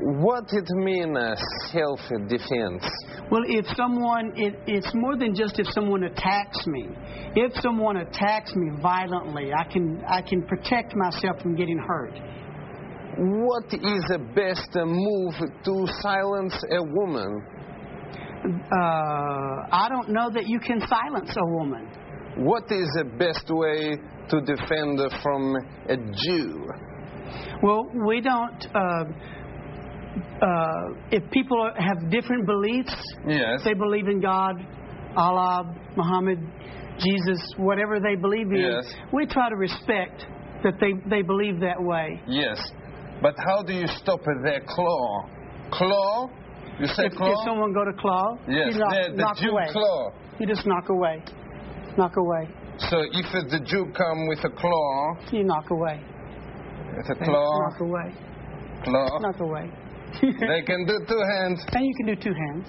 what it mean uh, self-defense? Well, if someone, it, it's more than just if someone attacks me. If someone attacks me violently, I can, I can protect myself from getting hurt. What is the best uh, move to silence a woman? Uh, I don't know that you can silence a woman. What is the best way to defend from a Jew? Well, we don't. Uh, uh, if people are, have different beliefs, Yes. they believe in God, Allah, Muhammad, Jesus, whatever they believe in. Yes. We try to respect that they, they believe that way. Yes. But how do you stop their claw? Claw? You say If, claw? if someone go to claw, yes, you knock, the, the knock Jew away. claw. You just knock away, knock away, So if the Jew come with a claw, you knock away, with a and claw, knock away, claw, knock away. they can do two hands. and you can do two hands,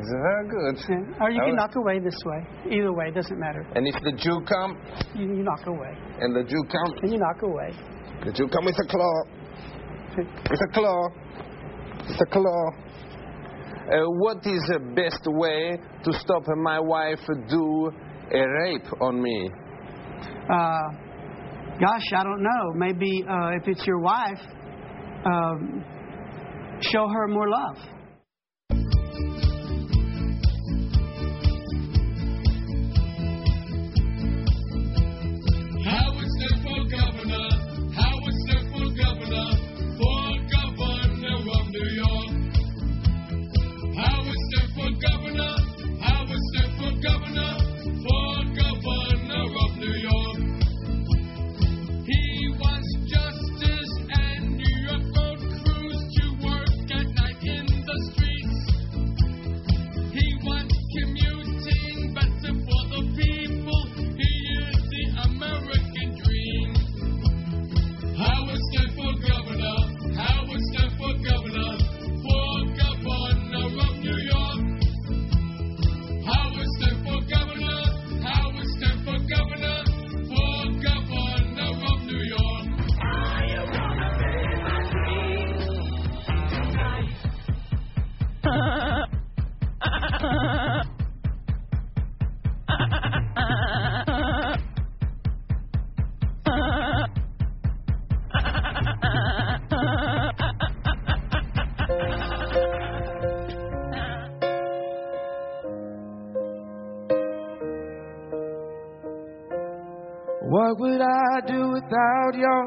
It's very good. yeah. or you All can right. knock away this way. Either way, doesn't matter. And if the Jew come, You, you knock away, and the Jew come, and you knock away. the Jew come with a claw, with a claw, with a claw. Uh, what is the best way to stop my wife do a rape on me? uh, gosh, I don't know. Maybe uh, if it's your wife, um, show her more love. Howard stood for governor. Howard stood for governor. For governor of New York. Howard stood for governor. Howard stood for governor. For governor of New York. He wants justice and New York road crews to work at night in the streets. He wants commuting better for the people. He is the American dream. Howard stood for governor. Howard stood for governor. For governor of New York. Howard stood for governor. Howard stood for governor. For governor of New York. What would I do without your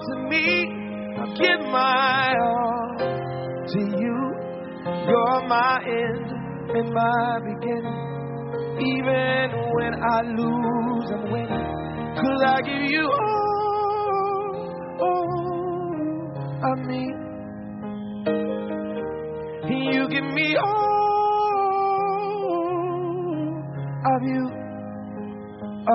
to me, I'll give my all to you. You're my end and my beginning. Even when I lose, I'm winning. Cause I give you all, all of me. You give me all of you. Oh,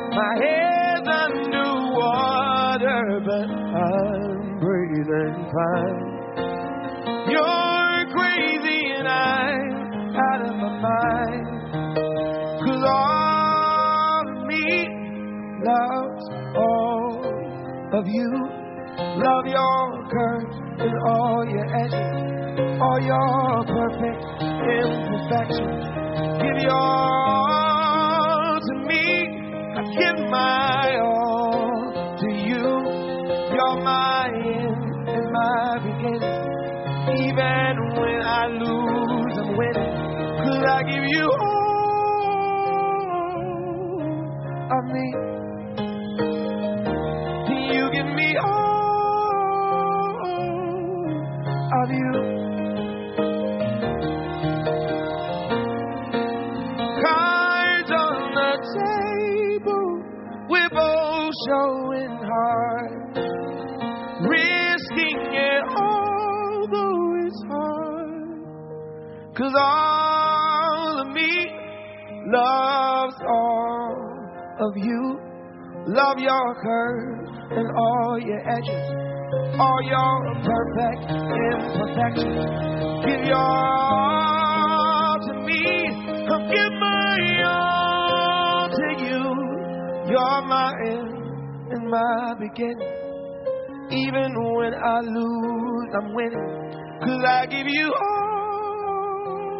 My head's underwater, but I'm breathing. than fine. You're crazy and I'm out of my mind. Cause all of me loves all of you. Love your curves and all your edges, all your perfect imperfections. Give your all to me. I give my all to you. You're my end and my beginning. Even when I lose, I'm winning. Cause I give you all of me. You give me all of you. Cards on the table, we're both showing heart risking it all, though it's hard. Cause all of me loves all of you. Love your curves and all your edges, all your perfect imperfections. Give your all to me, I'll give my all to you. You're my end and my beginning. Even when I lose, I'm winning. Cause I give you all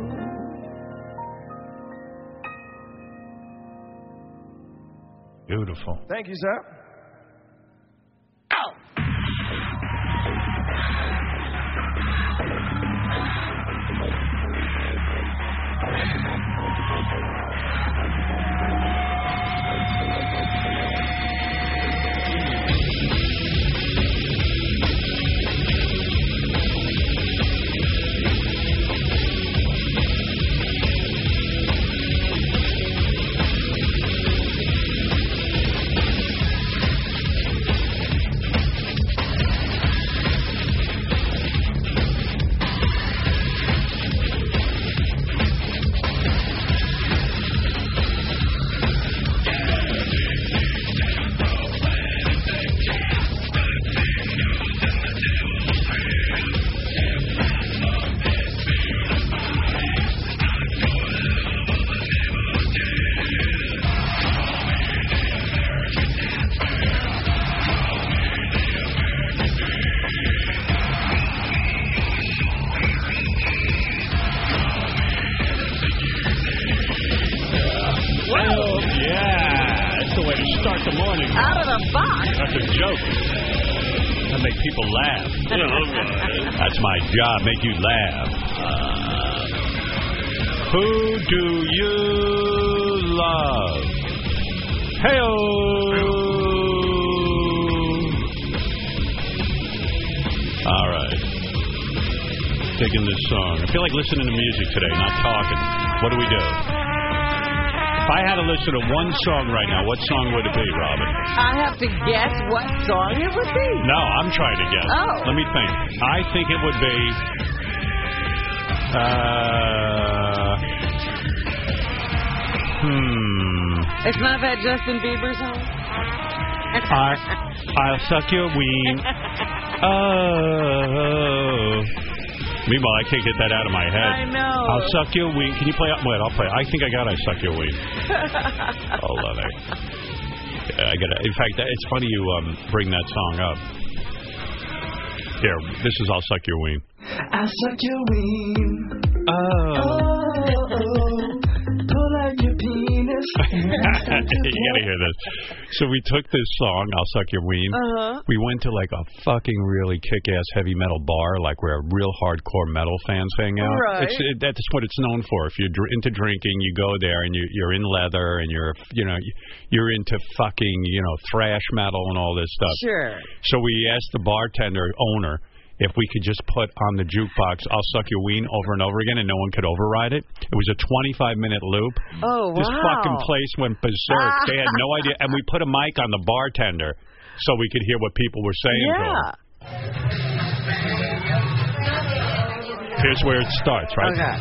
Beautiful. Thank you, sir. Well, yeah. That's the way to start the morning. Out of the box. That's a joke. I make people laugh. uh, That's my job, make you laugh. Uh, Who do you love? Heyo! All right. Digging this song. I feel like listening to music today, not talking. What do we do? If I had to listen to one song right now, what song would it be, Robin? I have to guess what song it would be. No, I'm trying to guess. Oh. Let me think. I think it would be. Uh, hmm. It's not that Justin Bieber song. I, I'll suck your ween. Oh. Meanwhile, I can't get that out of my head. I know. I'll suck your ween. Can you play? Wait, I'll play. I think I got I suck your ween. Hold on. I, I got. In fact, it's funny you um, bring that song up. Here, this is I'll suck your ween. I suck your ween. Oh. oh. Pull out your penis. you gotta hear this. So we took this song, "I'll Suck Your Ween." Uh-huh. We went to like a fucking really kick-ass heavy metal bar, like where real hardcore metal fans hang out. Right. It's, it, that's what it's known for. If you're dr- into drinking, you go there and you, you're in leather and you're you know you're into fucking you know thrash metal and all this stuff. Sure. So we asked the bartender owner if we could just put on the jukebox "I'll Suck Your Ween" over and over again, and no one could override it. It was a 25-minute loop. Oh, This wow. fucking place went berserk. they had no idea, and we put a mic on the bartender so we could hear what people were saying. to him. Yeah. Here's where it starts, right? Okay.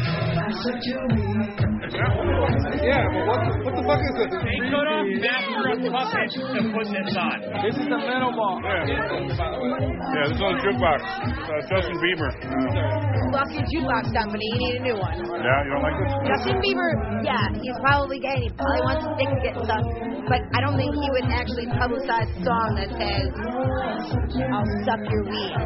Yeah, but what the, what the fuck is this? They could have master of puppets to put this on. This is the metal ball. Yeah, this is on the jukebox. Uh, Justin Bieber. Fuck your jukebox company. You need a new one. Yeah, you don't like this? Justin Bieber, yeah, he's probably gay. He probably wants his dick to get stuck. But I don't think he would actually publicize a song that says, I'll suck your weed.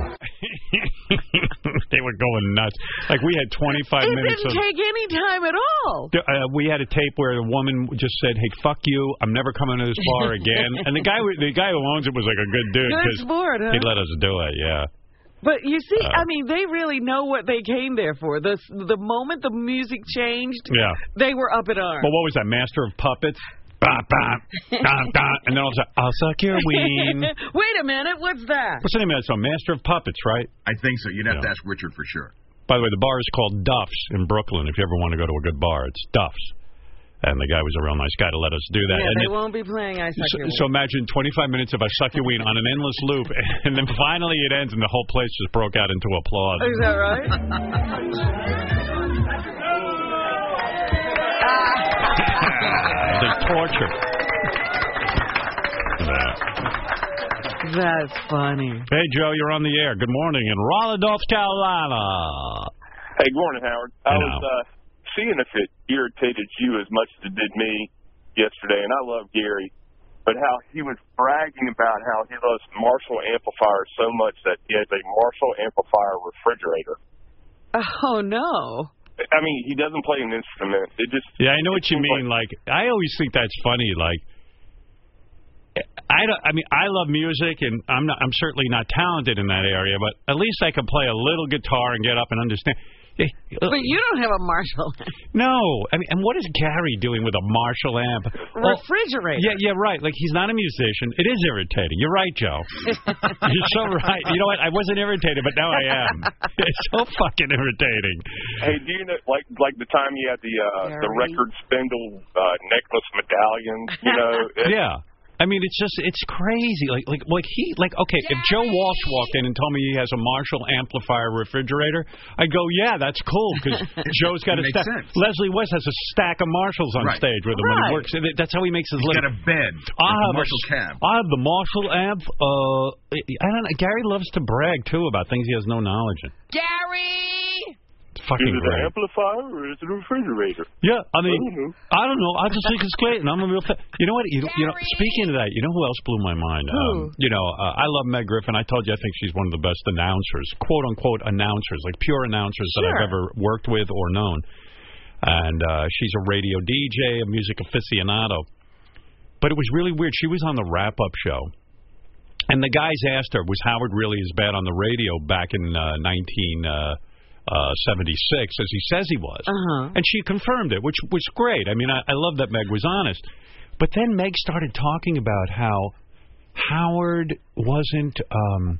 they were going nuts. Like we had 25 It minutes didn't of. take any time at all. Th- Uh, we had a tape where the woman just said, "Hey, fuck you! I'm never coming to this bar again." and the guy, w- the guy who owns it, was like a good dude Good 'cause sport, huh? he let us do it. Yeah. But you see, Uh. I mean, they really know what they came there for. The the moment the music changed, Yeah. they were up in arms. But what was that? Master of Puppets. Bah, bah, bah, bah. And then all of a sudden, I'll suck your ween. Wait a minute, what's that? What's the name of that song? Master of Puppets, right? I think so. You'd have to Yeah. ask Richard for sure. By the way, the bar is called Duff's in Brooklyn. If you ever want to go to a good bar, it's Duff's. And the guy was a real nice guy to let us do that. Yeah, and they it- won't be playing I Suck So, Your Ween. so imagine 25 minutes of a suck your ween on an endless loop, and then finally it ends, and the whole place just broke out into applause. Is that right? They torture. Yeah. That's funny. Hey, Joe, you're on the air. Good morning in Raleigh, North Carolina. Hey, good morning, Howard. I Hey, was now. uh, seeing if it irritated you as much as it did me yesterday, and I love Gary, but how he was bragging about how he loves Marshall amplifiers so much that he has a Marshall amplifier refrigerator. Oh no. I mean, he doesn't play an instrument. It just Yeah, I know what it you seems mean. Like, I always think that's funny. Like, I don't. I mean, I love music, and I'm not. I'm certainly not talented in that area, but at least I can play a little guitar and get up and understand. uh, But you don't have a Marshall No, I mean, and what is Gary doing with a Marshall amp? Well, refrigerator. yeah, yeah, right. Like he's not a musician. It is irritating. You're right, Joe. You're so right. You know what? I wasn't irritated, but now I am. It's so fucking irritating. Hey, do you know like like the time you had the uh, the Gary? record spindle uh, necklace medallion? You know, it, Yeah. I mean, it's just it's crazy. Like like like he like okay, if Joe Walsh walked in and told me he has a Marshall amplifier refrigerator, I'd go, yeah, that's cool because Joe's got a Makes stack. sense. Leslie West has a stack of Marshalls on Right. stage with him when he Right. works. That's how he makes his He's living. got a bed. I It's a have Marshall a, cab. I have the Marshall amp. Uh, I don't know. Gary loves to brag too about things he has no knowledge in. Gary! It's is fucking it an great. amplifier or is it a refrigerator? Yeah, I mean, Mhm. Mm-hmm. I don't know. I just think it's great, and I'm a real fan. You know what? You, you know, speaking of that, you know who else blew my mind? Um, you know, uh, I love Meg Griffin. I told you I think she's one of the best announcers, quote unquote announcers, like pure announcers that Sure. I've ever worked with or known. And uh, she's a radio DJ, a music aficionado. But it was really weird. She was on the wrap up show. And the guys asked her, was Howard really as bad on the radio back in uh, 1976 as he says he was? Uh-huh. And she confirmed it, which was great. I mean, I, I love that Meg was honest. But then Meg started talking about how Howard wasn't um,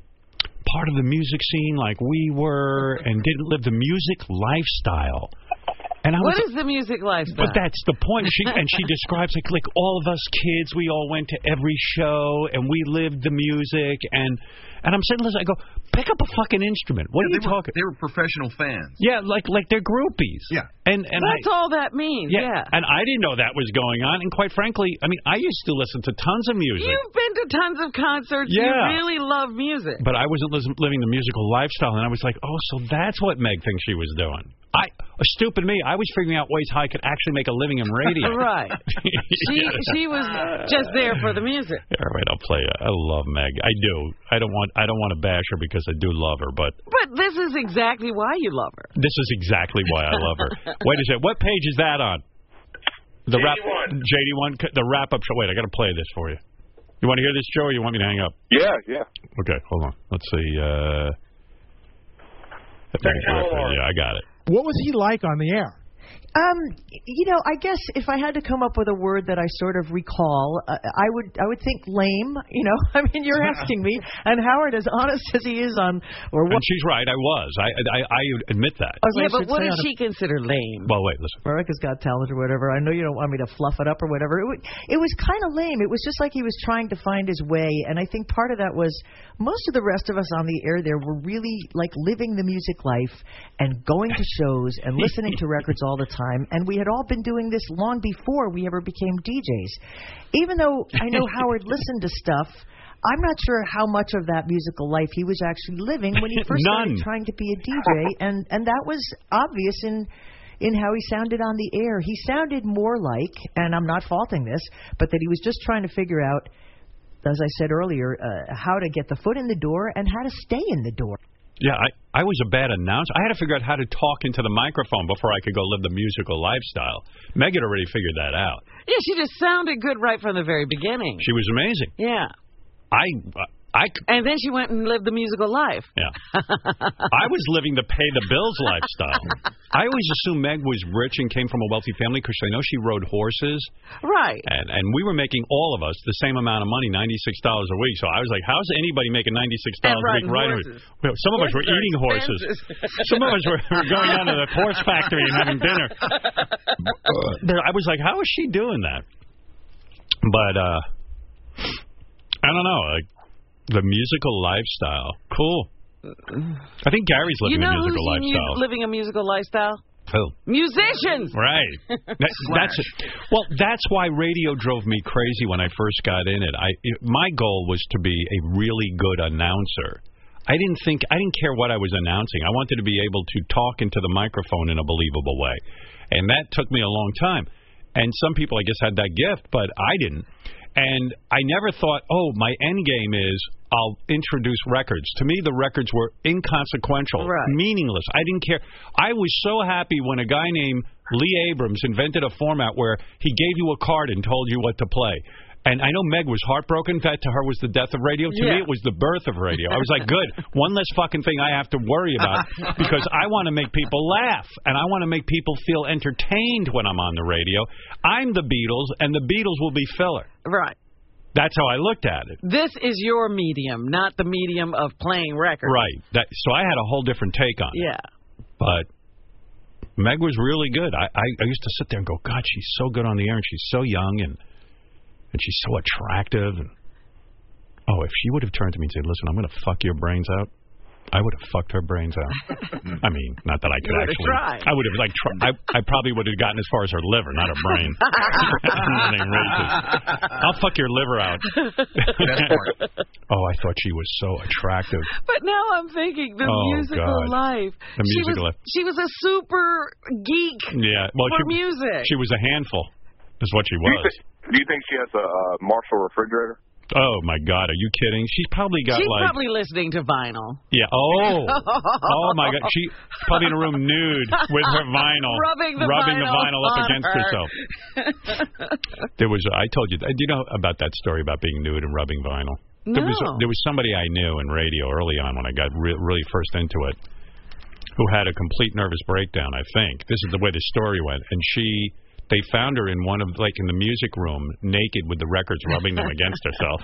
part of the music scene like we were and didn't live the music lifestyle. And I was What is the music lifestyle? but that's the point. She and she describes like like all of us kids, we all went to every show and we lived the music and and I'm saying, listen, I go pick up a fucking instrument. What are you they, were, talking? they were professional fans. Yeah, like like they're groupies. Yeah. and and That's I. all that means. Yeah, and I didn't know that was going on. And quite frankly, I mean, I used to listen to tons of music, You've been to tons of concerts. Yeah. You really love music. but I wasn't lis- living the musical lifestyle. And I was like, oh, so that's what Meg thinks she was doing. I, stupid me, I was figuring out ways how I could actually make a living in radio. Right. She Yeah. she was just there for the music. All right, I'll play. I love Meg. I do. I don't want. I don't want to bash her because I do love her, but But this is exactly why you love her. this is exactly why I love her. Wait a second. What page is that on? The wrap. JD1. JD one. The wrap up show. Wait, I got to play this for you. You want to hear this, Joe, or you want me to hang up? Yeah, yeah. Okay, hold on. Let's see. Uh, I think it's right there. yeah, I got it. What was he like on the air? Um, y- you know, I guess if I had to come up with a word that I sort of recall, uh, I would I would think lame. You know, I mean, you're asking me, and Howard, as honest as he is on, or what? And she's right. I was. I I, I admit I that. was like, I should say on a- consider lame? Well, wait. Listen. America's Got Talent or whatever. I know you don't want me to fluff it up or whatever. It, wa- it was kind of lame. It was just like he was trying to find his way, and I think part of that was most of the rest of us on the air there were really like living the music life and going to shows and listening to records all the time, and we had all been doing this long before we ever became DJs. Even though I know Howard listened to stuff. I'm not sure how much of that musical life he was actually living when he first started None. trying to be a DJ, and and that was obvious in in how he sounded on the air. He sounded more like, and I'm not faulting this, but that he was just trying to figure out, as I said earlier, uh, how to get the foot in the door and how to stay in the door. Yeah, I, I was a bad announcer. I had to figure out how to talk into the microphone before I could go live the musical lifestyle. Meg had already figured that out. Yeah, she just sounded good right from the very beginning. She was amazing. Yeah. I I And then she went and lived the musical life. yeah. I was living the pay the bills lifestyle. I always assumed Meg was rich and came from a wealthy family because I know she rode horses. Right. And and we were making all of us the same amount of money, ninety six dollars a week. So I was like, how's anybody making ninety six dollars a week And riding riding? horses. Well, some of us were Horses are eating horses. expensive. Some of us were, were going down to the horse factory and having dinner. But I was like, how is she doing that? But uh, I don't know. Like, the musical lifestyle, cool. I think Gary's you living know the who's musical mu- lifestyle. living a musical lifestyle? Who? Musicians. Right. That, that's it. Well, that's why radio drove me crazy when I first got in it. I it, my goal was to be a really good announcer. I didn't think I didn't care what I was announcing. I wanted to be able to talk into the microphone in a believable way, and that took me a long time. And some people, I guess, had that gift, but I didn't. And I never thought, oh, my end game is I'll introduce records. To me, the records were inconsequential, meaningless. I didn't care. I was so happy when a guy named Lee Abrams invented a format where he gave you a card and told you what to play. And I know Meg was heartbroken. That to her was the death of radio. To me, Yeah. it was the birth of radio. I was like, good, one less fucking thing I have to worry about because I want to make people laugh and I want to make people feel entertained when I'm on the radio. I'm the Beatles, and the Beatles will be filler. Right. That's how I looked at it. This is your medium, not the medium of playing records. Right. That, so I had a whole different take on it. Yeah. But Meg was really good. I, I, I used to sit there and go, God, she's so good on the air, and she's so young, and and she's so attractive. And oh, if she would have turned to me and said, "Listen, I'm going to fuck your brains out," I would have fucked her brains out. I mean, not that I could You would've actually. tried. I would have like. Tr- I I probably would have gotten as far as her liver, not her brain. That ain't racist. I'll fuck your liver out. oh, I thought she was so attractive. But now I'm thinking the Oh, musical God. life. The she musical was, life. She was a super geek. Yeah, well, For she, music. She was a handful, is what she was. Do you think she has a uh, Marshall refrigerator? Oh my God, are you kidding? She's probably got She's like probably listening to vinyl. yeah. Oh, oh my God, she probably in a room nude with her vinyl, Rubbing the vinyl up on against her. herself. There was I told you. Do you know about that story about being nude and rubbing vinyl? There was No. there was somebody I knew in radio early on when I got re really first into it, who had a complete nervous breakdown. I think this is the way the story went, and she. They found her in one of, like, in the music room, naked with the records rubbing them against herself.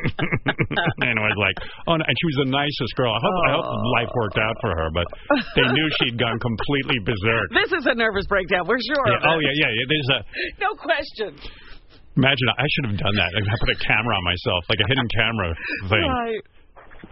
and I was like, oh, no. and she was the nicest girl. I hope, I hope life worked out for her, but they knew she'd gone completely berserk. This is a nervous breakdown. We're sure. Yeah, of it. oh yeah, yeah, yeah. There's a No question. Imagine I should have done that. Like, I put a camera on myself, like a hidden camera thing. Right.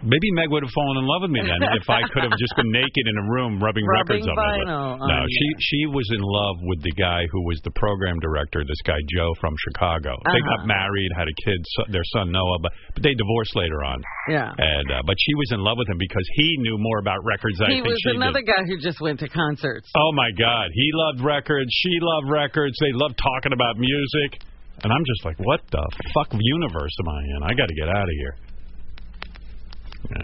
Maybe Meg would have fallen in love with me then if I could have just been naked in a room rubbing, Rubbing records on my lip. vinyl on No, you. she she was in love with the guy who was the program director, this guy Joe from Chicago. They got Uh-huh. married, had a kid, so, their son Noah, but but they divorced later on. Yeah. And uh, but she was in love with him because he knew more about records than I he think was she did. another guy who just went to concerts. Oh my God, he loved records. She loved records. They loved talking about music. And I'm just like, what the fuck universe am I in? I got to get out of here. Yeah.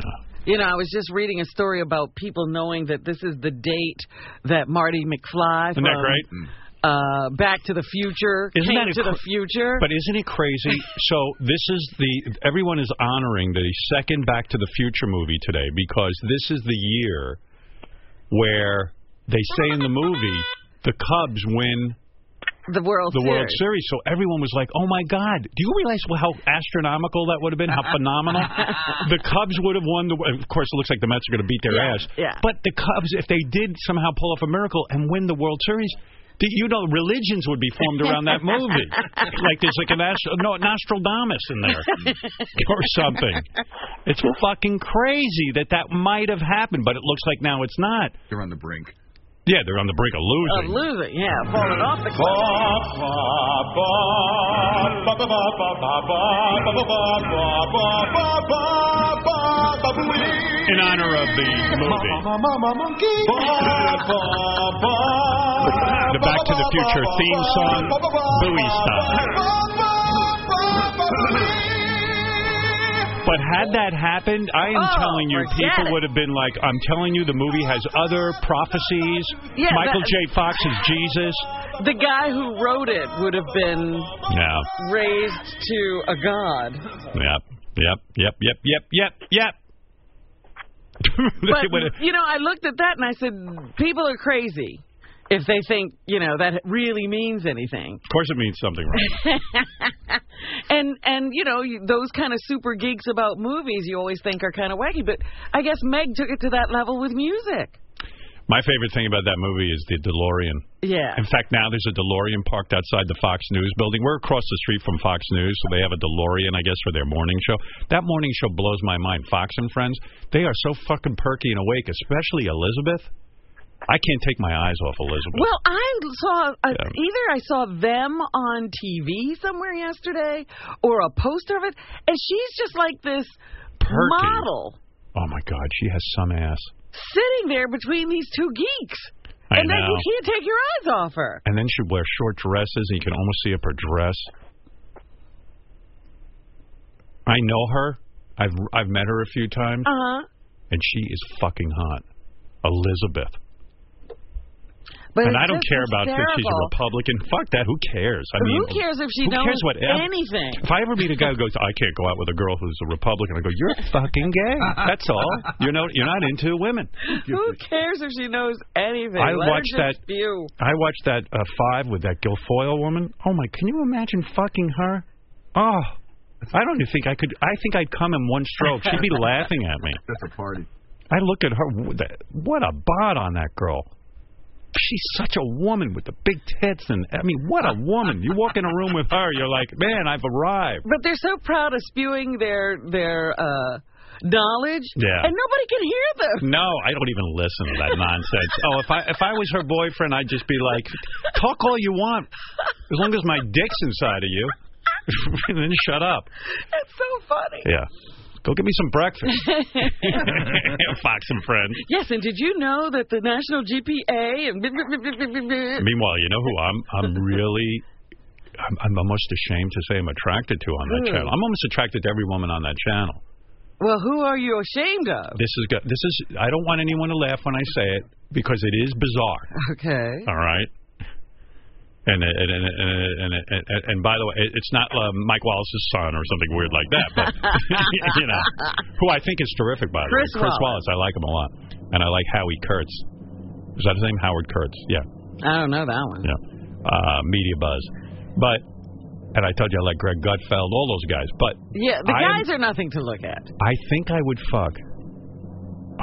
You know, I was just reading a story about people knowing that this is the date that Marty McFly Isn't from that great? uh, Back to the Future Isn't came that to the incre- future. But isn't it crazy? so this is the everyone is honoring the second Back to the Future movie today because this is the year where they say in the movie the Cubs win the World the Series. World Series. So everyone was like, "Oh my God! Do you realize how astronomical that would have been? How phenomenal! the Cubs would have won the. Of course, it looks like the Mets are going to beat their ass. yeah. But the Cubs, if they did somehow pull off a miracle and win the World Series. th- You know, religions would be formed around that movie. like there's like an astro, no, Nostradamus in there or something. It's fucking crazy that that might have happened, but it looks like now it's not. They're on the brink. Yeah, they're on the brink of losing. Of losing, yeah, falling off the in honor of the movie. The Back to the Future theme song, Bowie style. But had that happened, I am Oh, telling you, forget people it. would have been like, I'm telling you, the movie has other prophecies. Yeah, Michael that- J. Fox is Jesus. The guy who wrote it would have been No. raised to a god. Yep. Yep. Yep. Yep. Yep. Yep. Yep. They would have- But you know, I looked at that and I said, people are crazy if they think you know that really means anything. of course, it means something, right? And and you know you- those kind of super geeks about movies you always think are kind of wacky, but I guess Meg took it to that level with music. My favorite thing about that movie is the DeLorean. Yeah. In fact, now there's a DeLorean parked outside the Fox News building. We're across the street from Fox News, so they have a DeLorean, I guess, for their morning show. That morning show blows my mind. Fox and Friends, they are so fucking perky and awake, especially Elizabeth. I can't take my eyes off Elizabeth. Well, I saw uh either I saw them on TV somewhere yesterday or a poster of it, and she's just like this Perky. model Oh my God, she has some ass. sitting there between these two geeks, I and then you know. can't take your eyes off her. And then she wears short dresses, and you can almost see up her dress. I know her. I've I've met her a few times. Uh huh. and she is fucking hot. Elizabeth. But and it's I don't just care about if she's a hysterical. Republican. Fuck that. Who cares? I Who mean, cares if she who knows cares what, anything? If I ever meet a guy who goes, I can't go out with a girl who's a Republican, I go, you're fucking gay. That's all. You're not you're not into women. Who cares if she knows anything? I Let her watched just that- spew. I watched that uh, five with that Guilfoyle woman. Oh my! Can you imagine fucking her? Oh, I don't even think I could. I think I'd come in one stroke. She'd be laughing at me. That's a party. I look at her. w- that- What a bod on that girl. She's such a woman with the big tits, and I mean, what a woman! You walk in a room with her, you're like, man, I've arrived. But they're so proud of spewing their their uh, knowledge, Yeah. and nobody can hear them. No, I don't even listen to that nonsense. Oh, if I if I was her boyfriend, I'd just be like, talk all you want, as long as my dick's inside of you, and then shut up. It's so funny. Yeah, go get me some breakfast. Fox and friends. Yes, and did you know that the national GPA and Meanwhile, you know who I'm? I'm really, I'm, I'm almost ashamed to say I'm attracted to on that Mm. channel. I'm almost attracted to every woman on that channel. well, who are you ashamed of? This is go- this is. I don't want anyone to laugh when I say it because it is bizarre. Okay. All right. And and and and, and, and, and, and by the way, it- it's not uh, Mike Wallace's son or something weird like that, but you know, who I think is terrific by the Chris way. Chris Wallace. I like him a lot, and I like Howie Kurtz. Is that his name? Howard Kurtz. Yeah. I don't know that one. Yeah. Uh, media buzz. But, and I told you I like Greg Gutfeld, all those guys. But Yeah, the I am- guys are nothing to look at. I think I would fuck.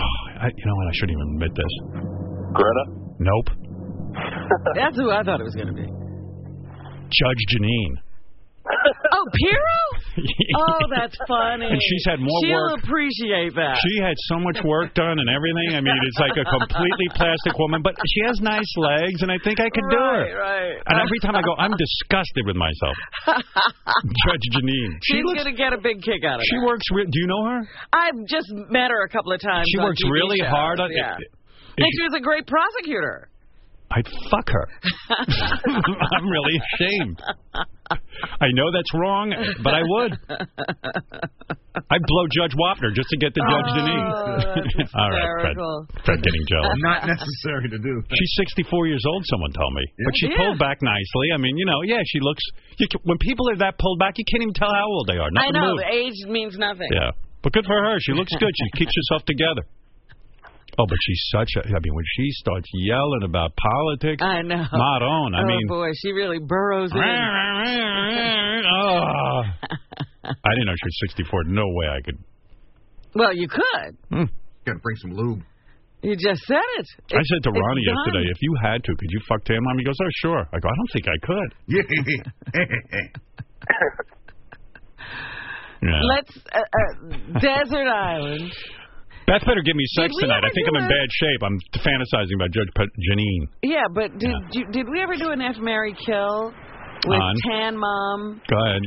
Oh, I, you know what? I shouldn't even admit this. Greta? Nope. That's who I thought it was going to be. Judge Janine. Oh, Piero? oh, that's funny. And she's had more She'll work- appreciate that. She had so much work done and everything. I mean, it's like a completely plastic woman, but she has nice legs, and I think I could do it. Right, right. And every time I go, I'm disgusted with myself. Judge Janine. She She's looks. going to get a big kick out of She that. works. Re do you know her? I've just met her a couple of times. She on works TV really shows, hard on- Yeah. if- and she was a great prosecutor. I'd fuck her. I'm really ashamed. I know that's wrong, but I would. I'd blow Judge Wapner just to get to Judge Denise. All right, Fred. Oh, hysterical. Fred getting jealous. Not necessary to do. She's 64 years old, someone told me. But she Yeah. pulled back nicely. I mean, you know, yeah, she looks. You can, when people are that pulled back, you can't even tell how old they I are. Nothing know eh. moves. age means nothing. Yeah. But good for her. She looks good. She keeps herself together. Oh, but she's such a. I mean, when she starts yelling about politics, I know. Not on. I oh, mean, boy, she really burrows in. oh. I didn't know she was 64. No way I could. Well, you could. Gotta bring some lube. You just said it. I It's- said to it's Ronnie done. yesterday, if you had to, could you fuck Tam? Mom? He goes, oh, sure. I go, I don't think I could. yeah. Let's uh, uh, desert island. Beth better give me sex Did we tonight. ever I think do I'm in a- bad shape. I'm fantasizing about Judge P- Janine. Yeah, but did you, did we ever do an F Mary Kill with On. Tan Mom, Go ahead.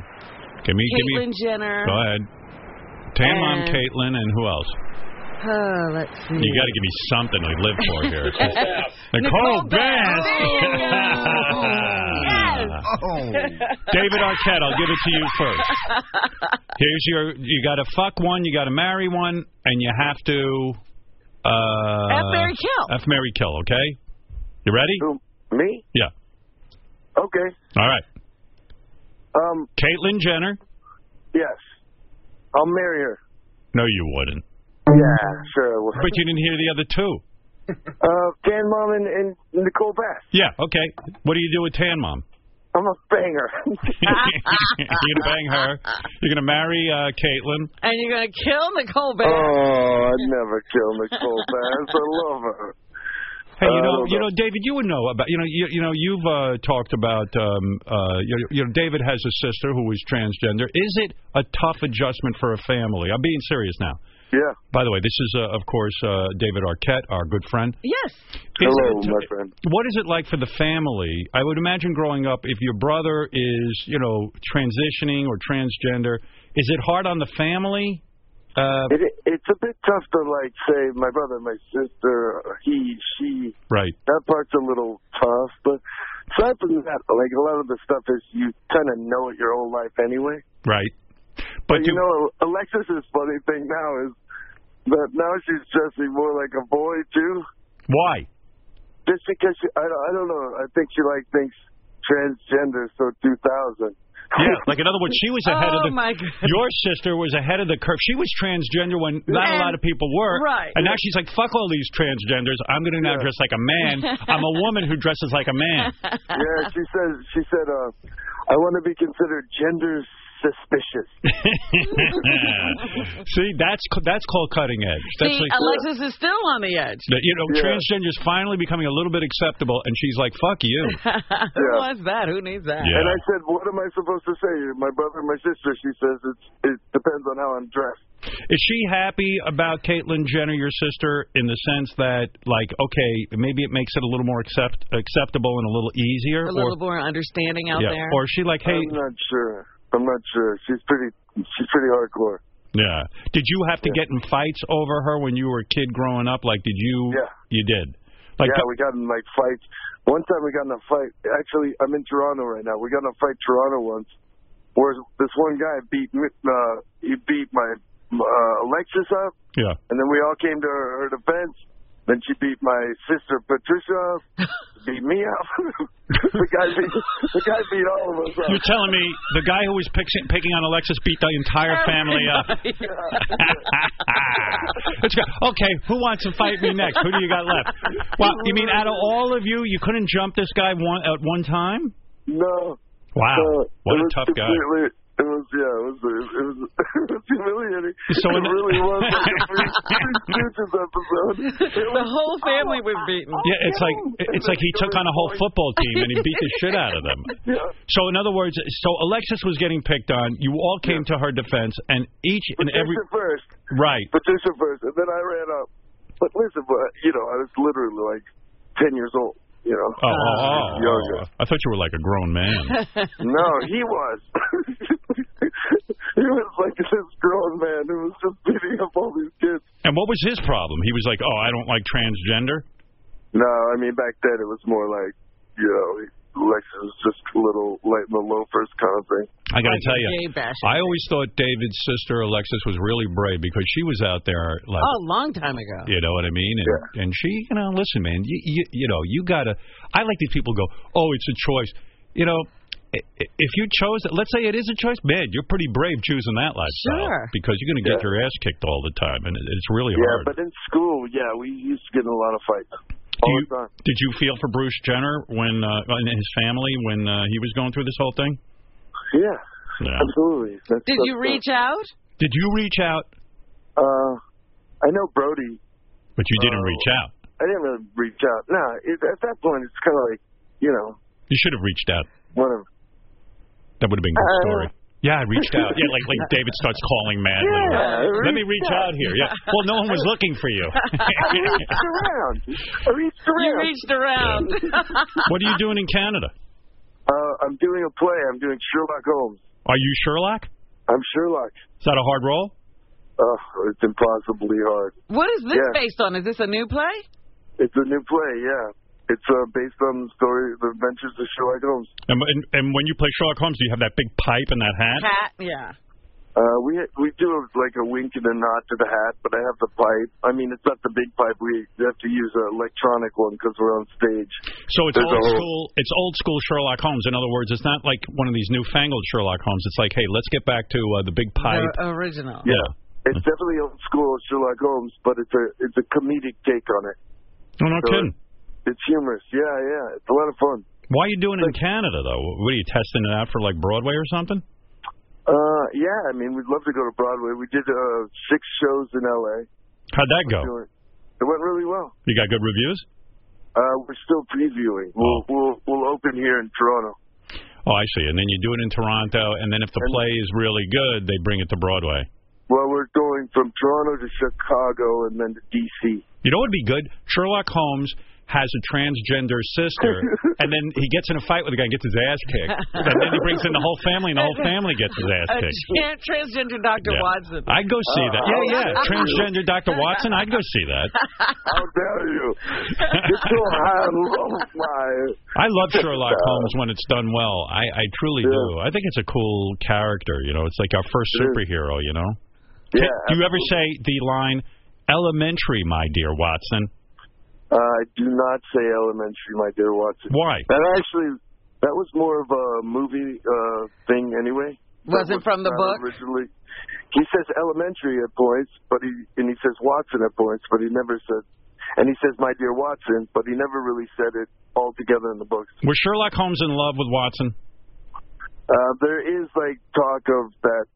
Give me, give Caitlyn me. Jenner? Go ahead. Tam, Mom, And- Caitlin, and who else? Oh, let's see. You got to give me something to live for here. Nicole Nicole Bass. Bass. There you go. Yes. David Arquette, I'll give it to you first. Here's your. You got to fuck one. You got to marry one, and you have to. Uh, F, marry, kill. F Mary Kill. Okay. You ready? me? Yeah. Okay. All right. Um. Caitlyn Jenner. Yes. I'll marry her. No, you wouldn't. Yeah, sure. But you didn't hear the other two. Uh, Dan Mom and, and Nicole Bass. Yeah. Okay. What do you do with Tan Mom? I'm a banger. You're gonna bang her. You're gonna marry uh, Caitlyn. And you're gonna kill Nicole Bass. oh, I'd never kill Nicole Bass. I love her. Hey, you know, Uh, you know, David, you would know about, you know, you, you know, you've uh, talked about, um, uh, you, you know, David has a sister who is transgender. Is it a tough adjustment for a family? I'm being serious now. Yeah. By the way, this is, uh, of course, uh, David Arquette, our good friend. Yes. Hello, my friend. What is it like for the family? I would imagine growing up, if your brother is, you know, transitioning or transgender, is it hard on the family? Uh, It, it's a bit tough to like say my brother, my sister, he, she. right. That part's a little tough, but aside from that, like a lot of the stuff is you kind of know it your whole life anyway. Right. But, you know, Alexis's funny thing now is that now she's dressing more like a boy too. Why? Just because she, I, I don't know. I think she like thinks transgender, so 2000. Yeah, like in other words, she was ahead of Oh, the. my Your sister was ahead of the curve. She was transgender when not And- a lot of people were. right. And now she's like, fuck all these transgenders. I'm going to now dress like a man. I'm a woman who dresses like a man. yeah, she says she said, uh, I want to be considered gender suspicious. See, that's ca- that's called cutting edge. That's See, like Alexis is still on the edge. that, you know, transgender's finally becoming a little bit acceptable, and she's like, fuck you. Who wants that? Who needs that? Yeah. And I said, what am I supposed to say? My brother, my sister. She says it's it depends on how I'm dressed. Is she happy about Caitlyn Jenner, your sister, in the sense that, like, okay, maybe it makes it a little more accept acceptable and a little easier? A or, little more understanding out yeah. there. Or is she like, hey, I'm not sure. I'm not sure. She's pretty. She's pretty hardcore. yeah. Did you have to get in fights over her when you were a kid growing up? Like, did you? Yeah. You did. Like, yeah, we got in like fights. One time we got in a fight. Actually, I'm in Toronto right now. We got in a fight in Toronto once, where this one guy beat me- uh, he beat my uh, Alexis up, yeah. and then we all came to her, her defense. Then she beat my sister Patricia up, beat me up. the guy beat the guy beat all of us up. You're telling me the guy who was picking, picking on Alexis beat the entire family up. It's got- okay, who wants to fight me next? Who do you got left? Well, you mean out of all of you, you couldn't jump this guy one at one time? No. Wow, So, it what a was tough guy. completely- It was yeah, it was it was, it was humiliating. So it in the- really was like a free, Stooges episode. the whole family was beaten. Yeah, it's like it's like he took on a whole football team and he beat the shit out of them. So in other words, so Alexis was getting picked on. You all came to her defense, and each and every Patricia first, right. Patricia first, and then I ran up. But listen, but you know, I was literally like ten years old. You know, Oh, oh, oh, oh. I thought you were like a grown man. no, he was. he was like this grown man who was just beating up all these kids. And what was his problem? He was like, "Oh, I don't like transgender." No, I mean back then it was more like you know, Lexus was just a little light in the loafers kind of thing. I got to tell you, gay bashing I always thought David's sister Alexis was really brave because she was out there like. Oh, a long time ago. You know what I mean? And, and she, you know, listen, man, you, you, you know, you gotta. I like these people who go, oh, it's a choice. you know, i- i- if you chose, let's say it is a choice, man, you're pretty brave choosing that lifestyle Sure. because you're going to get your ass kicked all the time, and it- it's really yeah, hard. but in school, yeah, we used to get in a lot of fights. Do you- Did you feel for Bruce Jenner when uh, and his family when uh, he was going through this whole thing? Yeah, Yeah. absolutely. That's, Did that's you the- reach out? Did you reach out? Uh, I know Brody. But you didn't reach out. I didn't really reach out. Nah, it, at that point, it's kind of like, you know, You should have reached out. whatever. That would have been a good Uh, story. Yeah, I reached out. Yeah, like like David starts calling madly. Yeah, I Let me reached reach out. out here. Yeah. Well, no one was looking for you. I reached around. I reached You around. reached around. what are you doing in Canada? Uh, I'm doing a play. I'm doing Sherlock Holmes. Are you Sherlock? I'm Sherlock. Is that a hard role? Oh, it's impossibly hard. What is this Yeah. based on? Is this a new play? It's a new play, yeah. It's uh, based on the story, the adventures of Sherlock Holmes. And, and, and when you play Sherlock Holmes, do you have that big pipe and that hat? Cat, yeah. Uh, we we do have like a wink and a nod to the hat, but I have the pipe. I mean, it's not the big pipe. We have to use an electronic one because we're on stage. So it's There's a old whole- school. It's old school Sherlock Holmes. In other words, it's not like one of these newfangled Sherlock Holmes. It's like, hey, let's get back to uh, the big pipe. original. Yeah. It's definitely old school Sherlock Holmes, but it's a it's a comedic take on it. No, no So kidding. It's humorous. Yeah, yeah. It's a lot of fun. Why are you doing it in Canada though? What are you testing it out for, like Broadway or something? Uh, yeah. I mean, we'd love to go to Broadway. We did uh, six shows in L.A. How'd that go? Doing- It went really well. You got good reviews? Uh, we're still previewing. We'll, we'll we'll open here in Toronto. Oh, I see. And then you do it in Toronto, and then if the play is really good, they bring it to Broadway. Well, we're going from Toronto to Chicago and then to D.C. You know what would be good? Sherlock Holmes has a transgender sister, and then he gets in a fight with a guy and gets his ass kicked. And then he brings in the whole family, and the whole family gets his ass A kicked. tran- transgender Dr. Yeah. Watson. I'd go see Uh, that. Yeah, yeah. Uh, Transgender Dr. Watson, I'd go see that. How dare you? You're so high and low, my. I love Sherlock Holmes when it's done well. I, I truly do. I think it's a cool character. You know, it's like our first superhero. You know. Yeah, Do you ever say the line "Elementary, my dear Watson"? Uh, I do not say elementary, my dear Watson. Why? That actually, that was more of a movie uh, thing anyway. Was That it from the not book? Originally, he says elementary at points, but he and he says Watson at points, but he never said. And he says my dear Watson, but he never really said it all together in the books. Was Sherlock Holmes in love with Watson? Uh, there is like talk of that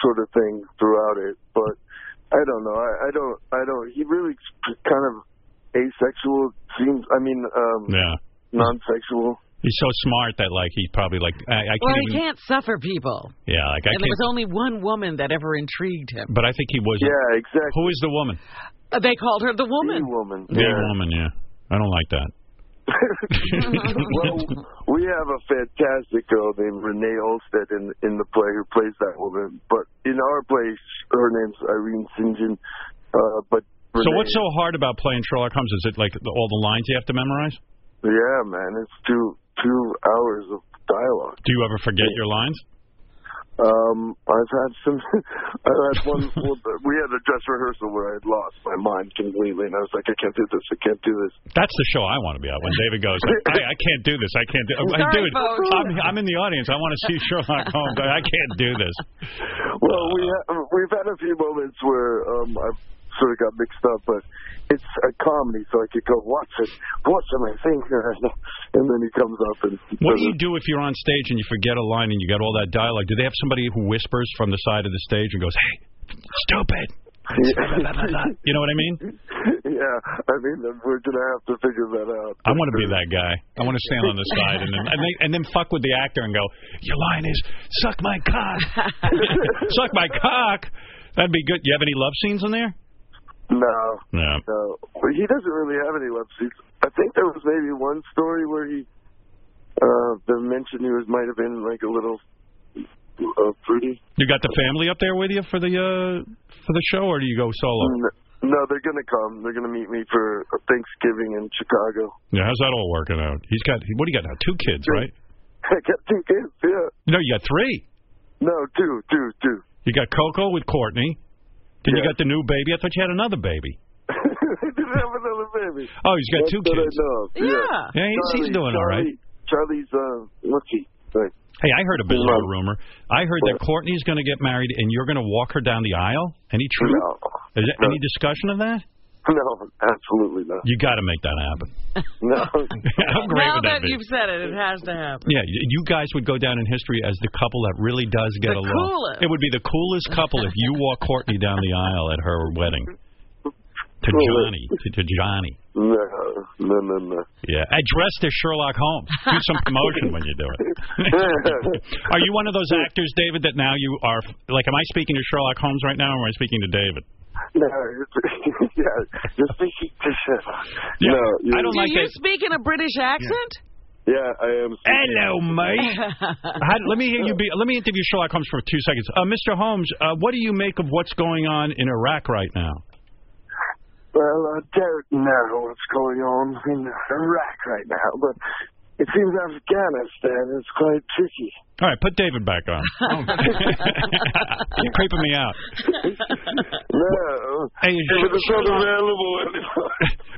sort of thing throughout it, but I don't know. I, I don't. I don't. He really kind of asexual seems. I mean, um, Yeah. non-sexual. He's so smart that like he's probably like I, I can't Well, he even. can't suffer people. Yeah, like I and there can't. was only one woman that ever intrigued him. But I think he was. Yeah, exactly. Who is the woman? Uh, They called her the woman. woman. The woman. Yeah. I don't like that. well, we have a fantastic girl named Renee Olstead in in the play who plays that woman. But in our play, sh- her name's Irene St. John. Uh, but So Renee- what's so hard about playing Sherlock Holmes? Is it like the, all the lines you have to memorize? Yeah, man, it's two two hours of dialogue. Do you ever forget your lines? Um, I've had some. I had one. well, we had a dress rehearsal where I had lost my mind completely, and I was like, I can't do this. I can't do this. That's the show I want to be at. When David goes, I, I can't do this. I can't do. Hey, Sorry, dude, folks. I'm, I'm in the audience. I want to see Sherlock Holmes. but I can't do this. Well, we ha- we've had a few moments where um, I've sort of got mixed up, but it's a comedy, so I could go, Watson, Watson, I think, and then he comes up and What do you do if you're on stage and you forget a line and you got all that dialogue? Do they have somebody who whispers from the side of the stage and goes, "Hey, stupid"? You know what I mean? yeah, I mean, we're gonna have to figure that out. I want to be that guy. I want to stand on the side and then and, they, and then fuck with the actor and go, "Your line is suck my cock, suck my cock." That'd be good. You have any love scenes in there? No, No. no, But he doesn't really have any love seats. I think there was maybe one story where he uh, they mentioned he was might have been like a little uh, fruity. You got the family up there with you for the uh for the show, or do you go solo? Mm. No, they're gonna come. They're gonna meet me for Thanksgiving in Chicago. Yeah, how's that all working out? He's got what do you got now? Two kids, right? I got two kids. Yeah. No, you got three. No, two, two, two. You got Coco with Courtney. Then you got the new baby. I thought you had another baby. I didn't have another baby. Oh, he's got That's two what I kids. know of. Yeah. Yeah, he's- he's doing all right. Charlie- Charlie's uh, what's he like? Hey, I heard a bizarre rumor. I heard that Courtney's going to get married, and you're going to walk her down the aisle. Any truth? Is there any discussion of that? No, absolutely not. You got to make that happen. No. How great now would that, that, be? you've said it, it has to happen. Yeah, y- you guys would go down in history as the couple that really does get The along. coolest. It would be the coolest couple if you walk Courtney down the aisle at her wedding. To Johnny, to, to Johnny. No, no, no, no. Yeah, and dressed as Sherlock Holmes. Do some promotion when you do it. Are you one of those actors, David, that now you are like? Am I speaking to Sherlock Holmes right now, or am I speaking to David? No, it's- yeah, just thinking, just, Yeah, no, you- Do you speak in a British accent? Yeah, I am. Hello, mate. How, let me hear you. Be, let me interview Sherlock Holmes for two seconds. Uh, Mr. Holmes, uh, what do you make of what's going on in Iraq right now? Well, I don't know what's going on in Iraq right now, but it seems Afghanistan is quite tricky. All right, put David back on. You're creeping me out. No, Hey, but it's not available anymore.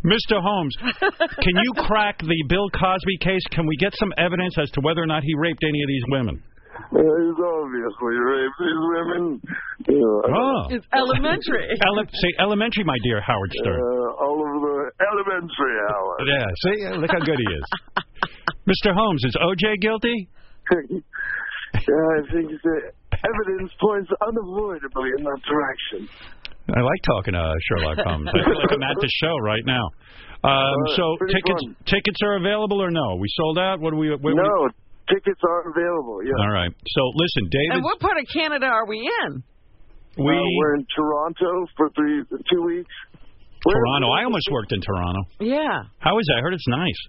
Mr. Holmes, can you crack the Bill Cosby case? Can we get some evidence as to whether or not he raped any of these women? Uh, He's obviously raped these women. You know, I don't- Oh. It's elementary. Ele say elementary, my dear Howard Stern. Uh, all of the elementary hour. Yeah, see, look how good he is. Mr. Holmes, is OJ guilty? yeah, I think the evidence points unavoidably in that direction. I like talking to Sherlock Holmes. I feel like I'm at the show right now. Um, right, so pretty tickets fun. tickets are available or no? We sold out. What do we? Where no, We, tickets are available. Yeah, all right. So listen, And David, what part of Canada are we in? we Uh, we're in Toronto for three two weeks. Toronto. I almost worked in Toronto. Yeah. How is that? I heard it's nice.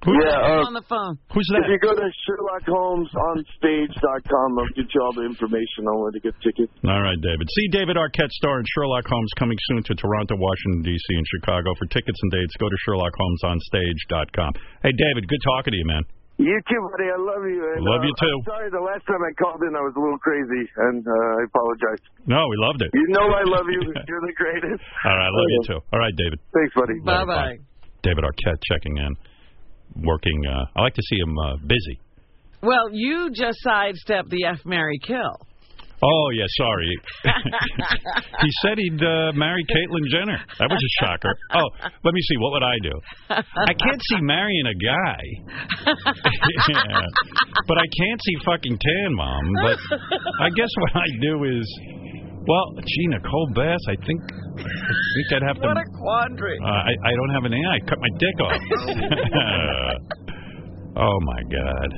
Yeah, uh, on the phone. Who's If you go to SherlockHolmesOnStage.com, I'll get you all the information on where to get tickets. All right, David. See David Arquette star in Sherlock Holmes coming soon to Toronto, Washington D.C. and Chicago. For tickets and dates, go to SherlockHolmesOnStage.com. Hey, David. Good talking to you, man. You too, buddy. I love you. And, Love you uh, too. I'm sorry, the last time I called in, I was a little crazy, and uh, I apologize. No, we loved it. You know I love you. You're the greatest. All right, I love you too. All right, David. Thanks, buddy. Bye bye. David Arquette checking in, working. Uh, I like to see him uh, busy. Well, you just sidestepped the F Mary Kill. Oh yeah, sorry. he said he'd uh, marry Caitlyn Jenner. That was a shocker. Oh, let me see. What would I do? I can't see marrying a guy, Yeah. but I can't see fucking tan mom. But I guess what I do is, well, gee, Nicole Bass. I think I think I'd have to. What a quandary. Uh, I, I don't have an eye. I cut my dick off. oh my god.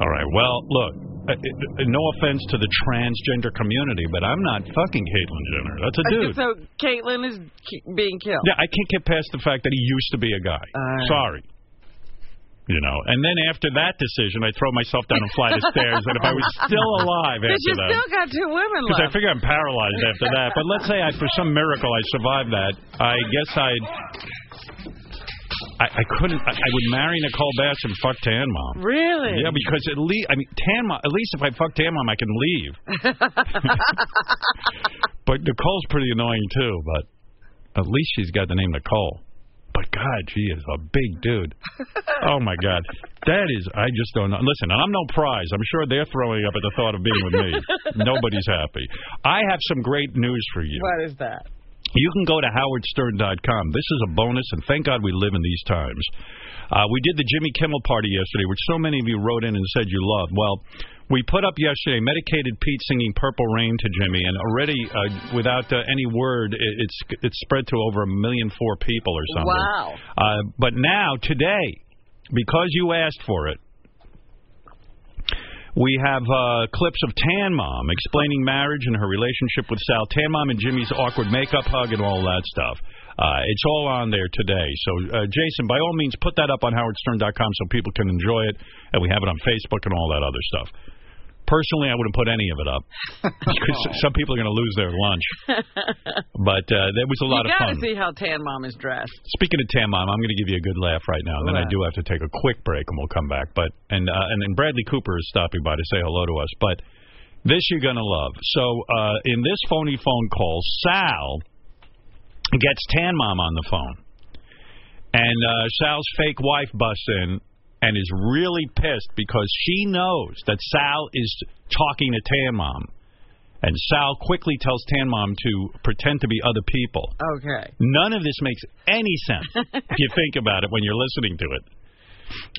All right. Well, look. uh, uh, No offense to the transgender community, but I'm not fucking Caitlyn Jenner. That's a dude. Uh, So Caitlyn is ki- being killed. Yeah, I can't get past the fact that he used to be a guy. Sorry. You know, and then after that decision, I throw myself down a flight of stairs. And if I was still alive But after you that, still got two women because I left. figure I'm paralyzed after that. But let's say I, for some miracle, I survived that. I guess I'd. I, I couldn't. I, I would marry Nicole Bass and fuck Tan Mom. Really? Yeah, because at least I mean Tan Mom. At least if I fuck Tan Mom, I can leave. but Nicole's pretty annoying too. But at least she's got the name Nicole. But God, she is a big dude. Oh my God, that is. I just don't know. Listen, and I'm no prize. I'm sure they're throwing up at the thought of being with me. Nobody's happy. I have some great news for you. What is that? You can go to howardstern.com. This is a bonus, and thank God we live in these times. Uh, we did the Jimmy Kimmel party yesterday, which so many of you wrote in and said you loved. Well, we put up yesterday Medicated Pete singing Purple Rain to Jimmy, and already, uh, without uh, any word, it, it's it's spread to over a million four people or something. Wow. Uh, but now, today, because you asked for it, we have uh, clips of Tan Mom explaining marriage and her relationship with Sal. Tan Mom and Jimmy's awkward makeup hug and all that stuff. Uh, it's all on there today. So, uh, Jason, by all means, put that up on howardstern.com so people can enjoy it. And we have it on Facebook and all that other stuff. Personally, I wouldn't put any of it up because some people are going to lose their lunch. But uh, that was a lot you of gotta fun. see how Tan Mom is dressed. Speaking of Tam Mom, I'm going to give you a good laugh right now, and then I Right. do have to take a quick break, and we'll come back. But and uh, and then Bradley Cooper is stopping by to say hello to us. But this you're going to love. So uh, in this phony phone call, Sal gets Tan Mom on the phone, And uh, Sal's fake wife busts in and is really pissed because she knows that Sal is talking to Tan Mom. And Sal quickly tells Tan Mom to pretend to be other people. Okay. None of this makes any sense if you think about it when you're listening to it.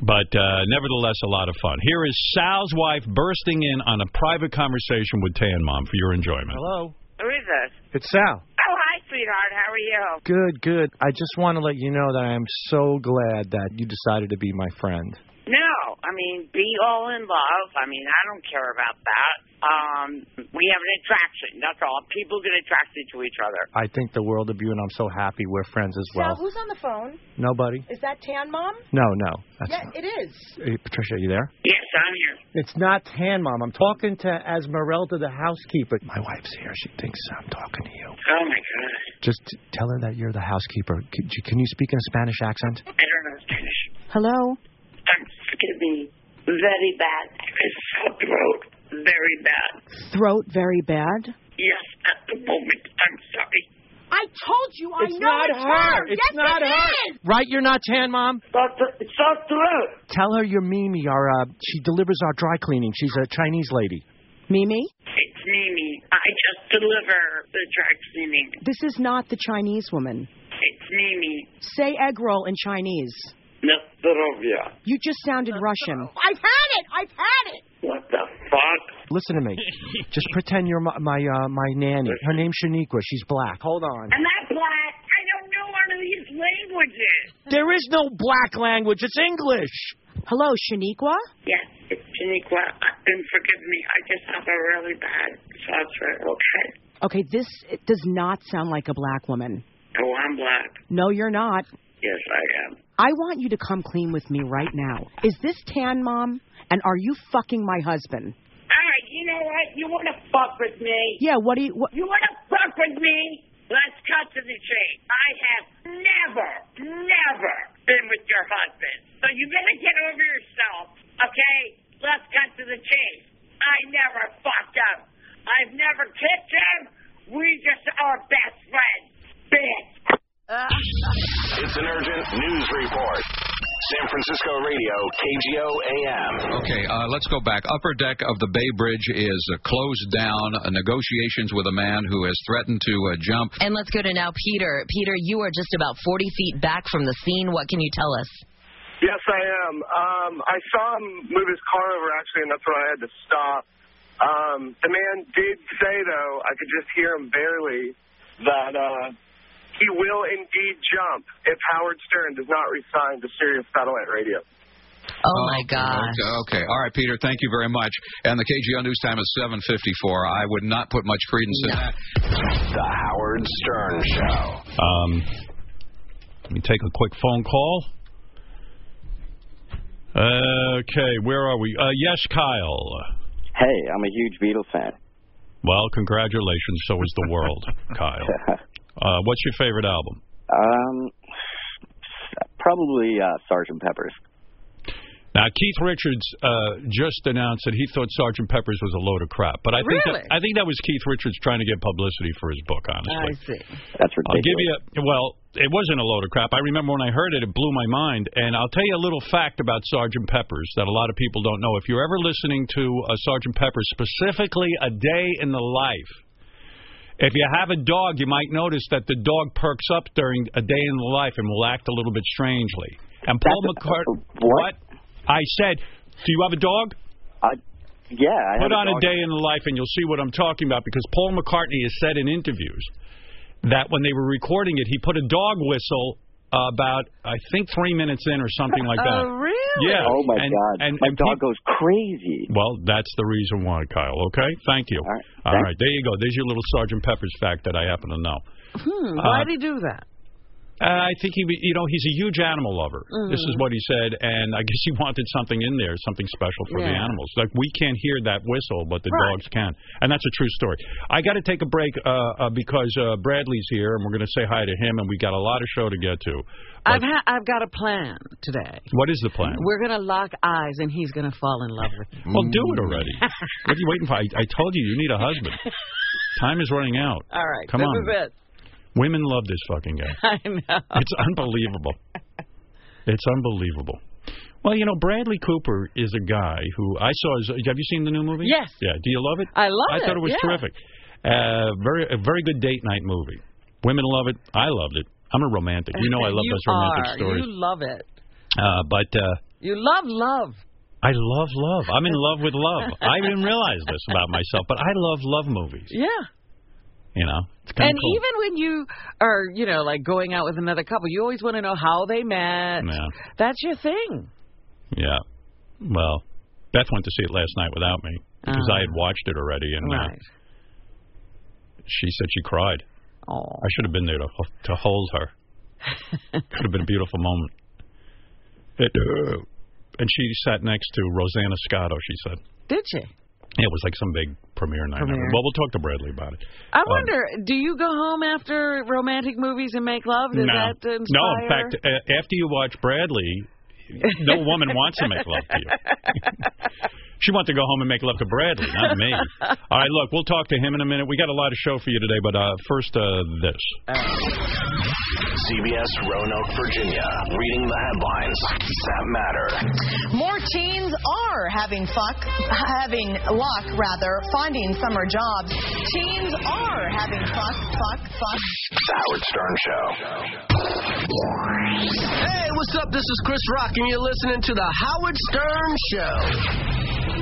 But uh, nevertheless, a lot of fun. Here is Sal's wife bursting in on a private conversation with Tan Mom for your enjoyment. Hello. Who is this? It's Sal. Oh, hi, sweetheart. How are you? Good, good. I just want to let you know that I am so glad that you decided to be my friend. No, I mean, be all in love. I mean, I don't care about that. Um, we have an attraction. That's all. People get attracted to each other. I think the world of you, and I'm so happy we're friends as Sal, well. who's on the phone? Nobody? Is that Tan Mom? No, no. That's, Yeah, it is. Hey, Patricia, are you there? Yes, I'm here. It's not Tan Mom. I'm talking to Esmeralda, the housekeeper. My wife's here. She thinks I'm talking to you. Oh, my God. Just t- tell her that you're the housekeeper. Could you, can you speak in a Spanish accent? I don't know Spanish. Hello. Excuse me. Very bad. It's sore throat. Very bad. Throat very bad. Yes, at the moment. I'm sorry. I told you I It's know not it's her. her. It's Yes, not it her. is. Right? You're not Tan Mom. It's sore throat. Tell her you're Mimi. Our uh, she delivers our dry cleaning. She's a Chinese lady. Mimi? It's Mimi. I just deliver the track cleaning. This is not the Chinese woman. It's Mimi. Say egg roll in Chinese. Nestorovia. You just sounded Russian. I've had it. I've had it. What the fuck? Listen to me. Just pretend you're my my, uh, my nanny. Her name's Shaniqua. She's black. Hold on. I'm not black. I don't know one of these languages. There is no black language. It's English. Hello, Shaniqua? Yes, it's Shaniqua. And forgive me, I just have a really bad sore throat, okay? Okay, this does not sound like a black woman. Oh, I'm black. No, you're not. Yes, I am. I want you to come clean with me right now. Is this Tan Mom? And are you fucking my husband? All right, you know what? You want to fuck with me? Yeah, what do you. What, You want to fuck with me? Let's cut to the chase. I have never, never been with your husband. So you better get over yourself, okay? Let's cut to the chase. I never fucked him. I've never kicked him. We just are best friends, bitch. It's an urgent news report. San Francisco Radio, KGO AM. Okay, uh, let's go back. Upper deck of the Bay Bridge is uh, closed down. Uh, negotiations with a man who has threatened to uh, jump. And let's go to now Peter. Peter, you are just about 40 feet back from the scene. What can you tell us? Yes, I am. Um, I saw him move his car over actually, and that's when I had to stop. Um, the man did say though, I could just hear him barely, that uh, he will indeed jump if Howard Stern does not resign to Sirius Satellite Radio. Oh, my gosh. Uh, Okay, okay. all right, Peter. Thank you very much. And the KGO News Time is 7:54. I would not put much credence in that. The Howard Stern Show. Um, let me take a quick phone call. Okay, where are we? Uh, yes, Kyle. Hey, I'm a huge Beatles fan. Well, congratulations. So is the world, Kyle. Uh, what's your favorite album? Um, probably uh, Sergeant Pepper's. Now, Keith Richards uh, just announced that he thought Sergeant Pepper's was a load of crap, but I think Really? that, I think that was Keith Richards trying to get publicity for his book. Honestly, see. That's I'll give you a well. It wasn't a load of crap. I remember when I heard it, it blew my mind. And I'll tell you a little fact about Sergeant Pepper's that a lot of people don't know. If you're ever listening to a Sergeant Pepper's, specifically a day in the life, if you have a dog, you might notice that the dog perks up during a day in the life and will act a little bit strangely. And Paul McCartney, what? I said, do you have a dog? I, yeah. I have a Put on a dog. day in the life, and you'll see what I'm talking about. Because Paul McCartney has said in interviews that when they were recording it, he put a dog whistle about I think three minutes in or something like that. Oh, really? Yeah. Oh my and, God. And, My and dog peop- goes crazy. Well, that's the reason why, Kyle. Okay. Thank you. All right. Thanks. There you go. There's your little Sergeant Pepper's fact that I happen to know. Hmm, Uh, why'd he do that? Uh, I think he, you know, he's a huge animal lover. This is Mhm. what he said, and I guess he wanted something in there, something special for the Yeah. animals. Like we can't hear that whistle, but the Right. dogs can, and that's a true story. I got to take a break uh, uh, because uh, Bradley's here, and we're going to say hi to him, and we got a lot of show to get to. I've ha- I've got a plan today. What is the plan? We're gonna lock eyes, and he's gonna fall in love with me. Well, do it already. what are you waiting for? I, I told you, you need a husband. Time is running out. Uh, All right, Come this on. is it. Women love this fucking guy. I know. It's unbelievable. It's unbelievable. Well, you know, Bradley Cooper is a guy who I saw. His, have you seen the new movie? Yes. Yeah. Do you love it? I love I thought it, it was yeah. terrific. Uh, very, a very good date night movie. Women love it. I loved it. I'm a romantic. You know, I love you those romantic are. stories. You love it. Uh, but uh, You love love. I love love. I'm in love with love. I didn't realize this about myself, but I love love movies. Yeah. You know, it's kind And of cool. even when you are, you know, like going out with another couple, you always want to know how they met. Yeah. That's your thing. yeah. Well, Beth went to see it last night without me because I had watched it already, and Ah. Right. uh, she said she cried. Oh. I should have been there to to hold her. Could have been a beautiful moment. It, uh, and she sat next to Rosanna Scotto. She said Did she? it was like some big premiere night. Premiere. Well, we'll talk to Bradley about it. I Um, wonder, do you go home after romantic movies and make love? Does no. that inspire? No, in fact, a- after you watch Bradley, no woman wants to make love to you. she wants to go home and make love to Bradley, not me. All right, look, we'll talk to him in a minute. We got a lot of show for you today, but uh, first, uh, this. CBS Roanoke, Virginia. Reading the headlines that matter. More teens are having fuck, having luck rather, finding summer jobs. Teens are having fuck, fuck, fuck. The Howard Stern Show. Hey, what's up? This is Chris Rock, and you're listening to The Howard Stern Show.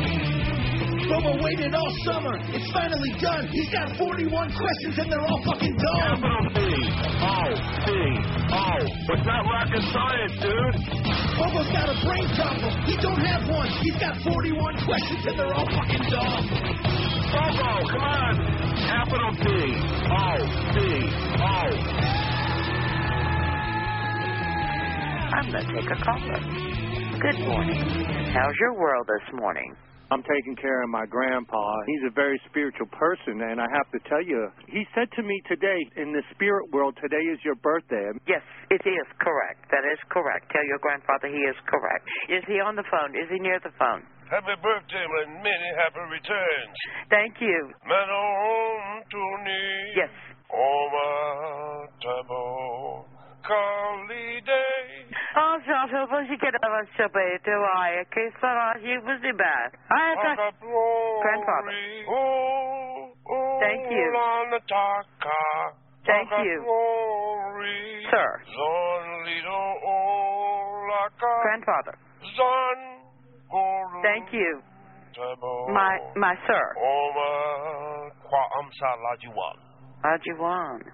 Bubba waited all summer. It's finally done. He's got 41 questions and they're all fucking dumb. It's not rocket science, dude. Bubba's got a brain problem. He don't have one. He's got 41 questions and they're all fucking dumb. Bubba, come on. Capital B. O. B. O. I'm going to take a caller. Good morning. How's your world this morning? I'm taking care of my grandpa. He's a very spiritual person, and I have to tell you, he said to me today, in the spirit world, today is your birthday. Yes, it is correct. That is correct. Tell your grandfather he is correct. Is he on the phone? Is he near the phone? Happy birthday and many happy returns. Thank you. Manon Tourney. Yes. Oma Tabo. Carly Day. Oh, so- so once you get out of the subway, do I? Okay, so I- he was the bad. I Of the glory. Grandfather. Oh, oh, Thank you. On the taka. Thank of the you. Glory. Sir. Zon Lido Olaka. Grandfather. Zon Goru. Thank you. Tabo. My my sir. Oma Kwa Amsa Lajuan. Ajuan.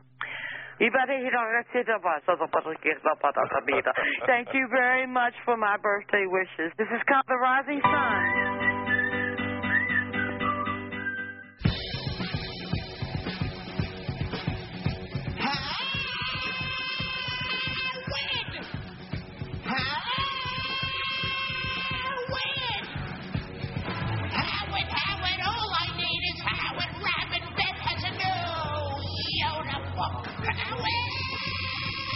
Thank you very much for my birthday wishes. This is called the Rising Sun. Howard, Howard, all I need is Howard Robin Beth has a new uniform. Howard!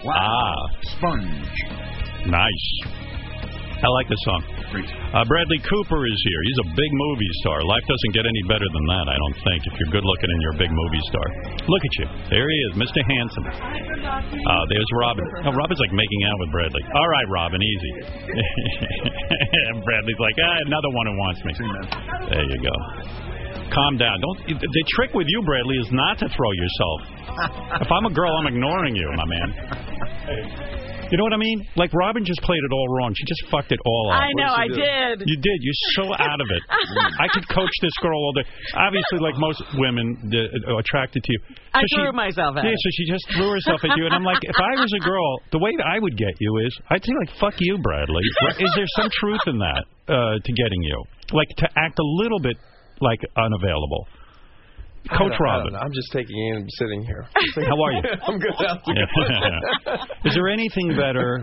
Wow. Ah, sponge. Nice. I like this song. Uh, Bradley Cooper is here. He's a big movie star. Life doesn't get any better than that, I don't think. If you're good looking and you're a big movie star, look at you. There he is, Mr. Handsome. Uh, there's Robin. Oh, Robin's like making out with Bradley. All right, Robin, easy. and Bradley's like, ah, another one who wants me. There you go. Calm down. Don't. The trick with you, Bradley, is not to throw yourself. If I'm a girl, I'm ignoring you, my man. You know what I mean? Like Robin just played it all wrong. She just fucked it all up. I know, What did she I do? did. You did. You're so out of it. I could coach this girl all day. Obviously, like most women, the- are attracted to you. I So she- threw myself at Yeah, it. so she just threw herself at you, and I'm like, if I was a girl, the way that I would get you is, I'd say like, fuck you, Bradley. Is there some truth in that uh, to getting you? Like to act a little bit like unavailable. I don't- I Coach don't Robin. know. I'm just taking in and sitting here. How are you? I'm good. I'm good. Is there anything better?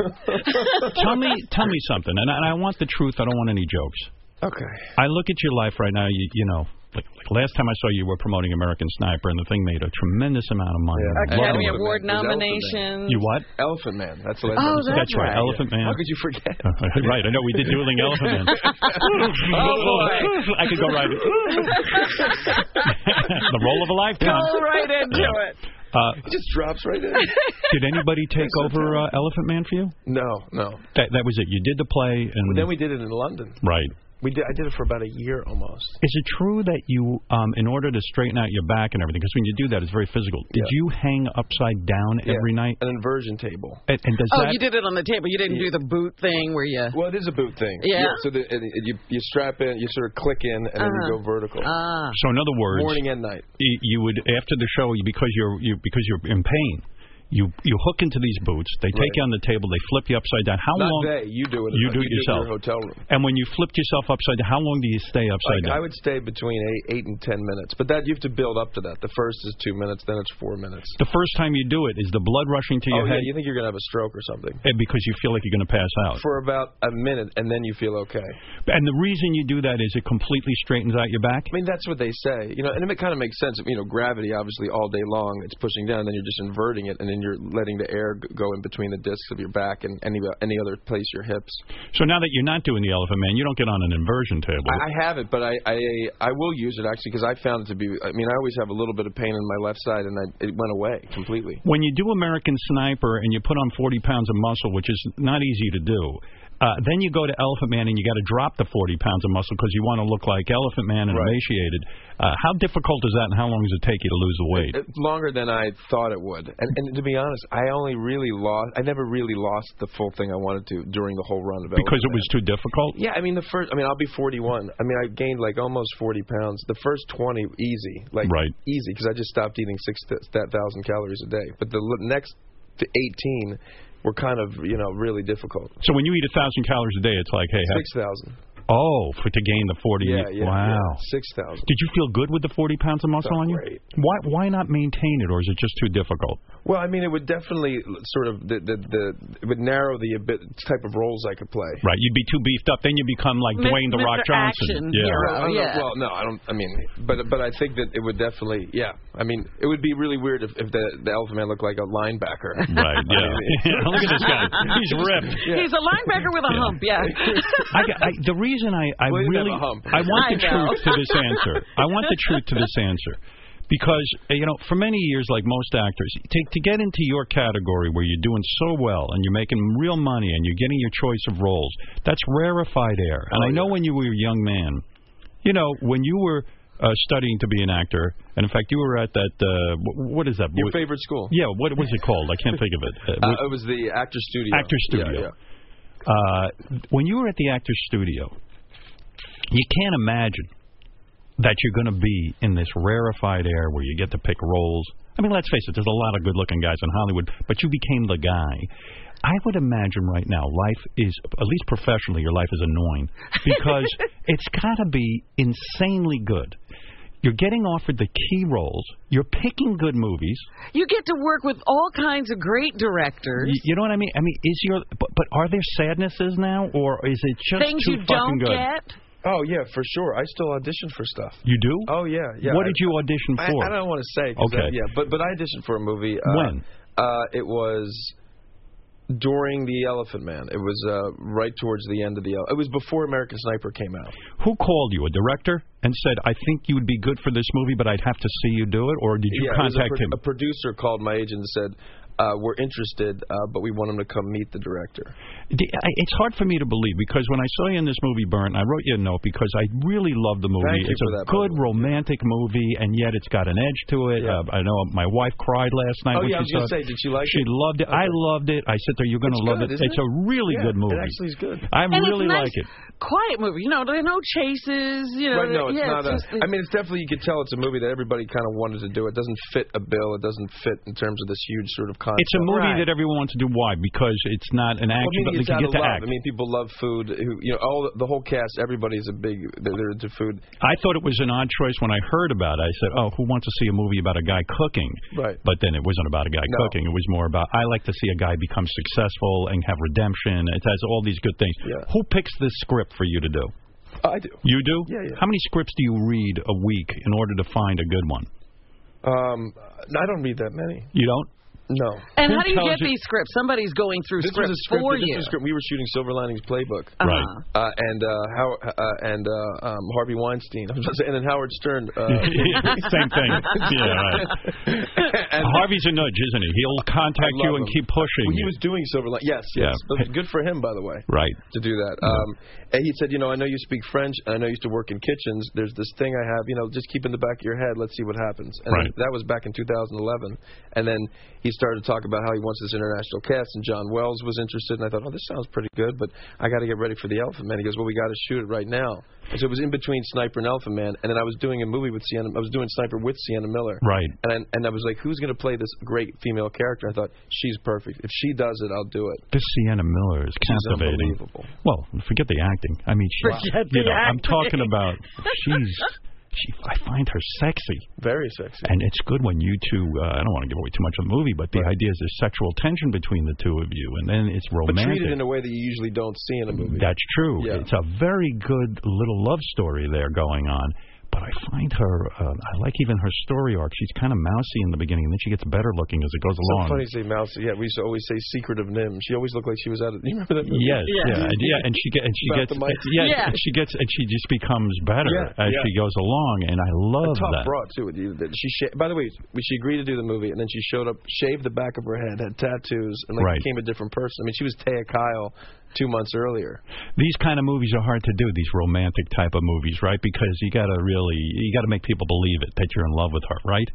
tell me, tell me something, and I, and I want the truth. I don't want any jokes. Okay. I look at your life right now. You, you know, like, like last time I saw you, you were promoting American Sniper, and the thing made a tremendous amount of money. Academy Award nominations. You what? Elephant Man. That's the last Oh, one. that's that's right. right. Elephant Man. How could you forget? right. I know we did dueling Elephant Man. Oh, I could go right. the role of a lifetime. Go right into Yeah. it. Uh, It just drops right in. did anybody take over uh, Elephant Man for you? No, no. That, that was it. You did the play, and But then we did it in London. right. We did. I did it for about a year almost. Is it true that you, um, in order to straighten out your back and everything, because when you do that, it's very physical. Yeah. Did Uh, you hang upside down every night? An inversion table. And, and does Oh, that? you did it on the table. You didn't do the boot thing where you. Well, it is a boot thing. Yeah. so the, and you you strap in, you sort of click in, and then Uh-huh. you go vertical. Ah. So in other words, Morning and night. y- you would after the show you- because you're you, because you're in pain. You you hook into these boots. They take Right. you on the table. They flip you upside down. How Not long? they, you do it. You do you it in yourself. your hotel room. And when you flipped yourself upside down, how long do you stay Like, upside down? I would stay between eight, eight and ten minutes, but that you have to build up to that. The first is two minutes, then it's four minutes. the first time you do it, is the blood rushing to your oh yeah, head Oh. you think you're gonna have a stroke or something eh, because you feel like you're going to pass out. for about a minute, and then you feel okay. And the reason you do that is it completely straightens out your back. I mean, that's what they say, you know, and it kind of makes sense. You know, gravity obviously all day long it's pushing down, then you're just inverting it, and then you're letting the air g- go in between the discs of your back and any any other place your hips. So now that you're not doing the elephant man, you don't get on an inversion table. I, I have it, but I, I I will use it actually because I found it to be. I mean, I always have a little bit of pain in my left side, and I, it went away completely. when you do American Sniper and you put on 40 pounds of muscle, which is not easy to do, uh, then you go to Elephant Man and you got to drop the 40 pounds of muscle because you want to look like Elephant Man and emaciated. Uh, how difficult is that, and how long does it take you to lose the weight? It- longer than I thought it would, and, and to be honest, I only really lost. I never really lost the full thing I wanted to during the whole run of Because Elephant it was too difficult. Yeah, I mean the first. I mean, I'll be 41. I mean, I gained like almost 40 pounds. The first 20, easy, like Right. easy, because I just stopped eating six th- that thousand calories a day. But the l- next to 18 were kind of you know really difficult. So when you eat a thousand calories a day, it's like, hey, have- Six thousand. oh, for to gain the 40. Yeah, yeah. wow. yeah, Six thousand. Did you feel good with the 40 pounds of muscle on you? Why why not maintain it, or is it just too difficult? Well, I mean, it would definitely sort of the the, the it would narrow the a bit type of roles I could play. Right, you'd be too beefed up, then you become like Mis- Dwayne the Rock Mr. Johnson. I Yeah. don't know- Well, Oh, no, I don't. I mean, but but I think that it would definitely, yeah. I mean, it would be really weird if, if the the Elephant Man looked like a linebacker. Right, yeah. Look at this guy. He's ripped. He's a linebacker with a Yeah. hump. Yeah. I, I, the reason I, I Well, he didn't really have a hump. I want the I know. truth to this answer. I want the truth to this answer because uh, you know for many years, like most actors, to, to get into your category where you're doing so well and you're making real money and you're getting your choice of roles, that's rarefied air. Oh, And I know when you were a young man, you know when you were. Uh, studying to be an actor, and in fact, you were at that. Uh, wh- what is that? Your Wh- favorite school? Yeah. What was it called? I can't think of it. Uh, wh- it was the actor studio. Actor studio. Yeah, yeah. Uh, when you were at the actor studio, you can't imagine that you're going to be in this rarefied air where you get to pick roles. I mean, let's face it, there's a lot of good-looking guys in Hollywood, but you became the guy. I would imagine right now life is, at least professionally, your life is annoying because it's got to be insanely good. You're getting offered the key roles. You're picking good movies. You get to work with all kinds of great directors. You, you know what I mean? I mean, is your but, but are there sadnesses now, or is it just Things too you don't fucking good? get. Oh yeah, for sure. I still audition for stuff. You do? Oh yeah, yeah. What I- did you audition I, for? I don't want to say. 'cause Okay. I- yeah, but but I auditioned for a movie. Uh, When? Uh, it was. during the Elephant Man. It was uh, right towards the end of the. ele- It was before American Sniper came out. Who called you, a director, and said, "I think you would be good for this movie, but I'd have to see you do it"? Or did you yeah, it was contact a pro- him? A producer called my agent and said, uh, "We're interested, uh, but we want him to come meet the director." D- I- It's hard for me to believe because when I saw you in this movie, Burnt, I wrote you a note because I really love the movie. Thank you it's for a that, by good romantic movie, and yet it's got an edge to it. Uh, I know my wife cried last night. Oh, when yeah, I was she gonna saw say, did she like it? she She loved it. I loved it. I said to her, "You're going to It's love good, it." isn't It's a really Yeah, good movie. It actually is good. I and really it's nice, like it. Quiet movie. You know, there are no chases. You know, right, no, it's yeah, not. It's a, I mean, it's definitely you could tell it's a movie that everybody kind of wanted to do. It doesn't fit a bill. It doesn't fit in terms of this huge sort of concept. It's a movie that everyone wants to do. Why? Because it's not an action. Uh, Well, I mean, they it's can out get of to love. act. I mean, people love food. Who, you know, all the, the whole cast, everybody's a big. They're, they're into food. I thought it was an odd choice when I heard about it. I said, "Oh, who wants to see a movie about a guy cooking?" Right. But then it wasn't about a guy No. cooking. It was more about I like to see a guy become successful and have redemption. It has all these good things. Who picks this script for you to do? I do. You do? Yeah, yeah. How many scripts do you read a week in order to find a good one? Um, I don't read that many. You don't? No. And how do you get these scripts? Somebody's going through This was scripts a script. for this you. was a script. We were shooting Silver Linings Playbook, Uh-huh. Right. Uh, and uh, how uh, and uh, um, Harvey Weinstein, I was gonna say, and then Howard Stern. Uh, Same thing. Yeah, right. Harvey's a nudge, isn't he? He'll I contact you love and him. keep pushing. Well, he was doing Silver Linings. Yes, yes. Yeah. But Good for him, by the way. Right. To do that. Um, and he said, you know, I know you speak French, and I know you used to work in kitchens. There's this thing I have, you know, just keep in the back of your head. Let's see what happens. And Right. that was back in 2011. And then he started to talk about how he wants this international cast, and John Wells was interested. And I thought, oh, this sounds pretty good, but I got to get ready for the Elephant Man. He goes, well, we got to shoot it right now. And so it was in between Sniper and Elephant Man. And then I was doing a movie with Sienna. I was doing Sniper with Sienna Miller. Right. And I, and I was like, who's going to play this great female character? I thought she's perfect. If she does it, I'll do it. This Sienna Miller is She's captivating. unbelievable. Well, forget the acting. I mean, she's, Forget you the know, I'm acting. talking about she's. She, I find her sexy. Very sexy. And it's good when you two. Uh, I don't want to give away too much of the movie, but the idea is there's sexual tension between the two of you, and then it's But romantic. treated in a way that you usually don't see in a movie. That's true. Yeah. It's a very good little love story there going on. But I find her, uh, I like even her story arc. She's kind of mousy in the beginning, and then she gets better looking as it goes so along. funny to say mouse. Yeah, we used to always say secret of Nim. She always looked like she was out of. You remember that? Movie? Yes, yeah, and, yeah, and she gets, and she About gets, the mic. Yeah. yeah, she gets, and she just becomes better Yeah, as yeah. she goes along, and I love a tough that. broad too. You- that She sha- by the way, she agreed to do the movie, and then she showed up, shaved the back of her head, had tattoos, and like Right. became a different person. I mean, she was Taya Kyle two months earlier. These kind of movies are hard to do. These romantic type of movies, right? Because you got to really, you got to make people believe it that you're in love with her, right?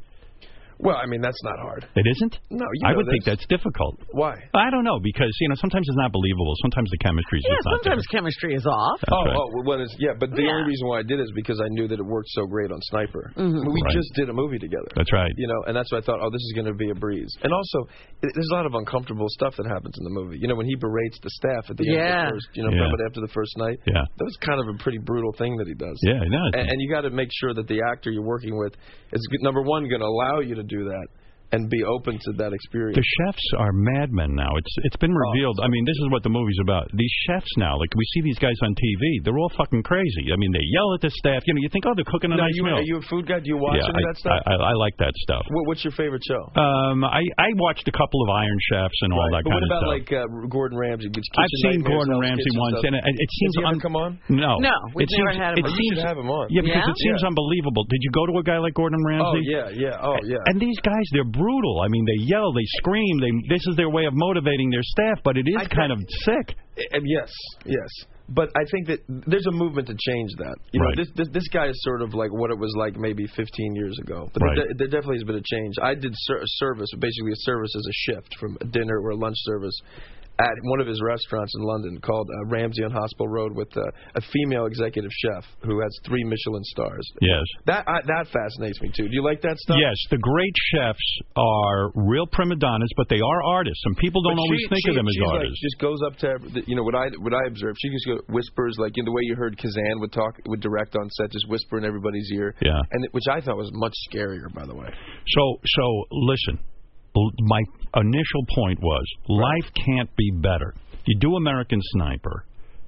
Well, I mean, that's not hard. It isn't. No, Oh, you I know would think this. that's difficult. Why? I don't know because you know sometimes it's not believable. Sometimes the chemistry is yeah, just not there. sometimes chemistry is off. That's oh, right. oh, well, well, it's, yeah, but the Yeah. only reason why I did it is because I knew that it worked so great on Sniper. Mhm. I mean, we Right. just did a movie together. That's right. You know, and that's why I thought, oh, this is going to be a breeze. And also, it, there's a lot of uncomfortable stuff that happens in the movie. You know, when he berates the staff at the end Yeah. of the first, you know, Yeah. remember after the first night? Yeah. That was kind of a pretty brutal thing that he does. Yeah, it is. And, and you got to make sure that the actor you're working with is, g- number one, going to allow you to do that and be open to that experience. The chefs are madmen now. It's it's been Oh. revealed. I mean, this is what the movie's about. These chefs now, like we see these guys on TV, they're all fucking crazy. I mean, they yell at the staff. You know, you think, oh, they're cooking a now, nice you, meal. are you a food guy? Do you watch yeah, any I, of that stuff? I, I, I like that stuff. What- what's your favorite show? Um, I I watched a couple of Iron Chefs and all that But kind what of about stuff. like uh, Gordon Ramsay? Gets I've Kitchen seen Nightmares, Gordon all this Ramsay kitchen once, stuff. and it, it seems Has he ever un- come on? No, No, we've it never seems, had him on. it You seems, should have him on. Yeah, because Yeah? it seems unbelievable. Did you go to a guy like Gordon Oh Ramsay? yeah, yeah, oh yeah. And these guys, they're brutal. I mean, they yell, they scream. They this is their way of motivating their staff, but it is kind of sick. And yes, yes. But I think that there's a movement to change that. You Right. know, this, this this guy is sort of like what it was like maybe 15 years ago. But Right. there, de- there definitely has been a change. I did ser- service, basically a service as a shift from a dinner or a lunch service at one of his restaurants in London called uh, Ramsey on Hospital Road with uh, a female executive chef who has three Michelin stars. Yes. That I, that fascinates me too. Do you like that stuff? Yes, the great chefs are real prima donnas, but they are artists, and people don't But always she- think she- of them as she's like- artists. just goes up to every- the- you know what I what I observe. She just go- whispers like in the way you heard Kazan would talk would direct on set, just whisper in everybody's ear. Yeah. and it- which I thought was much scarier, by the way. So, so listen. L- My initial point was life can't be better. You do American Sniper,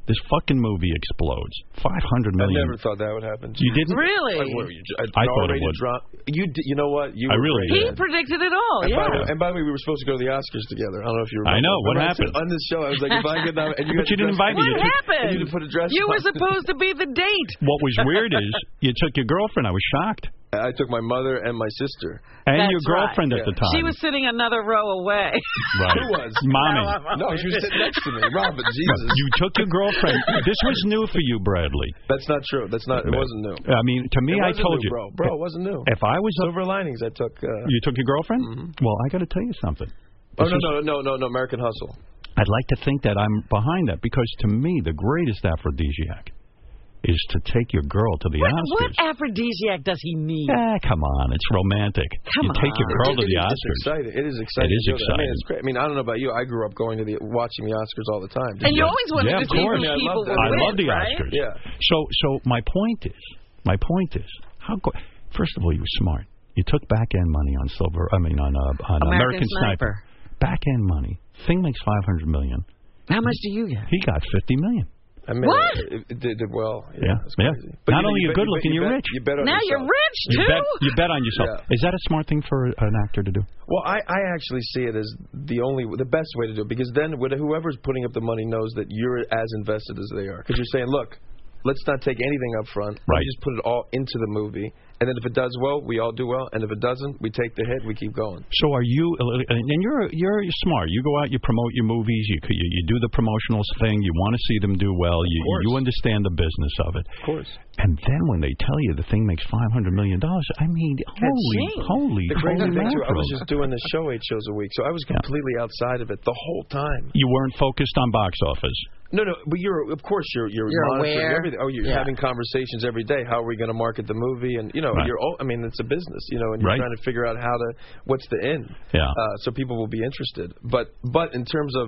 This fucking movie explodes. Five hundred I million. never thought that would happen. Mm. You didn't? Really? Like, what, were you, an I thought it R-rated would. Drama? You di- you know what? You I were really great. He predicted it all. And, Yeah. by the way, and by the way, we were supposed to go to the Oscars together. I don't know if you remember. I know. What Remember I said happened? on this show, I was like, if I get nominated, and you But had you to didn't dress invite me. up. You What took- And you happened? didn't put a dress You on. were supposed to be the date. What was weird is you took your girlfriend. I was shocked. I took my mother and my sister. And That's your girlfriend right. at the time. She was sitting another row away. Right. Who was? Mommy. No, she was sitting next to me. Robin, Jesus. You took your girlfriend. This was new for you, Bradley. That's not true. That's not. It wasn't new. I mean, Uh, to me, It I wasn't told new, you, bro. Bro, it wasn't new. If I was Silver linings. I took. Uh, you took your girlfriend. Mm-hmm. Well, I got to tell you something. oh This no, is- no, no, no, no. American Hustle. I'd like to think that I'm behind that because to me, the greatest aphrodisiac is to take your girl to the What, Oscars. what aphrodisiac does he need? Ah, come on, it's romantic. Come you take your on. girl It- it to the is- Oscars. It's exciting. It is exciting. It is to do that. I mean, exciting. it's great. I mean, I don't know about you. I grew up going to the watching the Oscars all the time. And you always wanted to yeah, of see who course. people I love, would win, the right? Oscars. Yeah. So, so my point is, my point is, how? Go- First of all, you were smart. You took back end money on silver. I mean, on uh, on American Sniper. Back end money. Thing makes five hundred million. How much do you get? He got fifty million. I mean, What? It, it did, did well. Yeah, yeah. But Not you know, only you bet- you you're good looking, bet- you you're bet- rich. you bet on Now you're yourself. rich You too. bet, you bet on yourself. Is that a smart thing for an actor to do? Well, I, I actually see it as the only the best way to do it because then wh- whoever's putting up the money knows that you're as invested as they are because you're saying, look, let's not take anything up front. Right. We just put it all into the movie, and then if it does well, we all do well, and if it doesn't, we take the hit, we keep going. So are you? uh, And you're you're smart. You go out, you promote your movies, you you, you do the promotional thing. You want to see them do well. You course. you understand the business of it. Of course. And then when they tell you the thing makes five hundred million dollars, I mean, holy, insane. holy, The holy crazy thing too, I mackerel. was just doing the show eight shows a week, so I was completely outside of it the whole time. You weren't focused on box office. No, no, but you're of course you're you're, You're monitoring aware. everything. Oh, you're Yeah. having conversations every day. How are we going to market the movie? And you know, Right. you're all, I mean, it's a business, you know, and you're Right. trying to figure out how to what's the end. Yeah. Uh, so people will be interested, but but in terms of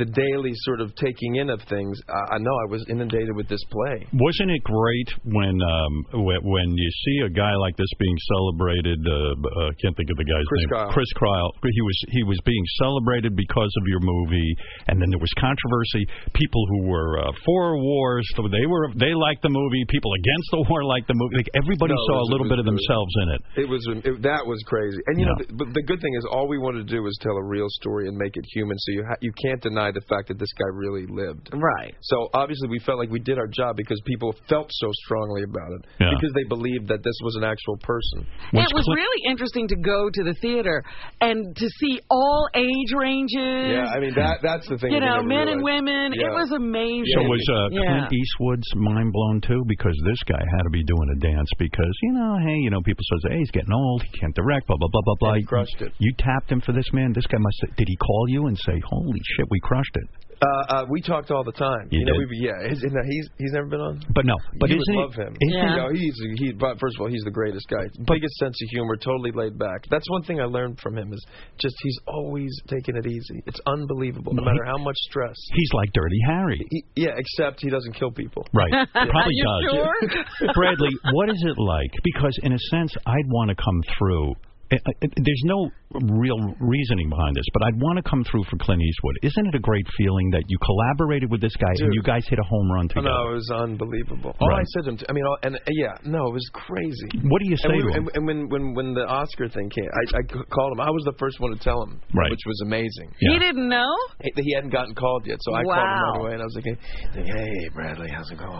the daily sort of taking in of things, I, I know I was inundated with this play. Wasn't it great when um when, when you see a guy like this being celebrated? Uh, b- uh can't think of the guy's Chris name. Kyle. Chris Kyle. He was he was being celebrated because of your movie, and then there was controversy. People who were uh, for wars, so they were they liked the movie. People against the war liked the movie. Like everybody No, it saw was- a little it bit of was- themselves in it. It was it, that was crazy, and you know, Yeah. the, but the good thing is all we wanted to do was tell a real story and make it human. So you ha- you can't deny the fact that this guy really lived. Right. So obviously we felt like we did our job because people felt so strongly about it Yeah. because they believed that this was an actual person. Once it was Cliff- really interesting to go to the theater and to see all age ranges. Yeah, I mean that that's the thing. you that we know, never men and realized. women. It Yeah. was amazing. So was uh, Yeah. Clint Eastwood's mind blown too? Because this guy had to be doing a dance because you know, hey, you know, people say, hey, he's getting old, he can't direct, blah blah blah blah blah. And he crushed it. You tapped him for this man. This guy must. Have, did he call you and say, holy shit, we crushed it? Uh, uh, we talked all the time. You know, did? we yeah. He's, isn't that- he's he's never been on. But no, but you isn't would he- love him. isn't he- You know, he's he. But first of all, he's the greatest guy. Biggest sense of humor. Totally laid back. That's one thing I learned from him is just he's always taking it easy. It's unbelievable, no No, he- matter how much stress. He's like Dirty Harry, He, yeah, except he doesn't kill people. right? Probably you does. sure? Bradley, what is it like? Because in a sense, I'd want to come through. I- I- There's no real reasoning behind this, but I'd want to come through for Clint Eastwood. Isn't it a great feeling that you collaborated with this guy and Dude. you guys hit a home run Oh, together? no, it was unbelievable. All I Right. said to him, I mean, all, and uh, yeah, no, it was crazy. What do you say and, we- to him? and, and when when when the Oscar thing came, I, I c- called him. I was the first one to tell him, Right. which was amazing. He didn't know. He- He hadn't gotten called yet, so I called him Wow. right away, and I was like, "Hey, hey, Bradley, how's it going?"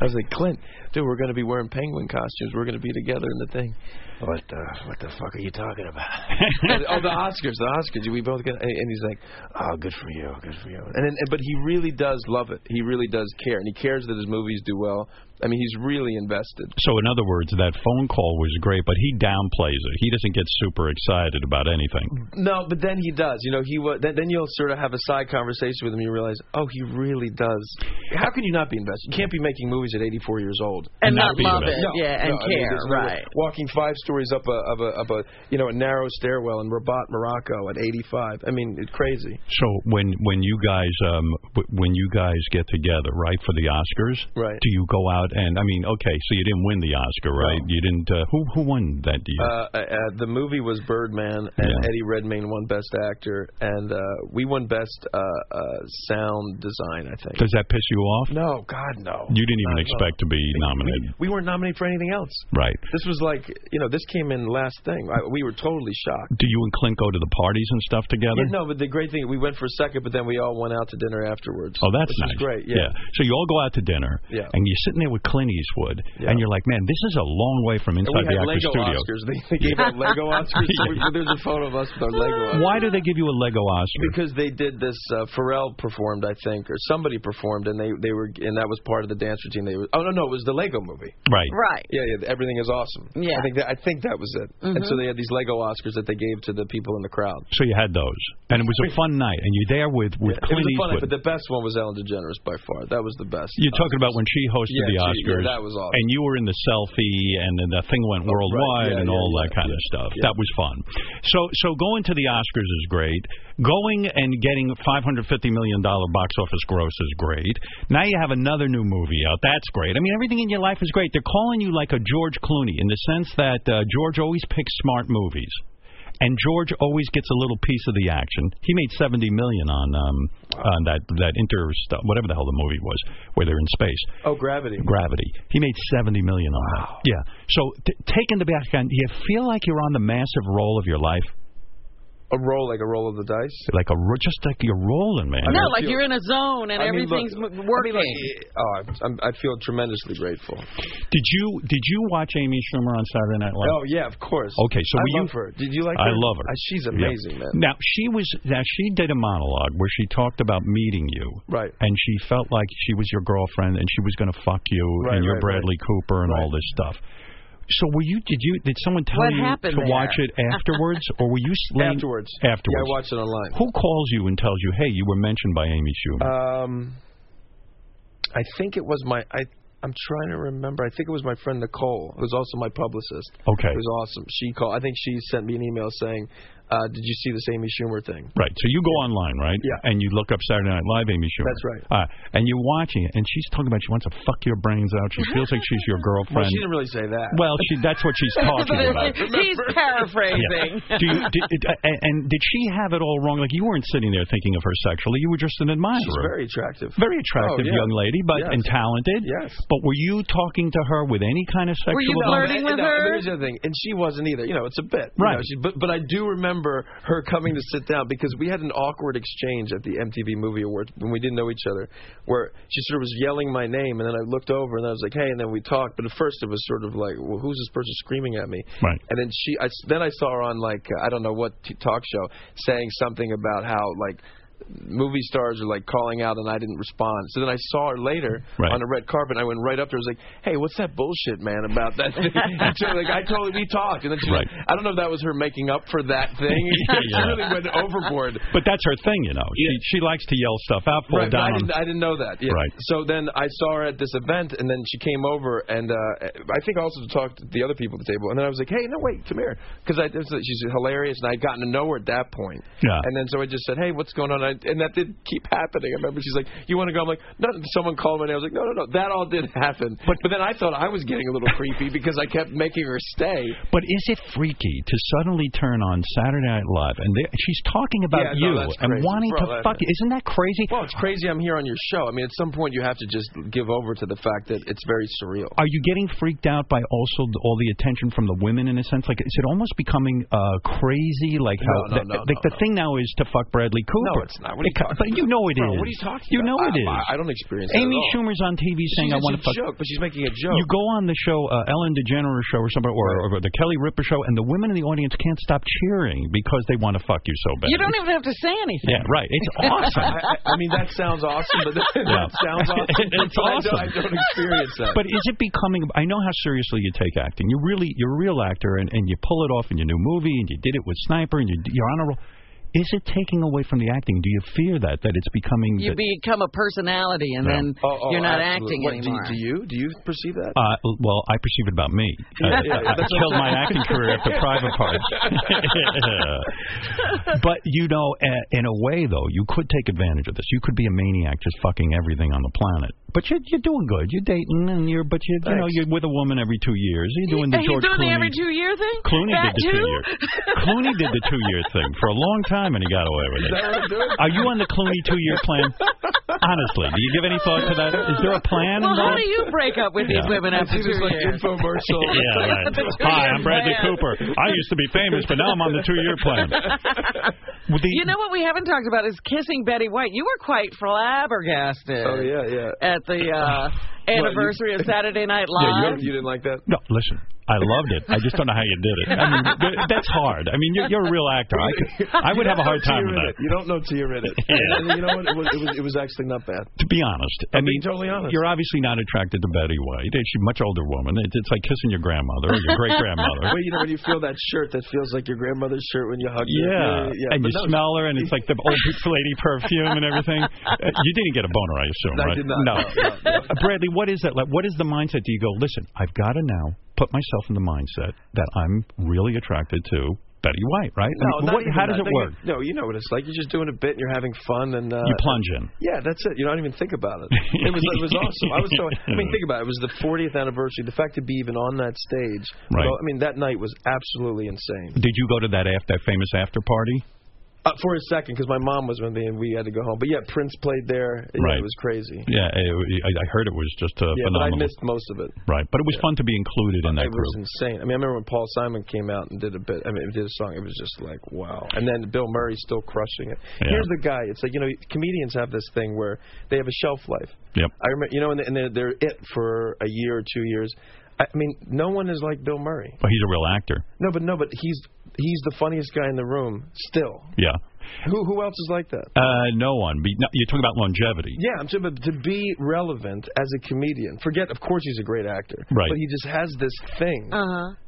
I was like, "Clint, dude, we're going to be wearing penguin costumes. We're going to be together in the thing." What the what the fuck are you talking about? And, oh, the Oscars, the Oscars. We both get, and and he's like, "Oh, good for you, good for you." And, then but he really does love it. He really does care, and he cares that his movies do well. I mean, he's really invested. So, in other words, that phone call was great, but he downplays it. He doesn't get super excited about anything. No, but then he does. You know, he wa then, then you'll sort of have a side conversation with him. You realize, oh, he really does. How can you not be invested? You can't be making movies at 84 years old And, And not not be love with it. it. yeah, and I mean, care. there's no way. right. Walking five stories up a of a up a you know a narrow stairwell in Rabat, Morocco, at 85. I mean, it's crazy. So, when when you guys um w- when you guys get together, right, for the Oscars, Right. Do you go out And I mean, okay, so you didn't win the Oscar, right? You didn't. Uh, who who won that year? Uh, uh, the movie was Birdman, and Eddie Redmayne won Best Actor, and uh, we won Best uh, uh, Sound Design, I think. Does that piss you off? No, God, no. You didn't even Not at expect to be nominated, We weren't nominated for anything else. right? This was like, you know, this came in last thing. I, we were totally shocked. Do you and Clint go to the parties and stuff together? Yeah, no, but the great thing, we went for a second, but then we all went out to dinner afterwards. Oh, that's which nice. is great. Yeah. So you all go out to dinner, Yeah. and you're sitting there with Clint Eastwood, and you're like, "Man, this is a long way from And inside we the had actor's Lego studio." Oscars. They, they gave out Lego Oscars. So we- There's a photo of us with our Lego Oscars. Why do they give you a Lego Oscar? Because they did this. Uh, Pharrell performed, I think, or somebody performed, and they they were, and that was part of the dance routine. They were, oh no, no, it was the Lego movie. Right. Right. Yeah, yeah. Everything is awesome. Yeah. I think that I think that was it. And Mhm. so they had these Lego Oscars that they gave to the people in the crowd. So you had those, and it was a fun night, and you're there with with it was Clint a fun, night, Eastwood. but the best one was Ellen DeGeneres by far. That was the best. You're talking about when she hosted Yeah, the gee, yeah, Oscars, that was awesome. and you were in the selfie, and then the thing went worldwide, yeah, and yeah, all yeah, that kind of stuff. That was fun. So, so going to the Oscars is great. Going and getting 550 million dollar box office gross is great. Now you have another new movie out. That's great. I mean, everything in your life is great. They're calling you like a George Clooney in the sense that uh, George always picks smart movies. And George always gets a little piece of the action. He made seventy million on um on that that inter stuff, whatever the hell the movie was, where they're in space. Oh, Gravity. Gravity. He made seventy million on that. Yeah. So t taken the back end, do you feel like you're on the massive roll of your life, A roll like a roll of the dice. like a ro- just like you're rolling, man. no, like you're in a zone and I mean, look, everything's m working. Oh, I'm- I'm, I feel tremendously grateful. Did you did you watch Amy Schumer on Saturday Night Live? Oh yeah, of course. Okay, I so were love you, her. Did you like I her? love her. Uh, she's Yeah. amazing, man. Now she was now she did a monologue where she talked about meeting you, right? And she felt like she was your girlfriend and she was going to fuck you Right, and you're right, Bradley Cooper and all this stuff. So were you? Did you? Did someone tell What you to happened there? watch it afterwards, or were you slain Afterwards. Afterwards, Yeah, I watched it online. Who calls you and tells you, "Hey, you were mentioned by Amy Schumer"? Um, I think it was my I. I'm trying to remember. I think it was my friend Nicole, who's also my publicist. Okay. It was awesome. She called. I think she sent me an email saying, uh, "Did you see this Amy Schumer thing?" Right. So you go online, right? Yeah. And you look up Saturday Night Live, Amy Schumer. That's right. Uh, and you're watching it, and she's talking about she wants to fuck your brains out. She feels like she's your Well, girlfriend. she didn't really say that. Well, she, that's what she's talking about. He's paraphrasing. Yeah. Do you, did, did- uh, and- and did she have it all wrong? Like you weren't sitting there thinking of her sexually. You were just an admirer. She's very attractive. Very Oh, attractive yeah. young lady, but Yes. and talented. Yes. But were you talking to her with any kind of sexual? No, and- and that- Here's the other thing, and she wasn't either. You know, it's a bit. you Right. know, she, but but I do remember her coming to sit down because we had an awkward exchange at the MTV Movie Awards when we didn't know each other, where she sort of was yelling my name, and then I looked over and I was like, hey, and then we talked. But at first it was sort of like, well, who's this person screaming at me? Right. And then she, I s then I saw her on like uh, I don't know what t- talk show saying something about how like. Movie stars are like calling out, and I didn't respond. So then I saw her later Right. on a red carpet. I went right up to her. I was like, "Hey, what's that bullshit, man, about that thing?" And so, like, I totally we talked, and then she, Right. I don't know if that was her making up for that thing. She Yeah. really went overboard. But that's her thing, you know. She she likes to yell stuff out, fall Right, but I down. didn't, I didn't know that. Yeah. Right. So then I saw her at this event, and then she came over, and uh, I think also to talk to the other people at the table. And then I was like, "Hey, no, wait, come here," because she's hilarious, and I'd gotten to know her at that point. Yeah. And then so I just said, "Hey, what's going on?" I, and that did keep happening. I remember she's like, "You want to go?" I'm like, "No." Someone called me, and I was like, "No, no, no." That all did happen. But, but then I thought I was getting a little creepy because I kept making her stay. But is it freaky to suddenly turn on Saturday Night Live and there- she's talking about Yeah, no, you that's and crazy. wanting Bro, to that- fuck you? Isn't that crazy? Well, it's crazy. I'm here on your show. I mean, at some point you have to just give over to the fact that it's very surreal. Are you getting freaked out by also th- all the attention from the women in a sense? Like, is it almost becoming uh, crazy? Like, No, how no, th- no, like the thing now is to fuck Bradley Cooper. No, it's not. What are you It ca- talking But you know it is. Bro, what are you talking You know about? it is. I- I don't experience that at Amy all. Schumer's on TV saying, She's- "I want to it's a fuck." joke, but she's making a joke. You go on the show, uh, Ellen DeGeneres show or somebody, or, or the Kelly Ripa show, and the women in the audience can't stop cheering because they want to fuck you so bad. You don't even have to say anything. Yeah, right. It's awesome. I, I- I mean, that sounds awesome, but that, Yeah. that sounds awesome. but I It's don't- awesome. I don't experience that. But is it becoming? I know how seriously you take acting. You really, you're a real actor, and, and you pull it off in your new movie, and you did it with Sniper, and you, you're on a roll. Is it taking away from the acting? Do you fear that that it's becoming? You the- become a personality, and Yeah. then Oh, oh, you're not absolutely. acting What, do anymore. you- do you do you perceive that? uh, well, I perceive it about me. Yeah, I- yeah, I, I that's what killed I'm my saying. acting career after private parts. but you know, a- in a way though, you could take advantage of this. You could be a maniac, just fucking everything on the planet. But you're you're doing good. You're dating, and you're but you you know Thanks. you're with a woman every two years. You're doing Are the you George doing Clooney. the every two year thing? Clooney that did the too? two year. Clooney did the two year thing for a long time, and he got away with it. Are you on the Clooney two year plan? Honestly, do you give any thought to that? Is there a plan? Well, how involved? do you break up with these Yeah. women after two years? yeah, right. Hi, I'm Bradley Cooper. I used to be famous, but now I'm on the two year plan. With the- You know what we haven't talked about is kissing Betty White. You were quite flabbergasted. Oh, yeah, yeah. At the uh, anniversary of Saturday Night Yeah, Live. you, you didn't like that? No, listen. I loved it. I just don't know how you did it. I mean, th- that's hard. I mean, you're, you're a real actor. I, could, I would You have a don't hard know till time you're with in that. it. You don't know till you're in it. Yeah. And you know what? It was, it was it was actually not bad. To be honest, I mean, totally honest. You're obviously not attracted to Betty White. She's a much older woman. It- It's like kissing your grandmother or your great grandmother. Well, you know when you feel that shirt that feels like your grandmother's shirt when you hug. her. Yeah. and but you no, smell her, and it's like the old lady perfume and everything. Uh, You didn't get a boner, I assume, I right? did not. No. No, Uh, Bradley, what is that? Like, what is the mindset? Do you go, listen, I've got to now put myself in the mindset that I'm really attracted to Betty White, right? I mean, No, not what- even how does that. it Think work? of- No, you know what it's like. You're just doing a bit, and you're having fun, and uh, You plunge in. Yeah, that's it. You don't even think about it. It was it was awesome. I was so. I mean, think about it. It was the 40th anniversary. The fact to be even on that stage. Right. well, I mean, that night was absolutely insane. Did you go to that after that famous after party? Uh, for a second, because my mom was with me, and we had to go home. But yeah, Prince played there. Yeah, Right. It was crazy. Yeah, I, I- I heard it was just uh, yeah, but I phenomenal. missed most of it. right, but it was fun to be included in that It group. was insane. I mean, I remember when Paul Simon came out and did a bit. I mean, did a song. It was just like wow. And then Bill Murray's still crushing it. Yeah. Here's the guy. It's like you know, comedians have this thing where they have a shelf life. Yep. I remember, you know, and and they're, they're it for a year or two years. I I mean, no one is like Bill Murray. But he's a real actor. No, but no, but he's he's the funniest guy in the room still. Yeah. Who who else is like that? Uh, no one. Be, no, you're talking about longevity. Yeah, I'm talking about to be relevant as a comedian. Forget, of course, he's a great actor. Right. But he just has this thing.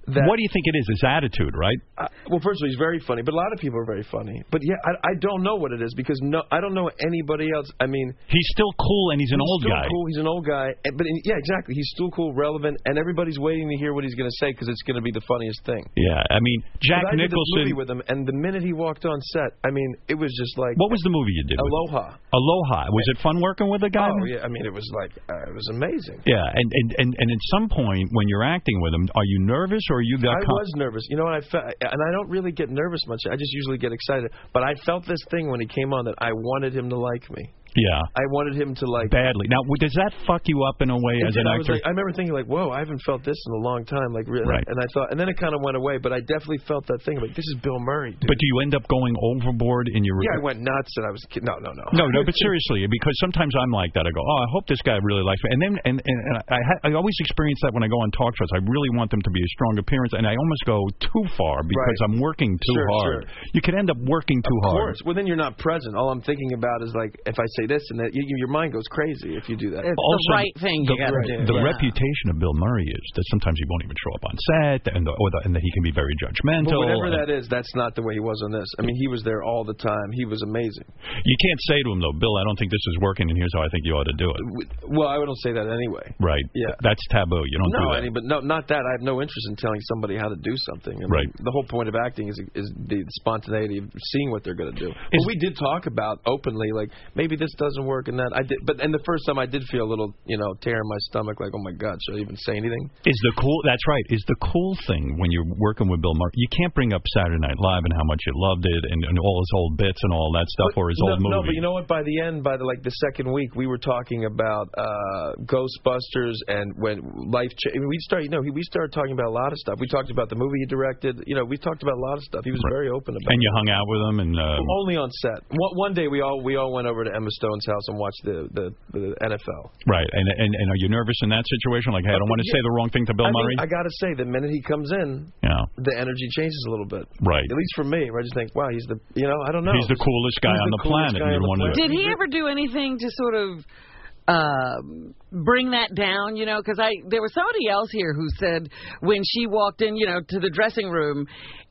Uh-huh. what do you think it is? His attitude, right? Uh, well, first of all, he's very funny, but a lot of people are very funny. But yeah, I, I don't know what it is because no, I don't know anybody else. I mean, He's still cool and he's an old still guy. Cool, he's an old guy, and- but in- yeah, exactly. He's still cool, relevant, and everybody's waiting to hear what he's going to say because it's going to be the funniest thing. Yeah, I mean Jack 'Cause I did this Nicholson. movie with him, and the minute he walked on set, I mean, it was just like What was the movie you did? with Um, him? Aloha. Aloha. Was it fun working with a guy? Oh yeah, I mean, it was like uh, it was amazing. Yeah, and, and and and at some point when you're acting with him, are you nervous or you got? I con- was nervous. You know, what I felt, and I don't really get nervous much. I just usually get excited. But I felt this thing when he came on that I wanted him to like me. Yeah, I wanted him to like badly. Now, w- does that fuck you up in a way And as then I an was actor? like, I remember thinking like, whoa, I haven't felt this in a long time. Like, really, Right. and I thought, and then it kind of went away. But I definitely felt that thing. Like, this is Bill Murray. Dude. but do you end up going overboard in your? Yeah, I went nuts, and I was kid- no, no, no. No, no, but seriously, because sometimes I'm like that. I go, oh, I hope this guy really likes me, and then and and, and I ha I always experience that when I go on talk shows. I really want them to be a strong appearance, and I almost go too far because Right. I'm working too Sure, hard. You can end up working too Of hard. course. Well, then you're not present. All I'm thinking about is like, if I say this and that, you, your mind goes crazy if you do that. Also, the- The reputation of Bill Murray is that sometimes he won't even show up on set, and the, or the, and that he can be very But judgmental. whatever and- that is, that's not the way he was on this. I mean, he was there all the time. He was amazing. you can't say to him though, Bill, I don't think this is working, and here's how I think you ought to do it. Well, I don't say that anyway. Right? Yeah. That's taboo. You don't do no, that. I mean, but no, not that. I have no interest in telling somebody how to do something. I mean, Right. The whole point of acting is is the spontaneity of seeing what they're going to do. but we did talk about openly, like maybe this doesn't work and that. I did, but and the first time I did feel a little, you know, tear in my stomach, like oh my god, should I even say anything? Is the cool? That's right. Is the cool thing when you're working with Bill Murray? You can't bring up Saturday Night Live and how much you loved it, and, and all his old bits and all that stuff, or his no, old no, but movie. you know what? By the end, by the like the second week, we were talking about uh, Ghostbusters and when life. Cha- I mean, we started, you know, we started talking about a lot of stuff. We talked about the movie he directed. You know, we talked about a lot of stuff. He was very open about. and it. you hung out with him, and um, Only on set. One, one day we all we all went over to Emma Stone's house and watched the the, the NFL. right. And, and and are you nervous in that situation? Like, hey, I don't want to Yeah. say the wrong thing to Bill I mean, Murray. I gotta say, the minute he comes in, yeah. the energy changes a little bit. Right. At least for me, where I just think, wow, he's the you know I don't know. He's the coolest guy He's on the the coolest planet. guy You'd on the wanna- planet. Did he ever do anything to sort of um bring that down? You know, because I there was somebody else here who said when she walked in, you know, to the dressing room,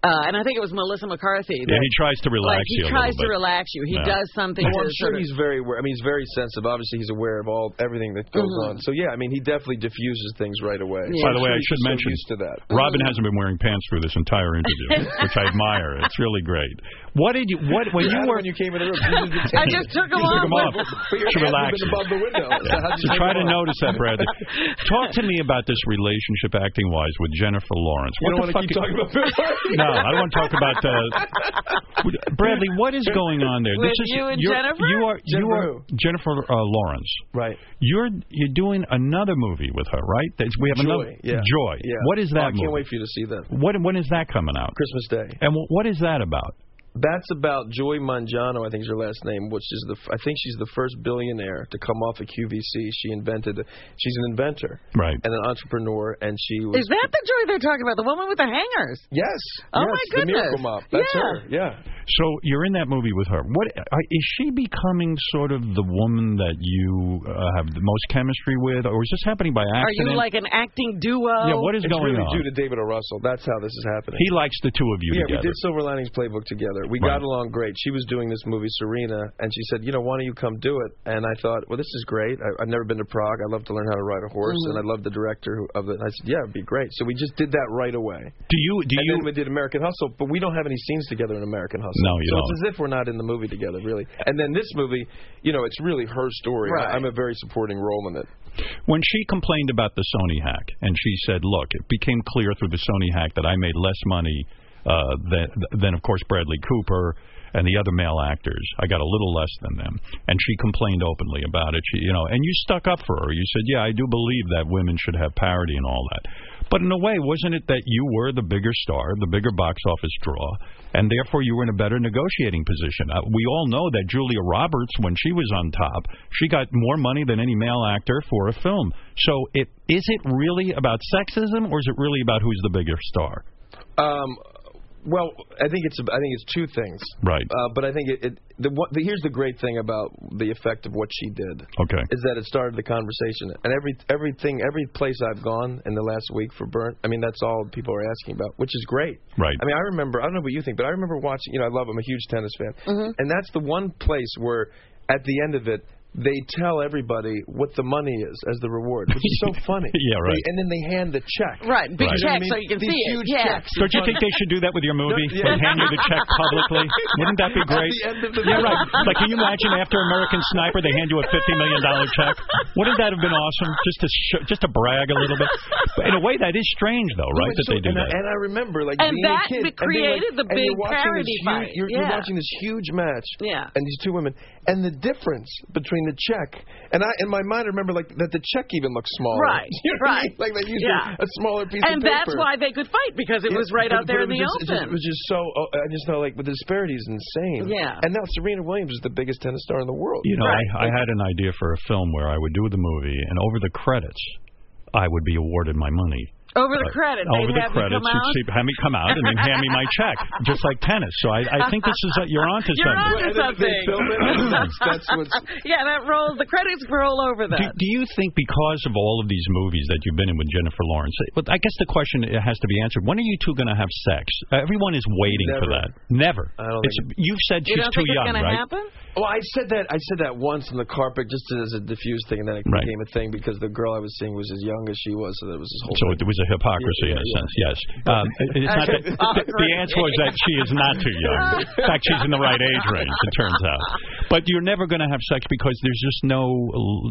Uh, and I think it was Melissa McCarthy. Yeah, that- he tries to relax like, he you a tries little to bit. relax you. He Yeah. does something. Well, to Oh, sort I'm sure of- he's very aware. I mean, he's very sensitive. Obviously, he's aware of all everything that goes Mhm. on. So yeah, I mean, he definitely diffuses things right away. By the way, I He's should so mention used to that. Robin hasn't been wearing pants through this entire interview, which I admire. It's really great. What did you? What when you Yeah, were? when you came in the room? you didn't I take just it. took You them off. them off. But your hands To have relax been you. above the window. So Yeah. how'd you So take try them to off? notice that, Bradley. Talk to me about this relationship acting wise with Jennifer Lawrence. You What don't the wanna fuck keep talking about Bradley. No, I don't want to talk about uh, Bradley. What is going on there? With this is you and you're- Jennifer? You are you Jennifer are Jennifer uh, Lawrence. Right. You're you're doing another movie with her, right? That's- we have Joy, another yeah. Joy. Yeah. What is Oh, I that can't movie? wait for you to see that. What when is that coming out? Christmas Day. And wh- what is that about? That's about Joy Mangiano, I think is her last name, which is the I think she's the first billionaire to come off of QVC. She invented. She's an inventor, right, and an entrepreneur, and she was. Is that the joy they're talking about? The woman with the hangers? Yes. Oh yes, my The goodness. Miracle Mop. That's Yeah. her. Yeah. So you're in that movie with her. What I- is she becoming? Sort of the woman that you uh, have the most chemistry with, or is this happening by Are you accident? like an acting duo? Yeah, what is it's going really on? due to David O. Russell. That's how this is happening. He likes the two of you yeah, we together. did Silver Linings Playbook together. We got along great. She was doing this movie, Serena, and she said, you know, why don't you come do it? And I thought, well, this is great. I, I've never been to Prague. I'd love to learn how to ride a horse, Mhm. and I love the director who- of it. And I said, yeah, it'd be great. So we just did that right away. Do you? Do and you? Then we did American Hustle, but we don't have any scenes together in American Hustle. No, you so don't. it's as if we're not in the movie together, really. And then this movie, you know, it's really her story. I- Right. I'm a very supporting role in it. When she complained about the Sony hack, and she said, "Look, it became clear through the Sony hack that I made less money uh, than, than, of course, Bradley Cooper and the other male actors. I got a little less than them." And she complained openly about it. She, you know, and you stuck up for her. You said, "Yeah, I do believe that women should have parity and all that." But in a way, wasn't it that you were the bigger star, the bigger box office draw, and therefore you were in a better negotiating position? Uh, we all know that Julia Roberts, when she was on top, she got more money than any male actor for a film. So it, is it really about sexism, or is it really about who's the bigger star? Um, well, I think it's I think it's two things. Right. Uh, but I think it, it the, what, the here's the great thing about the effect of what she did. Okay. Is that it started the conversation and every everything every place I've gone in the last week for Burnt. I mean that's all people are asking about, which is great. Right. I mean I remember I don't know what you think, but I remember watching. You know I love I'm a huge tennis fan, and that's the one place where at the end of it. They tell everybody what the money is as the reward, which is so funny. Yeah, right. They- and then they hand the check. Right, big You know what I check mean? so you can These see it, huge yeah. checks in Don't you front think of- they should do that with your movie? yeah. Like hand you the check publicly? Wouldn't that At be great? the end of the movie. yeah, right. Like, can you imagine after American Sniper, they hand you a fifty million dollar check? Wouldn't that have been awesome? Just to sh just to brag a little bit. But in a way, that is strange, though, No, right? it's That so- they do and that. I, and I remember, like, And being that a kid, be- and they, like- created the and you're big watching parody this huge, fight. You're, Yeah. you're watching this huge match, Yeah. and these two women, and the difference between the check and I, in my mind, I remember like that the check even looked smaller, Right, You know what I right. mean? Like they used Yeah. a, a smaller piece and of paper. that's why they could fight because it Yeah, was right out but- there in but it the was just- open. It was just, it was just so. oh, I just know, like, the disparity is insane. Yeah. And now Serena Williams is the biggest tennis star in the world. You know, I, I had an idea for a film where I would do the movie, and over the credits, I would be awarded my money. over the credits, over they'd the have you credits, come out. she'd have me come out and then hand me my check, just like tennis. So I, I think this is that you're onto You're something. onto something. yeah, that rolls. The credits roll over Do, that. do you think because of all of these movies that you've been in with Jennifer Lawrence, but I guess the question has to be answered: When are you two going to have sex? Everyone is waiting for Never. that. Never. I don't It's- you've said You she's don't too think it's young, gonna right? happen? Well, I said that I said that once on the carpet, just as a diffuse thing, and then it Right. became a thing because the girl I was seeing was as young as she was, so there was this whole. So it was a hypocrisy in a sense, yes. Um, it- it's not that, the, the answer was that she is not too young. In fact, she's in the right age range, it turns out. But you're never going to have sex because there's just no,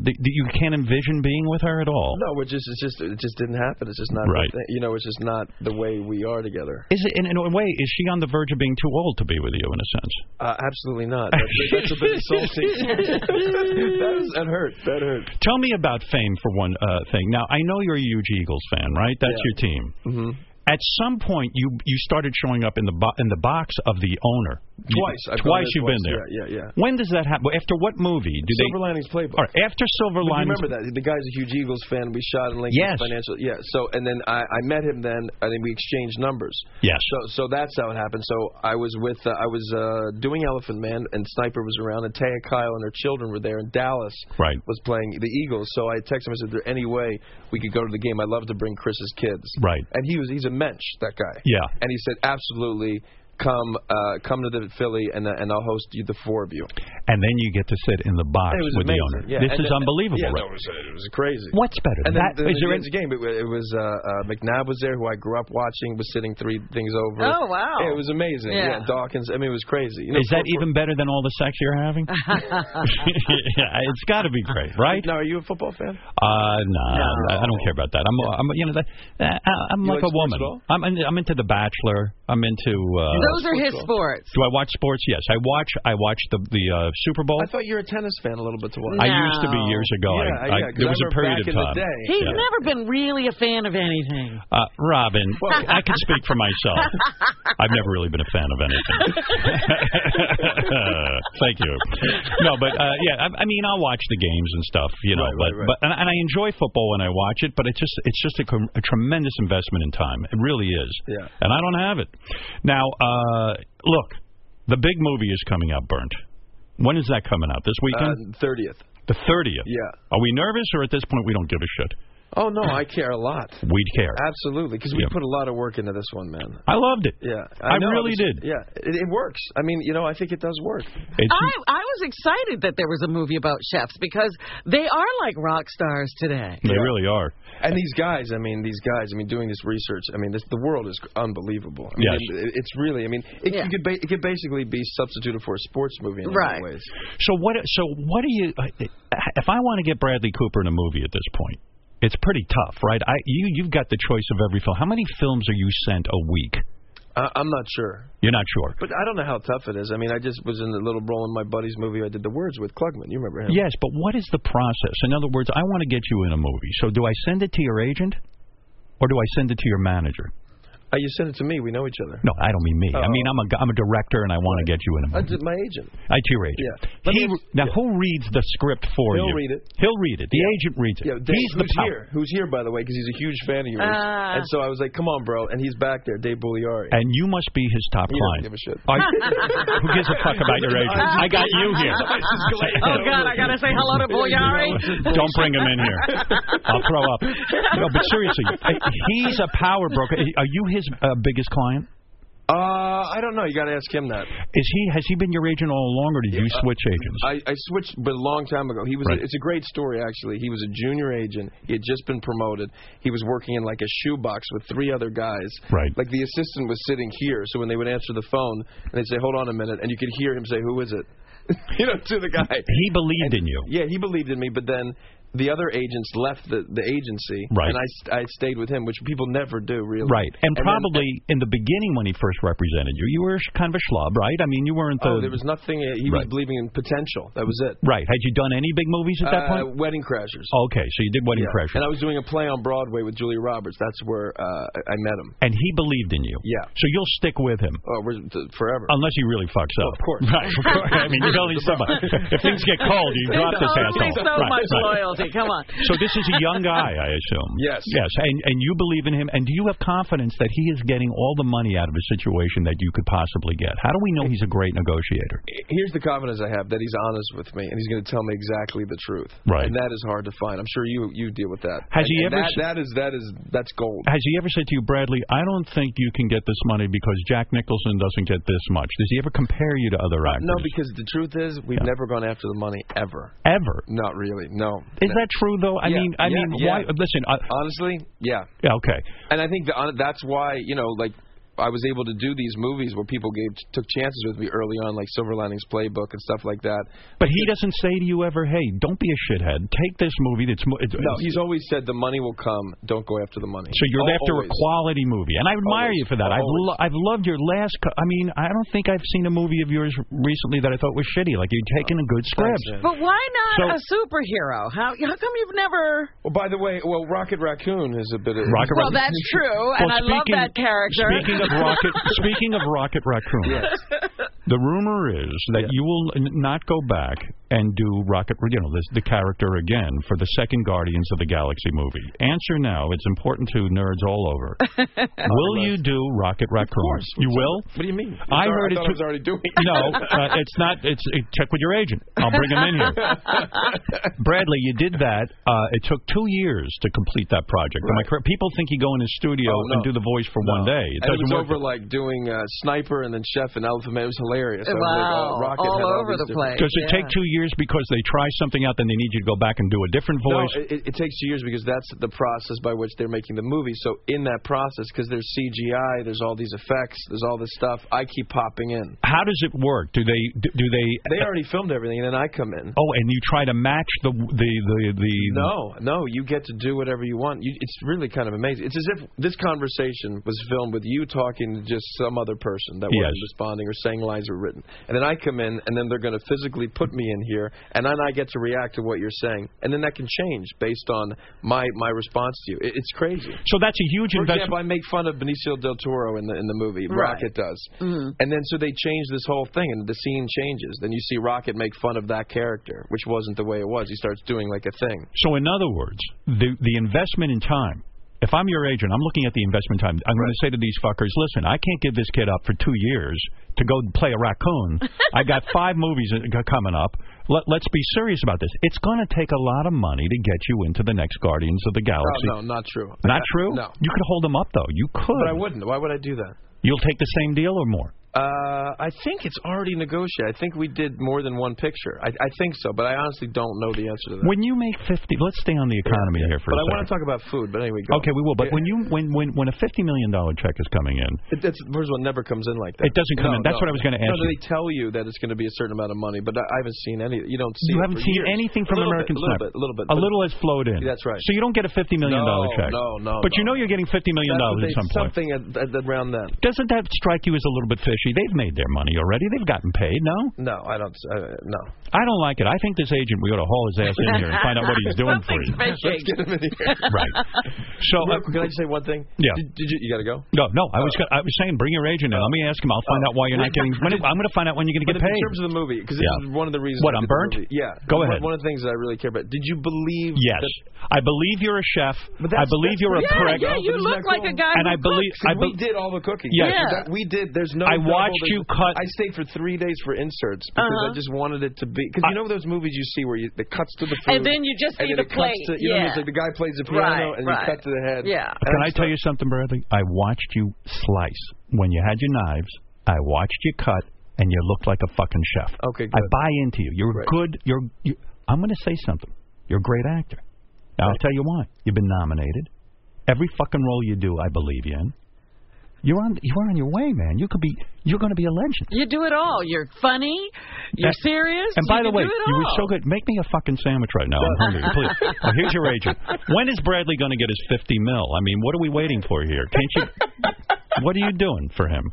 th- you can't envision being with her at all. No, we're just it's just it just didn't happen. It's just not Right. The thing, you know, it's just not the way we are together. Is it, in, in a way, is she on the verge of being too old to be with you in a sense? Uh, absolutely not. That's, that's a bit insulting. that, is, that hurt. That hurt. Tell me about fame for one uh, thing. Now, I know you're a huge Eagles fan, right? That's Yeah. your team. Mm-hmm. At some point, you you started showing up in the bo in the box of the owner Twice. I've gone twice there you've twice. been there. Yeah, yeah, yeah. When does that happen? After what movie? Do Silver they? Linings Playbook. All right, after But Silver you Linings. remember that the guy's a huge Eagles fan. We shot in Lincoln Yes. Financial. Yeah. So and then I, I met him then. I think we exchanged numbers. Yes. So so that's how it happened. So I was with uh, I was uh, doing Elephant Man and Sniper was around and Taya Kyle and her children were there and Dallas right. was playing the Eagles. So I texted him. I said, "Is there any way we could go to the game? I'd love to bring Chris's kids." Right. And he was he's a Mensch, that guy. Yeah. And he said, absolutely, come uh, come to the Philly, and uh, and I'll host you, the four of you. And then you get to sit in the box It was amazing. with the owner. Yeah. This and is then- unbelievable. Yeah, no, it, right? was, it was crazy. What's better, And then, that- then is the there Yankee game? It, wa- it was uh, uh, McNabb was there, who I grew up watching, was sitting three things over. Oh, wow. Yeah, it was amazing. Yeah. Yeah. Dawkins. I mean, it was crazy. You know, Is that for- for- even better than all the sex you're having? yeah, it's got to be great, right? Now, are you a football fan? Uh, no, I I don't care about that. I'm, I'm, you know, that, uh, I, I'm You like, like a woman. sports I'm, I'm into The Bachelor. I'm into. Uh, Those are his sports. Do I watch sports? Yes, I watch. I watch the the uh, Super Bowl. I thought you were a tennis fan a little bit to watch. I used to be years ago. I- Yeah, I- yeah, 'cause there was a remember period back of in the time. day. He's Yeah. never been really a fan of anything. Uh, Robin, I can speak for myself. I've never really been a fan of anything. Thank you. No, but uh, yeah, I, I mean, I'll watch the games and stuff, you know. Right, but right, right. but and, and I enjoy football when I watch it, but it's just it's just a, com- a tremendous investment in time. It really is. Yeah. And I don't have it now. Uh, look, the big movie is coming out. Burnt. When is that coming out? This Uh, weekend? uh, Thirtieth. the thirtieth. yeah. Are we nervous, or at this point we don't give a shit? Oh no, I care a lot. We care. Absolutely, because we put a lot of work into this one, man. I loved it. Yeah, I know, really it's- did. Yeah, it, it works. I mean, you know, I think it does work. I, I was excited that there was a movie about chefs because they are like rock stars today. They really are. And these guys, I mean, these guys, I mean, doing this research, I mean, this, the world is unbelievable. I mean, Yes. it, it's really, I mean, it, you could ba- it could basically be substituted for a sports movie in Right. many ways. So what? So what do you? If I want to get Bradley Cooper in a movie at this point, it's pretty tough, right? I you you've got the choice of every film. How many films are you sent a week? I, I'm not sure. You're not sure. But I don't know how tough it is. I mean, I just was in a little role in my buddy's movie. I did the words with Klugman. You remember him? Yes, but what is the process? In other words, I want to get you in a movie. So do I send it to your agent, or do I send it to your manager? Uh, you sent it to me. We know each other. No, I don't mean me. Oh. I mean I'm a I'm a director, and I want to get you in a I movie. did my agent. I to your agent. Yeah. He- now who reads the script for He'll you? read it. He'll read it. The agent reads it. Yeah, Dave, He's the who's power. here? Who's here, by the way? Because he's a huge fan of yours. Ah. and so I was like, "Come on, bro!" And he's back there, Dave Bulliari. And you must be his top He doesn't give client. a shit. Are- who gives a fuck about your agent? I got you here. Oh God, I gotta say hello to Boyari. Don't bring him in here. I'll throw up. No, but seriously, he's a power broker. Are you his uh, biggest client? Uh, I don't know. You got to ask him that. Is he? Has he been your agent all along, or did you Yeah, uh, switch agents? I, I switched, but a long time ago. He was. Right. it's a great story, actually. He was a junior agent. He had just been promoted. He was working in like a shoebox with three other guys. Right. Like the assistant was sitting here, so when they would answer the phone, and they'd say, "Hold on a minute," and you could hear him say, "Who is it?" you know, to the guy. He believed in you. Yeah, he believed in me, but then. The other agents left the, the agency, Right. and I, st- I stayed with him, which people never do, really. Right, and, then- probably in the beginning when he first represented you, you were kind of a schlub, right? I mean, you weren't the. oh, there was nothing. He was Right. believing in potential. That was it. Right. Had you done any big movies at that Uh, point? Wedding Crashers. Okay, so you did Wedding Yeah. And Crashers. I was doing a play on Broadway with Julia Roberts. That's where uh, I I met him. and he believed in you. Yeah. So you'll stick with him. Oh, we're th- forever. Unless he really fucks up. of course. Right, of course. I mean, you don't need somebody. If things get cold, you There's drop this only asshole. so Right, much right. loyalty. Come on. So this is a young guy, I assume. Yes. Yes, and and you believe in him, and do you have confidence that he is getting all the money out of a situation that you could possibly get? How do we know he's a great negotiator? Here's the confidence I have that he's honest with me and he's going to tell me exactly the truth. Right. And that is hard to find. I'm sure you you deal with that. And- Has he and ever s- That, that is that is that's gold. Has he ever said to you, Bradley, I don't think you can get this money because Jack Nicholson doesn't get this much? Does he ever compare you to other actors? Uh, No, because the truth is we've never gone after the money ever. Ever. Not really. No. Is that true though? I Yeah, mean, I yeah, mean, yeah. why? Listen, I, Honestly, yeah. yeah, okay. And I think the, hon- that's why you know, like I was able to do these movies where people gave took chances with me early on, like Silver Linings Playbook and stuff like that. But he doesn't say to you ever, "Hey, don't be a shithead. Take this movie that's." mo- It's, No, he's always said the money will come. Don't go after the money. so you're Al- after always. a quality movie, and I admire you for that. I've Always. lo- I've loved your last. Co- I mean, I don't think I've seen a movie of yours recently that I thought was shitty. Like you're taking a good script. But why not So- a superhero? How how come you've never? Well, by the way, well, Rocket Raccoon is a bit of Rocket Well, Raccoon. that's true, and I love speaking- that character. Speaking of Rocket, speaking of Rocket Raccoon, the rumor is that you will n- not go back and do Rocket, you know, the, the character again for the second Guardians of the Galaxy movie? Answer now. It's important to nerds all over. will you do Rocket Raccoon? You will? What do you mean? I thought- heard it thought too- I was already doing. No, uh, it's not. It's it, check with your agent. I'll bring him in here. Bradley, you did that. Uh, it took two years to complete that project. Am I correct? People think you go in his studio Oh, no. and do the voice for one day. It and it doesn't was work. over like doing uh, Sniper and then Chef and Elephant Man. It was hilarious. I was like, Wow, oh, Rocket all had over the these different- place. Does it take two years because they try something out, then they need you to go back and do a different voice? No, it- it, it takes two years because that's the process by which they're making the movie. So in that process, because there's CGI, there's all these effects, there's all this stuff, I keep popping in. How does it work? Do they do they? They already filmed everything, and then I come in. Oh, and you try to match the the the the. No, no, you get to do whatever you want. You, it's really kind of amazing. It's as if this conversation was filmed with you talking to just some other person that wasn't Yes. responding or saying lines were written. And then I come in, and then they're going to physically put me in here, and then I get to react to what you're saying. And then that can change based on my my response to you. It, it's crazy. So that's a huge For investment. example, I make fun of Benicio del Toro in the in the movie. Right. Rocket does. And then so they change this whole thing, and the scene changes. Then you see Rocket make fun of that character, which wasn't the way it was. He starts doing like a thing. So in other words, the the investment in time. If I'm your agent, I'm looking at the investment time. I'm going to say to these fuckers, listen, I can't give this kid up for two years to go play a raccoon. I got five movies that are coming up. Let, let's be serious about this. It's going to take a lot of money to get you into the next Guardians of the Galaxy. Oh, no, not true. Not I- true. No. You could hold them up though. You could. But I wouldn't. Why would I do that? You'll take the same deal or more. Uh, I think it's already negotiated. I think we did more than one picture. I, I think so, but I honestly don't know the answer to that. When you make fifty, let's stay on the economy here for but a I second. want to talk about food. But anyway, go. okay, we will. But when you when when when a fifty million dollar check is coming in, It, that's, first of all, it never comes in like that. It doesn't come No, in. That's no. what I was gonna ask No, you. they tell you that it's going to be a certain amount of money, but I, I haven't seen any. You don't see. you it haven't for seen years. anything A from little American bit, Sniper. A little bit. A but little has flowed in. That's right. So you don't get a fifty million dollar No, check. no, no, no. But you know you're getting fifty million That's what dollars at they- some point. something at, at, around that. Doesn't that strike you as a little bit fishy? They've made their money already. They've gotten paid. No. No, I don't. Uh, no. I don't like it. I think this agent we ought to haul his ass in here and find out what he's doing for you. Let's get him in here. Right. So uh, Can I just say one thing? Yeah. Did, did you? You got to go. No, no. I was gonna- I was saying bring your agent in. Let me ask him. I'll find out why you're not getting. When, I'm going to find out when you're going to But in get paid. terms of the movie, because this is Yeah. one of the reasons. What, I I'm did the burnt? movie. Yeah. Go One- ahead. One of the things that I really care about. Did you believe? Yes, that- I believe you're a chef. I that's- believe you're a that's- prick. Yeah, you look like a guy And who I believe cooks. I we be- did all the cooking. Yes. That's Yeah. exact- we did. There's no. I double. watched There's- you cut- I stayed for three days for inserts because Uh-huh. I just wanted it to be. Because you know those movies you see where you, it cuts to the And food then you just and see then the it cuts plate, To, you know, yeah. it's like the guy plays the piano Right, and right. you cut to the head. Yeah. Can I tell you something, Bradley? I watched you slice when you had your knives. I watched you cut, and you looked like a fucking chef. Okay, I good. buy into you. You're Great. good. You're. You, I'm going to say something. You're a great actor. Now, I'll tell you why. You've been nominated. Every fucking role you do, I believe you in. You're on. You're on your way, man. You could be. You're going to be a legend. You do it all. You're funny. You're That- serious. And by you the can way, do it you were all. so good. Make me a fucking sandwich right now. I'm hungry. Please. Oh, here's your agent. When is Bradley going to get his 50 mil? I mean, what are we waiting for here? Can't you? What are you doing for him?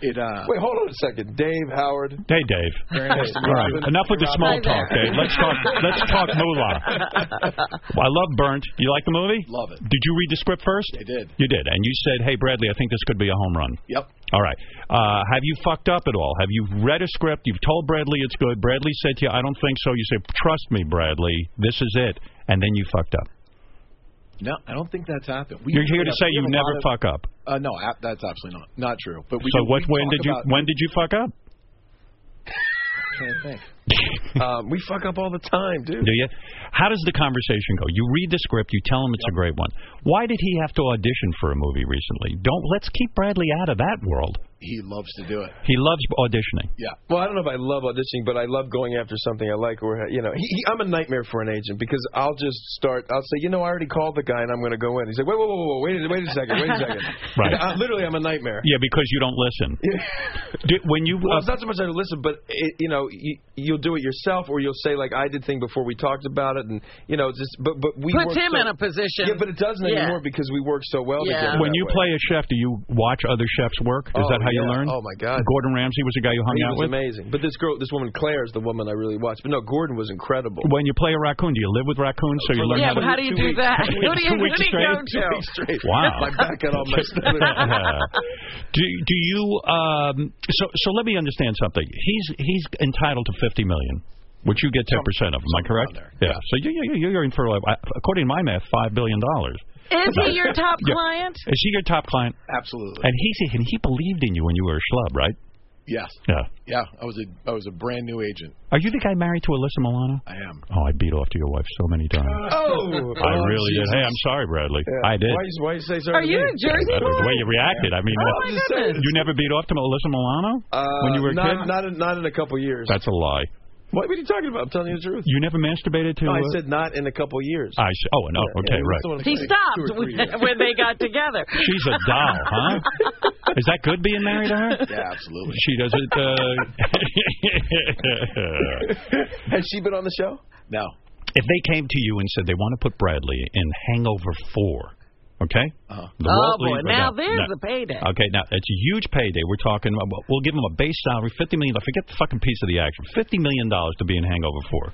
It. Uh, Wait, hold on a second. Dave Howard. Hey, Dave. Very nice to meet All right. you. Enough with the Hi small there. talk, Dave. Let's talk. Let's talk moolah. Well, I love Burnt. You like the movie? Love it. Did you read the script first? I did. You did, and you said, "Hey, Bradley, I think this could be a home run." Yep. All right. Uh, have you fucked up at all? Have you read a script? You've told Bradley it's good. Bradley said to you, "I don't think so." You say, "Trust me, Bradley. This is it." And then you fucked up. No, I don't think that's happened. You're here to we say have you a lot never of- fuck up. Uh, no, a- that's absolutely not not true. But we so do- what? we When talk did you? about- When did you fuck up? Can't think. um, we fuck up all the time, dude. Do you? How does the conversation go? You read the script, you tell him it's a great one. Why did he have to audition for a movie recently? Don't let's keep Bradley out of that world. He loves to do it. He loves auditioning. Yeah. Well, I don't know if I love auditioning, but I love going after something I like. Or you know, he, he, I'm a nightmare for an agent because I'll just start. I'll say, you know, I already called the guy, and I'm going to go in. He's like, wait, wait, wait, wait, wait, a- wait a second, wait a second. Right. I, literally, I'm a nightmare. Yeah, because you don't listen. Did- when you Well, uh, it's not so much I don't listen, but it, you know, you, you'll do it yourself, or you'll say like I did thing before we talked about it, and you know, it's just but but we Puts work him so- in a position. Yeah, but it doesn't Yeah. anymore because we work so well Yeah. together. when that you way. play a chef, do you watch other chefs work? Is Oh, that how you yeah. learn? Oh, my God. Gordon Ramsay was a guy you hung He out was with. amazing, but this girl, this woman Claire, is the woman I really watched. But no, Gordon was incredible. When you play a raccoon, do you live with raccoons so you learn yeah, how to? but how do you do that? Who do you, Two who weeks do you straight? go to? Wow. My back got all messed up. do do you um so so let me understand something. He's he's entitled to 50 million. which you get ten percent of. Am I correct? Yeah. So you, you, you're in for like, I- according to my math, five billion dollars. Is he your top Yeah. client? Is he your top client? Absolutely. And he and he believed in you when you were a schlub, right? Yes. Yeah. Yeah. I was a I was a brand new agent. Are you the guy married to Alyssa Milano? I am. Oh, I beat off to your wife so many times. Oh. I really did. Hey, I'm sorry, Bradley. I did. Why, you- why you say sorry? Are to you me? a Jersey Uh, the way you reacted, I mean, Oh, uh, my Just saying. you never beat off to Alyssa Milano Uh, when you were a not, kid. Not in, not in a couple years. That's a lie. What, what are you talking about? I'm telling you the truth. You never masturbated to. No, I uh, said not in a couple years. I s- oh no. Yeah, okay, yeah, right. that's the one- He Like stopped two or three years. when they got together. She's a doll, huh? Is that good being married to her? Yeah, absolutely. She doesn't. Uh... Has she been on the show? No. if they came to you and said they want to put Bradley in Hangover Four, okay? Uh-huh. The oh world boy, leader- now no, there's no. a payday. Okay, now it's a huge payday. We're talking. About, we'll give him a base salary, fifty million. Forget the fucking piece of the action. Fifty million dollars to be in Hangover Four.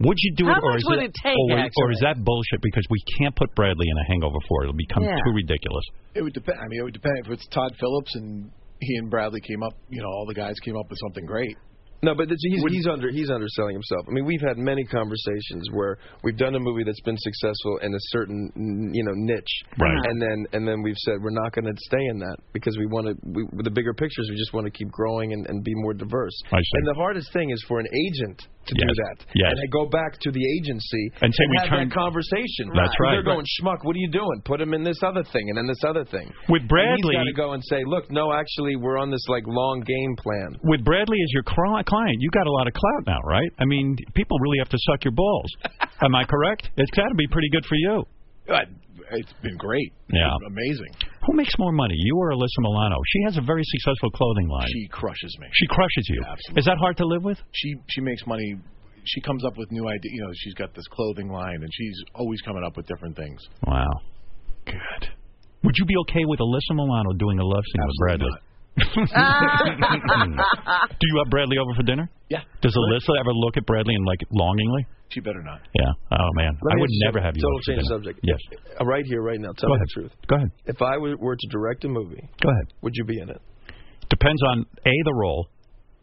Would you do How it, or much is would that- it take, or, is- or actually? is that bullshit? Because we can't put Bradley in a Hangover Four; it'll become Yeah. too ridiculous. It would depend. I mean, it would depend if it's Todd Phillips and he and Bradley came up. You know, all the guys came up with something great. No, but it's- he's, he's under he's underselling himself. I mean, we've had many conversations where we've done a movie that's been successful in a certain n- you know niche, Right. And then and then we've said we're not going to stay in that because we want to we, with the bigger pictures. We just want to keep growing and, and be more diverse. I see. And the hardest thing is for an agent to do Yes. that. Yes. And I go back to the agency And say we have turned- that conversation. That's right. They're going schmuck. What are you doing? Put him in this other thing and then this other thing. With Bradley- got to go and say, look, no, actually, we're on this like long game plan. With Bradley as your cli- client, you got a lot of clout now, right? I mean, people really have to suck your balls. Am I correct? It's got to be pretty good for you. Uh, It's been great. Yeah. It's amazing. Who makes more money, you or Alyssa Milano? She has a very successful clothing line. She crushes me. She crushes you. Is that hard to live with? She she makes money. She comes up with new ideas. You know, she's got this clothing line, and she's always coming up with different things. Wow. Good. Would you be okay with Alyssa Milano doing a love scene with Bradley? Do you have Bradley over for dinner? Yeah. Does Alyssa ever look at Bradley and like longingly? She better not. Yeah. Oh man, Let I me would just- never have you. Total over for change of dinner. subject. Yes. Uh, Right here, right now. Tell Go me ahead. the truth. Go ahead. If I were, were to direct a movie, Go ahead. would you be in it? Depends on a the role.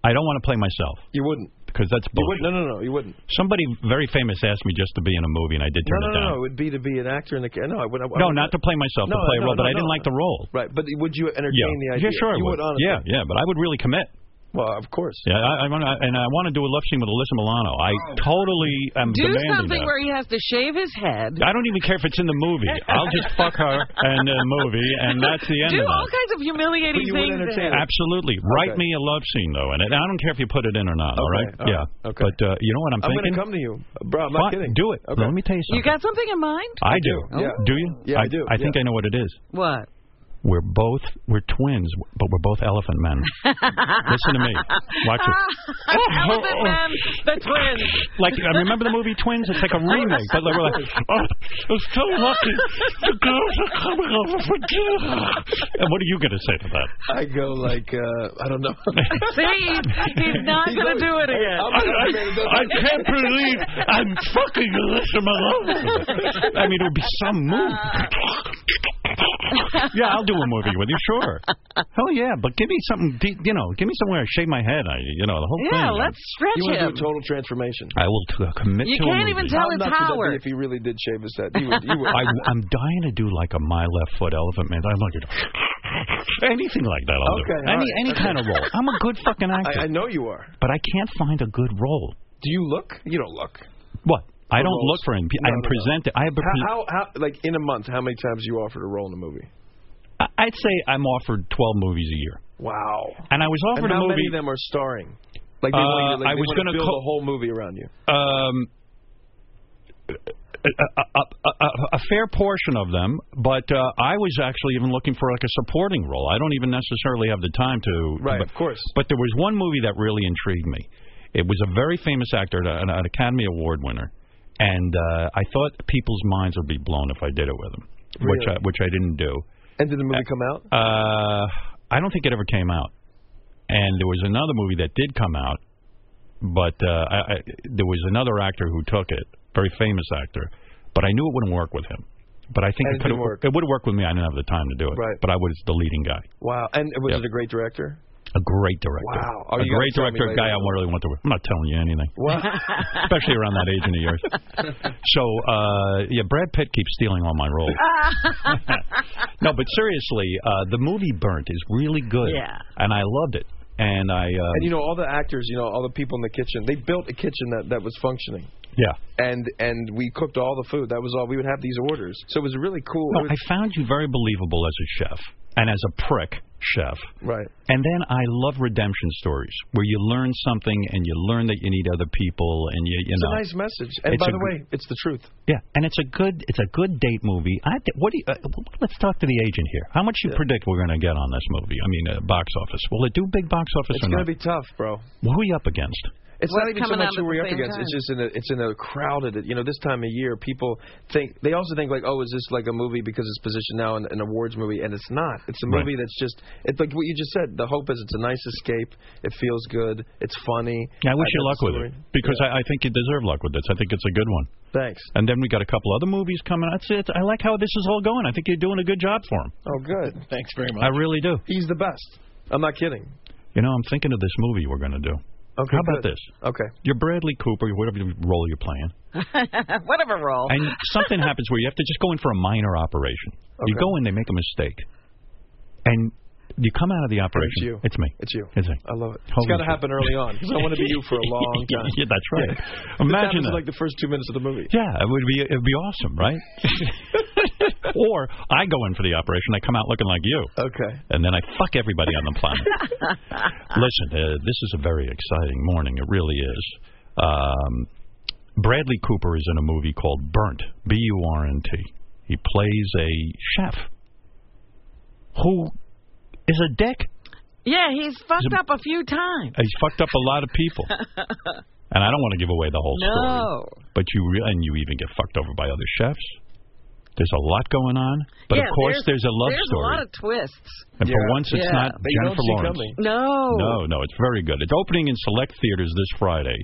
I don't want to play myself. You wouldn't. Because that's You would, bullshit. no, no, no. You wouldn't. Somebody very famous asked me just to be in a movie, and I did No, turn no, it no, down. no. It would be to be an actor in the. ca- No, I would. I, No, not to play myself, to play a role, but I didn't like the role. Right, but would you entertain yeah. the idea? Yeah, sure. I You would. honestly. yeah, yeah, but I would really commit. Well, of course. Oh. Yeah, I, I want to, and I want to do a love scene with Alyssa Milano. I totally am Do demanding something that. where he has to shave his head. I don't even care if it's in the movie. I'll just fuck her in the movie, and that's the end Do of all it. kinds of humiliating things. to him. Absolutely. Write me a love scene though, and it- I don't care if you put it in or not. all right? all right, Yeah. Okay. But uh, you know what I'm, I'm thinking? gonna come to you, bro. I'm not Fine, kidding. Do it. Let me tell you You something. got Oh. something in mind? I do. Yeah. Do you? Oh. Yeah, I do, I think yeah. I know what it is. What? We're both we're twins, but we're both elephant men. Listen to me. Watch it. Elephant Man, the twins. Like I remember the movie Twins. It's like a remake, but like, we're like, oh, it's so lucky. The girls are coming over for dinner. And what are you going to say to that? I go like uh, I don't know. See, he's not He's going to like, do it again. I'm not gonna do I can't believe I'm fucking Alyssa Milano. I mean, it would be some move. yeah, I'll do a movie with you, sure. Hell yeah, but give me something, de you know, give me somewhere I shave my head. I, you know, the whole thing. Yeah, let's stretch You want to him. do a total transformation? I will t- uh, commit You to a can't movie. even tell How it's nuts would that be Howard. If he really did shave his head, you would. You would. I, I'm dying to do like a my left foot elephant man. I'm like anything like that. I'll Okay, do. all any right, any okay. kind of role. I'm a good fucking actor, I, I know you are. but I can't find a good role. Do you look? You don't look. What? I For don't roles. look for him. No, I'm no, no. presented. I have a pre- How, how, how, like in a month, how many times you offered a role in a movie? I- I'd say I'm offered 12 movies a year, Wow. and I was And offered how a many movie. of them are starring? Like they want you to, Uh, like, I they was want gonna to build call- a whole movie around you. um, a, a, a, a- a fair portion of them, but uh, I was actually even looking for like a supporting role. I don't even necessarily have the time to. Right, but, of course. But there was one movie that really intrigued me. It was a very famous actor, an, an Academy Award winner, and uh, I thought people's minds would be blown if I did it with him, which I, Really? which I didn't do. And did the movie come out? Uh, I don't think it ever came out. And there was another movie that did come out, but uh, I, I, there was another actor who took it, very famous actor. But I knew it wouldn't work with him. But I think And it it could didn't work. It would have worked with me. I didn't have the time to do it. Right. But I was the leading guy. Wow. And was Yep. it a great director? A great director. Wow. Oh, you a gotta great tell me director, a guy I later. really want to work. I'm not telling you anything. What? Especially around that agent of yours. So, uh, yeah, Brad Pitt keeps stealing all my roles. no, but seriously, uh, the movie Burnt is really good. Yeah. And I loved it. And I, uh, And you know all the actors, you know all the people in the kitchen. They built a kitchen that that was functioning, yeah. and and we cooked all the food. That was all. We would have these orders, so it was really cool. No, It I was- found you very believable as a chef and as a prick chef. Right. And then I love redemption stories where you learn something and you learn that you need other people and you you it's know. a nice message. And It's by a the good- way, it's the truth. yeah, and it's a good it's a good date movie. I th- what do you, uh, w- let's talk to the agent here. How much you predict we're going to get on this movie? I mean, uh, box office. Will it do big box office It's or going not? to be tough, bro. Who are you up against? It's What's not even so coming much out who at we're the up same against. time? It's just in a it's in a crowded. You know, this time of year, people think they also think like, oh, is this like a movie because it's positioned now in an awards movie, and it's not. It's a Right. movie that's just it's like what you just said. The hope is it's a nice escape. It feels good. It's funny. I wish you love luck the with story. it because I, I think you deserve luck with this. I think it's a good one. Thanks. And then we got a couple other movies coming. That's it. I like how this is all going. I think you're doing a good job for him. Oh, good. Thanks very I really do. He's the best. I'm not kidding. You know, I'm thinking of this movie we're going to do. Okay, How about good. this? Okay. You're Bradley Cooper, whatever role you're playing, Whatever role. Oh. and something happens where you have to just go in for a minor operation. You Okay. go in, they make a mistake, and you come out of the operation. you. It's me. It's you. It's me. I love it. Holy it's got to shit. happen early on because I want to be you for a long time. yeah, that's right. This Imagine happens that. like the first two minutes of the movie. yeah, it would be it would be awesome, right? or I go in for the operation, I come out looking like you. Okay. And then I fuck everybody on the planet. Listen, uh, this is a very exciting morning. It really is. Um, Bradley Cooper is in a movie called Burnt, B U R N T. He plays a chef who is a dick. Yeah, he's fucked up a few times. He's fucked up a lot of people. And I don't want to give away the whole No. story. But you re and you even get fucked over by other chefs. There's a lot going on, but yeah, of course there's, a love there's story. a lot of twists. And for once, it's Yeah. not Jennifer Lawrence. No. No, no, it's very good. It's opening in select theaters this Friday.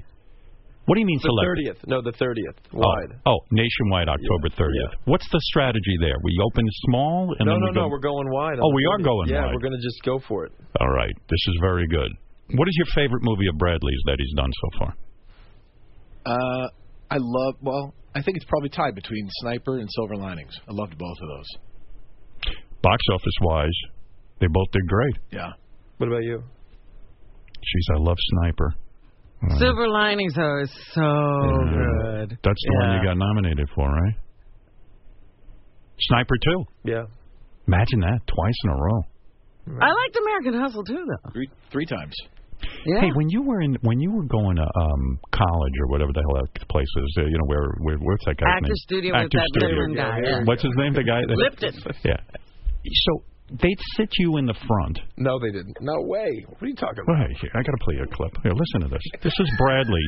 What do you mean The select? thirtieth. No, the thirtieth. Oh, Wide. Oh, nationwide, October 30th. What's the strategy there? We open small and no, then no, we no. go- We're going wide. on Oh, the we are 30th. going Yeah, wide. we're going to just go for it. All right, this is very good. What is your favorite movie of Bradley's that he's done so far? Uh, I love. Well, I think it's probably tied between Sniper and Silver Linings. I loved both of those. Box office wise, they both did great. Yeah. What about you? Jeez, I love Sniper. Silver Linings though is so Yeah. Oh, good. uh, That's the one you got nominated for, right? Sniper 2. Yeah. Imagine that, twice in a row. I liked American Hustle too though. Three, three times. Hey, when you were in, when you were going to um, college or whatever the hell that place is, uh, you know where, where where's that guy's Actor name? studio with that veteran guy, Yeah, yeah. What's his name? The guy. That, Lipton. Yeah. So they'd sit you in the front. No, they didn't. No way. What are you talking about? Right here, I got to play you a clip. Here, listen to this. This is Bradley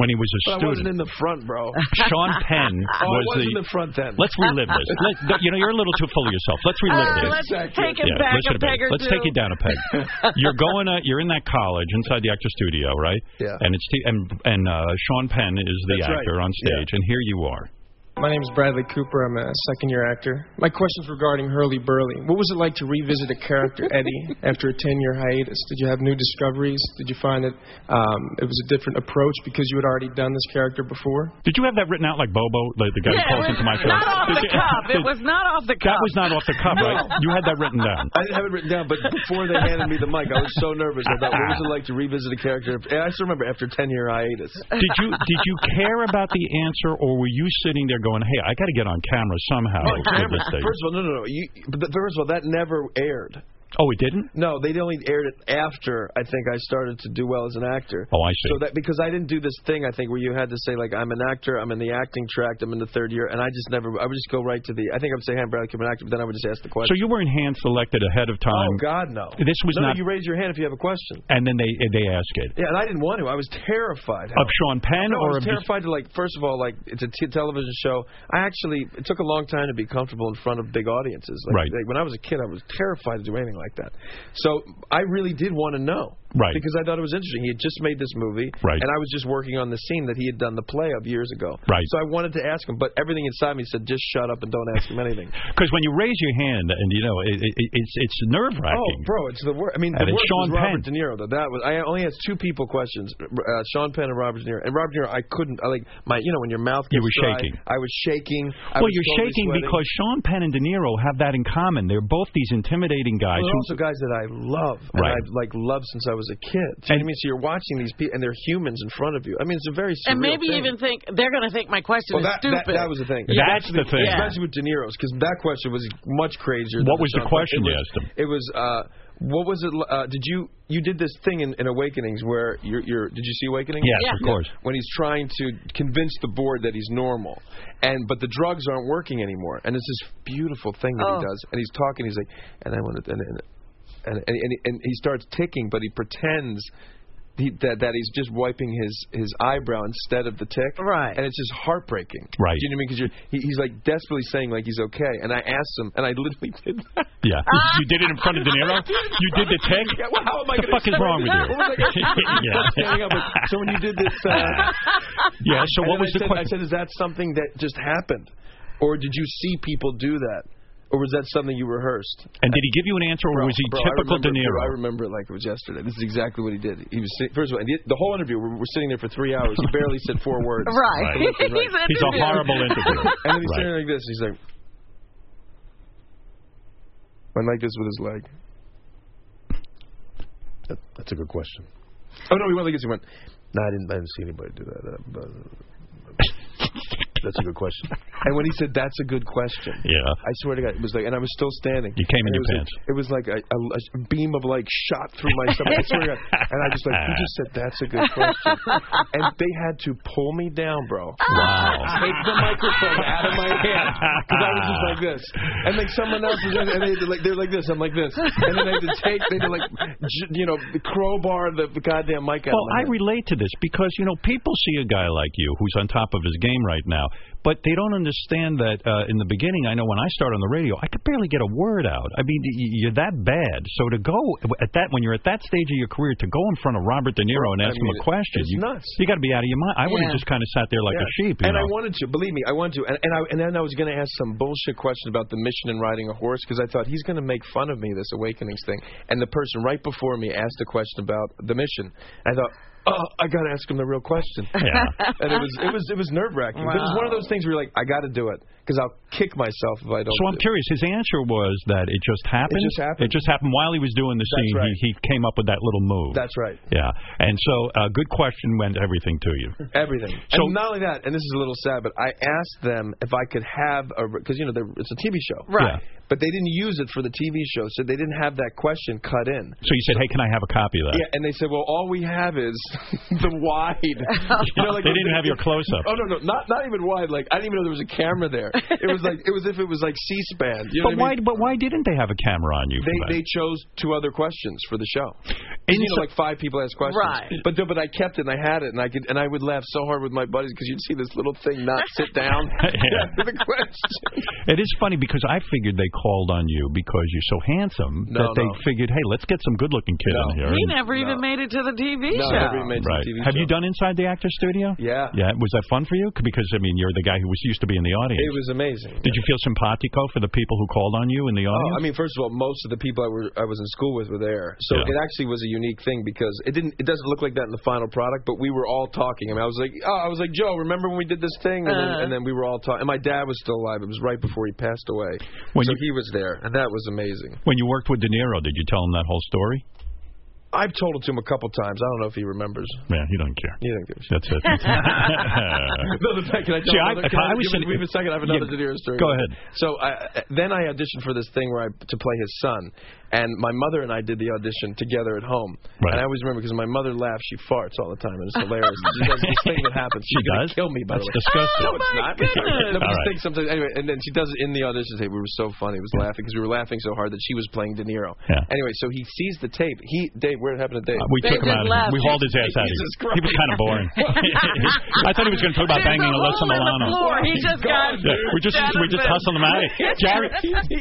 when he was But I a wasn't student. in the front, bro. Sean Penn oh, I was was the- in the front then. Let's relive this. Let, you know, you're a little too full of yourself. Let's relive Uh, this. let's take it yeah, back a listen to me. peg or Let's two. take it down a peg. you're going. Uh, you're in that college inside the actor studio, right? Yeah. And it's t and and uh, Sean Penn is the That's right. actor on stage, and here you are. My name is Bradley Cooper. I'm a second year actor. My question's regarding Hurley Burley. What was it like to revisit a character, Eddie, after a 10 year hiatus? Did you have new discoveries? Did you find that um, it was a different approach because you had already done this character before? Did you have that written out like Bobo, the, the guy Yeah, who calls it into my was show? not off the Did you- cuff. It was not off the cuff. That was not off the cuff, right? You had that written down. I didn't have it written down, but before they handed me the mic, I was so nervous. I thought, what was it like to revisit a character? And I still remember after 10 year hiatus. Did you did you care about the answer, or were you sitting there going, "Hey, I got to get on camera somehow"? Oh, with camera. First this thing." of all, no, no, no. You, but the, first of all, that never aired. Oh, it didn't. No, they only aired it after I think I started to do well as an actor. Oh, I see. So that because I didn't do this thing, I think where you had to say like I'm an actor, I'm in the acting track, I'm in the third year, and I just never. I would just go right to the. I think I would say, "Hey, I'm Bradley Cooper, an actor," but then I would just ask the question. So you weren't hand selected ahead of time. Oh God, no. This was no, no, not. You raise your hand if you have a question. and then they they ask it. Yeah, and I didn't want to. I was terrified. Of Sean Penn No, or I was of just- terrified to like. First of all, like it's a t- television show. I actually it took a long time to be comfortable in front of big audiences. Like, Right. like, when I was a kid, I was terrified to do anything like that. So I really did want to know. Right. Because I thought it was interesting. He had just made this movie, Right. and I was just working on the scene that he had done the play of years ago. Right. So I wanted to ask him, but everything inside me said, just shut up and don't ask him anything. Because when you raise your hand, and you know, it, it, it's it's nerve wracking. Oh, bro, it's the worst. I mean, And the it's worst was Sean Robert De Penn. Niro. Though that was, I only asked two people questions: uh, Sean Penn and Robert De Niro. And Robert De Niro, I couldn't. I like my, you know, when your mouth gets You were dry, shaking. I was shaking. Oh, I well, was you're totally shaking sweating. because Sean Penn and De Niro have that in common. They're both these intimidating guys. They're who, also guys that I love, and Right. I've like loved since I was a kid. Do you know what I mean? So you're watching these people, and they're humans in front of you. I mean, it's a very and surreal maybe thing. even think they're going to think my question is Well, that, stupid. that, that was the thing. Yeah. That's the thing. Especially with De Niro's, because that question was much crazier. than What was the Sean Penn. question It you was- asked him? It was. Uh, what was it? li- Uh, did you you did this thing in, in Awakenings where you're, you're did you see Awakening? Yes, Yeah. of course. When he's trying to convince the board that he's normal, and but the drugs aren't working anymore, and it's this beautiful thing that Oh. he does, and he's talking, he's like, and I want to, and and and, and, and, he, and he starts ticking, but he pretends he, that that he's just wiping his his eyebrow instead of the tick. Right. And it's just heartbreaking. Right. Do you know what I mean? Because you're he, he's like desperately saying like he's okay, and I asked him, and I literally did that. Yeah, you, you did it in front of De Niro. You did the tick. Yeah, well, how am I the gonna fuck is explain wrong with that? you? What was I gonna- Yeah. standing up, like, so when you did this, uh, Yeah, so and then I what was the said, question? I said, is that something that just happened, or did you see people do that, or was that something you rehearsed? And did he give you an answer, or Bro, was he bro, I typical De remember- Niro? bro, I remember it like it was yesterday. This is exactly what he did. He was sit- first of all, and the, the whole interview. We're, we're sitting there for three hours. He barely said four words. Right. To left and He's an He's a interview. horrible interviewer. and then he's Right. sitting there like this. He's like, went like this with his leg. That, that's a good question. Oh no, he went like this. He went. No, I didn't. I didn't see anybody do that. Uh, but- That's a good question. And when he said that's a good question, Yeah. I swear to God, it was like, and I was still standing. You came in And your it was pants. Like, it was like a, a, a beam of like shot through my stomach. I swear to God. And I just like, you just said that's a good question. And they had to pull me down, bro. Wow. Take the microphone out of my hand because I was just like this, and like someone else was, and they did like they're like this. I'm like this, and then they had to take, they had to like, j- you know, crowbar the goddamn mic out. Well, of my I hand. relate to this because you know people see a guy like you who's on top of his game right now, but they don't understand that uh, in the beginning. I know when I started on the radio, I could barely get a word out. I mean, y- you're that bad. So to go at that when you're at that stage of your career, to go in front of Robert De Niro and I ask him mean, a question, it's you, nuts. you got to be out of your mind. I would have Yeah. just kind of sat there like a Yeah. sheep. You and know? I wanted to, believe me, I wanted to. And, and I and then I was going to ask some bullshit question about the mission and riding a horse because I thought he's going to make fun of me this awakenings thing. And the person right before me asked a question about the mission. I thought. Oh, I gotta ask him the real question. Yeah. and it was it was it was nerve wracking. It was Wow. one of those things where you're like, I gotta do it because I'll kick myself if I don't. so do I'm it. curious. His answer was that it just happened. just happened. It just happened while he was doing the scene. He, he came up with that little move. That's right. Yeah. And so, uh, good question went everything to you. Everything. and not only that, and this is a little sad, but I asked them if I could have a because you know they're- it's a TV show, Right. Yeah. But they didn't use it for the TV show, so they didn't have that question cut in. So you said, "Hey, can I have a copy of that?" Yeah, and they said, well, all we have is the wide. You They didn't have your close-up. Oh no, no, not not even wide. Like I didn't even know there was a camera there. It was like it was if it was like C-SPAN. You know what I but why? mean? But why didn't they have a camera on you? for that? They, they chose two other questions for the show. And you know, like five people asked questions. Right. But but I kept it and I had it and I could and I would laugh so hard with my buddies because you'd see this little thing not sit down. Yeah. the question. it is funny because I figured they called on you because you're so handsome No, that they no. figured, "Hey, let's get some good-looking kid in here." He And- never even made it to the TV show. right. Have you done Inside the Actor Studio? Yeah. Yeah. Was that fun for you? C- Because I mean, you're the guy who was used to be in the audience. It was amazing. Did you feel simpatico for the people who called on you in the Oh, audience? I mean, first of all, most of the people I were I was in school with were there, so Yeah. it actually was a unique thing because it didn't it doesn't look like that in the final product, but we were all talking. I mean, I was like, oh, I was like, Joe, remember when we did this thing? And, Uh-huh. then, and then we were all talking. And my dad was still alive. It was right before he passed away, When so you- he was there, and that was amazing. when you worked with De Niro, did you tell him that whole story? I've told it to him a couple times. I don't know if he remembers. Yeah, he don't care. You don't give a shit. That's it. no, the fact that I See, I- tell another- I- can I was give it- in- wait a second, I have another Yeah, De Niro story. go ahead. So I, then I auditioned for this thing where I to play his son, and my mother and I did the audition together at home. Right. And I always remember because my mother laughs, she farts all the time, and it's hilarious. she does this thing that happens. She She's gonna does? Kill me, by That's the way. disgusting. No, Oh, it's my not. goodness. no, but All this right. thing sometimes. Anyway, and then she does it in the audition tape. We were so funny. It was laughing because we were laughing so hard that she was playing De Niro. Yeah. Uh, Anyway, so he sees the tape. He Dave, Where it happened to Dave? We took him out. Of, we hauled his ass out of Jesus here. He was kind of boring. I thought he was going to talk about banging Alyssa Milano. Yeah, we just we just hustled him out of here. Gary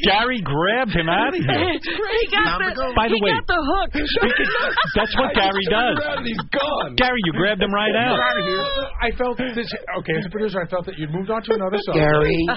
Gary grabbed him out of here. He got the, By he the way, got the hook. that's what Gary does. Gary, you grabbed him right out. I felt this. Okay, as a producer, I felt that you'd moved on to another song. Gary. I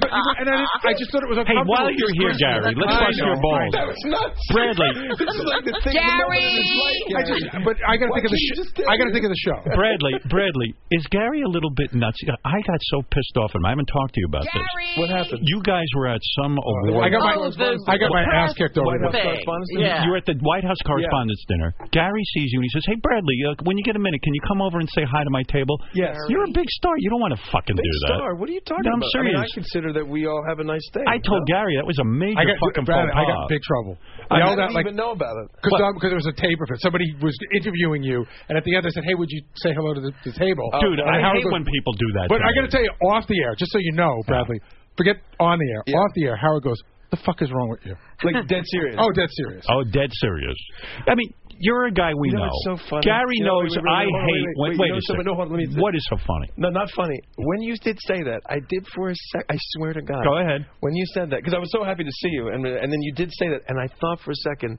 felt you were- and I, didn't- I just thought it was Hey, uncomfortable. while you're here, Gary, let's I watch know. your balls. That was nuts. Bradley. this is like the thing Gary. I just, but I got to Why think of the can't you just show. do I got to it? think of the show. Bradley, Bradley, is Gary a little bit nuts? I got so pissed off at him. I haven't talked to you about this. What happened? You guys were at some award. I got my- Oh, the I got my press ass kicked over White House thing. Correspondents' Yeah. Dinner? You were at the White House Correspondents' Dinner. Gary sees you and he says, "Hey, Bradley, uh, when you get a minute, can you come over and say hi to my table?" Yes. You're a big star. You don't want to fucking Big do that. star. What are you talking No, I'm about? serious. I, mean, I consider that we all have a nice day. I told Gary that was a major I got fucking Brad, faux I got pas. big trouble. I didn't Yelled at, like, even know about it. Because there was a tape of it. Somebody was interviewing you, and at the end they said, "Hey, would you say hello to the, the table?" Dude, And I Howard hate goes- when people do that. But I Gary. got to tell you, off the air, just so you know, Bradley. Forget on the air. Off the air, Howard goes, "The fuck is wrong with you?" Like dead serious. Oh, dead serious. Oh, dead serious. I mean, you're a guy we You know know. what's so funny? Gary You know, knows wait, wait, wait, I hold on, hate. wait, when- wait, wait you know a something- second. no, hold on, let me- what is so funny? No, not funny. When you did say that, I did for a sec. I swear to God. Go ahead. When you said that, because I was so happy to see you, and and then you did say that, and I thought for a second,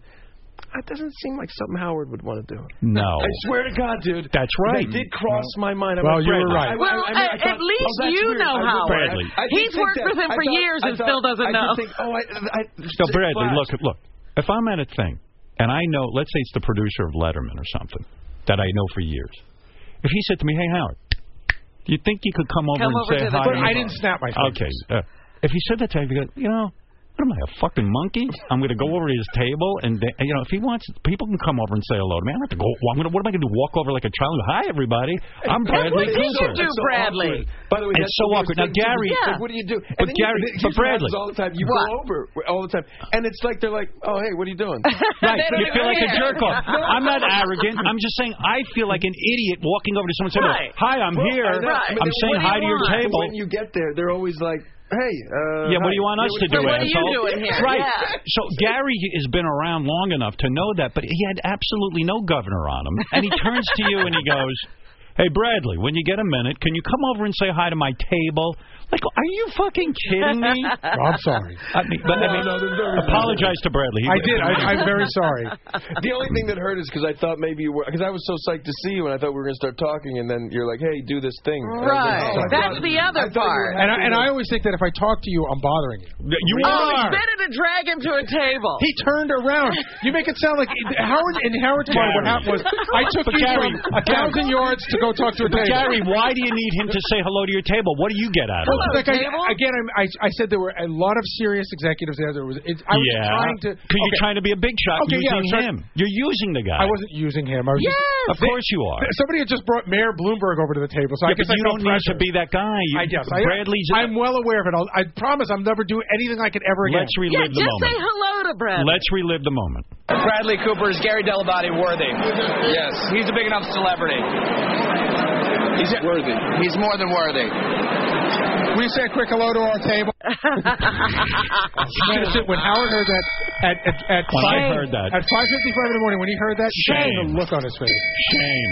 that doesn't seem like something Howard would want to do. No. I swear to God, dude. That's right. Mm. That did cross my mind. I'm Well, like, you Bradley. were right. I- I- Well, I mean, I at- thought, at least oh, that's you weird. know I would- Howard. Bradley. I did He's think worked that. with him for I thought- years I and thought- still doesn't I know. did think, oh, I, I, No, Bradley, look, look. If I'm at a thing, and I know, let's say it's the producer of Letterman or something that I know for years, if he said to me, "Hey, Howard, do you think you could come over Come and over say to the hi?" But I didn't snap my fingers. Okay. Uh, if he said that to me, I'd be like, you know. What am I, a fucking monkey? I'm going to go over to his table, and they, you know, if he wants, people can come over and say hello to me. I'm not to go. I'm gonna, what am I going to do? Walk over like a child? Hi, everybody. I'm That's what you Bradley Cooper. should do, That's so Bradley. awkward. By the way, it's that's so the worst awkward. Now, thing to do. Gary, It's like, what do you do? And But then Gary, you, here's but what happens Bradley, all the time. You go over all the time, and it's like they're like, oh hey, what are you doing? Right. You feel like a jerk off. I'm not arrogant. I'm just saying I feel like an idiot walking over to someone and saying, Right. Hi, I'm Well, here. I know. I mean, I'm they- saying what do you hi to your want? table. When you get there, they're always like, hey. Uh, yeah, what hi. do you want Yeah, us what to do, you want? asshole? Right. Yeah. So Gary has been around long enough to know that, but he had absolutely no governor on him. And he turns to you and he goes, Hey, Bradley, when you get a minute, can you come over and say hi to my table? Like, are you fucking kidding me? Oh, I'm sorry. I mean, but, I No, mean, no, there's no reason. apologize to Bradley. He I was did. I, amazing. I'm very sorry. The only thing that hurt is because I thought maybe you were because I was so psyched to see you and I thought we were going to start talking and then you're like, hey, do this thing. And I was like, Right. "Oh, I That's thought- the other I thought you were part. And I, and I always think that if I talk to you, I'm bothering you. You oh, it's better to drag him to a table. He turned around. You make it sound like Howard in Howard's mind. What happened was I took But you Gary, from a thousand yards to go talk to a But table. Gary, why do you need him to say hello to your table? What do you get out of Well, it? like I, again, I'm- I, I said there were a lot of serious executives there. There was, it, I was yeah, trying to. because you're okay. trying to be a big shot Okay, yeah, I using was trying- him. You're using the guy. I wasn't using him. I was Yes! just, Of course you are. Somebody had just brought Mayor Bloomberg over to the table, so I Yeah, guess but I you felt don't need to pressure. be that guy. You- I guess. Bradley's- I, I'm well aware of it. I'll, I promise I'm never doing anything I can ever again. Let's relive Yeah, the just moment. say hello to Bradley. Let's relive the moment. Bradley Cooper is Gary Delabate worthy? Yes. He's a big enough celebrity. He's worthy. He's more than worthy. We say a quick hello to our table. Shit, when Howard heard that at at, at When I five, heard that. at five fifty five in the morning, when he heard that, you saw Shame. the look on his face. Shame.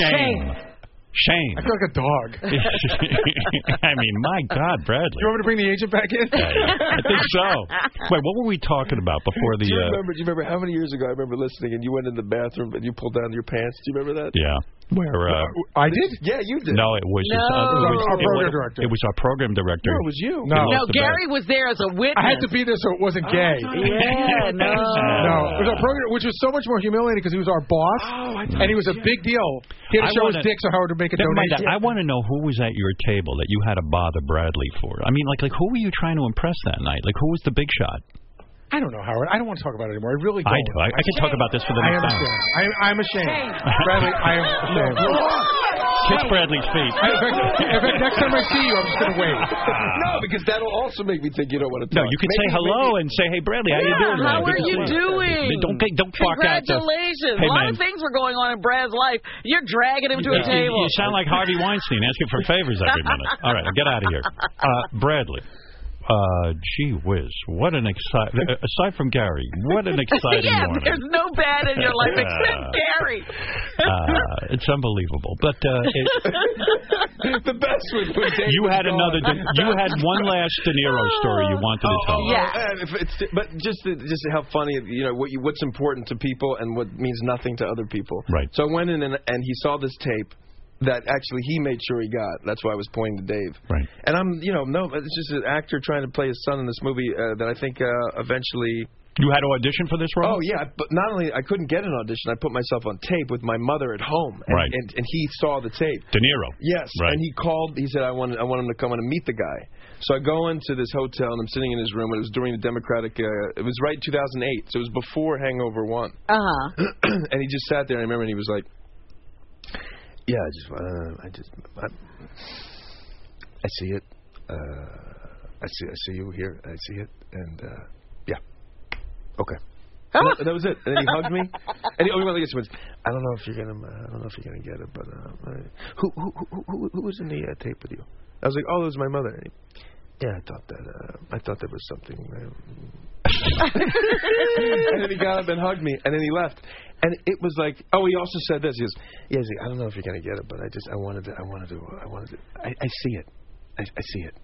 Shame. Shame. I feel like a dog. I mean, my God, Bradley. You want me to bring the agent back in? I think so. Wait, what were we talking about before the? do you Uh, remember? Do you remember how many years ago I remember listening and you went in the bathroom and you pulled down your pants? Do you remember that? yeah. Where? Uh, I did. Yeah, you did. no, it was. No. His, uh, it was Our it program was- director. It was our program director. No, it was you. He No, No. lost the bet. Gary was there as a witness. I had to be there so it wasn't gay. Oh, Yeah, no. No, it was our program, which was so much more humiliating because he was our boss, and he was a big deal. He had to I show wanna- his dick so Howard would make a Never mind donation. that. I want to know who was at your table that you had to bother Bradley for. I mean, like, like who were you trying to impress that night? Like, who was the big shot? I don't know, Howard. I don't want to talk about it anymore. I really don't. I do. I, I can talk about this for the I am next time. ashamed. I am, I'm ashamed. Bradley, I am ashamed. Kiss Bradley's feet. In fact, in fact, next time I see you, I'm just going to wave. no, because that'll also make me think you don't want to No, talk. you could Maybe- say hello and say, "Hey, Bradley, how you Yeah, doing?" how man?" are you Because- doing? Don't get- don't bark out the- Congratulations. a Hey, lot man. of things were going on in Brad's life. You're dragging him to a You- you- table. You sound like Harvey Weinstein asking for favors every minute. All right, get out of here, uh, Bradley. Uh, gee whiz, what an exciting! aside from Gary, what an exciting yeah, morning! there's no bad in your life Yeah. except Gary. Uh, it's unbelievable. But uh, it, the best was when David you had was gone. another. De- you had one last De Niro story you wanted to tell. uh, if it's- but just the- just how funny you know what you, what's important to people and what means nothing to other people. Right. So I went in and, and he saw this tape that actually he made sure he got. That's why I was pointing to Dave. Right. And I'm you know no, it's just an actor trying to play his son in this movie uh, that I think uh, eventually. You had to audition for this role. Oh yeah, but not only I couldn't get an audition, I put myself on tape with my mother at home. And, Right. And, and he saw the tape. De Niro. Yes. Right. And he called. He said, "I want, I want him to come in and meet the guy." So I go into this hotel and I'm sitting in his room. And it was during the Democratic. Uh, it was right 2008, so it was before Hangover One. Uh huh. and he just sat there. And I remember and he was like, "Yeah, I just, uh, I just, I, I see it. Uh, I see, I see you here. I see it. And uh, yeah, okay." And that, that was it. And then he hugged me. And he, oh, he went like this. He went, I don't know if you're gonna, uh, I don't know if you're gonna get it, but uh, I- who, who, who, who, who was in the uh, tape with you? I was like, oh, it was my mother. And he, yeah, I thought that, uh, I thought there was something. uh, and then he got up and hugged me, and then he left. And it was like, oh, he also said this. He goes, yeah, he's like, I don't know if you're gonna get it, but I just, I wanted to, I wanted to, I wanted to, I, I see it, I, I see it.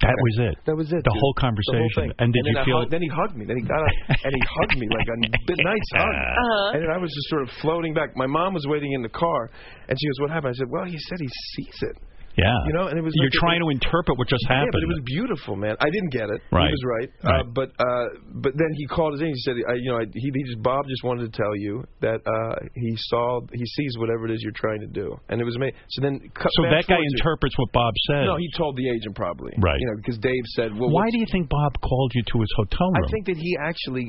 That was it. That was it. The dude. whole The conversation. thing. and did then you I feel? hug- then he hugged me. Then he got up and he hugged me like a n- nice hug. Uh-huh. And then I was just sort of floating back. My mom was waiting in the car, and she goes, "What happened?" I said, "Well, he said he sees it." yeah. You know, and it was. You're like- trying to interpret what just Yeah, but it happened. was beautiful, man. I didn't get it. Right. He was right. Uh, but uh, but then he called his agent. He said, I, you know, I, he, he just Bob just wanted to tell you that uh, he saw he sees whatever it is you're trying to do, and it was me. So then cut so fast that guy forward to- interprets what Bob said. No, he told the agent probably. Right. You know, because Dave said, well, Why what's- do you think Bob called you to his hotel room? I think that he actually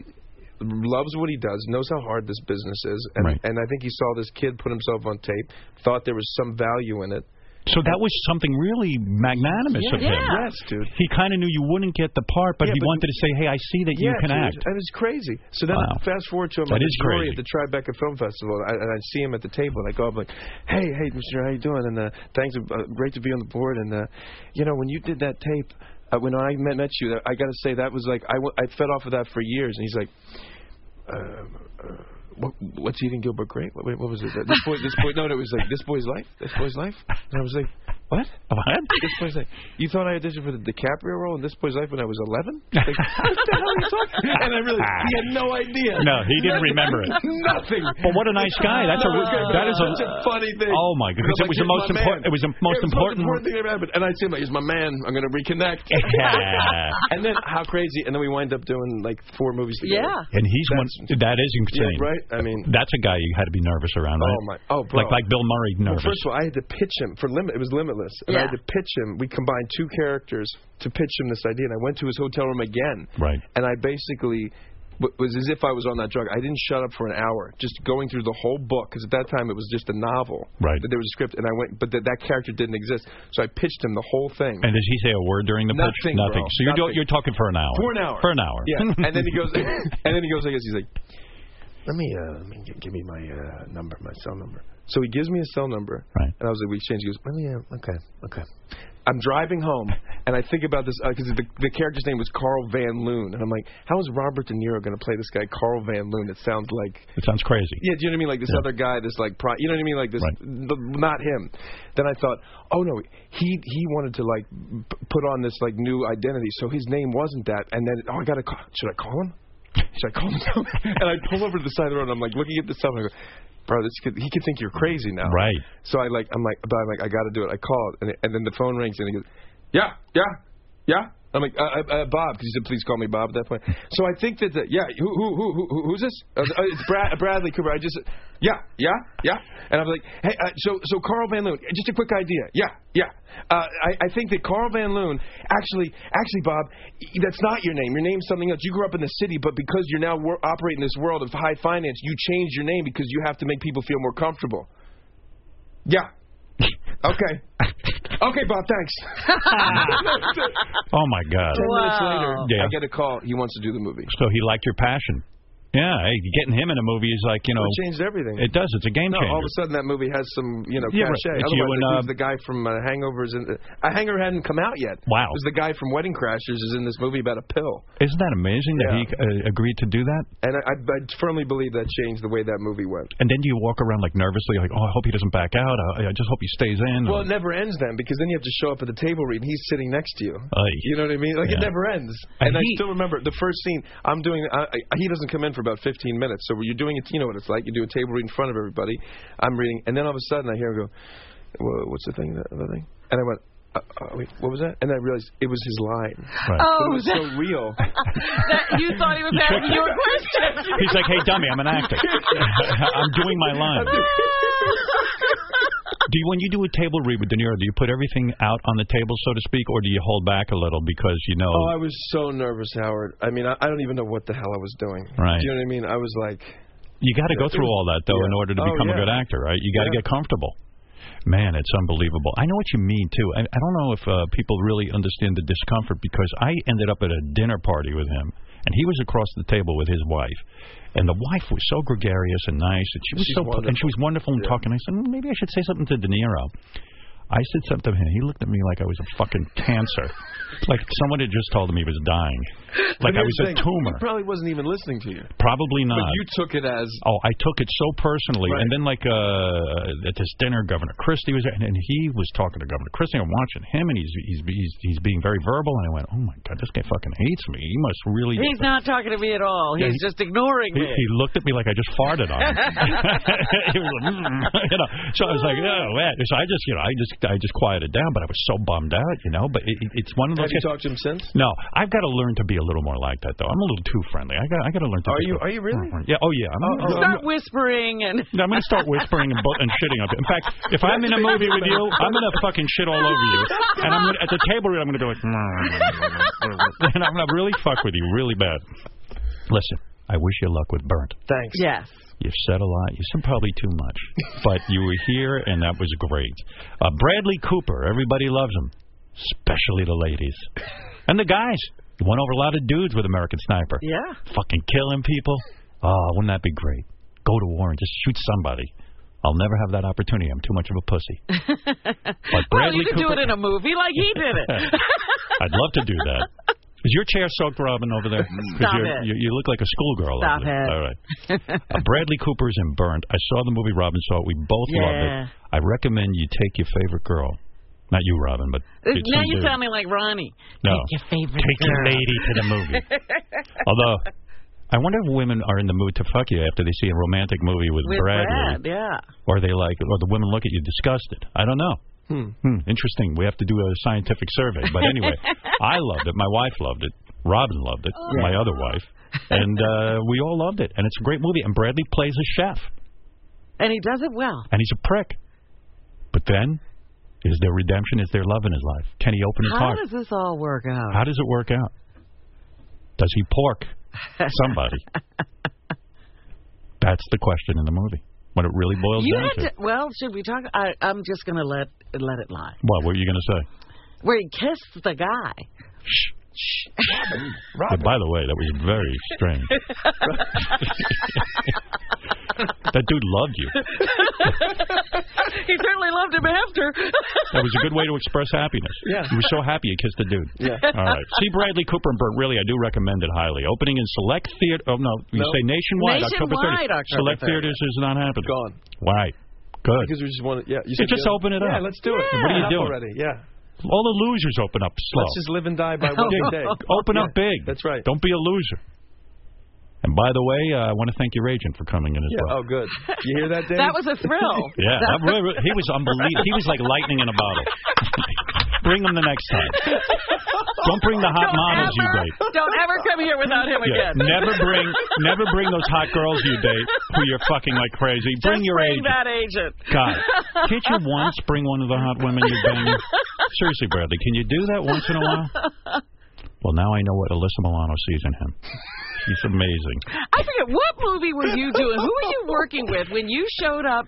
loves what he does, knows how hard this business is, and, and I think he saw this kid put himself on tape, thought there was some value in it. So that was something really magnanimous Yeah. of him. Yeah. Yes, dude. He kind of knew you wouldn't get the part, but Yeah, he but- wanted to say, "Hey, I see that you yeah, can dude, act." That is crazy. So then, Wow. fast forward to him. I'm That is at Drury crazy. at the Tribeca Film Festival, and I, and I see him at the table, and I go up like, "Hey, hey, Mister, how you doing? And uh, thanks, uh, great to be on the board. And uh, you know, when you did that tape, uh, when I met, met you, I got to say that was like I, w- I fed off of that for years. And he's like. Um, uh, what, what's eating Gilbert Grape? What, wait, what was it? This boy, this boy. No, no, it was like this boy's life. This boy's life. And I was like, what? What? This boy's life. You thought I auditioned for the DiCaprio role in This Boy's Life when I was 11? Like, what the hell are you talking? And I really, he Ah. had no idea. No, he didn't remember it. Nothing. But what a nice guy. That's a It was re- good. that is a- Such a funny thing. Oh, my And I'm God. 'Cause it was the "Here's most my important- man." it was the most Yeah, it was important- important thing that ever happened. And I see him like, he's my man. I'm going to reconnect. Yeah. and then how crazy? And then we wind up doing like four movies together. And he's one. That is Yeah, insane. right? I mean, That's a guy you had to be nervous around. Oh, Right? my- oh, bro. Like like Bill Murray Well, nervous. first of all, I had to pitch him for limit. It was limitless, and I had to pitch him. We combined two characters to pitch him this idea, and I went to his hotel room again. Right. And I basically w- was as if I was on that drug. I didn't shut up for an hour, just going through the whole book because at that time it was just a novel. Right. That there was a script, and I went, but that that character didn't exist, so I pitched him the whole thing. and does he say a word during the pitch? Nothing, bro. Nothing. So you're do- Nothing. you're talking for an hour. For an hour. For an hour. Yeah. and then he goes, and then he goes like this. He's like, let me, uh, let me g- give me my uh, number, my cell number. So he gives me his cell number, right. and I was like, we exchange. He goes, let me, uh, okay, okay. I'm driving home, and I think about this because the, the character's name was Carl Van Loon, and I'm like, how is Robert De Niro going to play this guy Carl Van Loon? It sounds like It sounds crazy. yeah, do you know what I mean? Like this other guy, this like pro, you know what I mean? Like this, the, not him. Then I thought, oh no, he he wanted to like p- put on this like new identity, so his name wasn't that. And then oh, I gotta call. Should I call him? Should I call him? and I pull over to the side of the road. and I'm like looking at the cell phone. I go, Bro, this could, he could think you're crazy now. Right. So I like, I'm like, but I'm like, I got to do it. I call it, and, it- and then the phone rings, and he goes, yeah, yeah, yeah. I'm like, uh, uh, uh, Bob, because he said, please call me Bob at that point. So I think that, the, yeah, who, who, who, who- who, who's this? I was, oh, it's Brad, Bradley Cooper. I just, yeah, yeah, yeah. And I'm like, hey, uh, so, so Carl Van Loon, just a quick idea. Yeah, yeah. Uh, I, I think that Carl Van Loon, actually, actually, Bob, y- that's not your name. Your name's something else. You grew up in the city, but because you're now wor- operating this world of high finance, you changed your name because you have to make people feel more comfortable. Yeah. Okay. Okay, Bob, thanks. oh my God. Ten minutes later, Yeah. I get a call. He wants to do the movie. So he liked your passion. Yeah, hey, getting him in a movie is like you know it changed everything. It does. It's a game no, changer. all of a sudden that movie has some you know Yeah, right. cachet. It's you Otherwise, and, they uh, use the guy from uh, Hangovers and uh, Hanger hadn't come out yet. Wow. it was the guy from Wedding Crashers is in this movie about a pill, Isn't that amazing that he uh, agreed to do that? and I, I, I firmly believe that changed the way that movie went. And then you walk around like nervously, like, oh, I hope he doesn't back out. I, I just hope he stays in. Well, it never ends then because then you have to show up at the table read and he's sitting next to you. Aye. You know what I mean? Like it Yeah. never ends. And And, I he- still remember the first scene. I'm doing. I, I, he doesn't come in for about 15 minutes. So you're doing it. You know what it's like. You do a table read in front of everybody. I'm reading, and then all of a sudden I hear him go, "Wha- "What's the thing? That the thing?" And I went. Uh, uh, wait, what was that? And I realized it was his line. Oh, But it was so that- Oh. real. that you thought he was You asking tricked you him. a question. He's like, hey, dummy, I'm an actor. I'm doing my line. Do you, when you do a table read with De Niro, do you put everything out on the table, so to speak, or do you hold back a little because you know? Oh, I was so nervous, Howard. I mean, I, I don't even know what the hell I was doing. Right. Do you know what I mean? I was like, You got to go through all that though in order to Oh, become a yeah. good actor, right? You got to Yeah. get comfortable. Man, it's unbelievable. I know what you mean too. I, I don't know if uh, people really understand the discomfort because I ended up at a dinner party with him, and he was across the table with his wife, and the wife was so gregarious and nice, and she was She's so po- and she was wonderful and talking. I said "Mm, maybe I should say something to De Niro. I said something to him. He looked at me like I was a fucking cancer, like someone had just told him he was dying, like But I here's was the a thing, He tumor. probably wasn't even listening to you. Probably not. But you took it as Oh, I took it so personally. And then, like, uh, at this dinner, Governor Christie was there, and, and he was talking to Governor Christie. I'm watching him, and he's, he's he's he's being very verbal. And I went, oh my god, this guy fucking hates me. He must really. He's not talking to me at all. Yeah, He's he- just ignoring He, me. he looked at me like I just farted on him. He was like, "Mm," you know. So I was like, oh man. So I just, you know, I just, I just quieted down, but I was so bummed out, you know. But it, it- it's one of Have those. you guys- talked to him since? no, I've got to learn to be a little more like that, though. I'm a little too friendly. I got, I got to learn to. Are be- you- are you really? Yeah. Oh yeah. I'm, I'm- Start whispering and. I'm going to start whispering and, bu- and shitting on you. In fact, if I'm in a movie with you, I'm going to fucking shit all over you. And I'm gonna, at the table, read, I'm going to be like, "Mm." and I'm going to really fuck with you really bad. Listen, I wish you luck with Burnt. Thanks. Yes. You've said a lot. You said probably too much, but you were here, and that was great. Uh, Bradley Cooper, everybody loves him, especially the ladies and the guys. He went over a lot of dudes with American Sniper. Yeah. Fucking killing people. Oh, wouldn't that be great? Go to war and just shoot somebody. I'll never have that opportunity. I'm too much of a pussy. But Well, Bradley you could do Cooper, it in a movie like he did it. I'd love to do that. Is your chair soaked, Robin, over there? 'Cause Mm. Stop you're- it. You, you look like a schoolgirl. Stop over there. it. All right. Uh, Bradley Cooper's in Burnt. I saw the movie. Robin saw it. We both Yeah. loved it. I recommend you take your favorite girl. Not you, Robin, but it's now some you're dude. sounding like Ronnie. No. Take your favorite Take your girl. lady to the movie. Although, I wonder if women are in the mood to fuck you after they see a romantic movie with, With Bradley, Brad, yeah. or they like, or the women look at you disgusted. I don't know. Hmm. interesting. We have to do a scientific survey. But anyway, I loved it. My wife loved it. Robin loved it. Oh. My other wife, and uh, we all loved it. And it's a great movie. And Bradley plays a chef, And he does it well. and he's a prick. But then, is there redemption? Is there love in his life? Can he open his How heart? does this all work out? How does it work out? Does he pork somebody? That's the question in the movie. What it really boils you down to. had to, well, should we talk? I, I'm just gonna let let it lie. What were you going to say? Where he kissed the guy. But by the way, that was very strange. that dude loved you. he certainly loved him after. That was a good way to express happiness. Yeah. You were so happy you kissed the dude. Yeah. All right. See Bradley Cooper and Burt. Really, I do recommend it highly. Opening in select theater. Oh no, you No. say nationwide. October Nationwide, 30th. October select 30th. theaters is not happening. Gone. Why? Good. Because we just wanted. Yeah. You Yeah, said just yeah. open it Yeah, up. let's do it. Yeah. What are you Up doing? already? Yeah. All the losers open up slow. Let's just live and die by one Yeah, day. Open up big. That's right. Don't be a loser. And by the way, uh, I want to thank your agent for coming in as well. Yeah. Oh, good. You hear that, Dave? That was a thrill. Yeah, that really, really- he was unbelievable. He was like lightning in a bottle. bring him the next time. Don't bring the hot models you date. Don't ever Oh come here without him Yeah, again. never bring, never bring those hot girls you date who you're fucking like crazy. Bring Just your bring agent. that agent. God, can't you once bring one of the hot women you've been? with? Seriously, Bradley, can you do that once in a while? Well, now I know what Alyssa Milano sees in him. He's amazing. I forget what movie were you doing? Who were you working with when you showed up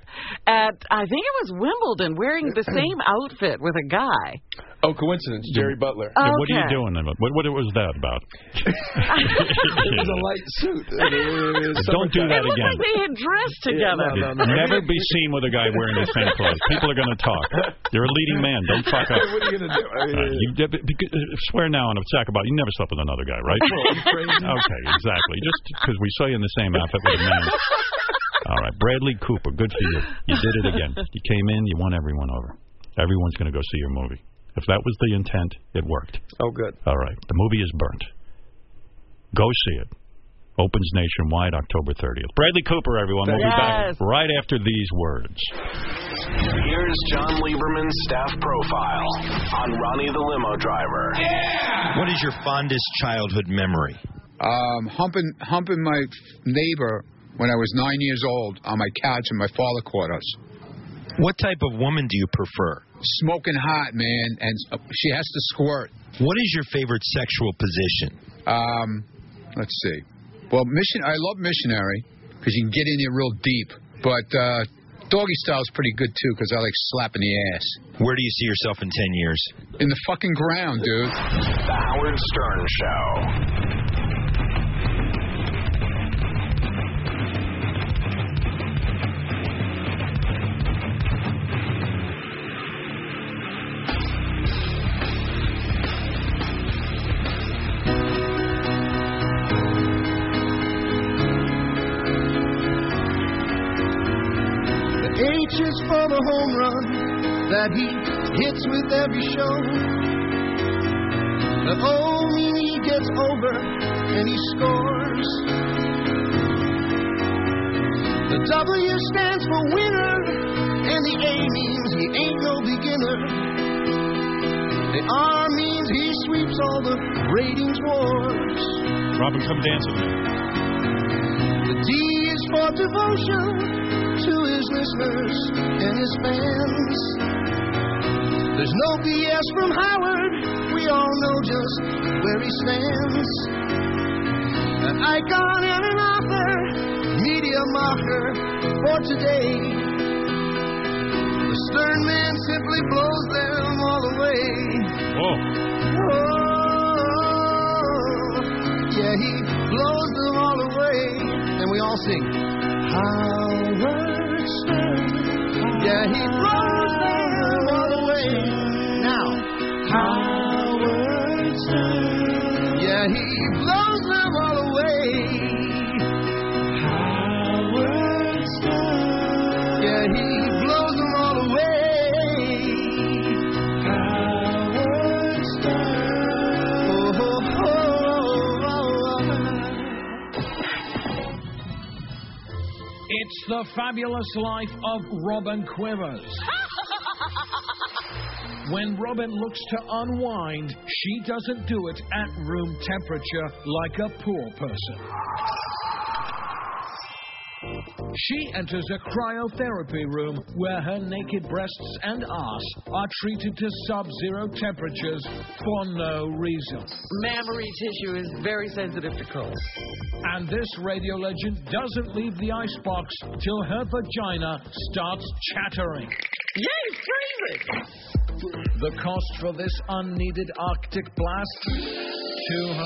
at I think it was Wimbledon wearing the same outfit with a guy? Oh, coincidence. Jerry Butler. Yeah, What are you doing? then? What, what was that about? it was a light suit. I mean, it was Don't do summertime. that again. they had dressed together. Never be seen with a guy wearing the same clothes. People are going to talk. You're a leading man. Don't fuck up. What are you going to do? I mean, Uh, you, d- b- b- swear now on a sack about you never slept with another guy, right? Well, you crazy. okay, exactly. Just because we saw you in the same outfit with a man. All right, Bradley Cooper, good for you. You did it again. You came in, you won everyone over. Everyone's going to go see your movie. If that was the intent, it worked. Oh, good. All right, the movie is burnt. Go see it. Opens nationwide October 30th. Bradley Cooper, everyone. We'll be back Yes. right after these words. Here's John Lieberman's staff profile on Ronnie the limo driver. What is your fondest childhood memory? Um, humping, humping my neighbor when I was nine years old on my couch in my father quarters. What type of woman do you prefer? Smoking hot, man, and uh, she has to squirt. What is your favorite sexual position? Um, let's see. Well, mission. I love missionary because you can get in there real deep. But uh, doggy style is pretty good too because I like slapping the ass Where do you see yourself in 10 years? in the fucking ground, dude. The Howard Stern Show. The H is for the home run that he hits with every show. The O mean he gets over and he scores. The W stands for winner, and the A means he ain't no beginner. The R means he sweeps all the ratings wars. Robin, come dance with me. The D is for devotion to his listeners and his fans. There's no BS from Howard. We all know just where he stands. An icon and an author, media mocker for today. The stern man simply blows them all away. Whoa. Oh, yeah, he blows them all away. And we all sing. Howard Stern. Yeah, he blows them all away. Now, Howard Stern. Yeah, he blows them all away. Howard Stern. Yeah, he blows them all away. Howard Stern. Oh, oh, oh, oh, oh. It's the fabulous life of Robin Quivers. When Robin looks to unwind, she doesn't do it at room temperature like a poor person. She enters a cryotherapy room where her naked breasts and ass are treated to sub zero temperatures for no reason. Mammary tissue is very sensitive to cold. And this radio legend doesn't leave the icebox till her vagina starts chattering. Yay, freezing! The cost for this unneeded Arctic blast? $200,000.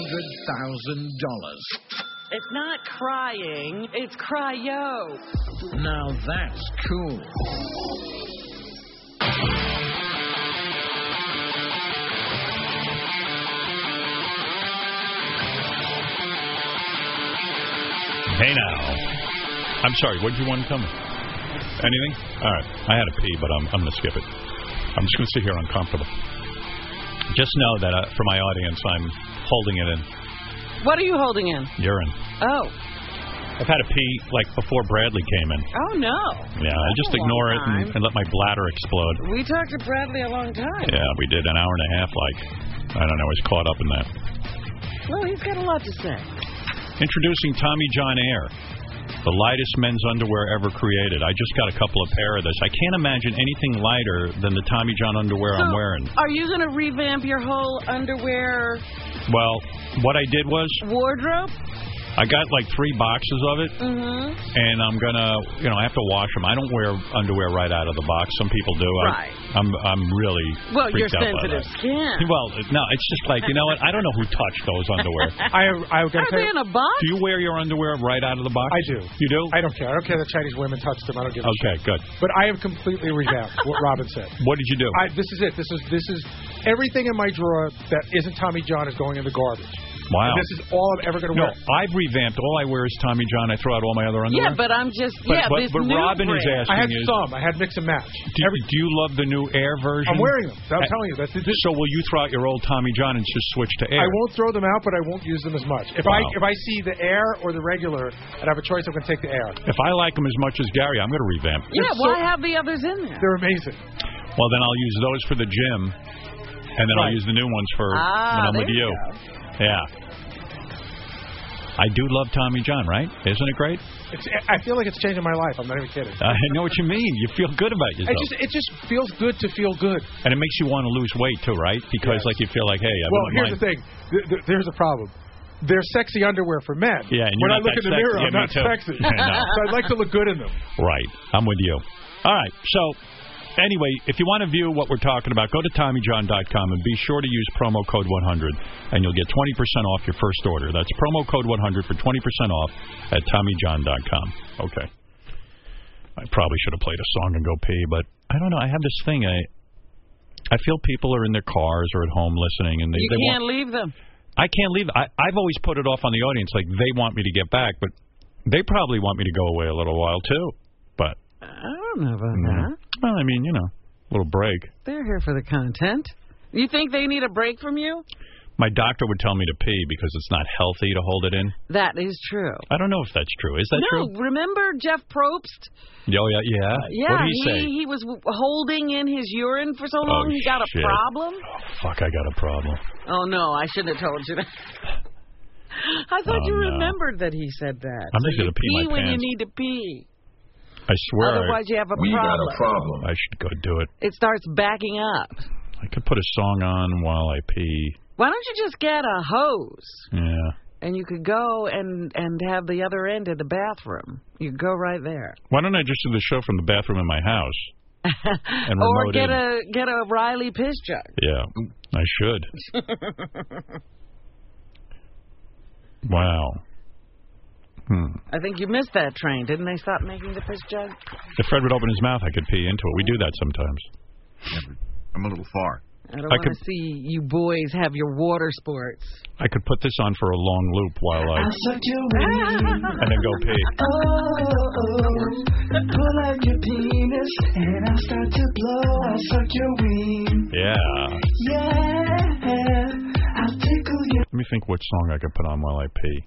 It's not crying, it's cryo. Now that's cool. Hey now. I'm sorry, what did you want to tell me? Anything? All right. I had a pee, but I'm, I'm going to skip it. I'm just going to sit here uncomfortable. Just know that uh, for my audience, I'm holding it in What are you holding in? urine. Oh, I've had a pee like before Bradley came in. oh no. Yeah, I just a long ignore it and, time. and let my bladder explode. We talked to Bradley a long time. Yeah, we did an hour and a half. Like, I don't know, I was caught up in that. Well, he's got a lot to say. Introducing Tommy John Air, the lightest men's underwear ever created. I just got a couple of pair of this. I can't imagine anything lighter than the Tommy John underwear I'm wearing. Are you going to revamp your whole underwear Well, what I did was wardrobe? I got like three boxes of it, Mm-hmm. and I'm gonna, you know, I have to wash them. I don't wear underwear right out of the box. Some people do. Right. I, I'm, I'm really. Well, you're freaked out by sensitive that. skin. Well, no, it's just like you know what? I don't know who touched those underwear. I, I Are gotta tell they in you- a box? Do you wear your underwear right out of the box? I do. You do? Oh. I don't care. I don't care that Chinese women touch them. I don't give a Okay, good. shit. But I have completely revamped what Robin said. What did you do? I, this is it. This is this is everything in my drawer that isn't Tommy John is going in the garbage. Wow. And this is all I'm ever going to no, wear. I've revamped. All I wear is Tommy John. I throw out all my other Yeah, underwear. but I'm just But- yeah. but- this but new Robin is brand. asking I had is- some. I had mix and match. do, do you love the new Air version? I'm wearing them. I'm Uh, telling you, that's the So will you throw out your old Tommy John and just switch to Air? I won't throw them out, but I won't use them as much. If I Wow. if I see the air or the regular, and I have a choice, I'm going to take the air. If I like them as much as Gary, I'm going to revamp. them. Yeah, why have the others in there? They're amazing. Well, then I'll use those for the gym, and then I'll use the new ones for Ah, when I'm there with you you. Yeah. I do love Tommy John, right? Isn't it great? It's, I feel like it's changing my life. I'm not even kidding. I know what you mean. You feel good about It yourself, just it just feels good to feel good. and it makes you want to lose weight too, right? Because like you feel like, hey, I well, wouldn't here's mind- the thing. Th- th- there's a problem. They're sexy underwear for men. Yeah, and when you're I not look that in the sexy. mirror, Yeah, I'm me not too. sexy. Yeah, no. So I'd like to look good in them. Right. I'm with you. All right. So, anyway, if you want to view what we're talking about, go to TommyJohn.com and be sure to use promo code 100, and you'll get 20% off your first order. That's promo code 100 for 20% off at TommyJohn.com. Okay. I probably should have played a song and go pee, but I don't know. I have this thing. I I feel people are in their cars or at home listening, and they, You they want can't leave them. I can't leave. I, I've always put it off on the audience, like they want me to get back, but they probably want me to go away a little while too. But I don't know about that. Well, I mean, you know, a little break. They're here for the content. You think they need a break from you? My doctor would tell me to pee because it's not healthy to hold it in. That is true. I don't know if that's true. Is that no, true? remember Jeff Probst? Oh yeah, yeah. Yeah, what do you he say? he was w- holding in his urine for so Oh, long he got a shit. problem. Fuck, I got a problem. Oh no, I shouldn't have told you that. I thought Oh, you no. remembered that he said that. I'm So just you gonna pee my when pants. you need to pee. I swear. Otherwise you have a we problem. got a problem. I should go do it. It starts backing up. I could put a song on while I pee. Why don't you just get a hose Yeah. and you could go and and have the other end of the bathroom. You could go right there. Why don't I just do the show from the bathroom in my house? and or remote get in. a get a Riley piss jug. Yeah, I should. Wow. Hmm. I think you missed that train. Didn't they stop making the piss jug? If Fred would open his mouth, I could pee into it. We do that sometimes. I'm a little far. I don't I want to see you boys have your water sports. I could put this on for a long loop while I suck your and then go pee. Oh, pull out your penis and I start to blow. I suck your ween. Yeah. Yeah, I'll tickle you. Let me think what song I could put on while I pee.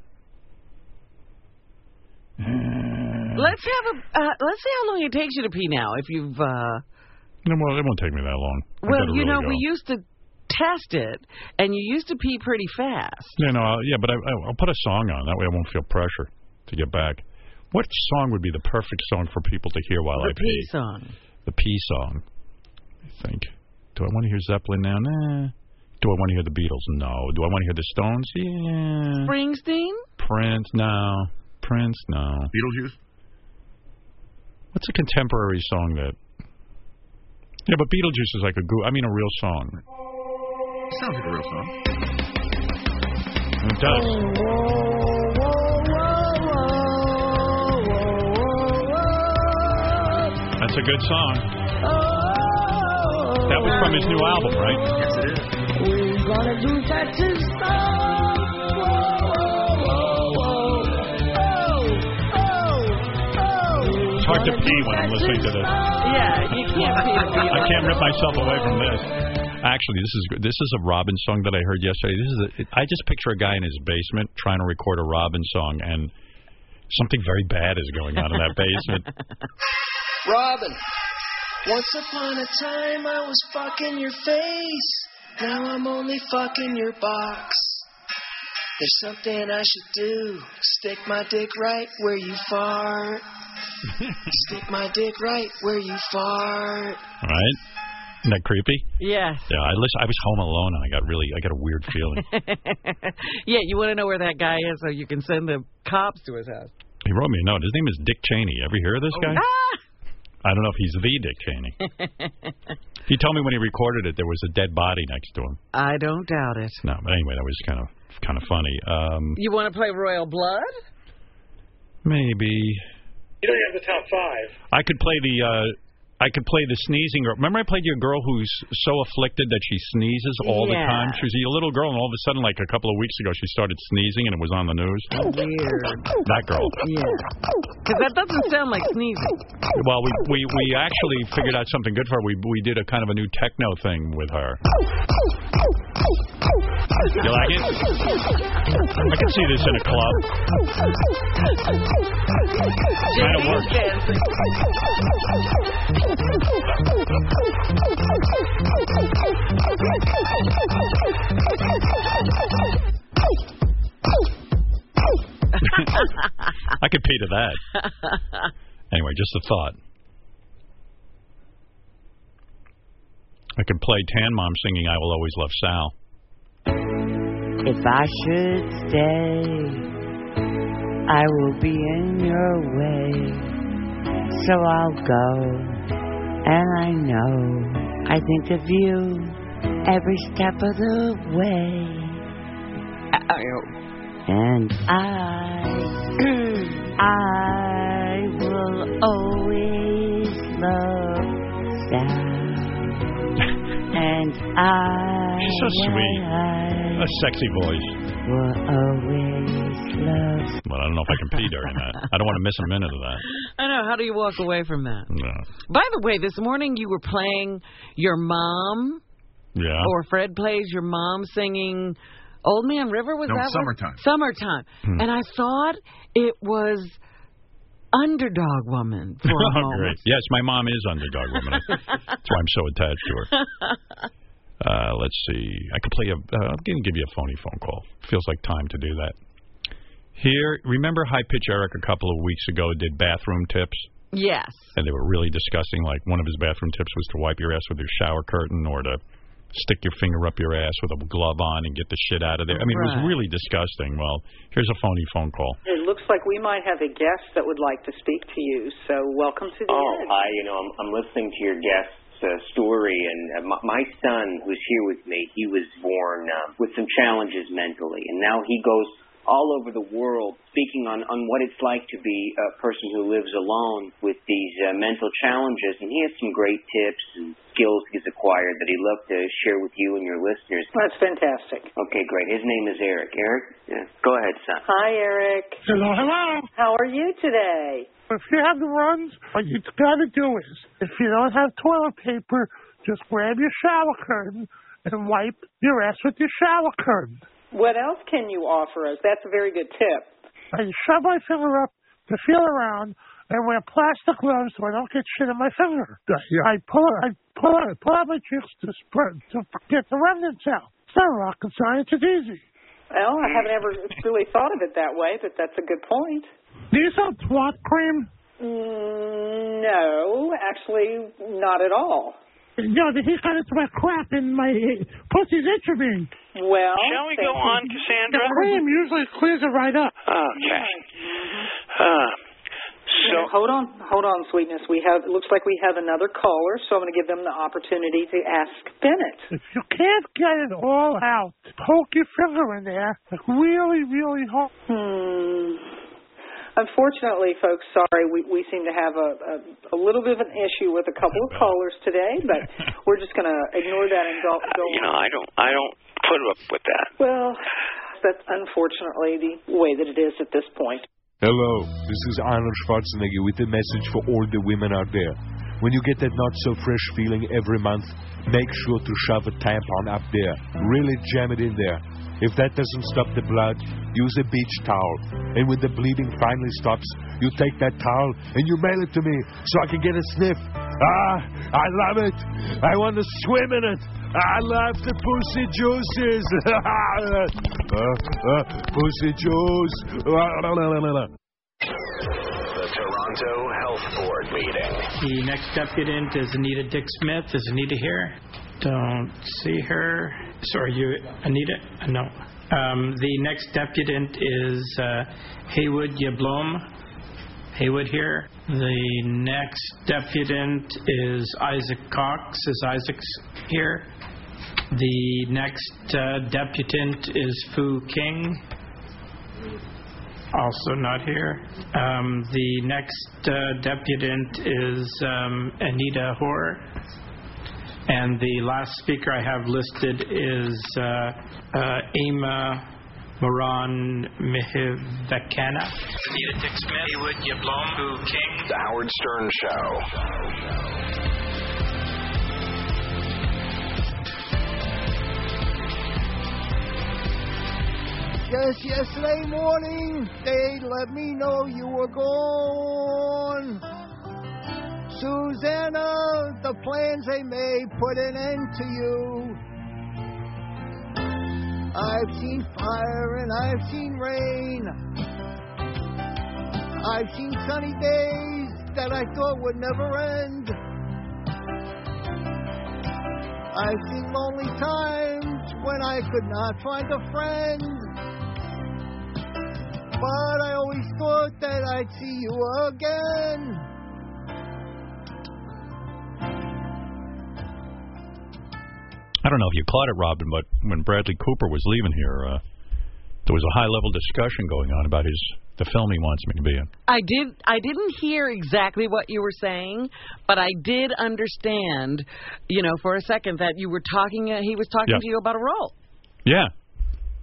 Let's have a uh, let's see how long it takes you to pee now. If you've uh, No, well, it won't take me that long. I well, gotta you really know, go. we used to test it, and you used to pee pretty fast. Yeah, no, I'll, yeah, but I, I- I'll put a song on. That way, I won't feel pressure to get back. What song would be the perfect song for people to hear while I the pee pee? song. The pee song. I think. Do I want to hear Zeppelin now? Nah. Do I want to hear the Beatles? No. Do I want to hear the Stones? Yeah. Springsteen. Prince? No. Prince? No. Beetlejuice. What's a contemporary song that? Yeah, but Beetlejuice is like a goo. I mean, a real song. Sounds like a real song. It does. That's a good song. That was from his new album, right? Yes, it is. We're gonna do that to stop. It's hard to pee when I'm listening to this. Yeah, you can't pee the I Beatles. can't rip myself away from this. Actually, this is this is a Robin song that I heard yesterday. This is a, it, I just picture a guy in his basement trying to record a Robin song, and something very bad is going on in that basement. Robin, once upon a time I was fucking your face. Now I'm only fucking your box. There's something I should do. Stick my dick right where you fart. Stick my dick right where you fart. All right. Isn't that creepy? Yes. Yeah, I listen, I was home alone and I got really I got a weird feeling. yeah, you want to know where that guy is so you can send the cops to his house. he wrote me a note. His name is Dick Cheney. Ever hear of this Oh, guy? I don't know if he's the Dick Cheney. Ah! he told me when he recorded it there was a dead body next to him. I don't doubt it. No, but anyway, that was kind of kind of funny. Um, You want to play Royal Blood? maybe You don't have the top five. I could play the uh, I could play the sneezing girl. Remember, I played you a girl who's so afflicted that she sneezes all the Yeah. time. She was a little girl, and all of a sudden, like a couple of weeks ago, she started sneezing, and it was on the news. Weird. That girl. Yeah. Because that doesn't sound like sneezing. Well, we, we we actually figured out something good for her. We we did a kind of a new techno thing with her. You like it? I can see this in a club. Kind of works. I could pee to that. Anyway, just a thought. I could play Tan Mom singing "I Will Always Love Sal." If I should stay, I will be in your way. So I'll go, and I know I think of you every step of the way. And I, I will always love Sal. And I, She's so sweet. A sexy voice. will always love Well, I don't know if I can pee during that. I don't want to miss a minute of that. I know. How do you walk away from that? No. By the way, this morning you were playing your mom, Yeah. or Fred plays your mom singing "Old Man River." Was No, that one? Summertime. Summertime. Hmm. And I thought it was Underdog Woman for Oh, a moment. Great. Yes, my mom is underdog woman. That's why I'm so attached to her. Uh, let's see. I could play a. Uh, I'm going to give you a phony phone call. Feels like time to do that. Here, remember High Pitch Eric a couple of weeks ago did bathroom tips, yes. and they were really disgusting. Like one of his bathroom tips was to wipe your ass with your shower curtain, or to stick your finger up your ass with a glove on and get the shit out of there. I mean, it was Right. really disgusting. Well, here's a phony phone call. It looks like we might have a guest that would like to speak to you, so welcome to the Oh, Edge. hi. You know, I'm, I'm listening to your guest's uh, story, and uh, my, my son, who's here with me, he was born uh, with some challenges mentally, and now he goes all over the world speaking on, on what it's like to be a person who lives alone with these uh, mental challenges, and he has some great tips and skills he's acquired that he'd love to share with you and your listeners. That's fantastic. Okay, great. His name is Eric. Eric, yeah. go ahead, son. Hi, Eric. Hello, hello. How are you today? If you have the runs, what you gotta do is, if you don't have toilet paper, just grab your shower curtain and wipe your ass with your shower curtain. What else can you offer us? That's a very good tip. I shove my finger up to feel around and wear plastic gloves so I don't get shit in my finger. I pull, I pull, I pull out my cheeks to spread to get the remnants out. It's not rocket science. It's easy. Well, I haven't ever really thought of it that way, but that's a good point. Mm. Do you sell twat cream? Mm, no, actually, not at all. You know, he got into my crap and my pussy's itching me. Well, Shall we thank go you. on, uh, The cream usually clears it right up. Okay. Yeah, hold on, hold on, sweetness. We have it looks like we have another caller, so I'm going to give them the opportunity to ask Bennett. If you can't get it all out, poke your finger in there, like really, really hard. Hmm. Unfortunately, folks, sorry, we, we seem to have a, a, a little bit of an issue with a couple of callers today, but we're just going to ignore that and go, go on. You know, I don't, I don't put up with that. Well, that's unfortunately the way that it is at this point. Hello, this is Arnold Schwarzenegger with a message for all the women out there. When you get that not so fresh feeling every month, make sure to shove a tampon up there. Really jam it in there. If that doesn't stop the blood, use a beach towel. And when the bleeding finally stops, you take that towel and you mail it to me so I can get a sniff. Ah, I love it. I want to swim in it. I love the pussy juices. Ah, uh, uh, pussy juice. The Toronto Toronto Health Board meeting. The next deputant is Anita Dick Smith. Is Anita here? Don't see her. Sorry, you, Anita? Uh, No. Um, the next deputant is uh, Haywood Yablom. Haywood here. The next deputant is Isaac Cox. Is Isaac s- here? The next uh, deputant is Fu King. Also not here. Um, the next uh, deputant is um, Anita Hoare. And the last speaker I have listed is uh, uh, Ama Moran Mihivakana. Anita Dick Smith, Haywood Yablom, Fu King. The Howard Stern Show. Just yesterday morning, they let me know you were gone. Susanna, the plans they made put an end to you. I've seen fire and I've seen rain. I've seen sunny days that I thought would never end. I've seen lonely times when I could not find a friend. But I always thought that I'd see you again. I don't know if you caught it, Robin, but when Bradley Cooper was leaving here, uh, there was a high-level discussion going on about his the film he wants me to be in. I did. I didn't hear exactly what you were saying, but I did understand. You know, for a second that you were talking. Uh, he was talking Yeah. to you about a role. Yeah.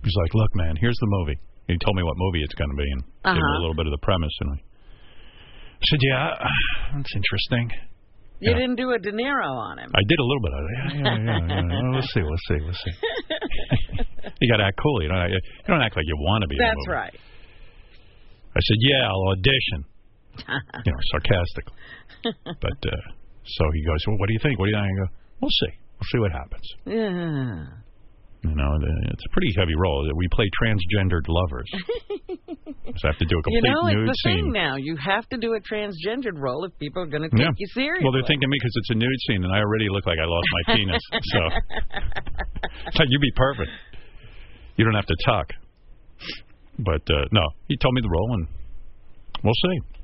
He's like, look, man, here's the movie. He told me what movie it's going to be and gave Uh-huh. me a little bit of the premise. And I said, yeah, that's interesting. You didn't do a De Niro on him. I did a little bit of it. Yeah, yeah, yeah, yeah. Well, let's see, let's see, let's see. you got to act cool. You don't, you don't act like you want to be. in the That's movie. right. I said, yeah, I'll audition. you know, sarcastically. But uh, so he goes, well, what do you think? What do you think? I go, we'll see. We'll see what happens. Yeah. You know, the- it's a pretty heavy role. We play transgendered lovers. so I have to do a You complete know, nude it's the scene. thing now. You have to do a transgendered role if people are going to take Yeah. you seriously. Well, they're thinking me because it's a nude scene, and I already look like I lost my penis. So It's like, you'd be perfect. You don't have to tuck. But uh, no, he told me the role, and we'll see.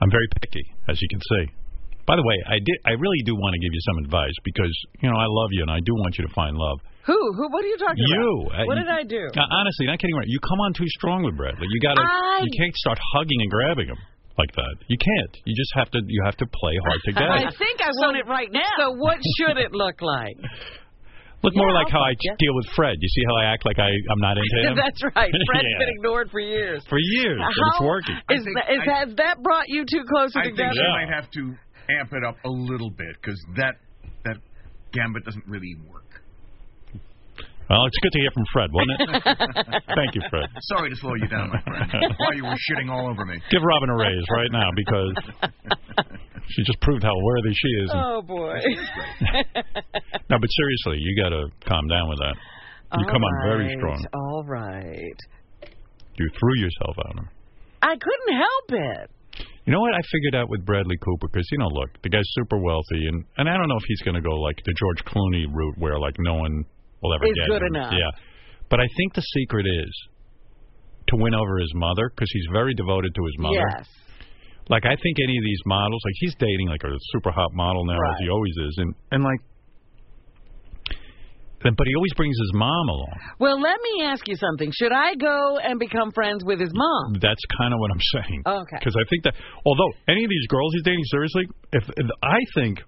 I'm very picky, as you can see. By the way, I did. I really do want to give you some advice because you know I love you, and I do want you to find love. Who? Who? What are you talking You. about? Uh, what you- did I do? Uh, honestly, not kidding around. You come on too strong with Bradley. You gotta. I- You can't start hugging and grabbing him like that. You can't. You just have to. You have to play hard to get. I think I want it right now. So what should it look like? Look more like how I deal with Fred. You see how I act like I I'm not into him. That's right. Fred's Yeah. been ignored for years. For years, and How- it's working. Is that, is that, has that brought you two closer I think together? you might have to amp it up a little bit because that that gambit doesn't really work. Well, it's good to hear from Fred, wasn't it? Thank you, Fred. Sorry to slow you down, my friend. While you were shitting all over me. Give Robin a raise right now because she just proved how worthy she is. Oh boy. No, but seriously, you got to calm down with that. You come on very All right, strong. All right. You threw yourself on him. I couldn't help it. You know what I figured out with Bradley Cooper because you know, look, the guy's super wealthy, and and I don't know if he's going to go like the George Clooney route where like no one will ever Is get good him. enough. Yeah, but I think the secret is to win over his mother because he's very devoted to his mother. Yes. Like I think any of these models, like he's dating like a super hot model now as he always is, and and like, and- but he always brings his mom along. Well, let me ask you something. Should I go and become friends with his mom? That's kind of what I'm saying. Oh, Okay. Because I think that, although any of these girls he's dating, seriously, if, if I think,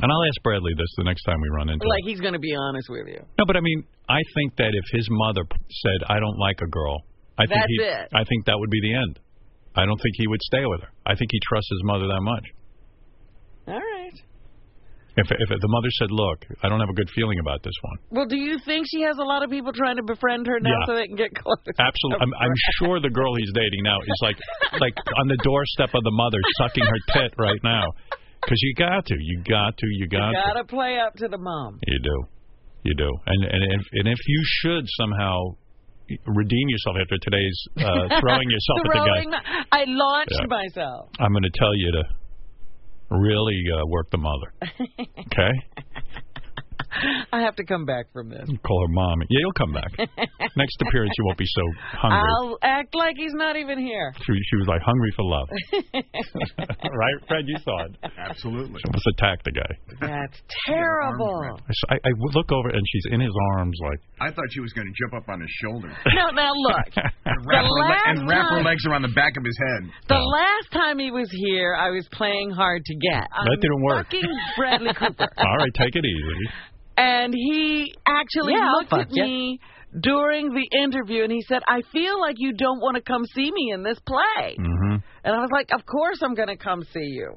and I'll ask Bradley this the next time we run into. Like he's going to be honest with you. No, but I mean, I think that if his mother p- said, "I don't like a girl," I think That's he, it. I think that would be the end. I don't think he would stay with her. I think he trusts his mother that much. All right. If if the mother said, "Look, I don't have a good feeling about this one," Well, do you think she has a lot of people trying to befriend her now Yeah. so they can get close? Absolutely. I'm, I'm sure the girl he's dating now is like, like on the doorstep of the mother, sucking her tit right now. Because you got to, you got to, you got You to. gotta play up to the mom. You do, you do. And and if, and if you should somehow redeem yourself after today's uh, throwing yourself at the guy. Throwing my- I launched Yeah. myself. I'm going to tell you to really uh, work the mother. Okay? I have to come back from this. Call her mom. Yeah, you'll come back. Next appearance, you won't be so hungry. I'll act like he's not even here. She, she was like hungry for love. right, Fred? You saw it. Absolutely. She almost attacked the guy. That's terrible. I s- I, I look over and she's in his arms like, I thought she was going to jump up on his shoulder. No, now look. And wrap, The her, le- and last wrap her time- legs around the back of his head. The Oh. last time he was here, I was playing hard to get. that didn't work. Fucking Bradley Cooper. All right, take it easy. And he actually Yeah, I'll looked at fuck ya. me during the interview and he said, I feel like you don't want to come see me in this play. Mm-hmm. And I was like, Of course I'm going to come see you.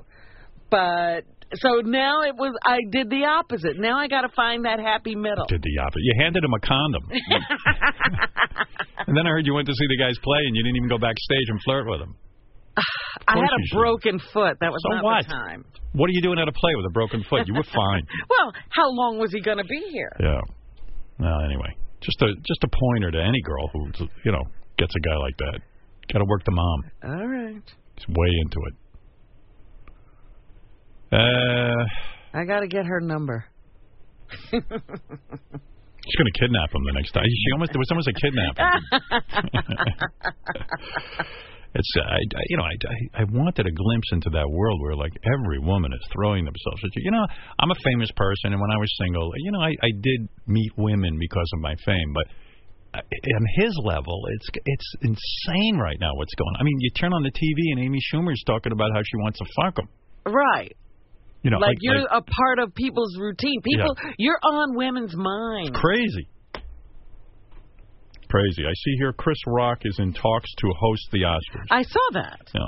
But so now it was, I did the opposite. Now I got to find that happy middle. Did the opposite. You handed him a condom. and then I heard you went to see the guy's play and you didn't even go backstage and flirt with him. I had course you a should. broken foot. That was So not what? the time. What are you doing at a play with a broken foot? You were fine. Well, how long was he going to be here? Yeah. Well, anyway, just a just a pointer to any girl who you know gets a guy like that. Got to work the mom. All right. She's way into it. Uh, I got to get her number. she's gonna kidnap him the next time. She almost there was almost a kidnapping. It's uh, I, I- you know I, I I wanted a glimpse into that world where like every woman is throwing themselves at you. You know I'm a famous person, and when I was single, you know I I did meet women because of my fame, but I- on his level, it's it's insane right now what's going. on. I mean, you turn on the TV and Amy Schumer's talking about how she wants to fuck him. right. You know, like, like, you're a like- part of people's routine. People, you're on women's minds. crazy. Crazy. I see here Chris Rock is in talks to host the Oscars. I saw that. No.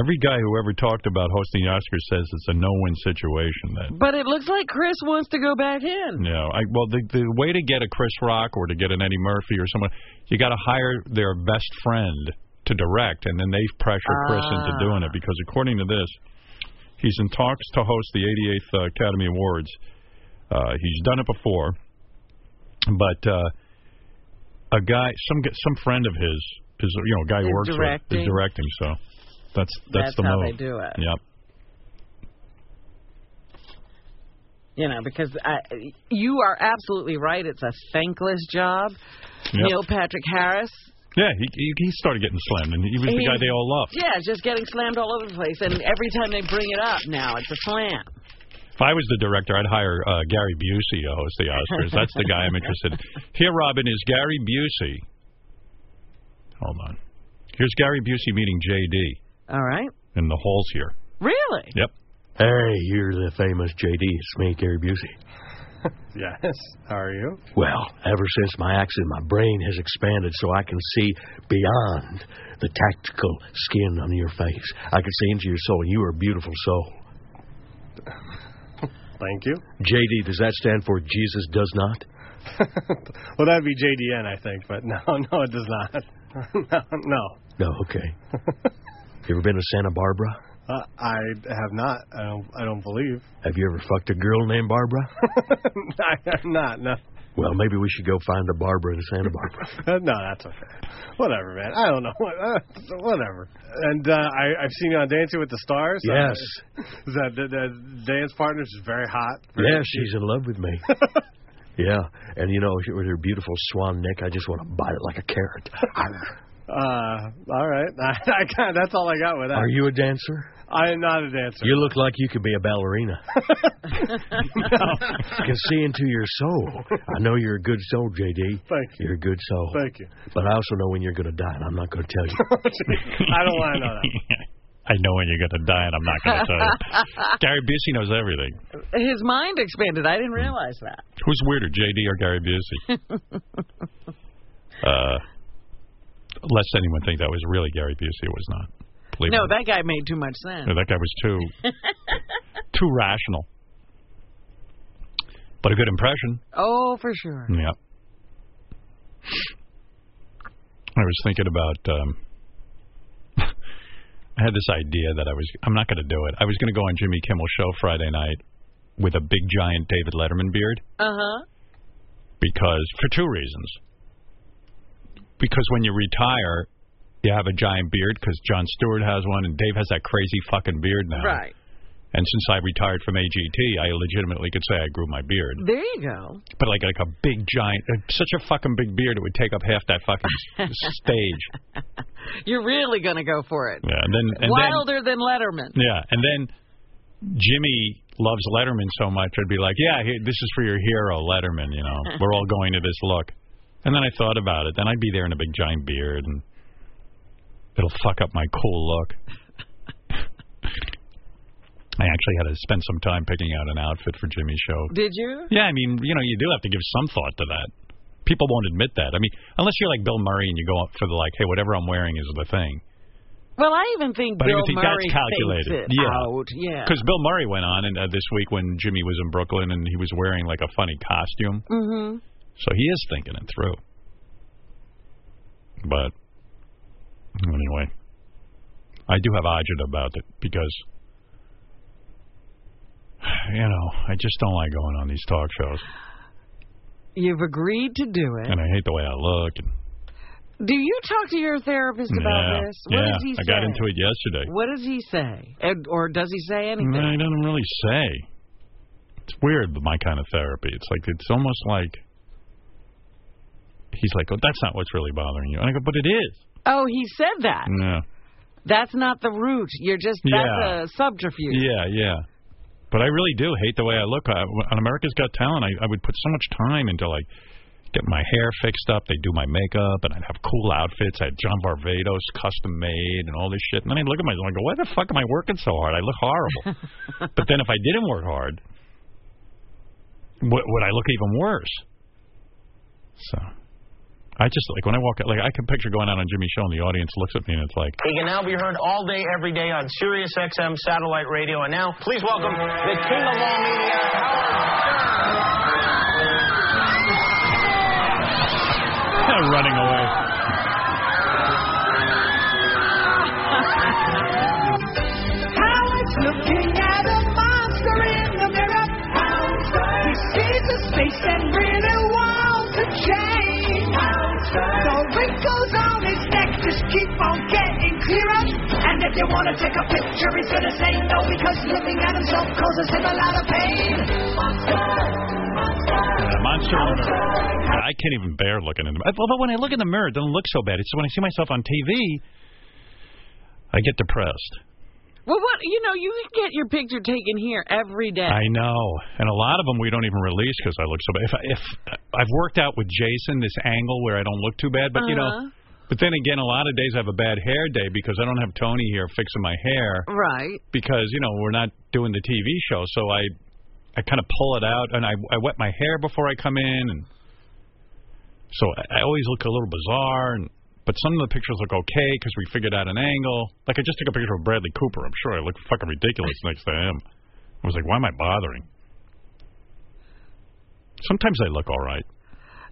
Every guy who ever talked about hosting the Oscars says it's a no-win situation. That But it looks like Chris wants to go back in. you know, I, well, the the way to get a Chris Rock or to get an Eddie Murphy or someone, you got to hire their best friend to direct, and then they pressure Chris into Ah. doing it because according to this, he's in talks to host the 88th Academy Awards. Uh, he's done it before, but uh, a guy, some g- some friend of his, is you know, a guy who Is works with directing. is directing. So that's that's, That's the how move. they do it. Yep. You know, because I, you are absolutely right. It's a thankless job. Yep. Neil Patrick Harris. Yeah, he, he he started getting slammed, and he was the He- guy they all loved. Yeah, just getting slammed all over the place. And every time they bring it up now, it's a slam. If I was the director, I'd hire uh, Gary Busey to host the Oscars. That's the guy I'm interested in. Here, Robin, is Gary Busey. Hold on. Here's Gary Busey meeting JD All right. in the halls here. Really? Yep. Hey, you're the famous JD. It's me, Gary Busey. Yes. How are you? Well, ever since my accident, my brain has expanded so I can see beyond the tactical skin on your face. I can see into your soul. You are a beautiful soul. Thank you. JD, does that stand for Jesus does not? Well, that'd be JDN, I think, but no, no, it does not. no, no. No, okay. you ever been to Santa Barbara? Uh, I have not. I don't. I don't believe. Have you ever fucked a girl named Barbara? I have not. No. Well, maybe we should go find a Barbara in Santa Barbara. no, that's okay. Whatever, man. I don't know. Uh, Whatever. And uh, I, I've seen you on Dancing with the Stars. Uh, Yes. is that the, the dance partner? She's very hot. Yeah, she's in love with me. yeah, and you know, she- with her beautiful swan neck, I just want to bite it like a carrot. Uh, all right. I, I got, that's all I got with that. Are you a dancer? I am not a dancer. You look like you could be a ballerina. I can see into your soul. I know you're a good soul, JD. Thank you. You're a good soul. Thank you. But I also know when you're going to die, and I'm not going to tell you. I don't want to know that. I know when you're going to die, and I'm not going to tell you. Gary Busey knows everything. His mind expanded. I didn't realize that. Who's weirder, JD or Gary Busey? uh, lest anyone think that was really Gary Busey, it was not. Believe no, me. that guy made too much sense. No, that guy was too too rational. But a good impression. Oh, for sure. Yeah. I was thinking about. Um, I had this idea that I was. I'm not going to do it. I was going to go on Jimmy Kimmel's show Friday night with a big giant David Letterman beard Uh huh. because for two reasons. because when you retire, you have a giant beard because John Stewart has one and Dave has that crazy fucking beard now. Right. And since I retired from AGT, I legitimately could say I grew my beard. There you go. But like like a big giant, uh, such a fucking big beard it would take up half that fucking s- stage. You're really going to go for it. Yeah, and then and Wilder than Letterman. then yeah, and then Jimmy loves Letterman so much, I'd be like, yeah, here, this is for your hero, Letterman. You know, we're all going to this look. And then I thought about it. Then I'd be there in a big giant beard, and it'll fuck up my cool look. I actually had to spend some time picking out an outfit for Jimmy's show. Did you? Yeah, I mean, you know, you do have to give some thought to that. People won't admit that. I mean, unless you're like Bill Murray and you go up for the like, hey, whatever I'm wearing is the thing. Well, I even think But I Bill even think Murray that's calculated. thinks it Yeah. out. Yeah. Because Bill Murray went on and uh, this week when Jimmy was in Brooklyn and he was wearing like a funny costume, hmm so he is thinking it through. But anyway, I do have agita about it because you know I just don't like going on these talk shows, You've agreed to do it. and I hate the way I look. And, Do you talk to your therapist yeah, about this? What yeah, does he say? I got into it yesterday. What does he say? And, or does he say anything? I don't really say. It's weird, my kind of therapy. It's like it's almost like he's like, "Oh, that's not what's really bothering you," and I go, "But it is." Oh, he said that. Yeah, That's not the root. You're just that's Yeah. a subterfuge. yeah, yeah. But I really do hate the way I look. I, on America's Got Talent, I, I would put so much time into like getting my hair fixed up. They do my makeup, and I'd have cool outfits. I had John Barbados custom made and all this shit. And then I look at myself and I go, "Why the fuck am I working so hard? I look horrible." but then if I didn't work hard, would, would I look even worse? So I just like when I walk out, like I can picture going out on Jimmy Show and the audience looks at me and it's like, He can now be heard all day, every day on Sirius XM satellite radio. And now, please welcome the king of all media, running away. Howard's looking at a monster in the mirror. He sees his face and really wants to change. The wrinkles on his neck just keep on getting clearer. And if you want to take a picture, he's going to say no because looking at himself causes him a lot of pain. Yeah, monster in the mirror. Yeah, I can't even bear looking in the mirror. Although when I look in the mirror, it doesn't look so bad. It's when I see myself on TV, I get depressed. Well, what you know, you can get your picture taken here every day. I know, and a lot of them we don't even release because I look so bad. If, I, if I've worked out with Jason this angle where I don't look too bad, but you know, but then again, a lot of days I have a bad hair day because I don't have Tony here fixing my hair. Right. because you know we're not doing the TV show, so I I kind of pull it out and I I wet my hair before I come in, and so I, I always look a little bizarre. And but some of the pictures look okay because we figured out an angle. Like I just took a picture of Bradley Cooper. I'm sure I look fucking ridiculous next to him. I was like, why am I bothering? Sometimes I look all right.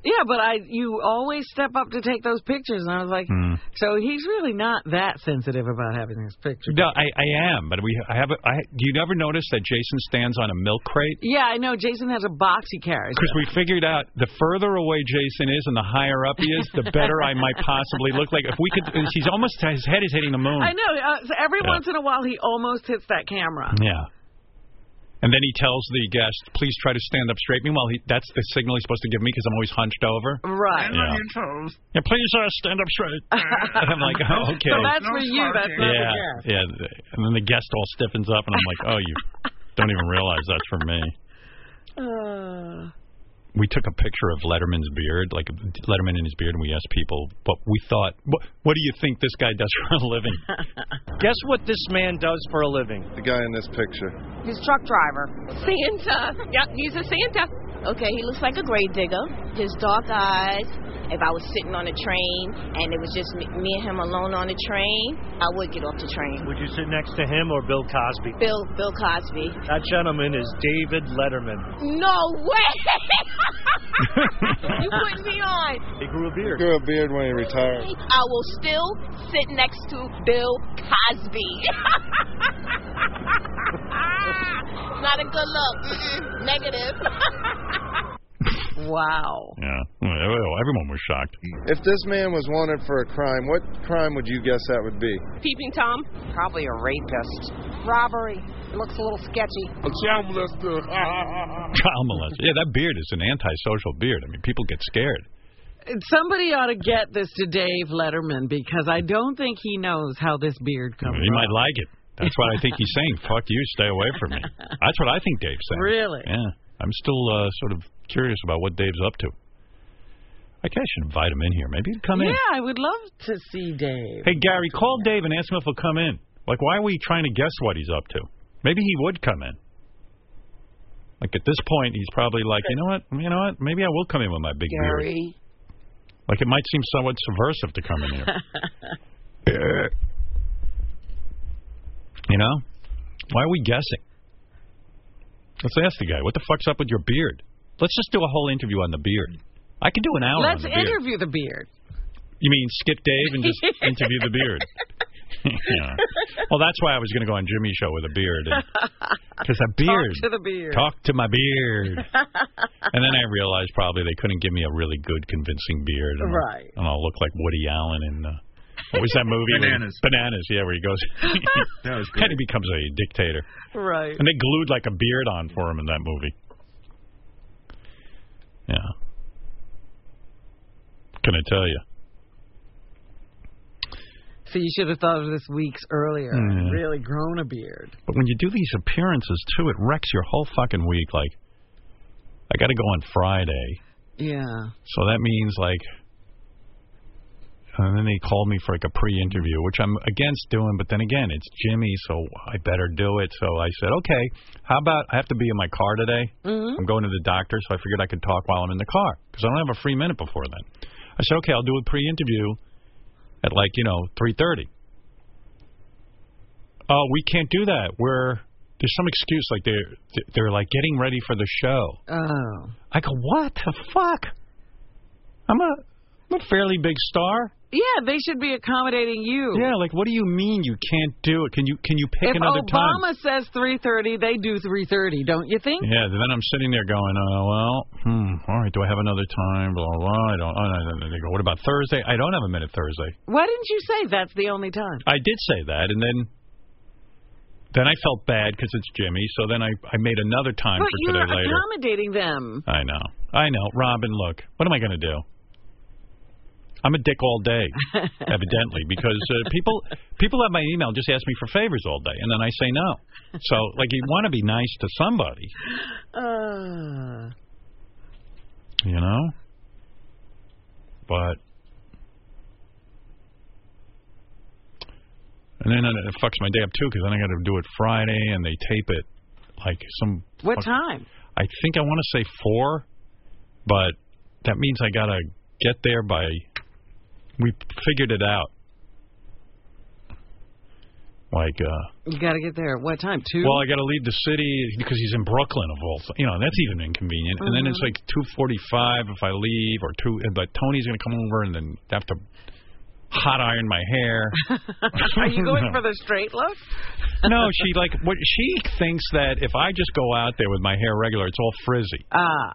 Yeah, but I you always step up to take those pictures, and I was like, Hmm. Mm. so he's really not that sensitive about having this picture. No, I, I am, but we I have a, I do you ever notice that Jason stands on a milk crate? Yeah, I know. Jason has a box he carries. Because we figured out the further away Jason is and the higher up he is, the better I might possibly look like. If we could, and he's almost his head is hitting the moon. I know. Uh, so every Hmm. Yeah. once in a while, he almost hits that camera. Yeah. And then he tells the guest, "Please try to stand up straight." Meanwhile, he, that's the signal he's supposed to give me because I'm always hunched over. Right. Yeah. Yeah, please uh, stand up straight. And I'm like, oh, okay. So that's for you. That's not yeah, for yeah. th- And then the guest all stiffens up, and I'm like, oh, you don't even realize that's for me. Uh, we took a picture of Letterman's beard, like Letterman in his beard, and we asked people, but we thought, what, what do you think this guy does for a living? Guess what this man does for a living? The guy in this picture. He's a truck driver. Santa. Yep, he's a Santa. Okay, he looks like a grave digger. His dark eyes. If I was sitting on a train and it was just me, me and him alone on the train, I would get off the train. Would you sit next to him or Bill Cosby? Bill Bill Cosby. That gentleman is David Letterman. No way! you put me on. He grew a beard. He grew a beard when he retired. I will still sit next to Bill Cosby. Not a good look. Mm-mm, negative. Wow. Oh. Yeah. Well, Everyone was shocked. If this man was wanted for a crime, what crime would you guess that would be? Peeping Tom? Probably a rapist. Robbery. It looks a little sketchy. A child molester. Child molest- Yeah, that beard is an antisocial beard. I mean, people get scared. Somebody ought to get this to Dave Letterman because I don't think he knows how this beard comes. He might like it. That's what I think he's saying. Fuck you, stay away from me. That's what I think Dave's saying. Really? Yeah. I'm still uh, sort of curious about what Dave's up to. I guess I should invite him in here. Maybe he'd come in. Yeah, I would love to see Dave. Hey, Gary, call Dave and ask him if he'll come in. Like, why are we trying to guess what he's up to? Maybe he would come in. Like, at this point, he's probably like, you know what? You know what? Maybe I will come in with my big beard. Gary. Like, it might seem somewhat subversive to come in here. Uh, you know? Why are we guessing? Let's ask the guy, what the fuck's up with your beard? Let's just do a whole interview on the beard. I could do an hour Let's on the beard. interview the beard. You mean skip Dave and just interview the beard? yeah. Well, that's why I was going to go on Jimmy's show with a beard. Because a beard. to the beard. Talk to my beard. and then I realized probably they couldn't give me a really good, convincing beard. And I'll- Right. and I'll look like Woody Allen in. Uh, what was that movie? with- Bananas. Bananas, yeah, where he goes. that was good. And he becomes a dictator. Right. And they glued like a beard on for him in that movie. Yeah. Can I tell you? So you should have thought of this weeks earlier. Yeah. Really grown a beard. But when you do these appearances too, it wrecks your whole fucking week. Like, I got to go on Friday, Yeah. so that means like, and then they called me for like a pre-interview, which I'm against doing. But then again, it's Jimmy, so I better do it. So I said, okay, how about I have to be in my car today? Mhm. I'm going to the doctor, so I figured I could talk while I'm in the car because I don't have a free minute before then. I said, okay, I'll do a pre-interview at like you know three thirty. Oh, we can't do that. We're there's some excuse like they're they're like getting ready for the show. Oh. I go, what the fuck? I'm a I'm a fairly big star. Yeah, they should be accommodating you. Yeah, like what do you mean you can't do it? Can you can you pick if another time? Obama says 3:30, they do 3:30, don't you think? Yeah, then I'm sitting there going, oh well, hmm, all right. Do I have another time? Blah blah. blah. I don't. Oh, no, no, no. They go, what about Thursday? I don't have a minute Thursday. Why didn't you say that's the only time? I did say that, and then then I felt bad because it's Jimmy. So then I I made another time but for you're today later. accommodating them. I know, I know, Robin. Look, what am I going to do? I'm a dick all day, evidently, because uh, people people at my email just ask me for favors all day, and then I say no. So like, you want to be nice to somebody, Uh, you know? But and then it fucks my day up too, because then I got to do it Friday, and they tape it like some what fuck- time? I think I want to say four, but that means I gotta get there by. We figured it out. Like, uh, You got to get there. at What time? 2? well, I gotta leave the city because he's in Brooklyn of all, th- you know, that's even inconvenient. And then it's Mhm. like two forty-five if I leave, or two. But Tony's gonna come over and then have to hot iron my hair. Are you going for the straight look? no, she like what she thinks that if I just go out there with my hair regular, it's all frizzy. Ah.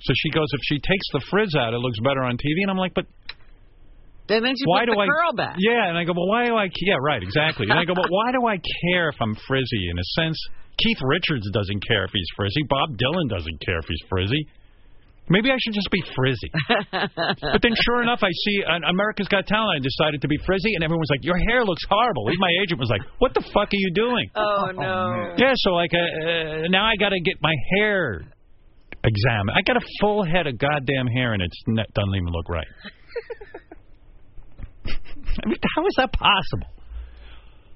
So she goes, if she takes the frizz out, it looks better on TV. And I'm like, but Then then you why put do the I? curl back. Yeah, and I go, well, why do I? Yeah, right, exactly. And I go, but why do I care if I'm frizzy? In a sense, Keith Richards doesn't care if he's frizzy. Bob Dylan doesn't care if he's frizzy. Maybe I should just be frizzy. but then, sure enough, I see on America's Got Talent. I decided to be frizzy, and everyone's like, "Your hair looks horrible." Even my agent was like, "What the fuck are you doing?" Oh no. Yeah, so like uh, uh, now I got to get my hair examined. I got a full head of goddamn hair, and it's not, doesn't even look right. I mean, how is that possible?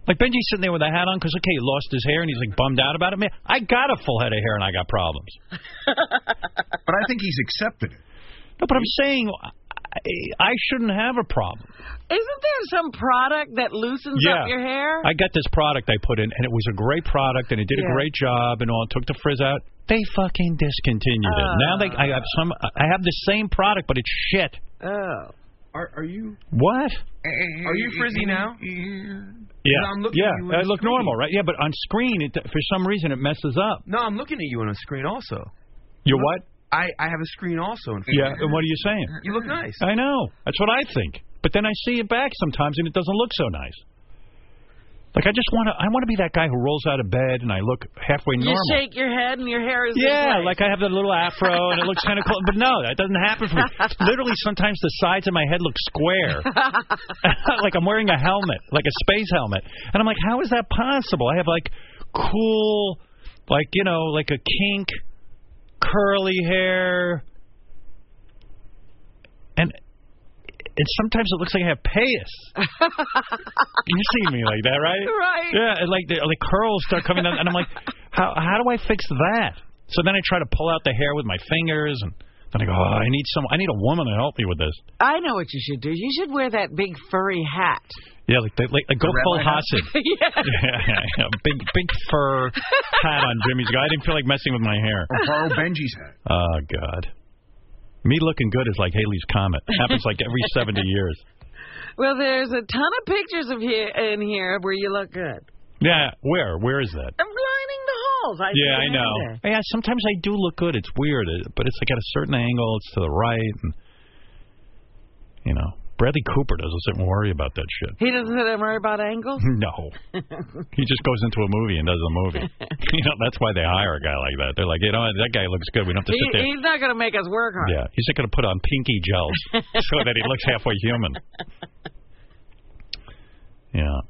Like Benji's sitting there with a hat on because okay, he lost his hair and he's like bummed out about it. Man, I got a full head of hair and I got problems. But I think he's accepted it. No, but I'm saying I, I shouldn't have a problem. Isn't there some product that loosens up your hair? I got this product I put in, and it was a great product, and it did Yeah. a great job, and all. Took the frizz out. They fucking discontinued it. Now they, I have some. I have the same product, but it's shit. Oh. Are, are you? What? Are you frizzy now? Yeah. I'm looking yeah. at you on I the look screen. normal, right? Yeah, but on screen, it for some reason it messes up. No, I'm looking at you on a screen also. Your what? I, I have a screen also. In front Yeah, of me. and what are you saying? You look nice. I know. That's what I think. But then I see it back sometimes, and it doesn't look so nice. Like I just want to. I want to be that guy who rolls out of bed and I look halfway You normal. shake your head and your hair is in place. Yeah, like I have the little afro and it looks kind of cool. But no, that doesn't happen for me. Literally, sometimes the sides of my head look square. like I'm wearing a helmet, like a space helmet. And I'm like, how is that possible? I have like cool, like, you know, like a kink, curly hair. And. And sometimes it looks like I have payas. You've seen me like that, right? Right. Yeah, and like the like curls start coming down, and I'm like, how how do I fix that? So then I try to pull out the hair with my fingers, and then I go, oh, I need some, I need a woman to help me with this. I know what you should do. You should wear that big furry hat. Yeah, like they, like, like go The full rabbi hat? Hasid. Yeah. yeah, yeah, big big fur hat on Jimmy's guy. I didn't feel like messing with my hair. Or borrow Benji's hat. Oh God. Me looking good is like Haley's comet. Happens like every 70 years. Well, there's a ton of pictures of here in here where you look good. Yeah, where? Where is that? I'm lining the halls. I yeah, I see it know. every day. Yeah, sometimes I do look good. It's weird, it- but it's like at a certain angle. It's to the right, and you know, Bradley Cooper doesn't sit and worry about that shit. He doesn't sit and worry about angles. No, he just goes into a movie and does a movie. you know, that's why they hire a guy like that. They're like, you know, what, that guy looks good. We don't have to He, sit there. he's not going to make us work hard. Yeah, he's not going to put on pinky gels so that he looks halfway human. Yeah.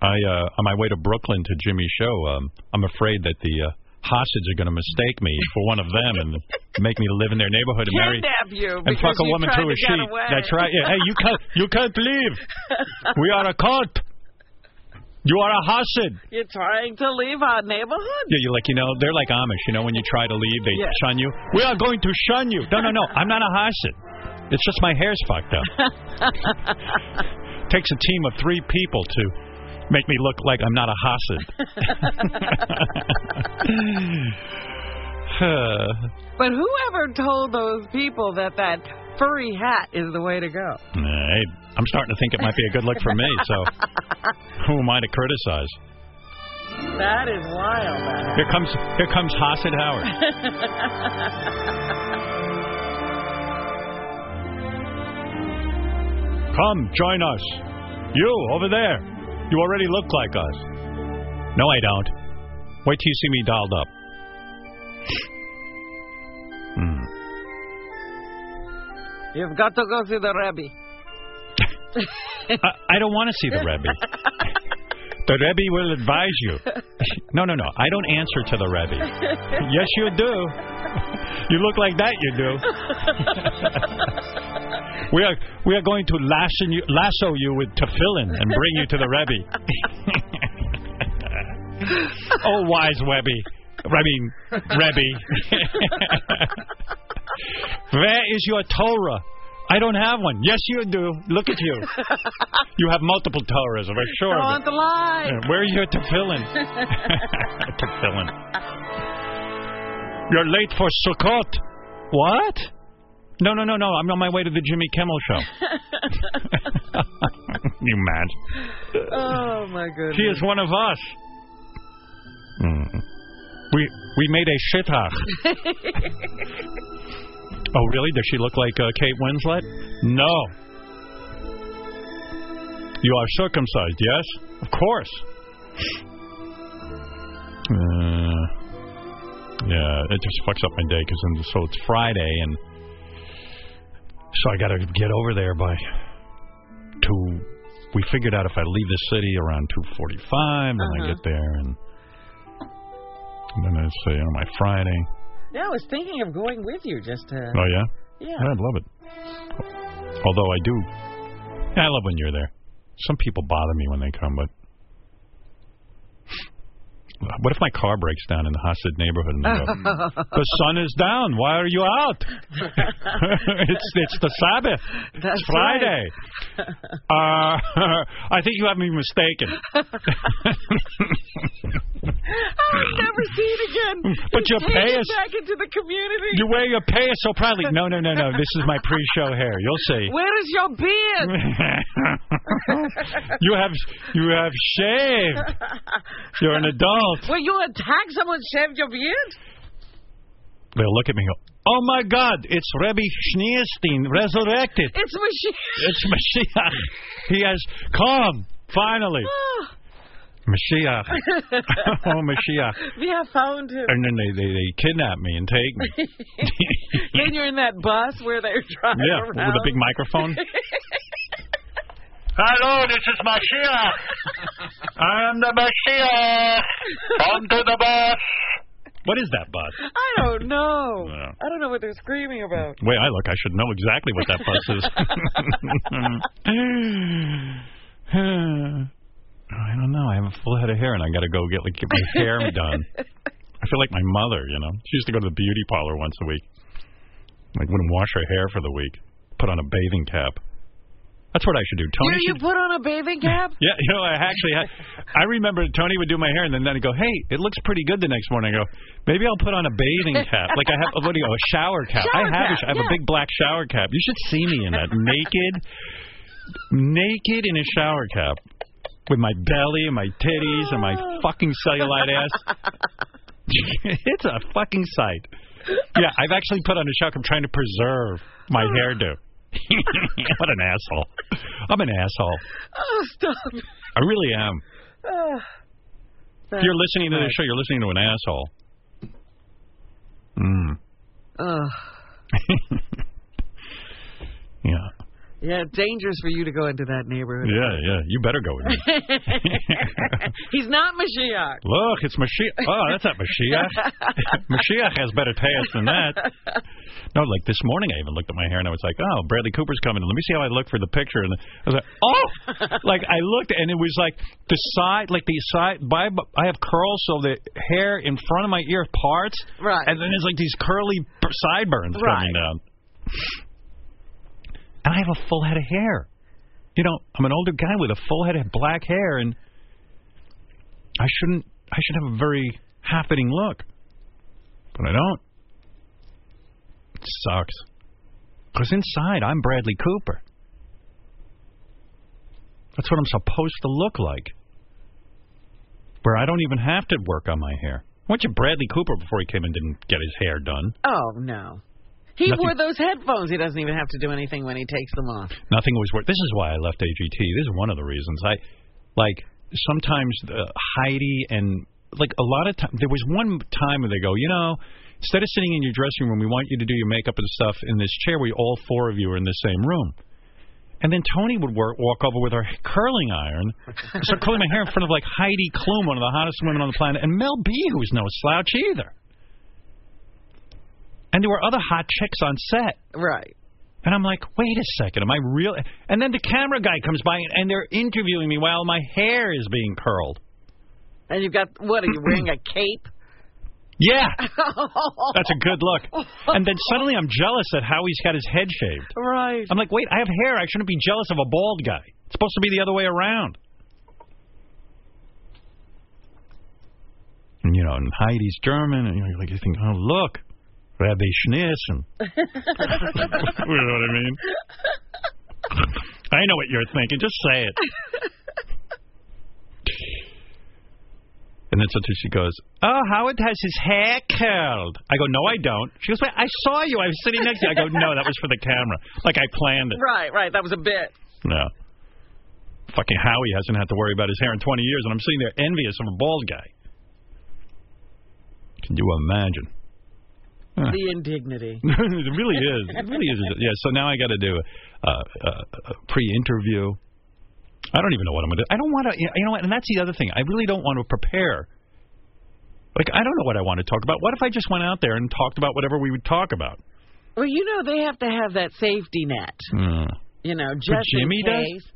I uh, on my way to Brooklyn to Jimmy's show, um, I'm afraid that the uh, hostages are going to mistake me for one of them and make me live in their neighborhood and marry Kidnap you and because fuck a you woman tried through to a get sheet. away. That's right. Yeah. Hey, you can't you can't leave. We are a cult. You are a hostage. You're trying to leave our neighborhood. Yeah, you're like, you know, they're like Amish. You know, when you try to leave, they Yeah. shun you. We are going to shun you. No, no, no. I'm not a hostage. It's just my hair's fucked up. Takes a team of three people to make me look like I'm not a hostage. But whoever told those people that that furry hat is the way to go? hey, I'm starting to think it might be a good look for me. So, who am I to criticize? That is wild. Here comes here comes Hasid Howard. Come, join us. You, over there. You already look like us. No, I don't. Wait till you see me dolled up. Hmm. You've got to go see the Rebbe. I, I don't want to see the Rebbe. The Rebbe will advise you. No, no, no. I don't answer to the Rebbe. Yes, you do. You look like that, you do. We are we are going to lasso you, lasso you with tefillin and bring you to the Rebbe. oh, wise Webby. I mean, Rebbe. Where is your Torah? I don't have one. Yes, you do. Look at you. You have multiple Torahs, I'm sure. of it. Don't lie. Yeah, Where are your tefillin? tefillin. You're late for Sukkot. What? No, no, no, no. I'm on my way to the Jimmy Kimmel show. you mad? oh my goodness. She is one of us. Mm. We we made a shitach. Oh, really? Does she look like uh, Kate Winslet? No. You are circumcised, yes? Of course. Uh, yeah, it just fucks up my day because so it's Friday and so I got to get over there by two. We figured out if I leave the city around two forty-five, then I Uh-huh. get there and, and then I say on my Friday. Yeah, I was thinking of going with you just to. Oh yeah. Yeah. I'd love it. Although I do, I love when you're there. Some people bother me when they come, but what if my car breaks down in the Hasid neighborhood? And they go, the sun is down. Why are you out? it's it's the Sabbath. That's it's Friday. Uh, I think you have me mistaken. I'll Oh, never see it again. But He's your taken payas- back into the community. You wear your pants so proudly. No, no, no, no. This is my pre-show hair. You'll see. Where is your beard? you have you have shaved. You're an adult. Will you attack someone shaved your beard? They'll look at me and go, Oh my God, it's Rebbe Schneerstein resurrected. It's Mashiach. It's Mashiach. He has come, finally. Mashiach. oh, Mashiach. We have found him. And then they, they, they kidnap me and take me. then you're in that bus where they're driving yeah, around. with a big microphone. Hello, this is Mashiach. I am the Mashiach. Onto the bus. What is that bus? I don't know. Yeah. I don't know what they're screaming about. Wait, I look, I should know exactly what that bus is. Hmm. I don't know. I have a full head of hair, and I got to go get like get my hair done. I feel like my mother. You know, she used to go to the beauty parlor once a week. Like wouldn't wash her hair for the week. Put on a bathing cap. That's what I should do. Tony you, you should. put on a bathing cap? Yeah, you know, I actually, I, I remember Tony would do my hair, and then then he'd go, "Hey, it looks pretty good." The next morning, I go, "Maybe I'll put on a bathing cap, like I have what do you, a shower cap? Shower I have, a cap, sh- I have yeah. a big black shower cap. You should see me in that, naked, naked in a shower cap, with my belly and my titties and my Oh. fucking cellulite ass. it's a fucking sight. Yeah, I've actually put on a shower. cap. I'm trying to preserve my hairdo. what an asshole! I'm an asshole. Oh, stop. I really am. Oh, Ah. If you're listening to this show, you're listening to an asshole. Mm. Ugh. Yeah. Yeah, dangerous for you to go into that neighborhood. Yeah, yeah. You better go with me. He's not Mashiach. Look, it's Mashiach. Oh, that's not Mashiach. Mashiach has better taste than that. No, like this morning, I even looked at my hair and I was like, oh, Bradley Cooper's coming. Let me see how I look for the picture. And I was like, oh, like I looked and it was like the side, like the side. By, I have curls, so the hair in front of my ear parts. Right. And then there's like these curly b- sideburns Right. coming down. And I have a full head of hair. You know, I'm an older guy with a full head of black hair, and I shouldn't. I should have a very happening look, but I don't. It sucks. Because inside, I'm Bradley Cooper. That's what I'm supposed to look like. Where I don't even have to work on my hair. I went to Bradley Cooper before he came and didn't get his hair done. Oh, no. He Nothing- wore those headphones. He doesn't even have to do anything when he takes them off. Nothing was worth. This is why I left AGT. This is one of the reasons. I like sometimes the Heidi and like a lot of time. There was one time where they go, you know, instead of sitting in your dressing room, we want you to do your makeup and stuff in this chair. where all four of you are in the same room. And then Tony would work, walk over with her curling iron, start curling my hair in front of like Heidi Klum, one of the hottest women on the planet, and Mel B, who's no slouch either. And there were other hot chicks on set. Right. And I'm like, wait a second, am I real? And then the camera guy comes by and, and they're interviewing me while my hair is being curled. And you've got, what, are you wearing a cape? Yeah, that's a good look. And then suddenly I'm jealous at how he's got his head shaved. Right. I'm like, wait, I have hair. I shouldn't be jealous of a bald guy. It's supposed to be the other way around. And, you know, and Heidi's German, and you know, like you think, oh look, Rabbi Schneerson. you know what I mean? I know what you're thinking. Just say it. And then suddenly she goes, Oh, Howard has his hair curled. I go, No, I don't. She goes, Wait, I saw you. I was sitting next to you. I go, No, that was for the camera. Like I planned it. Right, right. That was a bit. No. Fucking Howie hasn't had to worry about his hair in 20 years, and I'm sitting there envious of a bald guy. Can you imagine? Huh. The indignity. it really is. It really is. Yeah. So now I got to do a, a, a pre-interview. I don't even know what I'm going to. I don't want to. You know what? And that's the other thing. I really don't want to prepare. Like I don't know what I want to talk about. What if I just went out there and talked about whatever we would talk about? Well, you know, they have to have that safety net, you know, just Jimmy in does? case.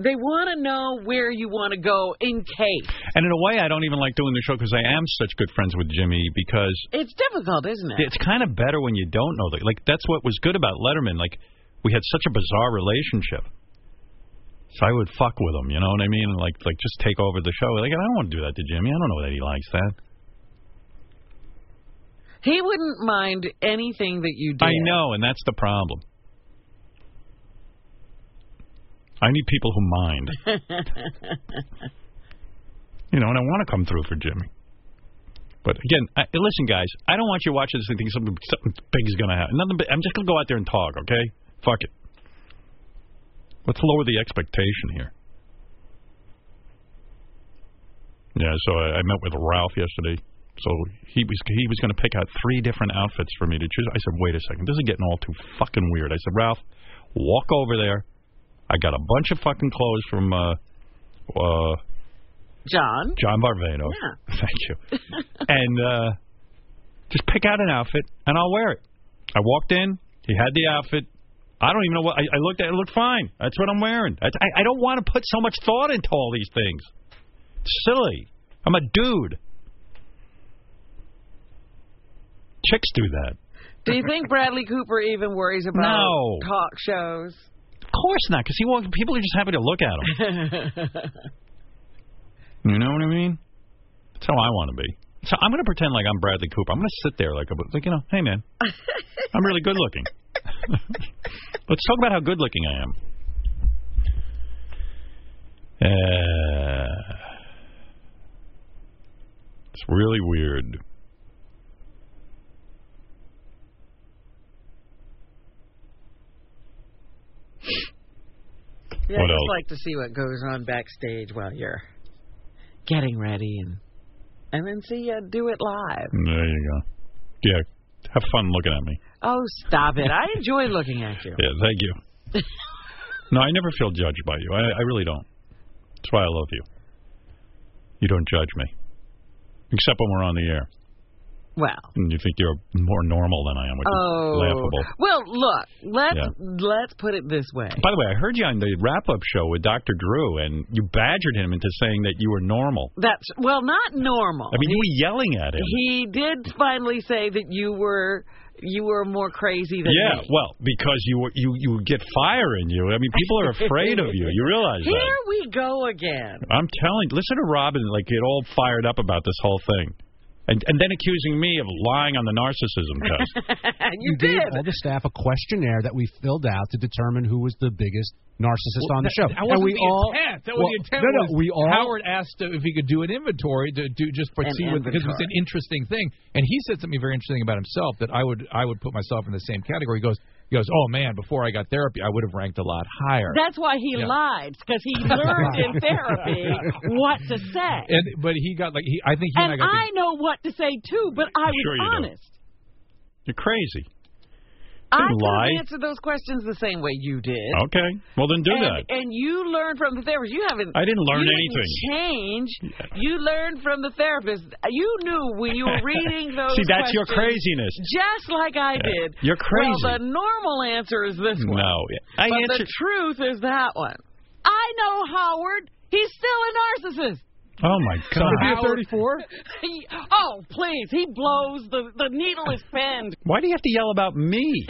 They want to know where you want to go in case. And in a way, I don't even like doing the show because I am such good friends with Jimmy because It's difficult, isn't it? it's kind of better when you don't know. The, like that's what was good about Letterman. Like we had such a bizarre relationship. So I would fuck with him, you know what I mean? Like like just take over the show. Like I don't want to do that to Jimmy. I don't know that he likes that. He wouldn't mind anything that you did. I know, and that's the problem. I need people who mind. You know, and I want to come through for Jimmy. But again, I, listen, guys, I don't want you watching this and thinking something, something big is going to happen. Nothing. Big, I'm just going to go out there and talk. Okay, fuck it. Let's lower the expectation here. Yeah, so I, I met with Ralph yesterday. So he was he was going to pick out three different outfits for me to choose. I said, wait a second, this is getting all too fucking weird. I said, Ralph, walk over there. I got a bunch of fucking clothes from uh, uh, John. John Barvado. Mm-hmm. Yeah. Thank you. and uh, just pick out an outfit, and I'll wear it. I walked in. He had the outfit. I don't even know what I, I looked at. It looked fine. That's what I'm wearing. That's, I, I don't want to put so much thought into all these things. Silly. I'm a dude. Chicks do that. Do you think Bradley Cooper even worries about No. talk shows? Of course not, because he won't, people are just happy to look at him. You know what I mean? That's how I want to be. So I'm going to pretend like I'm Bradley Cooper. I'm going to sit there like a like you know, hey man, I'm really good looking. Let's talk about how good looking I am. Uh, it's really weird. Yeah, What I else? just like to see what goes on backstage while you're getting ready and and then see you do it live. There you go. Yeah, have fun looking at me. Oh, stop it! I enjoy looking at you. Yeah, thank you. no, I never feel judged by you. I, I really don't. That's why I love you. You don't judge me, except when we're on the air. Well, And you think you're more normal than I am, which oh, is laughable. well, look, let's Yeah. let's put it this way. By the way, I heard you on the wrap-up show with Dr. Drew, and you badgered him into saying that you were normal. That's well, not normal. I mean, you were yelling at him. He did finally say that you were you were more crazy than yeah, me. well, because you were- you you get fire in you. I mean, people are afraid of you. You realize Here that? we go again. I'm telling. Listen to Robin, like get all fired up about this whole thing, and and then accusing me of lying on the narcissism test. you gave all the staff a questionnaire that we filled out to determine who was the biggest narcissist on the show. That wasn't and we the all, intent. That well, was the intent. No, no, was we all. Howard asked uh, if he could do an inventory to do just An see what because it was an interesting thing, and he said something very interesting about himself that I would I would put myself in the same category. He goes he goes, oh man, before I got therapy, I would have ranked a lot higher. That's why he Yeah. lied because he learned in therapy what to say. and but he got like he I think he and, and I got I know what to say too, but I was Sure you don't. honest. You're crazy. I Don't could have lie. answered those questions the same way you did. Okay, well then do and, that. And you learn from the therapist. You haven't. I didn't learn you anything. Change. You learned from the therapist. You knew when you were reading those. See, that's your questions, craziness. Just like I Yeah. did. You're crazy. Well, the normal answer is this one. No, I but answered. the truth is that one. I know Howard. He's still a narcissist. Oh my So God! Howard- 34? He- oh, please. He blows the, the needle is pinned. Why do you have to yell about me?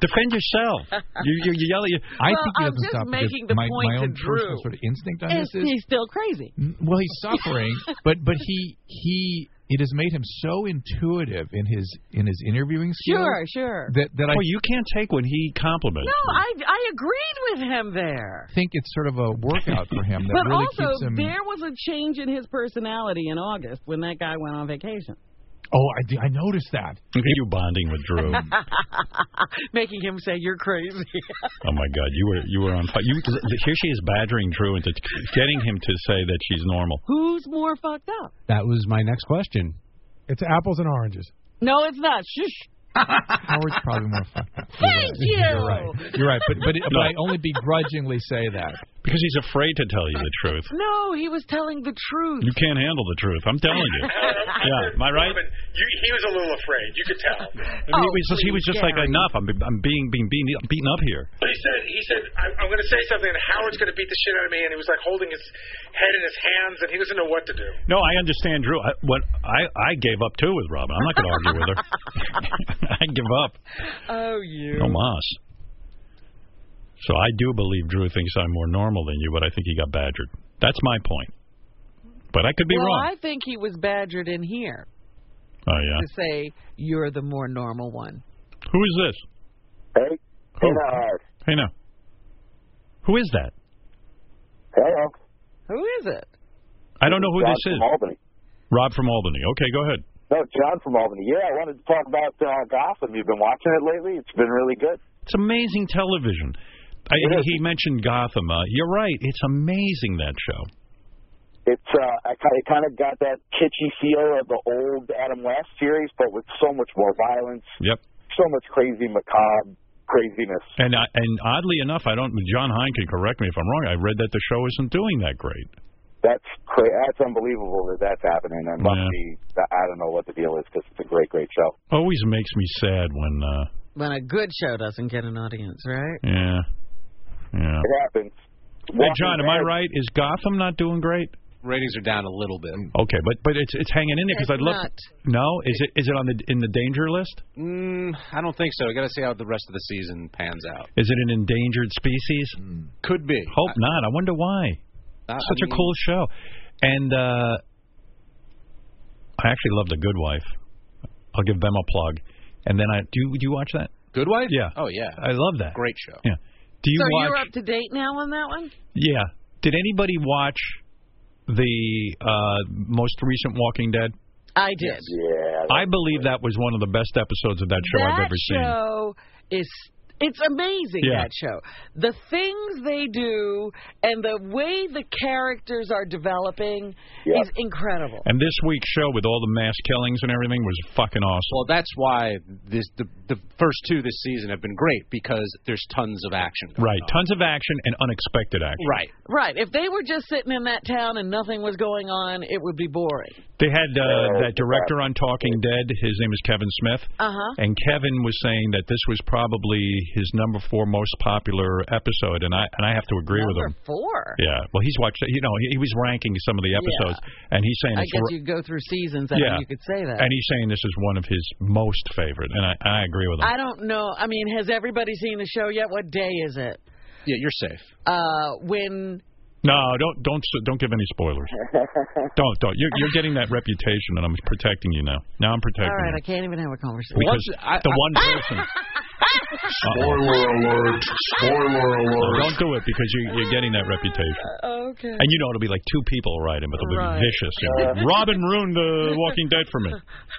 Defend yourself. You you you yell. You, I Well, think he I'm doesn't just stop because making the my, point my to own personal Drew. sort of instinct on Is this is he still crazy? Well, he's suffering, but but he he it has made him so intuitive in his in his interviewing skills. Sure, sure. That that I Well, you can't take when he compliments. No, I I agreed with him there. think it's sort of a workout for him that But really also, keeps him. there was a change in his personality in August when that guy went on vacation, Oh, I did- I noticed that. Look at you bonding with Drew. making him say you're crazy. Oh my God! You were you were on fire. You, here she is badgering Drew into getting him to say that she's normal. Who's more fucked up? That was my next question. It's apples and oranges. No, it's not. Shush. Howard's probably more fun. Thank you. You're right. You're right, but but, but I only begrudgingly say that because he's afraid to tell you the truth. No, he was telling the truth. You can't handle the truth. I'm telling you. Yeah, am I right? Oh, You, he was a little afraid. You could tell. I mean, he was just, he was just Oh, like enough. I'm I'm being being beaten beaten up here. But he said, he said, I'm, I'm going to say something, and Howard's going to beat the shit out of me. And he was like holding his head in his hands, and he doesn't know what to do. No, I understand Drew. I, what I I gave up too with Robin. I'm not going to argue with her. I give up. Oh, you. No mas. So I do believe Drew thinks I'm more normal than you, but I think he got badgered. That's my point. But I could be well, wrong. I think he was badgered in here oh yeah. to say you're the more normal one. Who is this? Hey. Who? uh, Hey now. Who is that? Hello. Who is it? I don't know who John this is. From Albany. Rob from Albany. Okay, go ahead. No, John from Albany. Yeah, I wanted to talk about uh, Gotham. You've been watching it lately. It's been really good. It's amazing television. I, he mentioned Gotham. Uh, you're right. It's amazing that show. It's uh, I kind of, kind of got that kitschy feel of the old Adam West series, but with so much more violence, Yep. so much crazy macabre craziness. And I, and oddly enough, I don't. John Hine can correct me if I'm wrong. I read that the show isn't doing that great. That's cra- that's unbelievable that that's happening. And Yeah. luckily, I don't know what the deal is because it's a great, great show. Always makes me sad when. Uh, When a good show doesn't get an audience, right? yeah. Yeah. It happens. Hey, John, am I right? Is Gotham not doing great? Ratings are down a little bit. Okay, but but it's it's hanging in there because It's I'd love. not. No, is it is it on the in the danger list? Mm, I don't think so. I got to see how the rest of the season pans out. Is it an endangered species? Could be. Hope not. I wonder why. I- I Such a mean- cool show, and uh, I actually love The Good Wife. I'll give them a plug, and then I do. you- Do you watch that? Good Wife? Yeah. Oh yeah. I love that. Great show. Yeah. Do you so watch? you're up to date now on that one? Yeah. Did anybody watch the uh, most recent Walking Dead? I did. Yeah. I believe that was one of the best episodes of that show I've that ever seen. show is it's amazing Yeah. that show. The things they do and the way the characters are developing is incredible. And this week's show with all the mass killings and everything was fucking awesome. Well, that's why this the the first two this season have been great because there's tons of action. Right. Tons of action and unexpected action. Right. Right. If they were just sitting in that town and nothing was going on, it would be boring. They had uh, that director on Talking Dead. His name is Kevin Smith. Uh-huh. And Kevin was saying that this was probably his number four most popular episode, and I and I have to agree with him. Four. Yeah. Well, he's watched. You know, he, he was ranking some of the episodes, and he's saying I it's guess r- you go through seasons and Yeah. you could say that. And he's saying this is one of his most favorite, and I, I agree with him. I don't know. I mean, has everybody seen the show yet? What day is it? Yeah, you're safe. Uh, when No, don't don't don't give any spoilers. don't don't. You're, you're getting that reputation, and I'm protecting you now. Now I'm protecting all right, you I can't even have a conversation. because the one person. Spoiler alert! Spoiler alert! Don't do it because you, you're getting that reputation. Okay. And you know it'll be like two people writing, but they'll be Right. vicious. It'll be, Robin ruined The Walking Dead for me.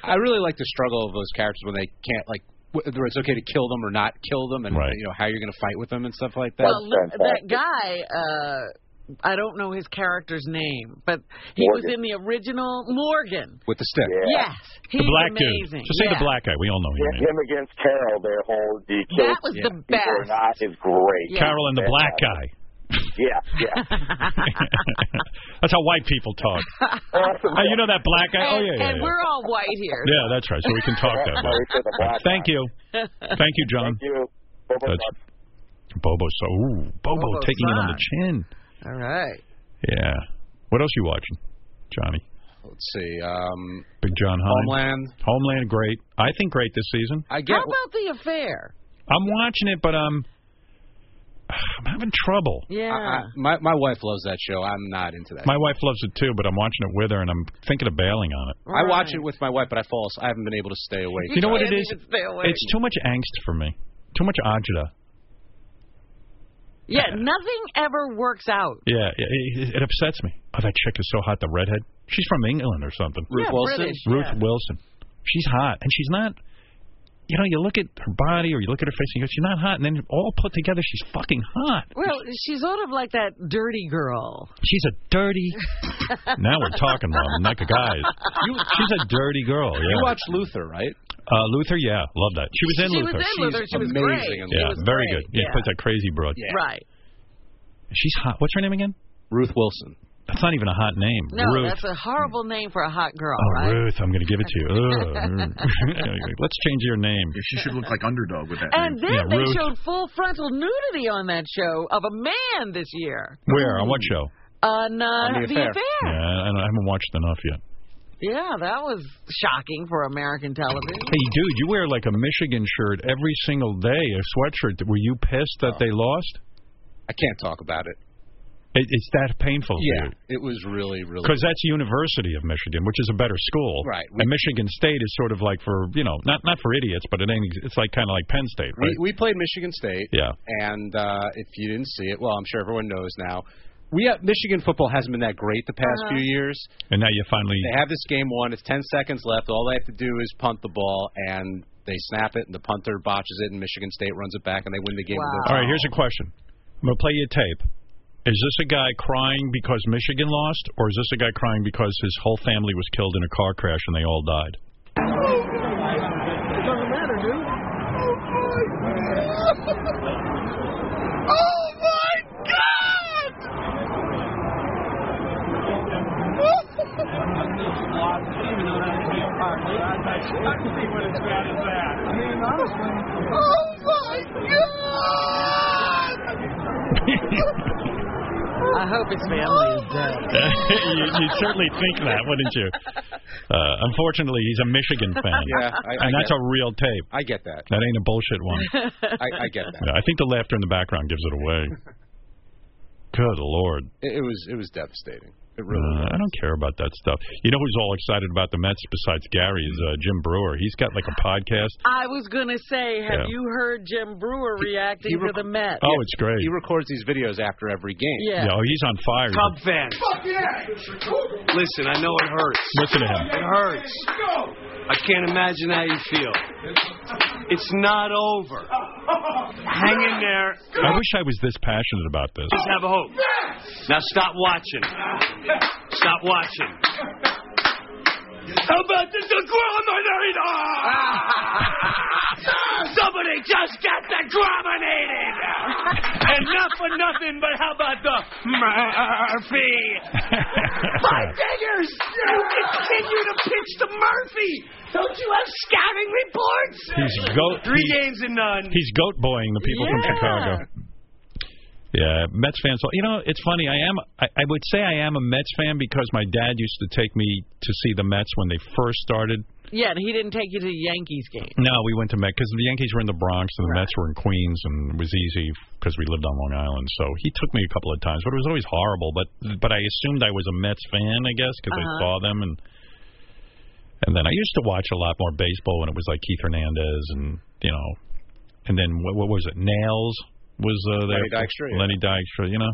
I really like the struggle of those characters when they can't like whether it's okay to kill them or not kill them, and you know how you're going to fight with them and stuff like that. Well, look, that guy, uh, I don't know his character's name, but he was in Morgan. the original Morgan. with the stick. Yes, he's the black amazing. dude. Just say Yeah. the black guy. We all know Him, him. him against Carol, their whole do you kill That was the people or best. not is great. Carol and the black guy. Yeah, yeah. That's how white people talk. Hey, you know that black guy? oh And- yeah, yeah. and yeah. we're all white here. Yeah, that's right. So we can talk that way. Thank you. Thank you, John. Thank you. That's Bobo. So, ooh, Bobo, Bobo taking it on the Sock. chin. All right. Yeah. What else you watching, Johnny? Let's see. Um, Big John Hine. Homeland. Homeland, great. I think great this season. I How about the affair? I'm watching it, but um, I'm having trouble. Yeah. I, I- my my wife loves that show. I'm not into that. My wife loves it too, but I'm watching it with her, and I'm thinking of bailing on it. I watch it with my wife, but I fall. as- I haven't been able to stay awake. You, know what it is? It's too much angst for me. Too much agita. Yeah, nothing ever works out. Yeah, it, it- it upsets me. Oh, that chick is so hot. The redhead. She's from England or something. Ruth Yeah, Wilson? British, Ruth yeah. Wilson. She's hot, and she's not. You know, you look at her body or you look at her face, and you go, she's not hot. And then all put together, she's fucking hot. Well, she's sort of like that dirty girl. She's a dirty. now we're talking, Robin, not the guys. she's a dirty girl. Yeah. You watch Luther, right? Uh, Luther, yeah, love that. She was in She was Luther. in Luther, She's she was amazing great. in Luther. Yeah, She was very great, good. Yeah, yeah. she plays that crazy broad. Right. She's hot. What's her name again? Ruth Wilson. That's not even a hot name. No, Ruth. that's a horrible name for a hot girl, Oh, right? Ruth, I'm going to give it to you. Ugh. Let's change your name. She should look like underdog with that. And then Yeah, they Ruth. showed full frontal nudity on that show of a man this year. Where? On what show? On, uh, the, affair. Yeah, I, don't- I haven't watched enough yet. Yeah, that was shocking for American television. Hey, dude, you wear like a Michigan shirt every single day, a sweatshirt. Were you pissed that they lost? I can't talk about it. it it's that painful. Yeah, it was really, really. Because that's University of Michigan, which is a better school. Right. And Michigan State is sort of like for you know not not for idiots, but it ain't. ex- It's like kind of like Penn State. Right? We, we played Michigan State. Yeah. And uh, if you didn't see it, well, I'm sure everyone knows now. we have, Michigan football hasn't been that great the past Uh-huh. few years. And now you finally They have this game won. It's ten seconds left. All they have to do is punt the ball, and they snap it, and the punter botches it, and Michigan State runs it back, and they win the game. with All right, here's a question. I'm going to play you a tape. Is this a guy crying because Michigan lost, or is this a guy crying because his whole family was killed in a car crash and they all died? It doesn't matter, dude. Oh my god! Oh my god! I hope his family is dead. you, you'd certainly think that, wouldn't you? Uh, unfortunately, he's a Michigan fan. Yeah, I- I and that's get- a real tape. I get that. That ain't a bullshit one. I, I get that. Yeah, I think the laughter in the background gives it away. Good lord. It, it was it was devastating. It really. Uh, I don't care about that stuff. You know who's all excited about the Mets besides Gary is uh, Jim Brewer. He's got like a podcast. I was gonna say, have Yeah. you heard Jim Brewer reacting he to the Mets? Oh, it's great. He records these videos after every game. Yeah. Yeah, oh, he's on fire. Cub fan. Fuck yeah! Listen, I know it hurts. Listen to him. It hurts. I can't imagine how you feel. It's not over. Hang in there. I wish I was this passionate about this. Just have a hope. Now stop watching. Stop watching. How about this incriminator? Somebody just got incriminated. and not for nothing, but how about the Murphy? My fingers! You continue to pitch to Murphy! Don't you have scouting reports? He's goat. Three he's- games and none. He's goat boying the people from Yeah. Chicago. Yeah, Mets fans. You know, it's funny. I am. I, I would say I am a Mets fan because my dad used to take me to see the Mets when they first started. Yeah, and he didn't take you to the Yankees game. No, we went to Met because the Yankees were in the Bronx and the Mets were in Queens, and it was easy because we lived on Long Island. So he took me a couple of times, but it was always horrible. But but I assumed I was a Mets fan, I guess, because I Uh-huh. saw them and and then I used to watch a lot more baseball when it was like Keith Hernandez and you know, and then what, what was it? Nails was uh, there. Lenny Dykstra, yeah. Lenny Dykstra, you know.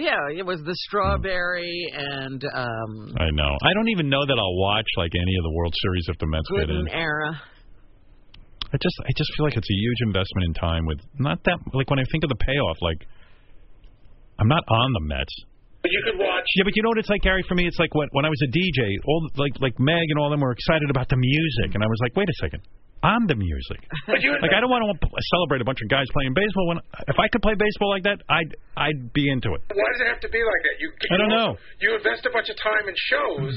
Yeah, it was the strawberry and um I know. I don't even know that I'll watch like any of the World Series if the Mets get in. Gooden era. I just I just feel like it's a huge investment in time with not that like when I think of the payoff like I'm not on the Mets. But you could watch. Yeah, but you know what it's like, Gary? For me, it's like when when I was a DJ, all the- like like Meg and all them were excited about the music, and I was like, wait a second, I'm the music. But you- like I don't want to celebrate a bunch of guys playing baseball. When if I could play baseball like that, I'd I'd be into it. Why does it have to be like that? You, I don't know. You invest a bunch of time in shows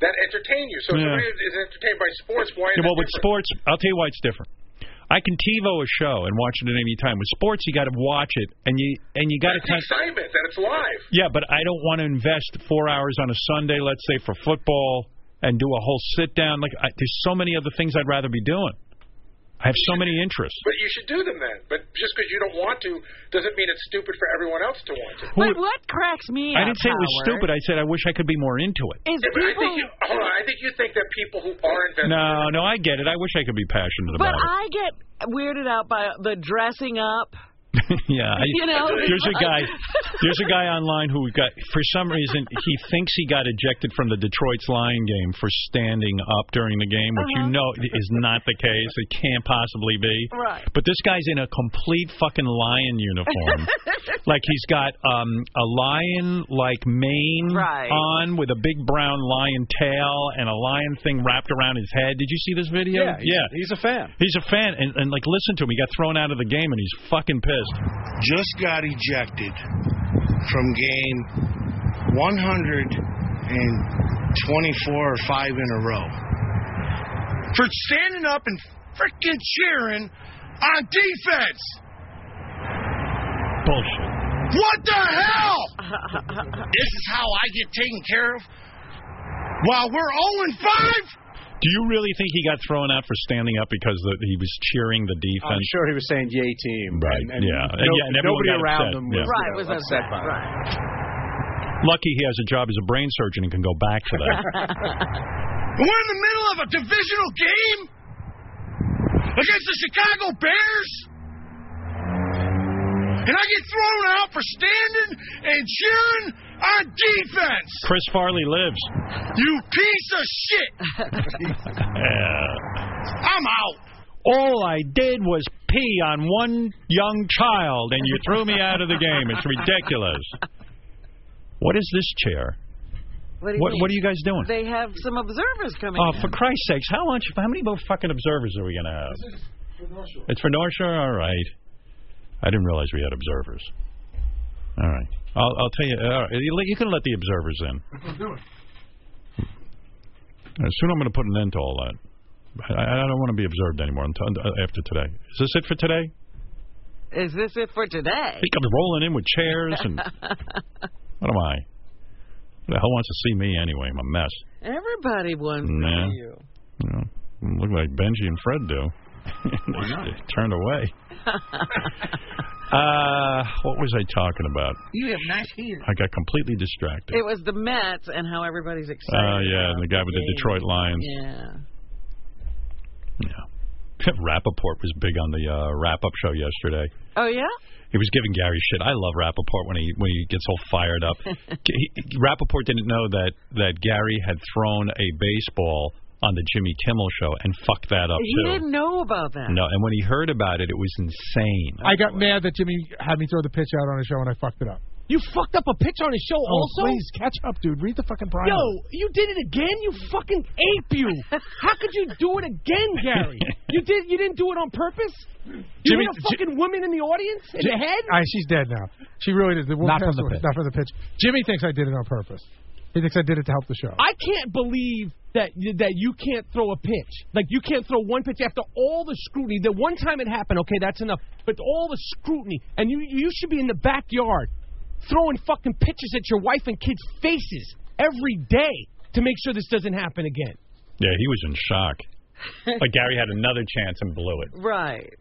that entertain you. So if Yeah. somebody is entertained by sports, why? Yeah, is well, it with sports, I'll tell you why it's different. I can TiVo a show and watch it at any time. With sports, you got to watch it, and you and you got to different? kind It's excitement that it's live. Yeah, but I don't want to invest four hours on a Sunday, let's say, for football and do a whole sit down. Like, I, there's so many other things I'd rather be doing. I have so many interests. But you should do them then. But just because you don't want to doesn't mean it's stupid for everyone else to want to. But what cracks me I up, didn't say it was Howard, stupid. I said I wish I could be more into it. Is Yeah, but I think people you, hold on. I think you think that people who are invested. No, no, I get it. I wish I could be passionate But about I get weirded out by the dressing up. it. yeah, I, You know, there's a like- guy, there's a guy online who got for some reason he thinks he got ejected from the Detroit's Lion game for standing up during the game, which you know is not the case. It can't possibly be. Right. But this guy's in a complete fucking lion uniform. like he's got um a lion like mane Right. on with a big brown lion tail and a lion thing wrapped around his head. Did you see this video? Yeah, he's- he's a fan. He's a fan and, and like listen to him. He got thrown out of the game and he's fucking pissed. just got ejected from game 124 or 5 in a row for standing up and freaking cheering on defense. Bullshit. What the hell? this is how I get taken care of while we're 0 and 5? Do you really think he got thrown out for standing up because the, he was cheering the I'm defense? sure he was saying "Yay, team!" Right. And, and yeah. no- and, yeah, and everyone nobody got around upset. him Yeah. was, you know, upset by it. Lucky he has a job as a brain surgeon and can go back to that. We're in the middle of a divisional game against the Chicago Bears. and I get thrown out for standing and cheering on defense. Chris Farley lives. You piece of shit. I'm out. All I did was pee on one young child, and you threw me out of the game. It's ridiculous. What is this chair? What, do you What- mean? what are you guys doing? They have some observers coming. Oh, in. for Christ's sakes! How much? How many more fucking observers are we gonna have? It's for North Shore. All right. I didn't realize we had observers. All right. I'll, I'll tell you. uh, All right. You you can let the observers in. Uh, Soon I'm going to put an end to all that. I, I don't want to be observed anymore until, uh, after today. Is this it for today? Is this it for today? He comes rolling in with chairs and what am I? Who the hell wants to see me anyway? I'm a mess. Everybody wants Nah. to see you. Yeah. Mm, Look like Benji and Fred do. They Turned away. uh, what was I talking about? You have nice hair. I got completely distracted. It was the Mets and how everybody's Oh excited. yeah, and the guy with the Yeah. Detroit Lions. Yeah. Rappaport was big on the uh, wrap-up show yesterday. Oh yeah. He was giving Gary shit. I love Rappaport when he when he gets all fired up. he, Rappaport didn't know that that Gary had thrown a baseball on the Jimmy Kimmel show and fucked that up he too. didn't know about that. No, and when he heard about it, it was insane. I got mad that Jimmy had me throw the pitch out on his show and I fucked it up. You fucked up a pitch on his show Oh, also? please catch up, dude. Read the fucking primer. Yo, you did it again? You fucking ape you. How could you do it again, Gary? You did you didn't do it on purpose? You Jimmy- hit a fucking woman in the audience in Ji- the head? Aye, she's dead now. She really did. The woman Not from the passed away. pitch. Not from the pitch. Jimmy thinks I did it on purpose. He thinks I did it to help the show. I can't believe that that you can't throw a pitch. Like you can't throw one pitch after all the scrutiny. The one time it happened, okay, that's enough. But all the scrutiny, and you you should be in the backyard throwing fucking pitches at your wife and kids' faces every day to make sure this doesn't happen again. Yeah, he was in shock. like Gary had another chance and blew it. Right.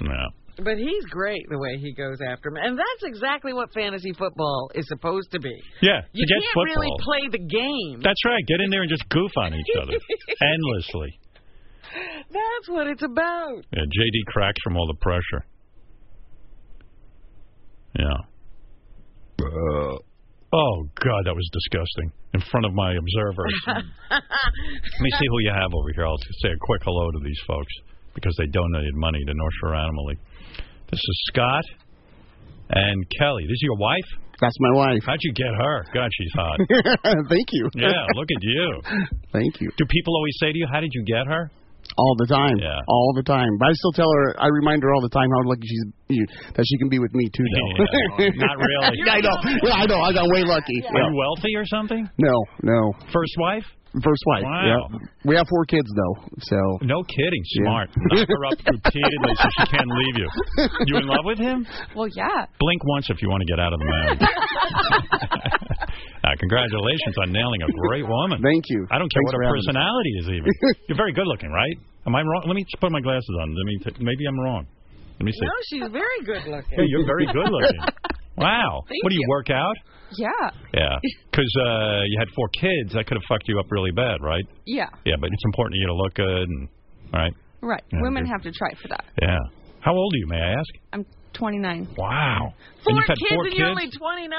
No. But he's great the way he goes after him, and that's exactly what fantasy football is supposed to be. Yeah, You forget can't football. really play the game. That's right. Get in there and just goof on each other endlessly. That's what it's about. Yeah, JD cracks from all the pressure. Yeah. Uh, oh God, that was disgusting. In front of my observers. Let me see who you have over here. I'll say a quick hello to these folks because they donated money to North Shore Animal League. This is Scott and Kelly. This is your wife? That's my wife. How'd you get her? God, she's hot. Thank you. yeah, look at you. Thank you. Do people always say to you, "How did you get her?" All the time. All the time. But I still tell her, I remind her all the time how lucky she's you, that she can be with me, too, though. Not really. Yeah, I know. Yeah, I know. I got way lucky. Are Yeah. you wealthy or something? No, no. First wife? First wife. Wow. Yeah. We have four kids, though, so. No kidding. Yeah. Smart. Knock her up repeatedly so she can't leave you. You in love with him? Well, yeah. Blink once if you want to get out of the marriage. Uh, congratulations on nailing a great woman. Thank you. I don't care Thanks what for her having me. personality is even. You're very good looking, right? Am I wrong? Let me just put my glasses on. Let me t maybe I'm wrong. Let me see. No, she's very good looking. Hey, you're very good looking. Wow. Thank what do you, you. work out? Yeah. Yeah. Because uh, you had four kids. That could have fucked you up really bad, right? Yeah. Yeah, but it's important to you to look good and all right. Right. Yeah, Women good. have to try for that. Yeah. How old are you, may I ask? I'm 29. Wow. Four and you've had kids four and kids? you're only 29?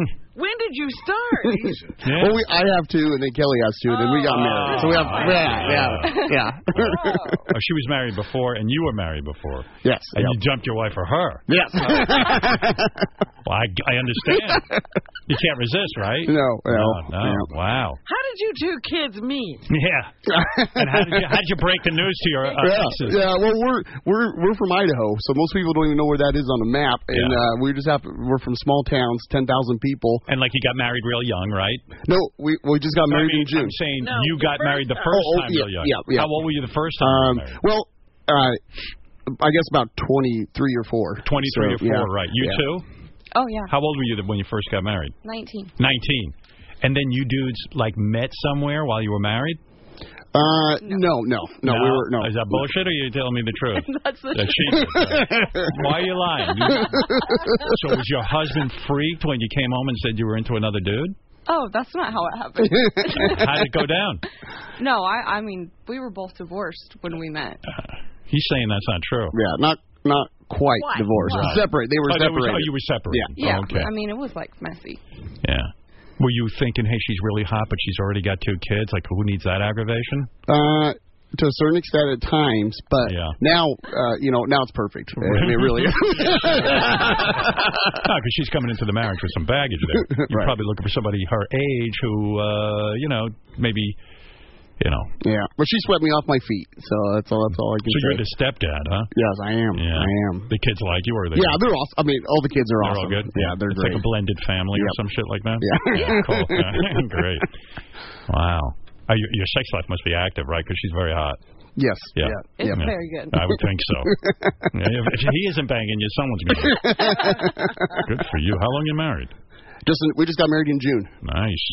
Mm. When did you start? Well, we, I have two, and then Kelly has two, and then we got married. So we have, Oh. yeah, yeah, yeah. Oh, she was married before, and you were married before. Yes. And you jumped your wife for her. Yes. Well, I, I understand. you can't resist, right? No, no, no. Wow. How did you two kids meet? Yeah. and how did you how did you break the news to your uh, yeah, exes? yeah. Well, we're we're we're from Idaho, so most people don't even know where that is on the map. And Yeah. uh, we just have we're from small towns, ten thousand people. And like you got married real young, right? No, we we just got No, I married mean, in June. I'm saying you got married the time. first Oh, oh, time yeah, real young. yeah, yeah. How old were you the first time? you Um, were married? well, uh, I guess about twenty three or four. 23 So, or 4, yeah, right. You yeah. too? Oh, yeah. How old were you th- when you first got married? 19. 19. And then you dudes, like, met somewhere while you were married? Uh, no, no, no, we were no. Is that bullshit, or are you telling me the truth? That's the That she did that. Why are you lying? You- so was your husband freaked when you came home and said you were into another dude? Oh, that's not how it happened. How did it go down? no, I, I mean, we were both divorced when we met. Uh, He's saying that's not true. Yeah, not not quite Quite. divorced. Right. Separate. They were Oh, that was- separated. oh, you were separated. Yeah. Yeah, Oh, okay. I mean, it was like messy. Yeah. Were you thinking, hey, she's really hot, but she's already got two kids? Like, who needs that aggravation? Uh, to a certain extent at times, but now, uh, you know, now it's perfect. I mean, it really is. because she's coming into the marriage with some baggage there. You're Right. probably looking for somebody her age who, uh, you know, maybe, you know. Yeah. Well, she swept me off my feet, so that's all. That's all I can So say. you're the stepdad, huh? Yes, I am. Yeah. I am. The kids like you, or they? yeah, they're awesome. I mean, all the kids are They're awesome. all good. Yeah, they're it's great. like a blended family or some shit like that. Yeah. cool. great. Wow. Uh, your, your sex life must be active, right? Because she's very hot. yes. Yeah. Yeah. Yeah. I would think so. Yeah, if, if he isn't banging you, someone's going to. Good for you. How long you married? Just we just got married in June. Nice.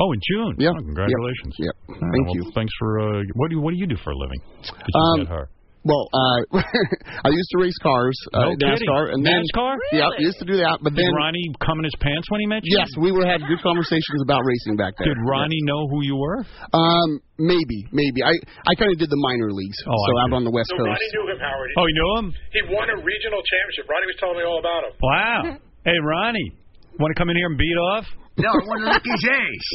Oh, in June. Yeah. congratulations. Yep. Thank Thank well, you. Thanks for. Uh, what do you What do you do for a living? Did you Um, get her? Well, uh, I used to race cars, No uh, kidding. NASCAR, and then NASCAR? Yeah, used to do that. But Did then Ronnie come in his pants when he met you? Yes, we were having good conversations about racing back then. Did Ronnie know who you were? Um, maybe, maybe. I I kind of did the minor leagues, so Oh, I out see. on the West So Coast. Ronnie knew him, Howard. Oh, you knew him? He won a regional championship. Ronnie was telling me all about him. Wow. hey, Ronnie, want to come in here and beat off? No, I wanna lick his ass.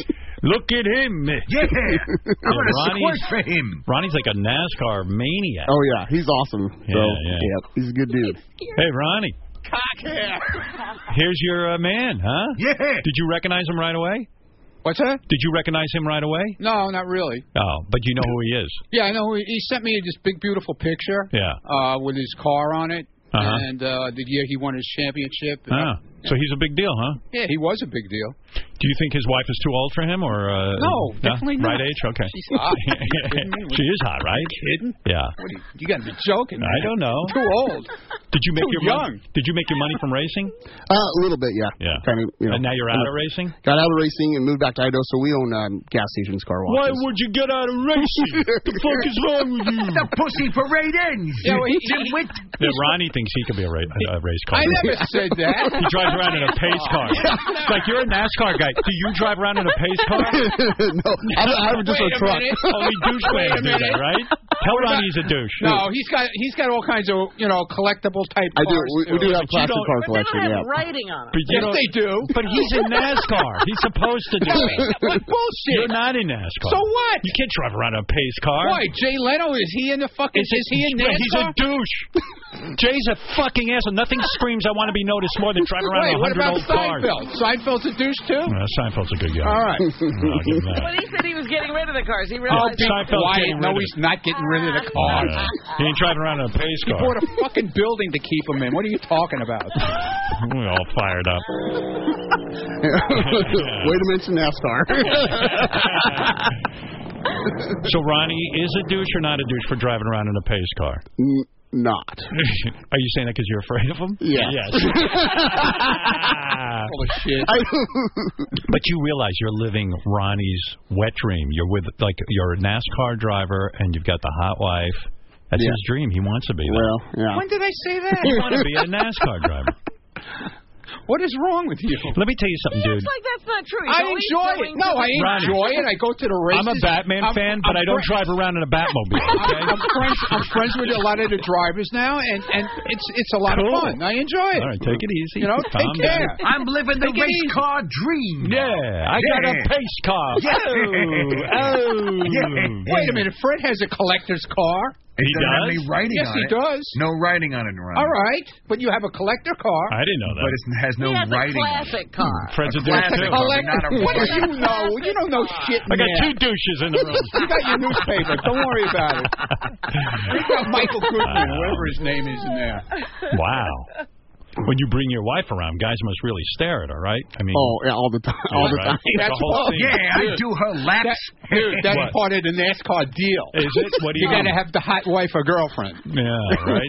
Look at him. Yeah. I'm gonna Ronnie's, squirt for him. Ronnie's like a NASCAR maniac. Oh yeah, he's awesome. So, Yeah, yeah. he's a good dude. Hey, Ronnie, here's your uh, man, huh? Yeah. Did you recognize him right away? What's that? Did you recognize him right away? No, not really. Oh, but you know who he is. Yeah, I know. He he sent me this big, beautiful picture Yeah. uh, with his car on it, Uh-huh. and uh, the year he won his championship. Ah, so he's a big deal, huh? Yeah, he was a big deal. Do you think his wife is too old for him, or uh, No, definitely not. Right age, okay. She's hot. Are you kidding me? she is hot, right? kidding? Yeah. What are you, you got to be joking. I man. don't know. Too old. Did you make Too your young. money? Did you make your money from racing? Uh, a little bit, yeah. Yeah. Kind of, you know. And now you're out kinda of racing. Got out of racing and moved back to Idaho, so we own um, gas stations, car washes. would you get out of racing? the fuck is wrong with you? The pussy parade ends. Yeah, well, he- Dimwit. Yeah, Ronnie thinks he could be a, ra- a race car. I never said that. He drives around in a pace car. It's like you're a NASCAR guy. Do you drive around in a pace car? no, I, I'm just Wait a a truck. minute. Only douchebags Wait a do minute. that, right? Tell Ronnie he's a douche. No, he's got he's got all kinds of you know collectible type. I do. cars, We- we too. do have But you classic don't- car but they don't collection, have yeah. Writing on But you yes, don't- they do. But he's in NASCAR. He's supposed to do No, it. what bullshit? You're not in NASCAR. So what? You can't drive around in a pace car. Why? Jay Leno is he in the fucking? It's a- is he in yeah, NASCAR? he's a douche. Jay's a fucking asshole. Nothing screams I want to be noticed more than driving around Wait, in a what hundred about old cars. Seinfeld? Seinfeld's a douche too. Uh, Seinfeld's a good guy. All right. I'll give him that. But he said he was getting rid of the cars. He Oh, realized. be Seinfeld's quiet. getting rid No, of he's not getting rid of the cars. Uh, he ain't driving around in a pace He car. bought a fucking building to keep him in. What are you talking about? We're all fired up. Way to mention NASCAR. So Ronnie is a douche or not a douche for driving around in a pace car? N- not. Are you saying that because you're afraid of him? Yes. Ah. shit. But you realize you're living Ronnie's wet dream. You're with like you're a NASCAR driver and you've got the hot wife. That's his dream. He wants to be. That. Well, When did I say that? You want to be a NASCAR driver. What is wrong with you? Let me tell you something, dude. like that's not true. He's I always enjoy it. going No, to I the- Ronnie. enjoy it. I go to the races. I'm a Batman I'm- fan, but I'm I don't fri- drive around in a Batmobile. Okay? I'm friends. I'm friends with a lot of the drivers now, and and it's it's a lot Cool. of fun. I enjoy it. All right, take it easy. You know, Calm take care. down. I'm living The race car dream. Yeah, I got a pace car. Yeah. Oh, oh. Wait a minute, Fred has a collector's car. It doesn't have any writing yes, on he it. does. No writing on it, Ron. All right, but you have a collector car. I didn't know that. But it has no writing. on it. car. Fred's a That's douche. a too. collector. What do you writer. know? You don't know shit. I got man. two douches in the room. You got your newspaper. Don't worry about it. We got Michael Uh, Goodman, whatever his name is, in there. Wow. When you bring your wife around, guys must really stare at her, right? I mean, oh, yeah, all the time. All the time. right. It's a That's whole what- thing. yeah, I do her laps. Dude, that's What? part of the NASCAR deal. Is it? What do you got to mean? have the hot wife or girlfriend. Yeah, right.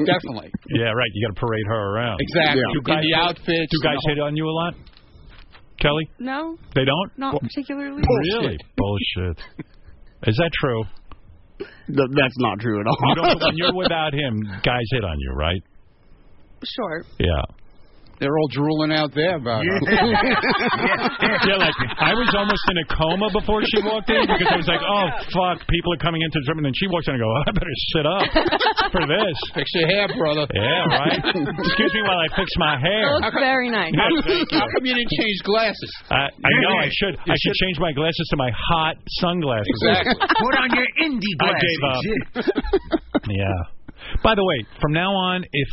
Definitely. Yeah, right. You got to parade her around. Exactly. In Do guys, the outfits Do guys and the hit on you a lot? Kelly, No, they don't. not Well, particularly. Oh, Really? Bullshit. Is that true? Th- that's not true at all. You don't, when you're without him, guys hit on you, right? Sure. Yeah. They're all drooling out there about it. yeah, like I was almost in a coma before she walked in because I was like, oh fuck, people are coming into the room, and then she walks in and I go, I better sit up for this. Fix your hair, brother. Yeah, right. Excuse me while I fix my hair. It looks very nice. Yeah, thank you. How come you didn't change glasses? I, I know I should. I should change my glasses to my hot sunglasses. Exactly. Put on your indie I gave up. yeah. By the way, from now on, if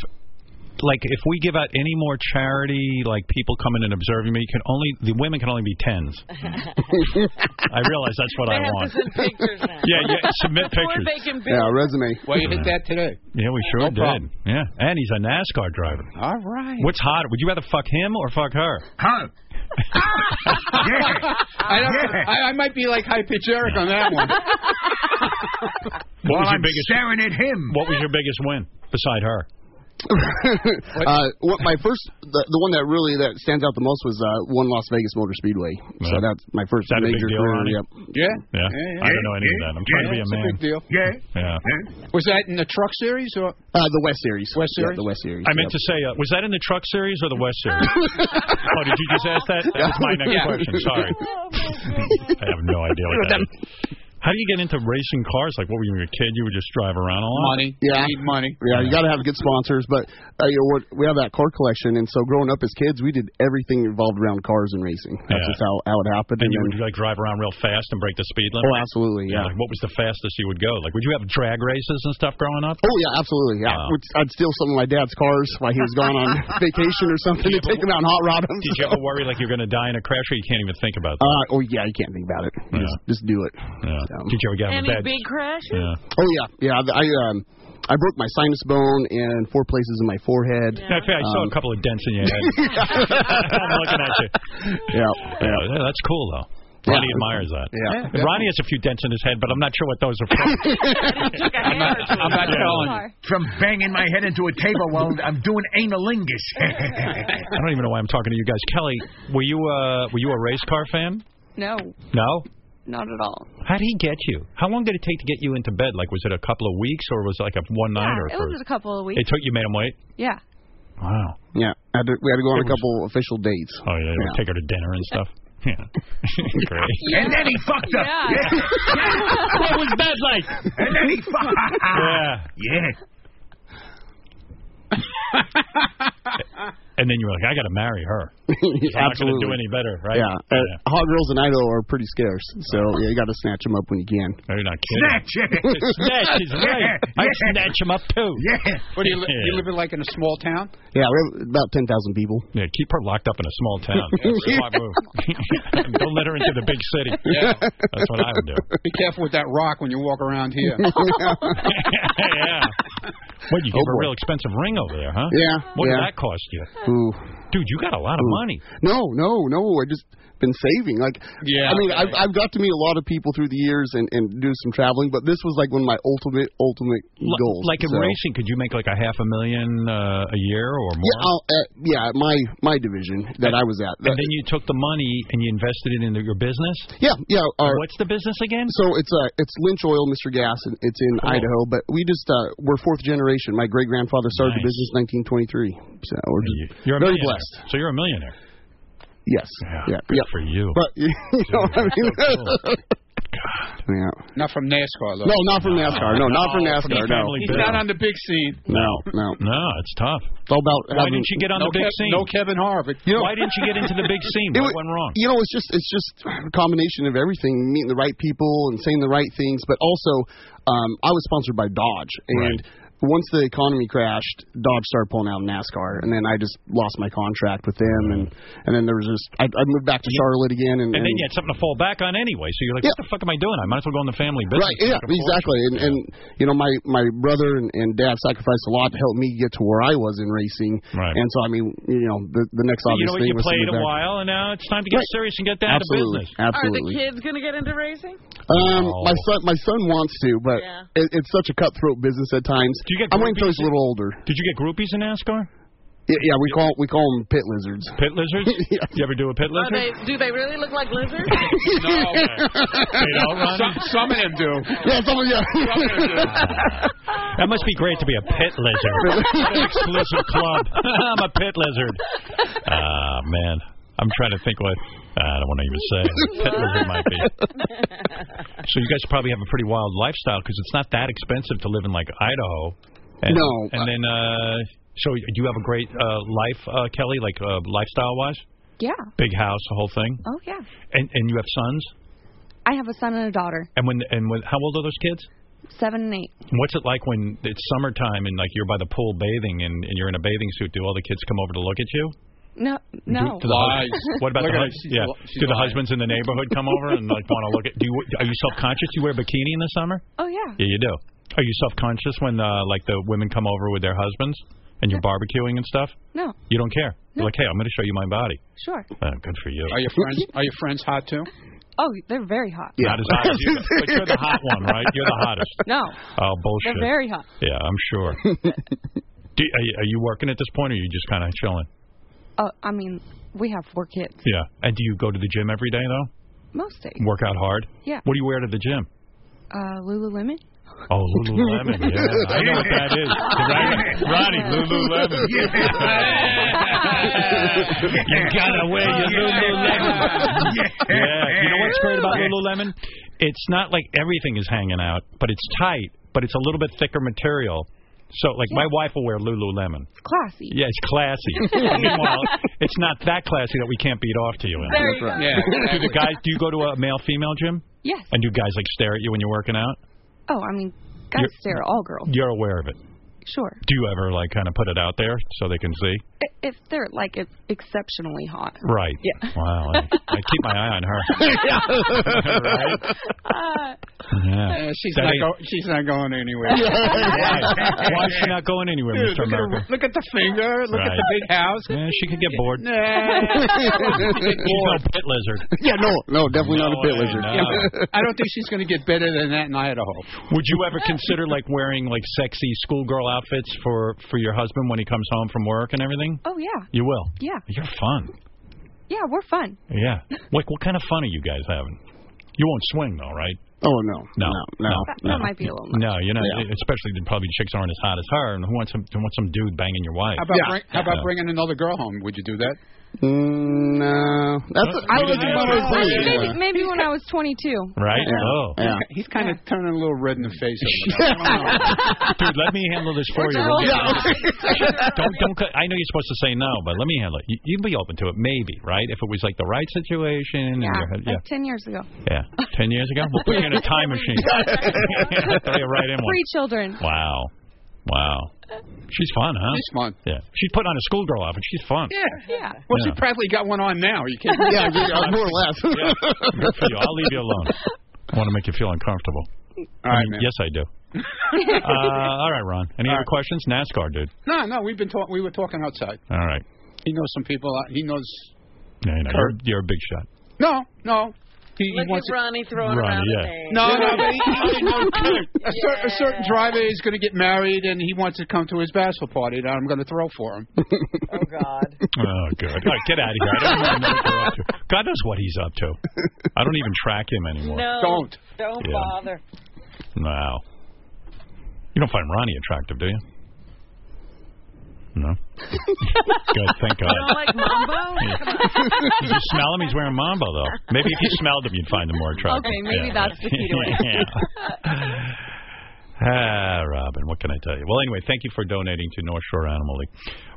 like if we give out any more charity, like people coming and observing me, can only the women can only be tens. I realize that's what They I have to want. send pictures now. Yeah, yeah. Submit Before pictures. they can be- Yeah, resume. Well, you hit that today. Yeah, we No sure did. problem. Yeah, and he's a NASCAR driver. All right. What's hotter? Would you rather fuck him or fuck her? Huh? I, don't, I, I might be like high pitch Eric on that one. What was While your I'm biggest, staring at him. What was your biggest win beside her? uh, what my first, the, the one that really that stands out the most was uh, one Las Vegas Motor Speedway. So Yeah. that's my first Is that a big major deal, career. Ronnie? Yep. Yeah. Yeah. I don't know any of that. I'm trying to be a it's man. big deal. Yeah. Was that in the truck series or uh, the West Series? West Yeah, series. the West Series. I meant to say, uh, was that in the truck series or the West series? oh, did you just ask that? That was my next Yeah. question. Sorry. I have no idea what that is. How do you get into racing cars? Like, what were you, when you were a kid? You would just drive around a lot? Yeah. money. Yeah, you got to have good sponsors. But uh, you know, we're- we have that car collection, and so growing up as kids, we did everything involved around cars and racing. That's Yeah. just how, how it happened. And you then- would like drive around real fast and break the speed limit. Oh, absolutely, yeah. Like, what was the fastest you would go? Like, would you have drag races and stuff growing up? Oh yeah, absolutely. Yeah, Which I'd steal some of my dad's cars while Uh, he was gone on vacation or something, and take him out and hot rod him. Did you ever worry like you're going to die in a crash or you can't even think about that? Uh, oh yeah, you can't think about it. You Just, just do it. Yeah. Did you ever get out of Any bed? big crashes? Yeah. Oh yeah, yeah. I um, I broke my sinus bone and four places in my forehead. In fact, I saw Um, a couple of dents in your head. I'm looking at you. Yeah, yeah, that's cool though. Ronnie admires that. Yeah. Ronnie has a few dents in his head, but I'm not sure what those are from. I'm not, I'm not Yeah. telling. From banging my head into a table while I'm doing analingus. I don't even know why I'm talking to you guys. Kelly, were you uh were you a race car fan? No, No. not at all. How would he get you? How long did it take to get you into bed? Like, was it a couple of weeks or was it like a one night or? It was a couple of weeks. It took you made him wait. yeah. Wow. Yeah, I had to, we had to go on a It couple official dates. Oh yeah, you would take her to dinner and stuff. Yeah. Great. And then he fucked up. Yeah. Yeah. what was that like? And then he fucked. Yeah. Yeah. And then you were like, I got to marry her. I'm not going to do Absolutely. any better, right? Yeah, uh, hot girls in Idaho are pretty scarce, so yeah, you got to snatch them up when you can. You're not Snatch it. Snatch is right. Yeah. I snatch him up too. Yeah. What do you, li- Yeah. you live in like in a small town? Yeah, we have about ten thousand people. Yeah, keep her locked up in a small town. That's a smart move. Don't let her into the big city. Yeah. That's what I would do. Be careful with that rock when you walk around here. yeah. What, you gave her a real expensive ring over there, huh? oh, Yeah, What did yeah. that cost you? Ooh. Dude, you got a lot of Ooh. money. No, no, no. I just been saving. Like, Yeah, I mean, okay. I've, I've got to meet a lot of people through the years and, and do some traveling, but this was like one of my ultimate, ultimate L- goals. Like in so. racing, could you make like a half a million uh, a year or more? Yeah, I'll, uh, yeah, my my division that I was at. And then you took the money and you invested it into your business? Yeah, yeah. Our, What's the business again? So it's uh, it's Lynch Oil, Mr. Gas, and it's in Idaho. But we just uh, we're fourth generation. My great grandfather started the business in 1923. So we're just You're a very millionaire. blessed. So you're a millionaire. Yes. Yeah. Good for you. But you know what I mean? yeah. Not from NASCAR, though. No, not from NASCAR. No, not Oh, from from NASCAR. the No. family He's not on the big scene. No, no, no. It's tough. It's all about. Why having- didn't you get on the big scene? Kevin Harvick. Why didn't you get into the big scene? It What wa- went wrong? You know, it's just it's just a combination of everything, meeting the right people and saying the right things, but also um, I was sponsored by Dodge, and once the economy crashed, Dodge started pulling out of NASCAR, and then I just lost my contract with them, and and then there was just I, I moved back to Charlotte again, and, Mm. And then you had something to fall back on anyway. So you're like, what the fuck am I doing? I might as well go in the family business. Right, yeah, Make a fortune. exactly, and, and you know my my brother and, and dad sacrificed a lot to help me get to where I was in racing, Right. And so I mean, you know, the, the next So obvious you know what? thing You was to played move a back. while, and now it's time to get Right. serious and get down Absolutely, to business. absolutely. Are the kids going to get into racing? Um, No. my son, my son wants to, but it, it's such a cutthroat business at times. Do you get I'm waiting until he's groupies a little older. Did you get groupies in NASCAR? Yeah, yeah, we call we call them pit lizards. Pit lizards? You ever do a pit Are lizard? they, do they really look like lizards? Some, some of them do. Yeah, some of yeah. That must be great to be a pit lizard. An exclusive club. I'm a pit lizard. Ah, man. I'm trying to think what. I don't want to even say. Pit lizard might be. So you guys probably have a pretty wild lifestyle because it's not that expensive to live in like Idaho. And, No. And then, uh, so do you have a great uh, life, uh, Kelly? Like uh, lifestyle wise, Yeah. big house, the whole thing. Oh yeah. And and you have sons. I have a son and a daughter, And when and when, how old are those kids? seven and eight. And What's it like when it's summertime and like you're by the pool bathing and, and you're in a bathing suit? Do all the kids come over to look at you? No, no. Do, do the hus- what about Look the at her. hus- yeah? Do the husbands in the neighborhood come over and like want to look at? Do you are you self conscious? You wear a bikini in the summer? Oh yeah. Yeah, you do. Are you self conscious when uh, like the women come over with their husbands and you're barbecuing and stuff? No. You don't care. You're like, hey, I'm going to show you my body. Sure. Uh, good for you. Are your friends? Are your friends hot too? Oh, they're very hot. Not as hot as you, but you're the hot one, right? You're the hottest. No, Oh, bullshit. they're very hot. Yeah, I'm sure. Do, are, you, are you working at this point, or are you just kind of chilling? Oh, I mean, we have four kids Yeah. And do you go to the gym every day though? most days. Work out hard. Yeah. What do you wear to the gym? Uh, Lululemon. Oh, Lululemon. yeah, I know what that is. Right? Ronnie, Lululemon. you gotta wear your Lululemon. Yeah. You know what's great about Lululemon? It's not like everything is hanging out, but it's tight, but it's a little bit thicker material. So, like, my wife will wear Lululemon. Classy. Yeah, it's classy. Meanwhile, it's not that classy that we can't beat off to you. In. There you That's right. go. Yeah, do the guys? Do you go to a male-female gym? Yes. And do guys like stare at you when you're working out? Oh, I mean, guys You're- stare at all girls. You're aware of it. Sure. Do you ever like kind of put it out there so they can see? I- If they're like it's exceptionally hot. Right. Yeah. Wow. I, I keep my eye on her. right? Yeah. Uh, she's That not. ain't- Go, she's not going anywhere. Why? Why is she not going anywhere, Dude, Mr. look, at, America? her- look at the finger. Look at Right. the big house. Yeah, she could get bored. Nah. She's no pit lizard. Yeah, no, no, definitely not a No pit way, lizard. no. Yeah, I don't think she's going to get better than that in Idaho. Would you ever consider like wearing like sexy schoolgirl outfits for for your husband when he comes home from work and everything? Oh yeah. You will. Yeah. You're fun. Yeah, we're fun. Yeah. Like what kind of fun are you guys having? You won't swing though, right? Oh no. No. No. That, that might be a little. No, you're not. Especially the, probably chicks aren't as hot as her, and who wants some who wants some dude banging your wife? How about bring, how about bringing another girl home? Would you do that? Mm, no. That's I I was was about to say about that. to uh, Maybe, maybe when I was 22. Right? Yeah. Oh. He's kind of turning a little red in the face. Dude, let me handle this for you. Yeah. don't don't. cut- I know you're supposed to say no, but let me handle it. You, you'd be open to it, maybe, right? If it was like the right situation. Yeah, And you're- like yeah. 10 years ago. Yeah, ten years ago. We'll put you in a time machine. Throw you right in one. Three children. Wow, wow. She's fun, huh? She's fun. Yeah, she's put on a schoolgirl outfit. She's fun. Yeah. Yeah. Well, Yeah. she probably got one on now. You can't. Yeah, yeah, more or less. Yeah. Good for you. I'll leave you alone. I want to make you feel uncomfortable. All right, I mean, Yes, I do. Uh, all right, Ron. Any other questions? NASCAR, dude. No, no. We've been talking. We were talking outside. All right. He knows some people. out- He knows. Yeah, you know, you're, you're a big shot. No, no. He, he Look at wants. to- Ronnie throwing Ronnie, around the yeah. name. No, no, but he, he knows a, cer- a certain driver is going to get married, and he wants to come to his bachelor party, and I'm going to throw for him. Oh God. Oh, good. All right, get out of here. I don't even know what you're up to. God knows what he's up to. I don't even track him anymore. No. Don't Yeah. bother. Wow. You don't find Ronnie attractive, do you? No. Good. Thank God. You don't like Mambo? Did you smell him? He's wearing Mambo, though. Maybe if you smelled him, you'd find him more attractive. Okay, maybe Yeah. that's the key to it. Yeah. Ah, Robin, what can I tell you? Well, anyway, thank you for donating to North Shore Animal League.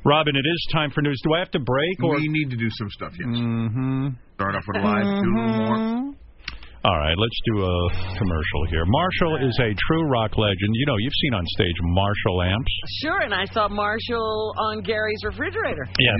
Robin, it is time for news. Do I have to break? Or We need to do some stuff, yes. Mm-hmm. Start off with a live, do a Mm-hmm. little Mm-hmm. more. All right, let's do a commercial here. Marshall is a true rock legend. You know, you've seen on stage Marshall amps. Sure, and I saw Marshall on Gary's refrigerator. Yeah,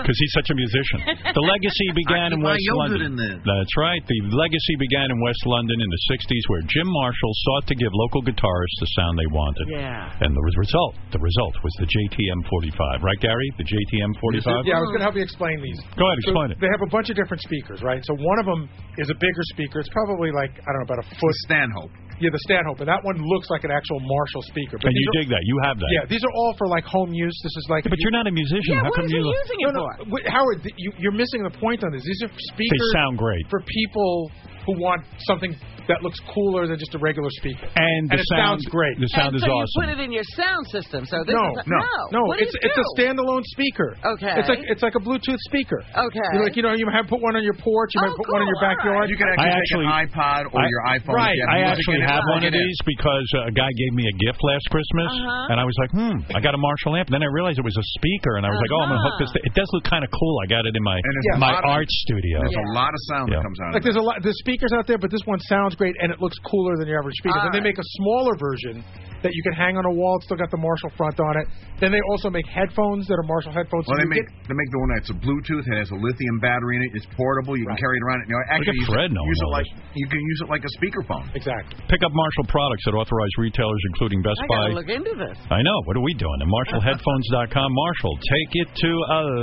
because he's such a musician. The legacy began can in buy West yogurt in London. there. That's right. The legacy began in West London in the '60s, where Jim Marshall sought to give local guitarists the sound they wanted. Yeah. And the res- result, the result was the JTM 45, right, Gary? The JTM 45. Yeah, I was going to help you explain these. Go ahead, So explain it. They have a bunch of different speakers, right? So one of them is a bigger speaker. It's probably like I don't know about a foot. Stanhope. Yeah, the Stanhope. And that one looks like an actual Marshall speaker. these And you are- dig that. You have that. Yeah, these are all for like home use. This is like. But you're not a musician. How come you look- no, no, wait, Howard, th- you, you're missing the point on this. These are speakers. sound great. for people who want something that looks cooler than just a regular speaker. And, the it sound- sounds great. The sound and so is awesome. you put it in your sound system. So this no, is no, no. no. What do It's you it's do? a standalone speaker. Okay. It's like it's like a Bluetooth speaker. Okay. Oh, You like you know you might put one on your porch. You might put one in your backyard. You could actually, take an iPod or your iPhone. if Right. you music I actually in it, have plug one of it in. these because uh, a guy gave me a gift last Christmas, Uh-huh. and I was like, hmm, I got a Marshall amp. Then I realized it was a speaker, and I was like, oh, I'm going to hook Uh-huh. this. Thing. It does look kind of cool. I got it in my there's a my lot of- art studio. there's a lot of sound that comes Like there's a lot there's speakers out there, but this one sounds great and it looks cooler than your average speaker. All Then they make a smaller version that you can hang on a wall. It's still got the Marshall front on it. Then they also make headphones that are Marshall headphones. Well, So they make you get- they make the one that's a Bluetooth. It has a lithium battery in it. It's portable. You can carry it around. You know, at actually, you Fred can knowing use it all like you can use it like a speakerphone. Exactly. Pick up Marshall products at authorized retailers, including Best I Buy. gotta look into this. I know. What are we doing? At MarshallHeadphones.com. Marshall, take it to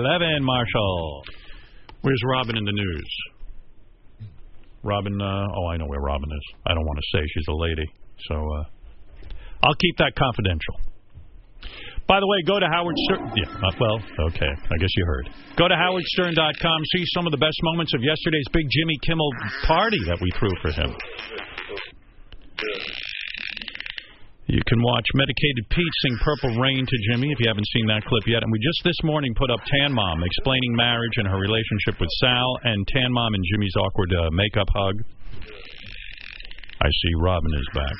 11, Marshall. Where's Robin in the news? Robin, uh, oh, I know where Robin is. I don't want to say she's a lady. So uh, I'll keep that confidential. By the way, go to Howard Stern. Yeah, uh, well, okay. I guess you heard. Go to howardstern.com. See some of the best moments of yesterday's big Jimmy Kimmel party that we threw for him. You can watch Medicated Pete sing Purple Rain to Jimmy if you haven't seen that clip yet. And we just this morning put up Tan Mom explaining marriage and her relationship with Sal and Tan Mom and Jimmy's awkward uh, makeup hug. I see Robin is back.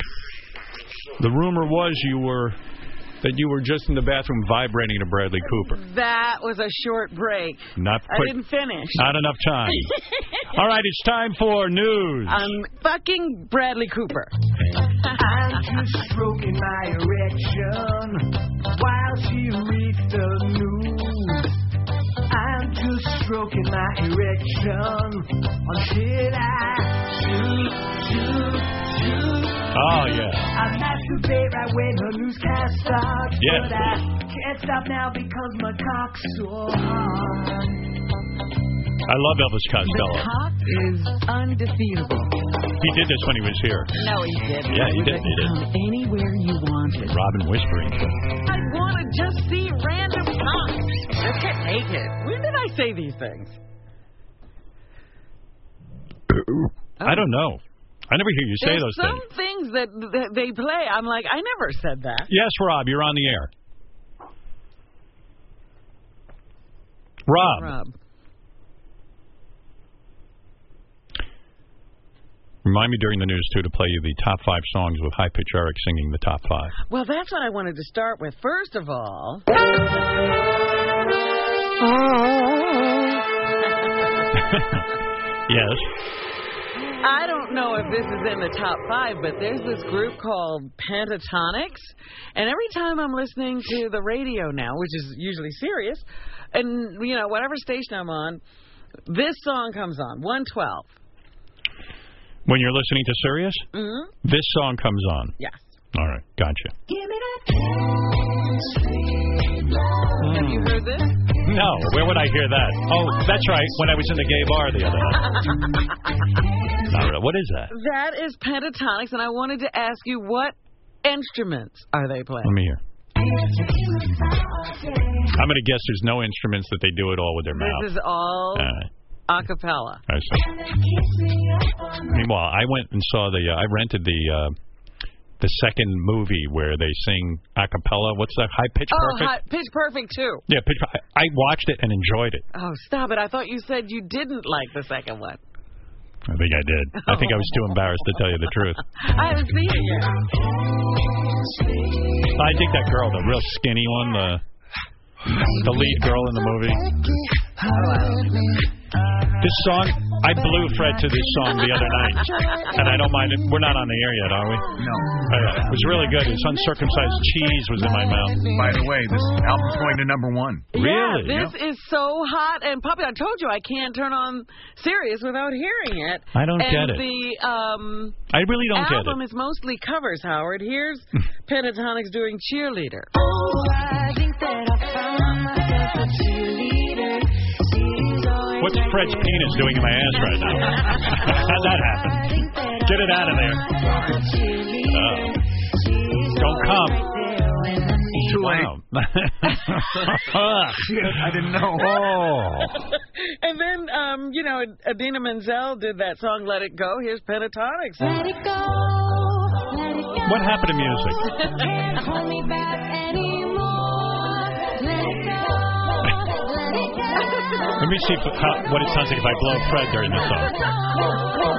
The rumor was you were that you were just in the bathroom vibrating to Bradley Cooper. That was a short break. Not I quick. didn't finish. Not enough time. All right, it's time for news. I'm Um, fucking Bradley Cooper. I'm just stroking my erection while she reads the news. I'm just stroking my erection until I shoot, shoot, shoot. Oh yeah. I masturbate right when her newscast starts, Yes. but I can't stop now because my cock's so hard. I love Elvis Costello. Cock is undefeatable. He did this when he was here. No, he didn't. Yeah, he did. He did. Anywhere you want it. Robin whispering. I want to just see random cocks. Let's get naked. When did I say these things? I don't know. I never hear you say Oh. There's those some things. things that, that they play. I'm like, I never said that. Yes, Rob, you're on the air. Rob. Remind me during the news, too, to play you the top five songs with High Pitch Eric singing the top five. Well, that's what I wanted to start with. First of all, Yes. I don't know if this is in the top five, but there's this group called Pentatonics, and every time I'm listening to the radio now, which is usually serious, and you know whatever station I'm on, this song comes on 112. When you're listening to Sirius, Mhm. this song comes on. Yes. All right. Gotcha. Have you heard this? No, where would I hear that? Oh, that's right. When I was in the gay bar the other night. All right, What is that? That is pentatonics, and I wanted to ask you what instruments are they playing? Let me hear. I'm going to guess there's no instruments that they do it all with their mouth. This is all All right. a cappella. Uh, I see. Meanwhile, I went and saw the. Uh, I rented the uh, the second movie where they sing a cappella. What's that? High pitch oh, hi- perfect. Pitch Perfect too. Yeah, pitch. I I watched it and enjoyed it. Oh, stop it! I thought you said you didn't like the second one. I think I did. I think I was too embarrassed to tell you the truth. I haven't seen it yet. I think that girl, the real skinny one, the the lead girl in the movie. This song, I blew Fred to this song the other night, and I don't mind it. We're not on the air yet, are we? No. it was really good. This uncircumcised cheese was in my mouth. By the way, this album's going to number one. Really? This is so hot and popular. I told you I can't turn on Sirius without hearing it. I don't and get it. The um, I really don't get it. album is mostly covers. Howard, here's Pentatonics doing cheerleader. What's Fred's penis doing in my ass right now? How'd that happen? Get it out of there. Oh. Don't come. Too Shit, I didn't know. and then, um, you know, Adina Menzel did that song "Let It Go." Here's Pentatonics. Let it go. What happened to music? Let me see if, how, what it sounds like if I blow Fred during the song.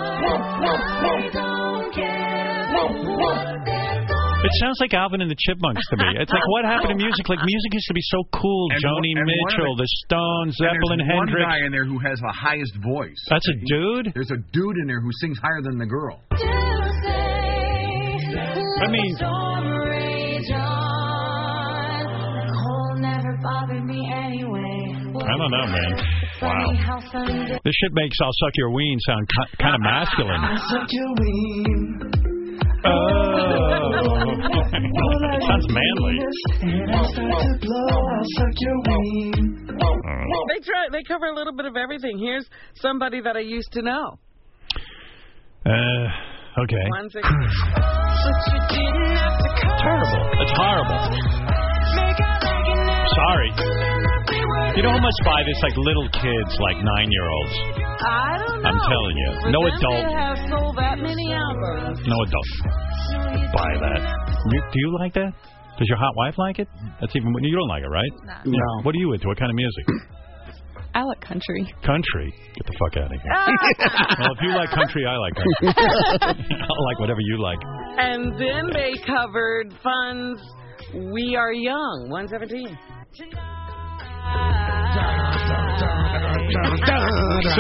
It sounds like Alvin and the Chipmunks to me. It's like what happened to music? Like music used to be so cool. And Joni one- and one of Mitchell, the- the Stones, And Zeppelin, there's one Hendrix. guy in there who has the highest voice. That's a dude. There's a dude in there who sings higher than the girl. I mean, I don't know, man. Wow. This shit makes "I'll Suck Your Ween" sound ki- kind of masculine. Oh. sounds manly. They try. They cover a little bit of everything. Here's somebody that I used to know. Uh, okay. One second. Terrible. It's horrible. Sorry. You don't almost buy this like little kids, like nine year olds. I don't know. I'm telling you. But No them, adult. They have sold that many albums. No adults buy that. You, do you like that? Does your hot wife like it? That's even you don't like it, right? No. Yeah. What are you into? What kind of music? I like country. country. Get the fuck out of here. well, if you like country, I like country. I like whatever you like. And then they covered Fun's "We Are Young." 117. Sing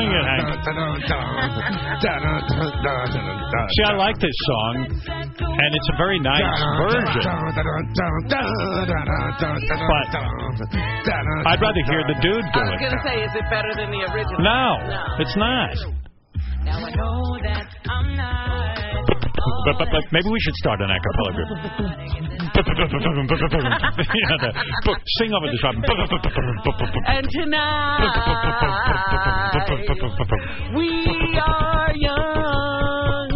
it, Hank. See, I like this song, and it's a very nice version. But I'd rather hear the dude I do was it. gonna say, is it better than the original? No, it's not. Now I know that I'm not. But, but, but maybe we should start an a cappella group. yeah, the, sing over the top. And tonight we are young.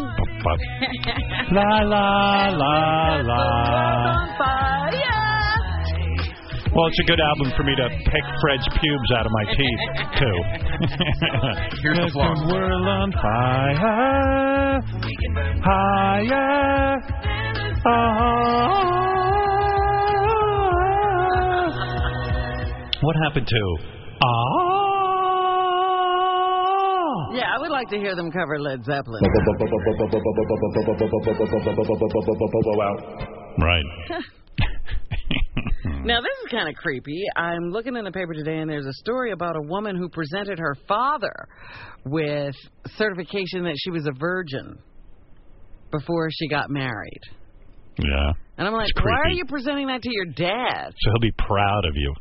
La la la la. Well, it's a good album for me to pick Fred's pubes out of my teeth, too. Here's the flaw. World on fire, higher. Oh. What happened to? Ah. Yeah, I would like to hear them cover Led Zeppelin. Right. Now, this is kind of creepy. I'm looking in the paper today, and there's a story about a woman who presented her father with certification that she was a virgin before she got married. Yeah. And I'm like, It's why are creepy. you presenting that to your dad? So he'll be proud of you.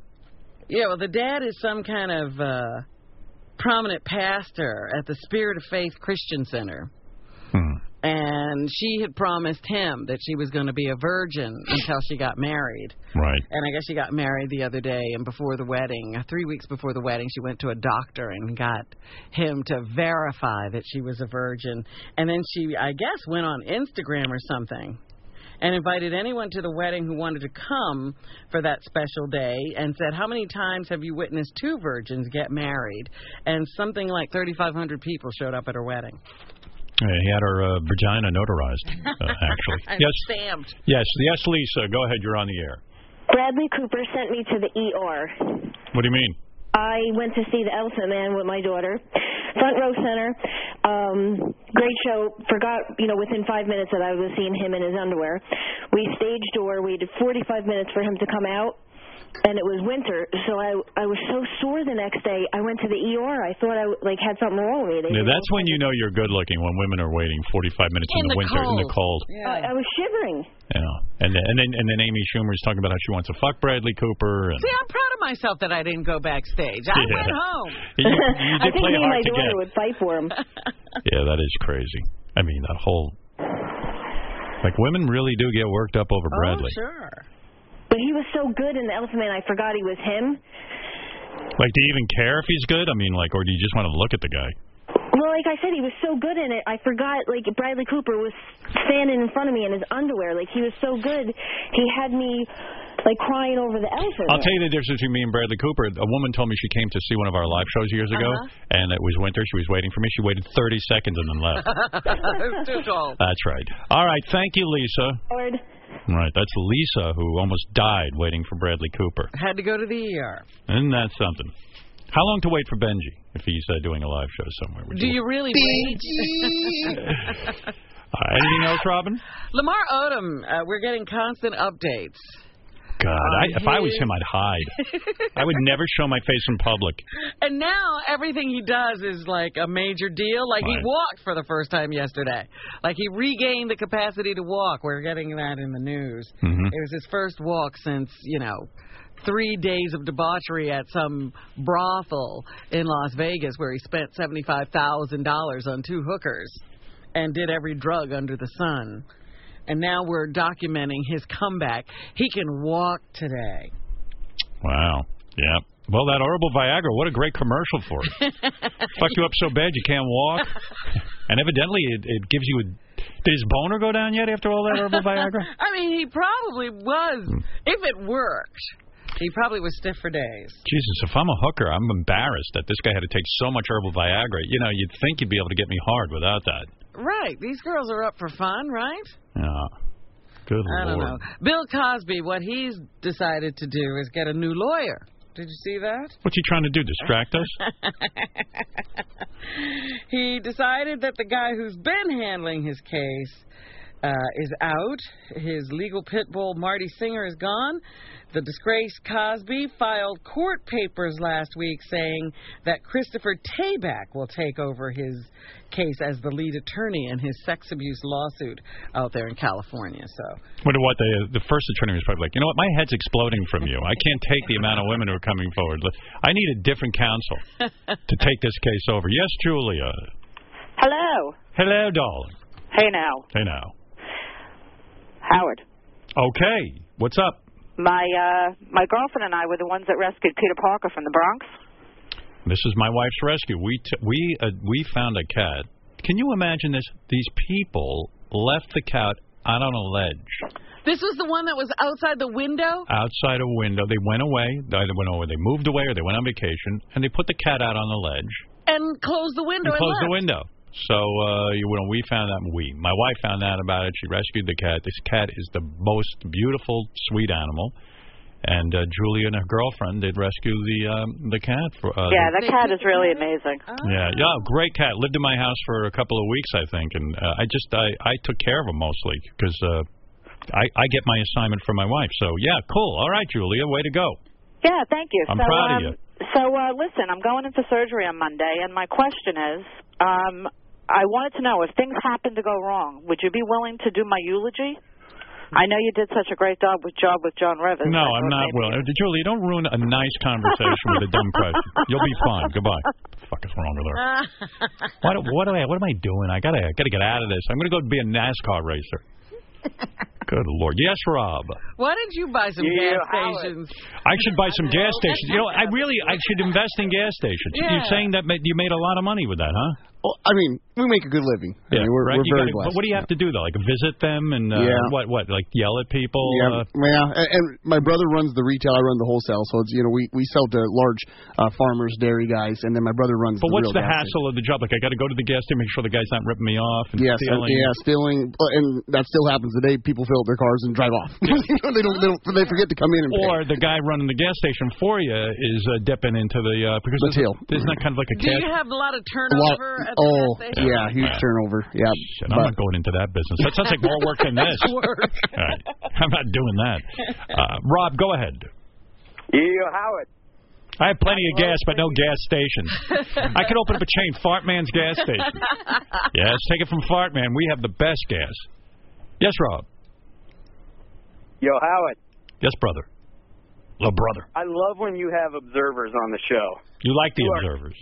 Yeah, well, the dad is some kind of uh, prominent pastor at the Spirit of Faith Christian Center. And she had promised him that she was going to be a virgin until she got married. Right. And I guess she got married the other day, and before the wedding, uh, three weeks before the wedding, she went to a doctor and got him to verify that she was a virgin. And then she, I guess, went on Instagram or something and invited anyone to the wedding who wanted to come for that special day and said, How many times have you witnessed two virgins get married? And something like 3,500 people showed up at her wedding. Yeah, he had her uh, vagina notarized, uh, actually. And yes. stamped. Yes. Yes, Lisa. Go ahead. You're on the air. Bradley Cooper sent me to the ER. What do you mean? I went to see The Elephant Man with my daughter, front row center. Um, great show. Forgot, you know, within five minutes that I was seeing him in his underwear. We stage door waited 45 minutes for him to come out, and it was winter, so I I was so sore the next day. I went to the ER. I thought I like had something wrong with me. They Yeah, that's when you know you're good looking when women are waiting 45 minutes in, the, winter in the cold. I, I was shivering. Yeah. And then, and then and then Amy Schumer's talking about how she wants to fuck Bradley Cooper and See, I'm proud of myself that I didn't go backstage. I Yeah. went home. You- you I did think play me and hard my to daughter get. would fight for him. yeah, that is crazy. I mean, that whole like women really do get worked up Oh, over Bradley. sure. But he was so good in The Elephant Man, I forgot he was him. Like, do you even care if he's good? I mean, like, or do you just want to look at the guy? Well, like I said, he was so good in it. I forgot. Like Bradley Cooper was standing in front of me in his underwear. Like he was so good, he had me like crying over the elephant. I'll tell you the difference between me and Bradley Cooper. A woman told me she came to see one of our live shows years ago, and it was winter. She was waiting for me. She waited 30 seconds and then left. it's too tall. that's right. All right. Thank you, Lisa. Lord. All right. That's Lisa who almost died waiting for Bradley Cooper. Had to go to the ER. Isn't that something? How long to wait for Benji if he's uh, doing a live show somewhere? Do you really wait? All right, uh, anything else, Robin? Lamar Odom, uh, we're getting constant updates. God, I, if I was his- him, I'd hide. I would never show my face in public. And now everything he does is like a major deal. Like he Right. walked for the first time yesterday. Like he regained the capacity to walk. We're getting that in the news. It was his first walk since, you know, three days of debauchery at some brothel in Las Vegas where he spent $75,000 on two hookers and did every drug under the sun. And now we're documenting his comeback. He can walk today. Wow. Yeah. Well, that horrible Viagra, what a great commercial for it. Fucked you up so bad you can't walk. And evidently, it, it gives you a. Did his boner go down yet after all that horrible Viagra? I mean, he probably was. If it worked, he probably was stiff for days. Jesus, if I'm a hooker, I'm embarrassed that this guy had to take so much herbal Viagra. You know, you'd think you'd be able to get me hard without that. Right. These girls are up for fun, right? Yeah. Good I don't lord. know. Bill Cosby, what he's decided to do is get a new lawyer. Did you see that? What's he trying to do? Distract us? He decided that the guy who's been handling his case uh, is out. His legal pit bull, Marty Singer, is gone. The disgraced Cosby filed court papers last week saying that Christopher Tabak will take over his case as the lead attorney in his sex abuse lawsuit out there in California. So Wonder what the the first attorney was probably like. You know what? My head's exploding from you. I can't take the amount of women who are coming forward. Look, I need a different counsel to take this case over. Yes, Julia. Hello. Hello, darling. Hey now, Hey now. Howard. Okay, what's up? My uh my girlfriend and I were the ones that rescued Peter Parker from the Bronx. This is my wife's rescue. We t we uh, we found a cat. Can you imagine this? These people left the cat out on a ledge This was the one that was outside the window? outside a window. They went away. They either went away, they moved away, or they went on vacation, and they put the cat out on the ledge. and close the window. You and closed left. the window. So uh, you know, we found out. We, my wife, found out about it. She rescued the cat. This cat is the most beautiful, sweet animal. And uh, Julia and her girlfriend did rescue the um, the cat. For, uh, yeah, the- that cat is really amazing. yeah, yeah, great cat. Lived in my house for a couple of weeks, I think, and uh, I just I I took care of him mostly because uh, I I get my assignment from my wife. So yeah, cool. All right, Julia, way to go. Yeah, thank you. I'm so, proud um, of you. So uh listen, I'm going in for surgery on Monday and my question is, um I wanted to know if things happened to go wrong, would you be willing to do my eulogy? I know you did such a great job with job with John Rivers. No, I I'm thought not willing. Uh, Julia, don't ruin a nice conversation with a dumb question. You'll be fine. Goodbye. What the fuck is wrong with her? What, what am I? What am I doing? I gotta, I gotta get out of this. I'm gonna go be a NASCAR racer. Good lord. Yes, Rob. Why did you buy some You, gas Howard. stations? I should buy some gas stations. You know, I really, I should invest in gas stations. Yeah. You're saying that ma- you made a lot of money with that, huh? Well, I mean, we make a good living. I mean, we're, right. we're You very gotta- blessed. but what do you have to do though? Like visit them and uh, Yeah. what, what? Like yell at people? Yeah, Uh, yeah, and, and my brother runs the retail. I run the wholesale, so it's you know we we sell to large uh, farmers, dairy guys, and then my brother runs. but the what's real the gas hassle of the job? Like I got to go to the gas station, make sure the guy's not ripping me off and Yes, and- stealing. yeah, stealing, uh, and that still happens today. People fill up their cars and drive off. You know, they don't, they don't, they forget to come in and pay. Or the guy running the gas station for you is uh, dipping into the uh, because The isn't- till. Isn't that kind of like a Do cash? you have a lot of a lot. turnover at the Oh, gas station? yeah, huge turnover. Yeah, I'm not going into that business. That sounds like more work than this. All right. I'm not doing that. Uh, Rob, go ahead. You, Howard. I have plenty of gas, but no gas stations. I could open up a chain, Fart Man's gas station. Yes, take it from Fart Man. We have the best gas. Yes, Rob. Yo, Howard. Yes, brother. Little brother. I love when you have observers on the show. You like the You are- observers.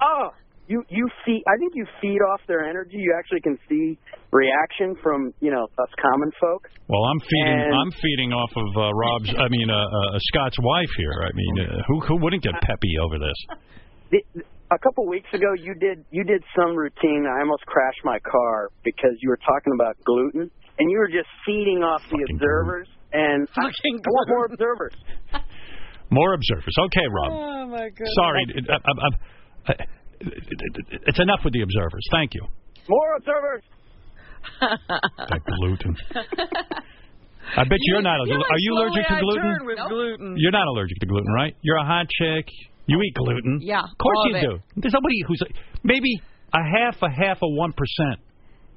Oh, you you feed. I think you feed off their energy. You actually can see reaction from you know us common folk. Well, I'm feeding. And- I'm feeding off of uh, Rob's. I mean, uh, uh, Scott's wife here. I mean, uh, who who wouldn't get peppy over this? The, a couple weeks ago you did you did some routine. I almost crashed my car because you were talking about gluten and you were just feeding off the observers. And I, I want more observers. More observers. Okay, Rob. Oh my god. Um, Sorry, it- I- I'm- I'm- I- it's enough with the observers. Thank you. More observers. That gluten. I bet you, are not. You, al- like, are you allergic to slowly I gluten? turn with gluten. You're not allergic to gluten, right? You're a hot chick. You eat gluten. Yeah, Of course all you of do. There's nobody who's maybe a half, a half, a one percent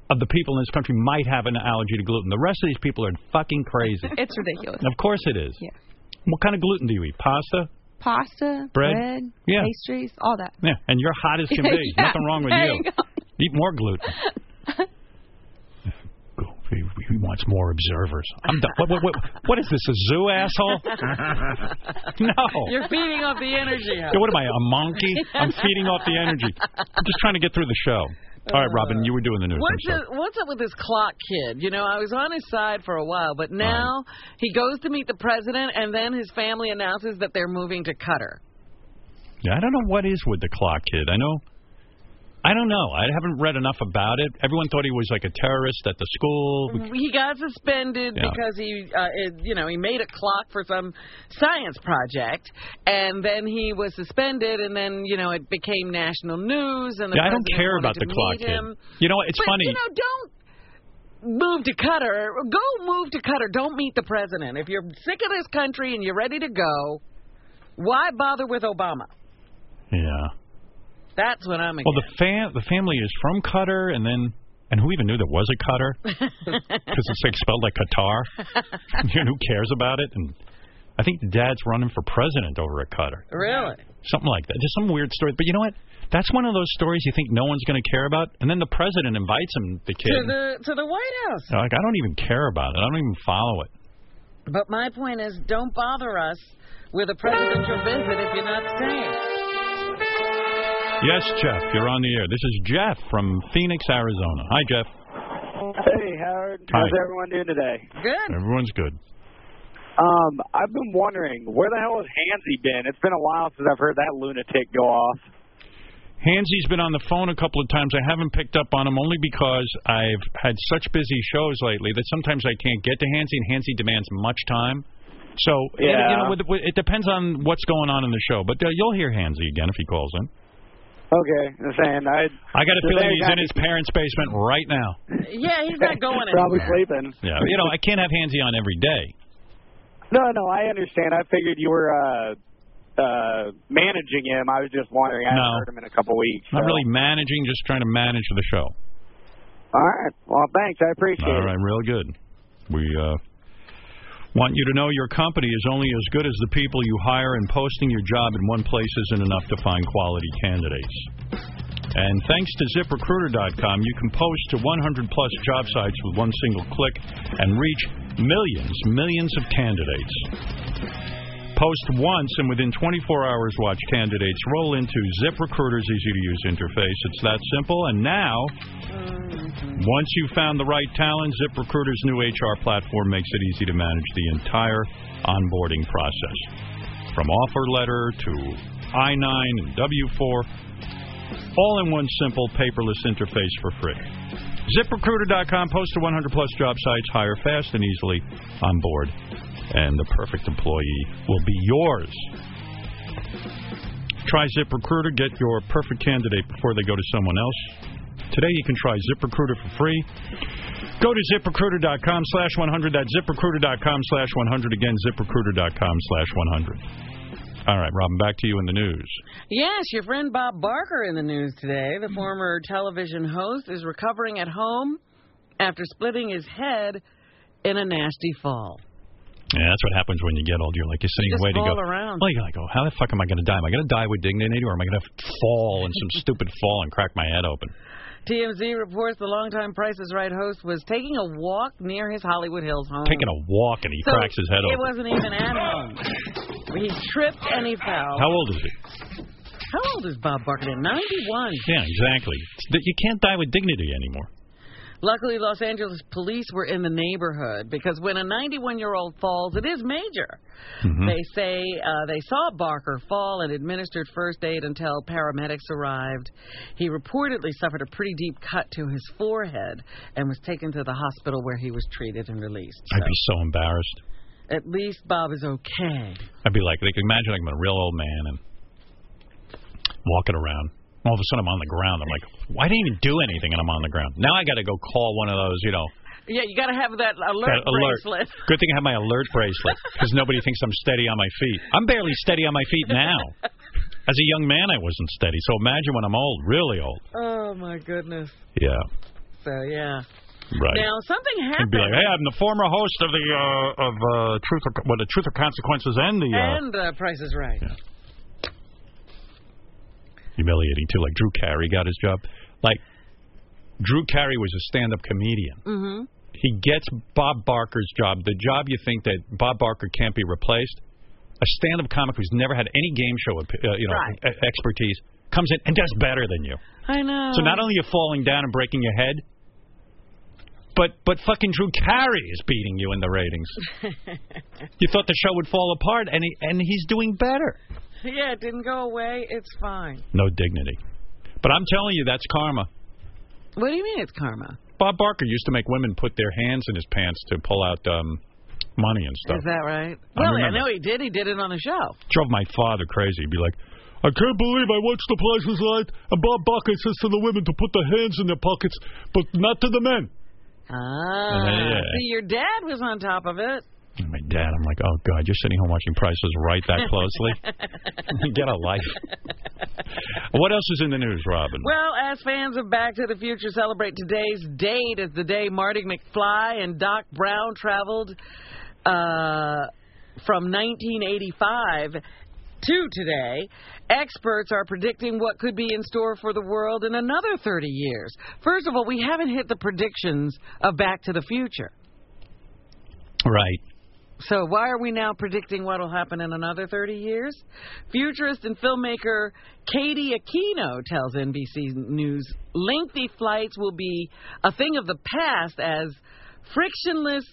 of the people in this country might have an allergy to gluten. The rest of these people are fucking crazy. It's ridiculous. of course it is. Yeah. What kind of gluten do you eat? Pasta? Pasta, Bread? bread, Yeah. pastries, all that. Yeah. And you're hot as can be. Yeah. Nothing wrong with There you. you Eat more gluten. He, he wants more observers. I'm done. What, what, what, what is this? A zoo, asshole? no. You're feeding off the energy. Yeah, what am I, a monkey? I'm feeding off the energy. I'm just trying to get through the show. All right, Robin, you were doing the news. What's, I'm sorry. the- what's up with this clock kid? You know, I was on his side for a while, but now he goes to meet the president, and then his family announces that they're moving to Qatar. Yeah, I don't know what is with the clock kid. I know. I don't know. I haven't read enough about it. Everyone thought he was like a terrorist at the school. He got suspended Yeah. because he, uh, it, you know, he made a clock for some science project, and then he was suspended, and then you know it became national news, and the Yeah, I don't president care wanted about to the meet clock kid. him. You know what? It's But, funny. You know, don't move to Qatar. Go move to Qatar. Don't meet the president. If you're sick of this country and you're ready to go, why bother with Obama? yeah. That's what I'm Well, the fam the family is from Qatar, and then and who even knew there was a Qatar? Because it's like spelled like Qatar. and who cares about it? And I think Dad's running for president over at Qatar. Really? Something like that. Just some weird story. But you know what? That's one of those stories you think no one's going to care about, and then the president invites him, the kid. to the to the White House. They're like I don't even care about it. I don't even follow it. But my point is, don't bother us with a presidential visit if you're not staying. Yes, Jeff, you're on the air. This is Jeff from Phoenix, Arizona. Hi, Jeff. Hey Howard, Hi. how's everyone doing today? Good. Everyone's good. Um, I've been wondering where the hell has Hansy been? It's been a while since I've heard that lunatic go off. Hansy's been on the phone a couple of times. I haven't picked up on him only because I've had such busy shows lately that sometimes I can't get to Hansy, and Hansy demands much time. So you know- you know, Yeah. with- with- it depends on what's going on in the show. But uh, you'll hear Hansy again if he calls in. Okay, I'm saying I. I got a today feeling he's got in me his parents' basement right now. Yeah, he's not going anywhere. Probably sleeping. Yeah, you know, I can't have Hansy on every day. No, no, I understand. I figured you were uh, uh, managing him. I was just wondering. I haven't No. heard him in a couple weeks. Not so. really managing, just trying to manage the show. All right. Well, thanks. I appreciate All it. right, real good. We uh, want you to know your company is only as good as the people you hire, and posting your job in one place isn't enough to find quality candidates. And thanks to ZipRecruiter.com, you can post to 100 plus job sites with one single click and reach millions, millions of candidates. Post once, and within 24 hours, watch candidates roll into ZipRecruiter's easy to use interface. It's that simple. And now, once you've found the right talent, ZipRecruiter's new HR platform makes it easy to manage the entire onboarding process from offer letter to I 9 and W 4, all in one simple paperless interface for free. ZipRecruiter.com posts to 100 plus job sites, hire fast and easily on board, and the perfect employee will be yours. Try ZipRecruiter. Get your perfect candidate before they go to someone else. Today you can try ZipRecruiter for free. Go to ZipRecruiter.com slash 100. That's ZipRecruiter.com slash 100. Again, ZipRecruiter.com slash 100. All right, Robin, back to you in the news. Yes, your friend Bob Barker in the news today. The former television host is recovering at home after splitting his head in a nasty fall. Yeah, that's what happens when you get old. You're like, you're sitting Just waiting. fall go, around. Well, you're like, oh, how the fuck am I going to die? Am I going to die with dignity or am I going to fall in some stupid fall and crack my head open? Uh-huh. TMZ reports the longtime Price is Right host was taking a walk near his Hollywood Hills home. Taking a walk and he So, cracks his head It open. wasn't even at home. He tripped and he fell. How old is he? How old is Bob Barker? 91. Yeah, exactly. It's that You can't die with dignity anymore. Luckily, Los Angeles police were in the neighborhood because when a 91 year old falls, it is major. Mm-hmm. They say uh, they saw Barker fall and administered first aid until paramedics arrived. He reportedly suffered a pretty deep cut to his forehead and was taken to the hospital where he was treated and released. I'd be so embarrassed. At least Bob is okay. I'd be like, they can imagine like, I'm a real old man and walking around. All of a sudden, I'm on the ground. I'm like, why didn't I even do anything? And I'm on the ground. Now I got to go call one of those, you know, Yeah, you got to have that alert, that alert. bracelet. Good thing I have my alert bracelet because nobody thinks I'm steady on my feet. I'm barely steady on my feet now. As a young man, I wasn't steady. So imagine when I'm old, really old. Oh my goodness. Yeah, So yeah. right. Now something I'd happened. be like, hey, I'm the former host of the uh, of uh, truth or, well, the truth or consequences and the uh, and uh, Price is Right. humiliating too. Like Drew Carey got his job. Like Drew Carey was a stand-up comedian. Mm-hmm. He gets Bob Barker's job, the job you think that Bob Barker can't be replaced. A stand-up comic who's never had any game show, uh, you know, Right. e- expertise comes in and does better than you. I know. So not only are you falling down and breaking your head, but but fucking Drew Carey is beating you in the ratings. you thought the show would fall apart, and he, and he's doing better. yeah, it didn't go away. It's fine. No dignity. But I'm telling you, that's karma. What do you mean it's karma? Bob Barker used to make women put their hands in his pants to pull out um, money and stuff. Is that right? well, I remember. know he did. He did it on the show. Drove my father crazy. He'd be like, I can't believe I watched The Price is Right, and Bob Barker says to the women to put their hands in their pockets, but not to the men. Ah. Yeah. See, your dad was on top of it. And my dad, I'm like, oh god, you're sitting home watching Price is Right that closely. Get a life. what else is in the news, Robin? Well, as fans of Back to the Future celebrate today's date as the day Marty McFly and Doc Brown traveled uh, from 1985 to today, experts are predicting what could be in store for the world in another 30 years. First of all, we haven't hit the predictions of Back to the Future. Right. So why are we now predicting what will happen in another 30 years? Futurist and filmmaker Katie Aquino tells NBC News lengthy flights will be a thing of the past as frictionless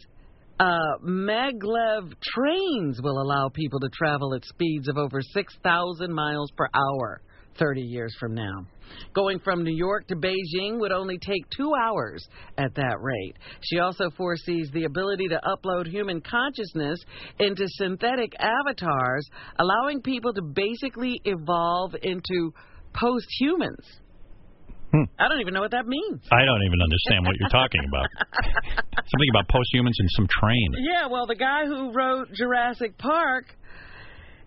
uh, maglev trains will allow people to travel at speeds of over 6,000 miles per hour 30 years from now. Going from New York to Beijing would only take two hours at that rate. She also foresees the ability to upload human consciousness into synthetic avatars, allowing people to basically evolve into post humans. Hmm. I don't even know what that means. I don't even understand what you're talking about. Something about posthumans and some train. Yeah, well, the guy who wrote Jurassic Park,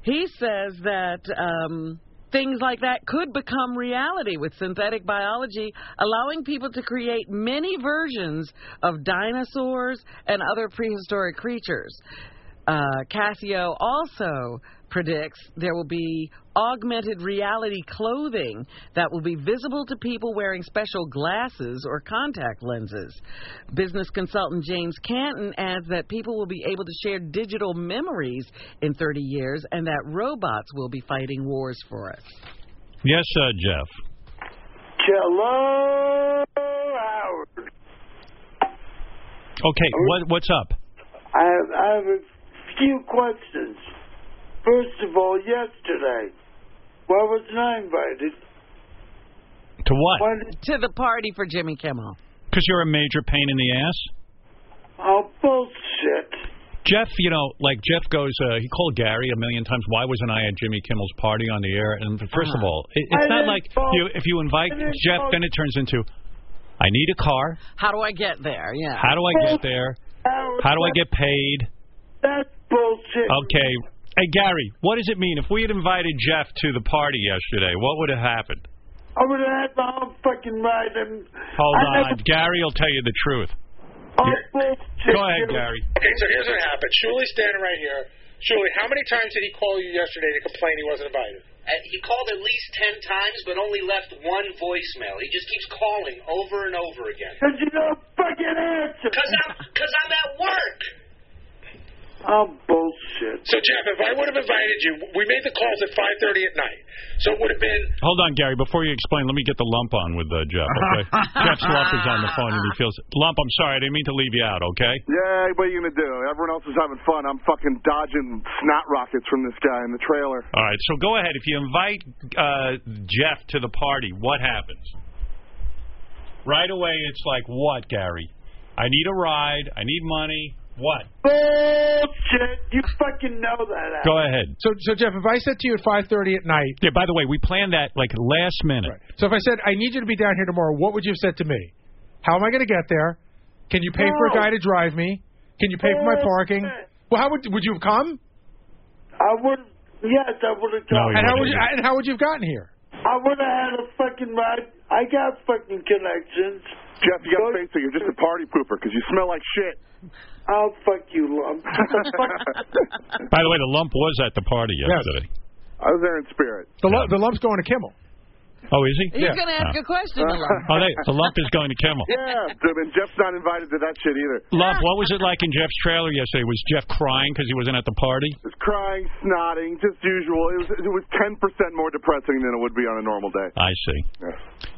he says that um, things like that could become reality with synthetic biology, allowing people to create many versions of dinosaurs and other prehistoric creatures. Uh, Casio also predicts there will be augmented reality clothing that will be visible to people wearing special glasses or contact lenses. Business consultant James Canton adds that people will be able to share digital memories in 30 years and that robots will be fighting wars for us. Yes, uh, Jeff. Hello, Howard. Okay, what what's up? I have, I have a few questions. First of all, yesterday, why wasn't I invited? To what? To the party for Jimmy Kimmel. Because you're a major pain in the ass. Oh, bullshit. Jeff, you know, like Jeff goes, uh, he called Gary a million times. Why wasn't I at Jimmy Kimmel's party on the air? And 1st of Ah. all, it, I it's not didn't like vote. you, if you invite I didn't Jeff, vote. then it turns into, I need a car. How do I get there? Yeah. How do I get there? How do I get paid? That's bullshit. Okay. Hey, Gary, what does it mean? If we had invited Jeff to the party yesterday, what would have happened? I would have had my own fucking ride. And Hold I on. Never, Gary will tell you the truth. oh, bullshit. Go ahead, Gary. Okay, so here's what happened. Shuli's standing right here. Shuli, how many times did he call you yesterday to complain he wasn't invited? Uh, he called at least ten times, but only left one voicemail. He just keeps calling over and over again. Because you don't fucking answer. Because I'm, cause I'm at work. Oh, bullshit. So Jeff, if I would have invited you, we made the calls at 5:30 at night. So it would have been Hold on, Gary. Before you explain, let me get the lump on with uh, Jeff. Okay, Jeff Lump is on the phone and he feels lump. I'm sorry, I didn't mean to leave you out. Okay. Yeah, what are you gonna do? Everyone else is having fun. I'm fucking dodging snot rockets from this guy in the trailer. All right. So go ahead. If you invite uh, Jeff to the party, what happens? Right away, it's like what, Gary? I need a ride. I need money. What? Oh, Bullshit. You fucking know that. Al. Go ahead. So, so Jeff, if I said to you at 5:30 at night, Yeah. By the way, we planned that like last minute. so if I said I need you to be down here tomorrow, what would you have said to me? How am I going to get there? Can you pay for a guy to drive me? Can you pay for Oh, my parking? Well, how would would you have come? I would. Yes, I would have No, gone. and how would you, and how would you have gotten here? I would have had a fucking ride. I got fucking connections. Jeff, you gotta face it. You're just a party pooper because you smell like shit. I'll fuck you, lump. By the way, the lump was at the party yesterday. I was there in spirit. The, lump, the lump's going to Kimmel. Oh, is he? He's going to ask a Oh. question. Oh, they, the lump is going to Kimmel. Yeah, and Jeff's not invited to that shit either. Lump, what was it like in Jeff's trailer yesterday? Was Jeff crying because he wasn't at the party? Crying, snotting, just usual. It was it was ten percent more depressing than it would be on a normal day. I see.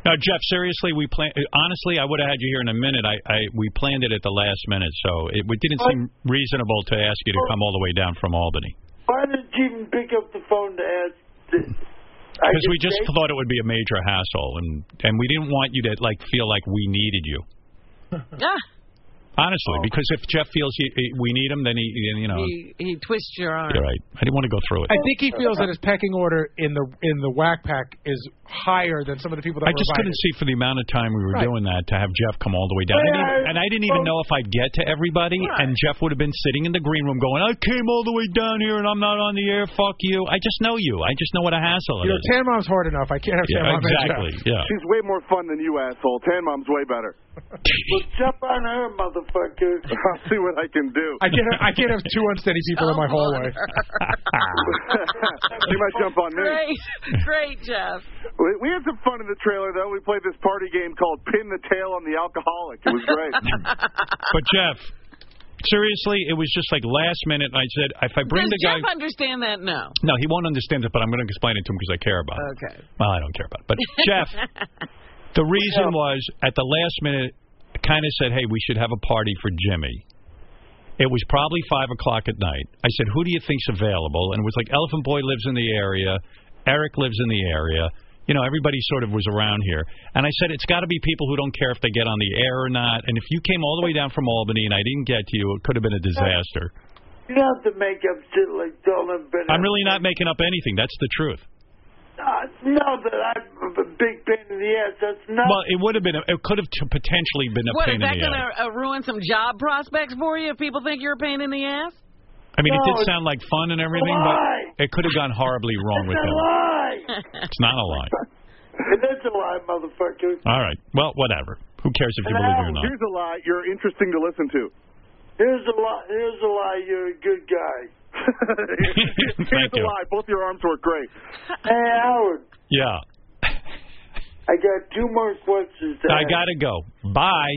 Now, Jeff, seriously, we plan. Honestly, I would have had you here in a minute. I, I we planned it at the last minute, so it, it didn't seem reasonable to ask you to come all the way down from Albany Why didn't you even pick up the phone to ask? I because we could just take- thought it would be a major hassle, and and we didn't want you to like feel like we needed you. Honestly, because if Jeff feels he, he- we need him, then he, you know, He, he twists your arm. you're right. I didn't want to go through it. I think he feels that his pecking order in the in the whack pack is higher than some of the people that I were just couldn't invited. see for the amount of time we were Right. doing that to have Jeff come all the way down. Well, I didn't- and I didn't even know if I'd get to everybody, and Jeff would have been sitting in the green room going, I came all the way down here and I'm not on the air, fuck you. I just know you. I just know what a hassle it Your is. tan mom's hard enough. I can't have Yeah, tan mom and exactly. Jeff. Yeah. She's way more fun than you, asshole. Tan Mom's way better. Well, jump on her, motherfucker. I'll see what I can do. I can't. Have, I can't have two unsteady people in Oh, my hallway. she might jump on me. Great, great, Jeff. We, we had some fun in the trailer, though. We played this party game called Pin the Tail on the Alcoholic. It was great. But Jeff, seriously, it was just like last minute. I said, if I bring Does the guy. Jeff understand that now? No, he won't understand it, but I'm going to explain it to him because I care about it. Okay. Well, I don't care about it. But Jeff, the reason was at the last minute, kind of said, hey, we should have a party for Jimmy. It was probably 5 o'clock at night. I said, who do you think's available? And it was like Elephant Boy lives in the area. Eric lives in the area. You know, everybody sort of was around here. And I said, it's got to be people who don't care if they get on the air or not. And if you came all the way down from Albany and I didn't get to you, it could have been a disaster. You don't have to make up shit like Dolan Bennett. I'm really not making up anything. That's the truth. Uh, no, that I'm a big pain in the ass. That's not. Well, it would have been. It could have t potentially been a What, is pain in that the going ass. to uh, ruin some job prospects for you if people think you're a pain in the ass? Oh, I mean, it No, did sound like fun and everything, Why? but it could have gone horribly wrong with That's a him. lie. It's not a lie. That's a lie, motherfucker. All right. Well, whatever. Who cares if you believe it or not? Here's a lie you're interesting to listen to. Here's a lie. Here's a lie. You're a good guy. Here's a lie. Both your arms work great. hey, Howard. Yeah. I got two more questions. To I ask. gotta go. Bye.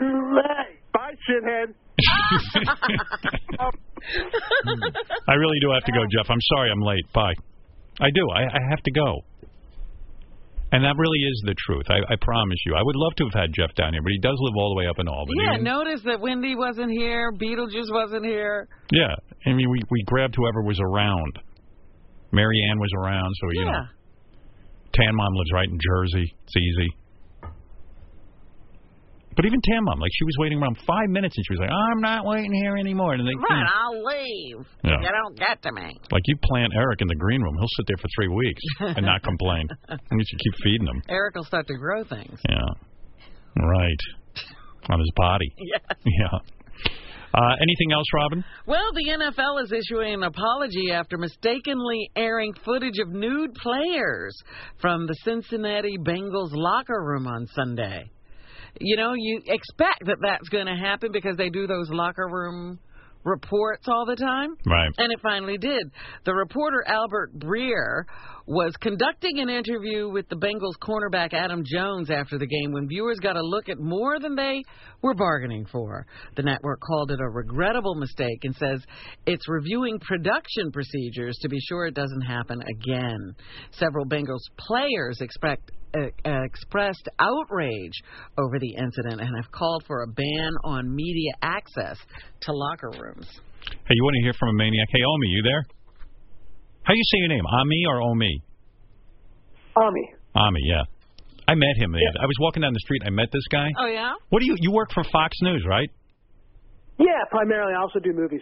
Bye, shithead. I really do have to go, Jeff. I'm sorry I'm late. Bye. I do. I, I have to go. And that really is the truth. I, I promise you. I would love to have had Jeff down here, but he does live all the way up in Albany. Yeah, notice that Wendy wasn't here, Beetlejuice wasn't here. Yeah, I mean, we we grabbed whoever was around. Mary Ann was around, so you know. Yeah. Tan Mom lives right in Jersey. It's easy. But even Tan Mom, like she was waiting around five minutes, and she was like, "I'm not waiting here anymore." And they, Right, I'll leave. Yeah. if You don't get to me. like you plant Eric in the green room, he'll sit there for three weeks and not complain. And you should keep feeding him. Eric will start to grow things. Yeah, right on his body. Yes. Yeah. Uh, anything else, Robin? Well, the NFL is issuing an apology after mistakenly airing footage of nude players from the Cincinnati Bengals locker room on Sunday. You know, you expect that that's going to happen because they do those locker room reports all the time. Right. And it finally did. The reporter Albert Breer was conducting an interview with the Bengals cornerback Adam Jones after the game when viewers got a look at more than they were bargaining for. The network called it a regrettable mistake and says it's reviewing production procedures to be sure it doesn't happen again. Several Bengals players expect uh, expressed outrage over the incident and have called for a ban on media access to locker rooms. Hey, you want to hear from a maniac? Hey, Omi, you there? How do you say your name? Ami or Omi? Army. Ami, yeah. I met him. the other- I was walking down the street. I met this guy. Oh, yeah? What do you? You work for Fox News, right? Yeah, primarily. I also do movies.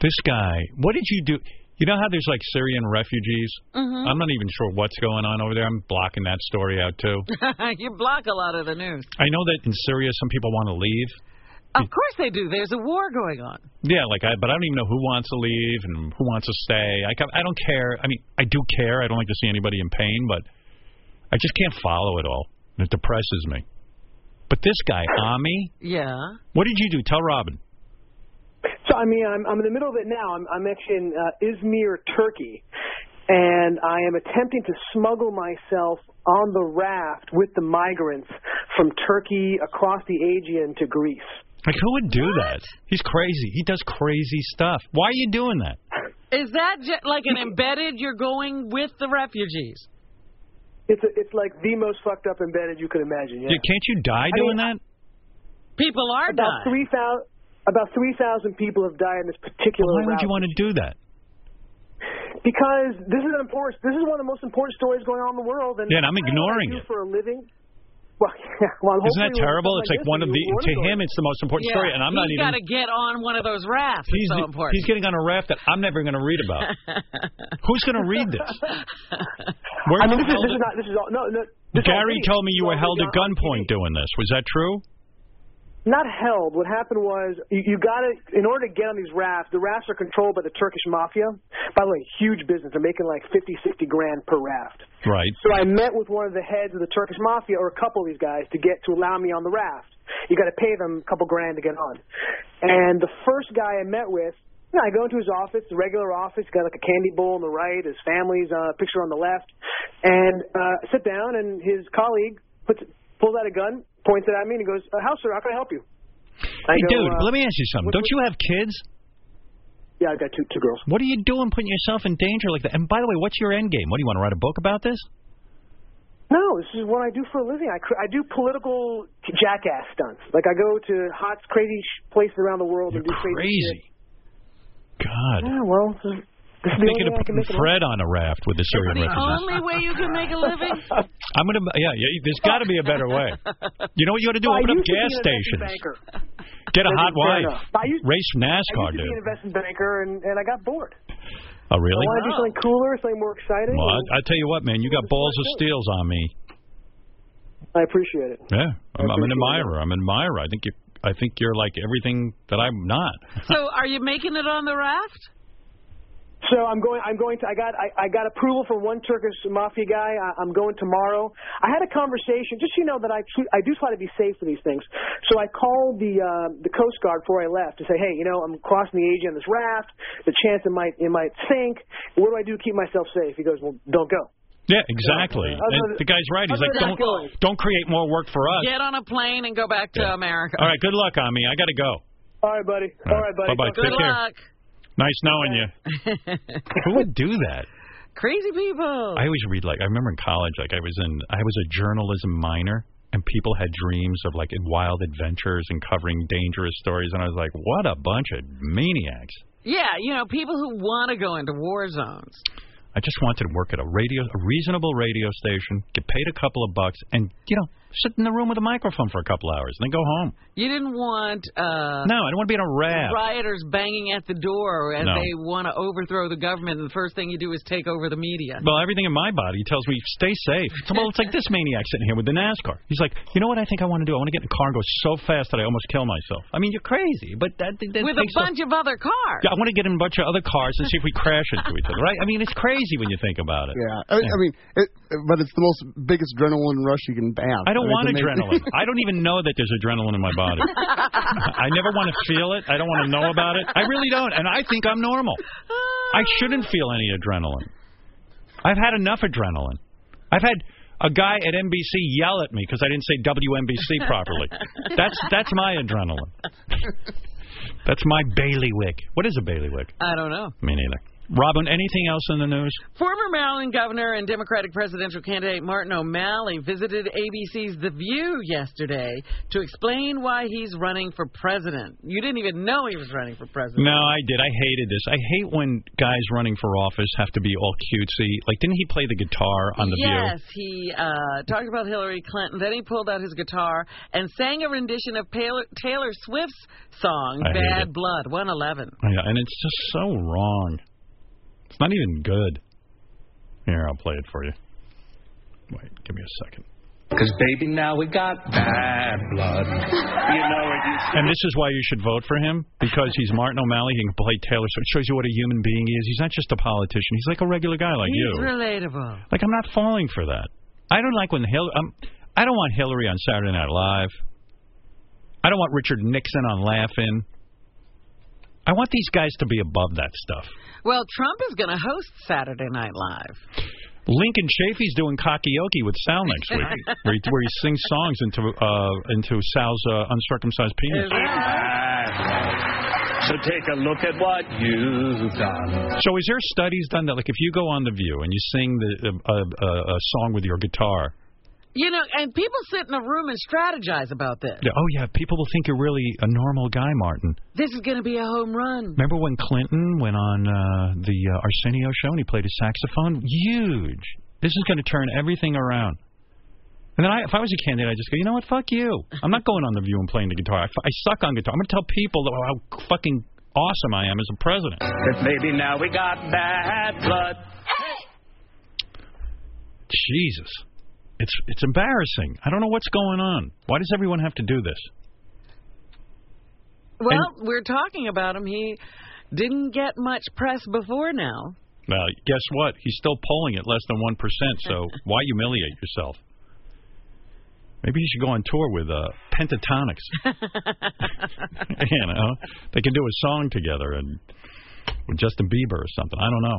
This guy. What did you do? You know how there's like Syrian refugees. Mm-hmm. Mhm. I'm not even sure what's going on over there. I'm blocking that story out too. you block a lot of the news. I know that in Syria some people want to leave. Of Hmm. course they do. There's a war going on. Yeah, like I, but I don't even know who wants to leave and who wants to stay. I, ca- I don't care. I mean, I do care. I don't like to see anybody in pain, but I just can't follow it all. It depresses me. But this guy, Ami, Yeah. what did you do? Tell Robin. So, I mean, I'm, I'm in the middle of it now. I'm, I'm actually in uh, Izmir, Turkey, and I am attempting to smuggle myself on the raft with the migrants from Turkey across the Aegean to Greece. Like, who would do that? He's crazy. He does crazy stuff. Why are you doing that? Is that ju- like an embedded you're going with the refugees? It's, a, it's like the most fucked up embedded you could imagine. Yeah. Yeah, can't you die doing that? People are about dying. three thousand. About three thousand people have died in this particular. Why would route. you want to do that? Because this is an important. This is one of the most important stories going on in the world. And Yeah, and I'm I don't know ignoring what I do it. For a living. Well, yeah, well Isn't hopefully when that terrible? It's something like one of this, the you to learn him it's the most important story, and I'm not he's got even. to get on one of those rafts. it's he's so important. he's getting on a raft that I'm never going to read about. Who's going to read this? I Where mean, the this is, hell this did- is not. This is all. No, no. this is all Gary fake. told me you were held It's at all gunpoint doing this. Was that true? Not held. What happened was you, you got to in order to get on these rafts. The rafts are controlled by the Turkish mafia. By the way, huge business. They're making like fifty, sixty grand per raft. Right. So I met with one of the heads of the Turkish mafia, or a couple of these guys, to get to allow me on the raft. You got to pay them a couple grand to get on. And the first guy I met with, you know, I go into his office, the regular office, got like a candy bowl on the right, his family's uh, picture on the left, and uh, sit down. And his colleague puts pulls out a gun, points it at me, and he goes, uh, "How, sir? How can I help you?" I hey, go, dude, uh, let me ask you something. Don't you have kids? Yeah, I've got two two girls. What are you doing putting yourself in danger like that? And by the way, what's your end game? What do you want to write a book about this? No, this is what I do for a living. I, cr- I do political jackass stunts. Like I go to hot, crazy sh- places around the world and do crazy. Crazy. God. Yeah, well, this is this is I'm the thinking only of way I can putting make it Fred on a raft with the Syrian the refugees. only way you can make a living. I'm gonna, yeah, yeah. There's got to be a better way. You know what you ought to do? Well, I Open up used to be gas an investment stations. banker. Get a That's hot fair wife. enough. I used- Race NASCAR, I used to be an dude. investment banker, and, and I got bored. Oh, really? I wanted to do something cooler, something more exciting. Well, I, I tell you what, man. You got balls of steels on me. I appreciate it. Yeah, I'm, I'm an admirer. I'm an admirer. I think you. I think you're like everything that I'm not. so, are you making it on the raft? So I'm going. I'm going to. I got. I, I got approval from one Turkish mafia guy. I, I'm going tomorrow. I had a conversation. Just so you know that I tr- I do try to be safe for these things. So I called the uh, the Coast Guard before I left to say, hey, you know, I'm crossing the Aegean on this raft. The chance it might it might sink. What do I do to keep myself safe? He goes, well, don't go. Yeah, exactly. Yeah. Other And than- the guy's right. He's other like, than don't that going. don't create more work for us. Get on a plane and go back to Yeah. America. All right, good luck, Ami. I got to go. All right, buddy. All right. Bye-bye. Good Take care. luck. Nice knowing you. Who would do that? Crazy people. I always read like I remember in college, like I was in I was a journalism minor, and people had dreams of like wild adventures and covering dangerous stories, and I was like, what a bunch of maniacs. yeah, you know, people who want to go into war zones. I just wanted to work at a radio, a reasonable radio station, get paid a couple of bucks, and you know, sit in the room with a microphone for a couple hours, and then go home. You didn't want uh No, I don't want to be in a raft. rioters banging at the door as No. they want to overthrow the government, and the first thing you do is take over the media. Well, everything in my body tells me stay safe. So, well, it's like this maniac sitting here with the NASCAR. He's like, you know what I think I want to do? I want to get in a car and go so fast that I almost kill myself. I mean, you're crazy, but that, that With a takes bunch of other cars. Yeah, I want to get in a bunch of other cars and see if we crash into each other, right? I mean, it's crazy when you think about it. Yeah, I mean, I mean it, but it's the most biggest adrenaline rush you can have. I don't don't want make- adrenaline. I don't even know that there's adrenaline in my body. I never want to feel it. I don't want to know about it. I really don't. And I think I'm normal. I shouldn't feel any adrenaline. I've had enough adrenaline. I've had a guy at NBC yell at me because I didn't say WNBC properly. That's that's my adrenaline. That's my bailiwick. What is a bailiwick? I don't know. Me neither. Robin, anything else in the news? Former Maryland governor and Democratic presidential candidate Martin O'Malley visited ABC's The View yesterday to explain why he's running for president. You didn't even know he was running for president. No, I did. I hated this. I hate when guys running for office have to be all cutesy. Like, didn't he play the guitar on The yes, he uh, talked about Hillary Clinton. Then he pulled out his guitar and sang a rendition of Taylor, Taylor Swift's song I hate "Bad it. Blood" 111. View? Yeah, and it's just so wrong. It's not even good. Here, I'll play it for you. Wait, give me a second. Because, baby, now we got bad blood. You know it used to And this is why you should vote for him because he's Martin O'Malley. He can play Taylor Swift. It shows you what a human being he is. He's not just a politician. He's like a regular guy like you. He's relatable. Like I'm not falling for that. I don't like when Hillary. Um, I don't want Hillary on Saturday Night Live. I don't want Richard Nixon on Laughing. I want these guys to be above that stuff. Well, Trump is going to host Saturday Night Live. Lincoln Chafee's doing karaoke with Sal next week, where, he, where he sings songs into uh, into Sal's uh, uncircumcised penis. bad blood. So take a look at what you've done. So is there studies done that like if you go on the View and you sing the uh, uh, a song with your guitar? You know, and people sit in a room and strategize about this. Yeah, oh yeah, people will think you're really a normal guy, Martin. This is going to be a home run. Remember when Clinton went on uh, the uh, Arsenio show and he played his saxophone? Huge. This is going to turn everything around. And then I, if I was a candidate, I'd just go, you know what, fuck you. I'm not going on The View and playing the guitar. I, fu- I suck on guitar. I'm going to tell people that, how fucking awesome I am as a president. But maybe now we got bad blood. Jesus. It's, it's embarrassing. I don't know what's going on. Why does everyone have to do this? Well, we're talking about him. He didn't get much press before now. Well, guess what? He's still polling at less than one percent. So why humiliate yourself? Maybe you should go on tour with uh, Pentatonics. you know, they can do a song together and with Justin Bieber or something. I don't know.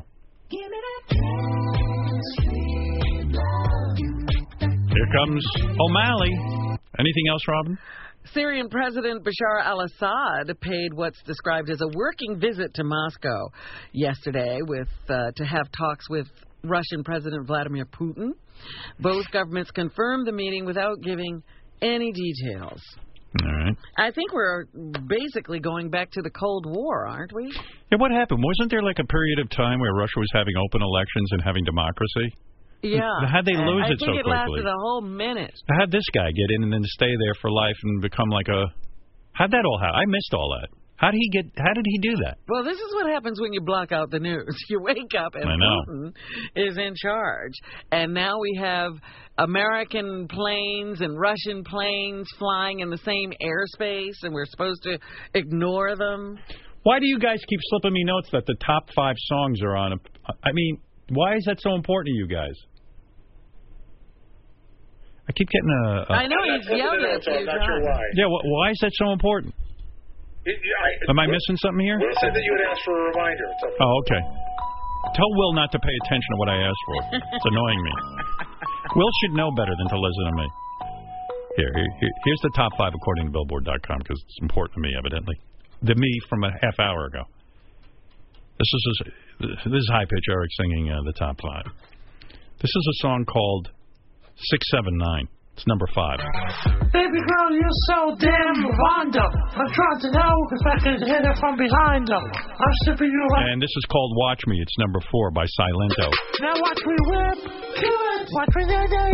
Here comes O'Malley. Anything else, Robin? Syrian President Bashar al Assad paid what's described as a working visit to Moscow yesterday with, uh, to have talks with Russian President Vladimir Putin. Both governments confirmed the meeting without giving any details. All right. I think we're basically going back to the Cold War, aren't we? Yeah, what happened? Wasn't there like a period of time where Russia was having open elections and having democracy? Yeah. How'd they lose I it so think it quickly? lasted a whole minute. How'd this guy get in and then stay there for life and become like a? How'd that all happen? I missed all that. How did he get? How did he do that? Well, this is what happens when you block out the news. You wake up and I know. Putin is in charge. And now we have American planes and Russian planes flying in the same airspace, and we're supposed to ignore them. Why do you guys keep slipping me notes that the top five songs are on? A, I mean, why is that so important to you guys? I keep getting a. Uh, a I know he's yelled at So I'm you. not sure why. Yeah, wh- why is that so important? It- I- Am I missing something here? Will said that you had asked for a reminder. It's okay. Oh, okay. Tell Will not to pay attention to what I asked for. It's annoying me. Will should know better than to listen to me. Here, here- here- here's the top five according to Billboard.com because it's important to me, evidently. The me from a half hour ago. This is this is high pitch Eric singing uh, the top five. This is a song called Six Seven Nine. It's number five. Baby girl, you're so damn Wanda. I'm trying to know if I can hit her from behind them. I'm sipping you like. And this is called Watch Me. It's number four by Silento. Now watch me whip, kill it. Watch me day day.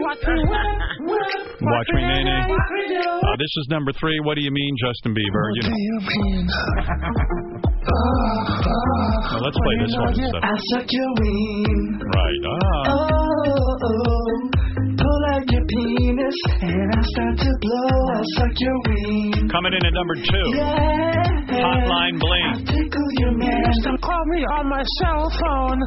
Watch me whip, whip. Watch Me Nay Nay. Watch me do. Uh, this is number three. What do you mean, Justin Bieber? You know. Now, let's play this one instead. I suck your ween. Right. Oh, Ah. oh, pull out your penis and I start to blow. I suck your ween. Coming in at number two. Yeah. Hotline Bling. Tickle your man. Don't call me on my cell phone.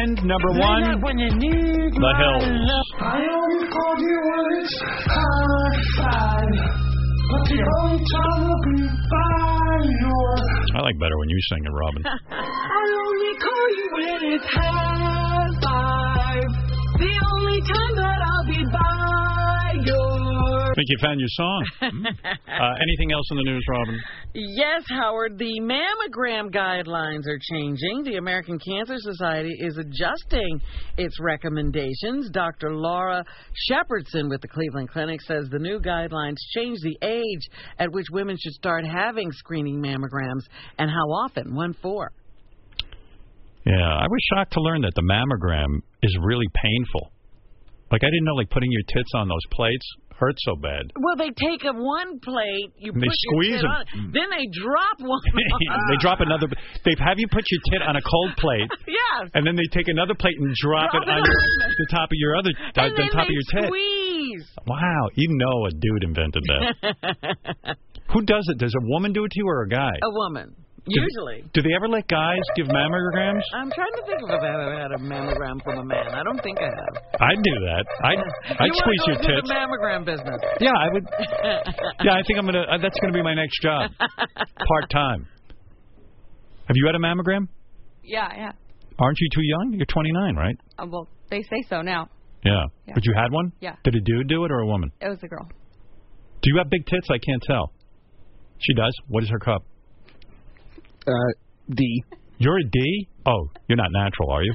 And number one, When you need The my Hills. love. I only called you when it's high five. But the whole town will be by your. I like better when you sing it, Robin. I only call you when it's high five. The only time that I'll be by your. I think you found your song. Hmm. Uh, anything else in the news, Robin? Yes, Howard, the mammogram guidelines are changing. The American Cancer Society is adjusting its recommendations. Dr. Laura Shepherdson with the Cleveland Clinic says the new guidelines change the age at which women should start having screening mammograms and how often. One four. Yeah, I was shocked to learn that the mammogram is really painful. Like I didn't know, like putting your tits on those plates hurts so bad. Well, they take a one plate, you They put squeeze your tit them. Mm. on it, then they drop one. on- they drop another. They have you put your tit on a cold plate, Yes. and then they take another plate and drop, Drop it it on on your, the top of your other, uh, and the then top they of your tit. squeeze. Wow, you know a dude invented that. Who does it? Does a woman do it to you or a guy? a woman, Do- usually. Do they ever let guys give mammograms? I'm trying to think if I've ever had a mammogram from a man. I don't think I have. I'd do that. I'd I'd you squeeze your want to go into tits. The mammogram business. Yeah, I would. Yeah, I think I'm gonna. Uh, that's gonna be my next job, part time. Have you had a mammogram? Yeah, yeah. Aren't you too young? You're 29, right? Uh, well, they say so now. Yeah. Yeah. But you had one? Yeah. Did a dude do it or a woman? It was a girl. Do you have big tits? I can't tell. She does. What is her cup? Uh, D. You're a D? Oh, you're not natural, are you?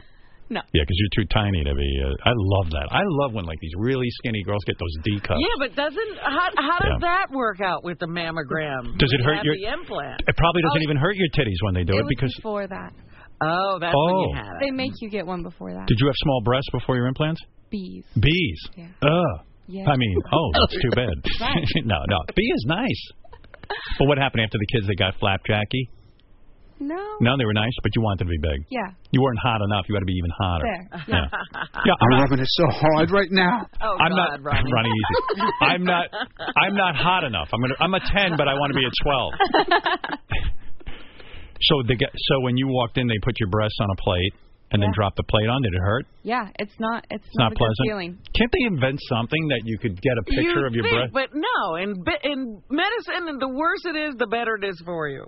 No. Yeah, because you're too tiny to be. Uh, I love that. I love when like these really skinny girls get those D cups. Yeah, but doesn't how, how does Yeah. that work out with the mammogram? Does it You hurt have your- the implant? It probably doesn't Oh. even hurt your titties when they do it, was because before that. Oh, that's when you Oh. had it. They make you get one before that. did you have small breasts before your implants? Bees. Bees. Yeah. Ugh. Yeah. I mean, oh, that's too bad. Right. no, no. B is nice. But what happened after the kids that got flapjacky? No. No, they were nice, but you wanted to be big. Yeah. You weren't hot enough. You had to be even hotter. There. Yeah. Yeah, I'm rubbing it so hard right now. Oh, I'm not Ronnie. easy. I'm not. I'm not hot enough. I'm gonna. I'm a ten, but I want to be a twelve. so the gu- so when you walked in, they put your breasts on a plate and then Yeah. dropped the plate on. Did it hurt? Yeah, it's not. It's, It's not, a pleasant. good feeling. Can't they invent something that you could get a picture you of your think, breast? But no, in bi- in medicine, the worse it is, the better it is for you.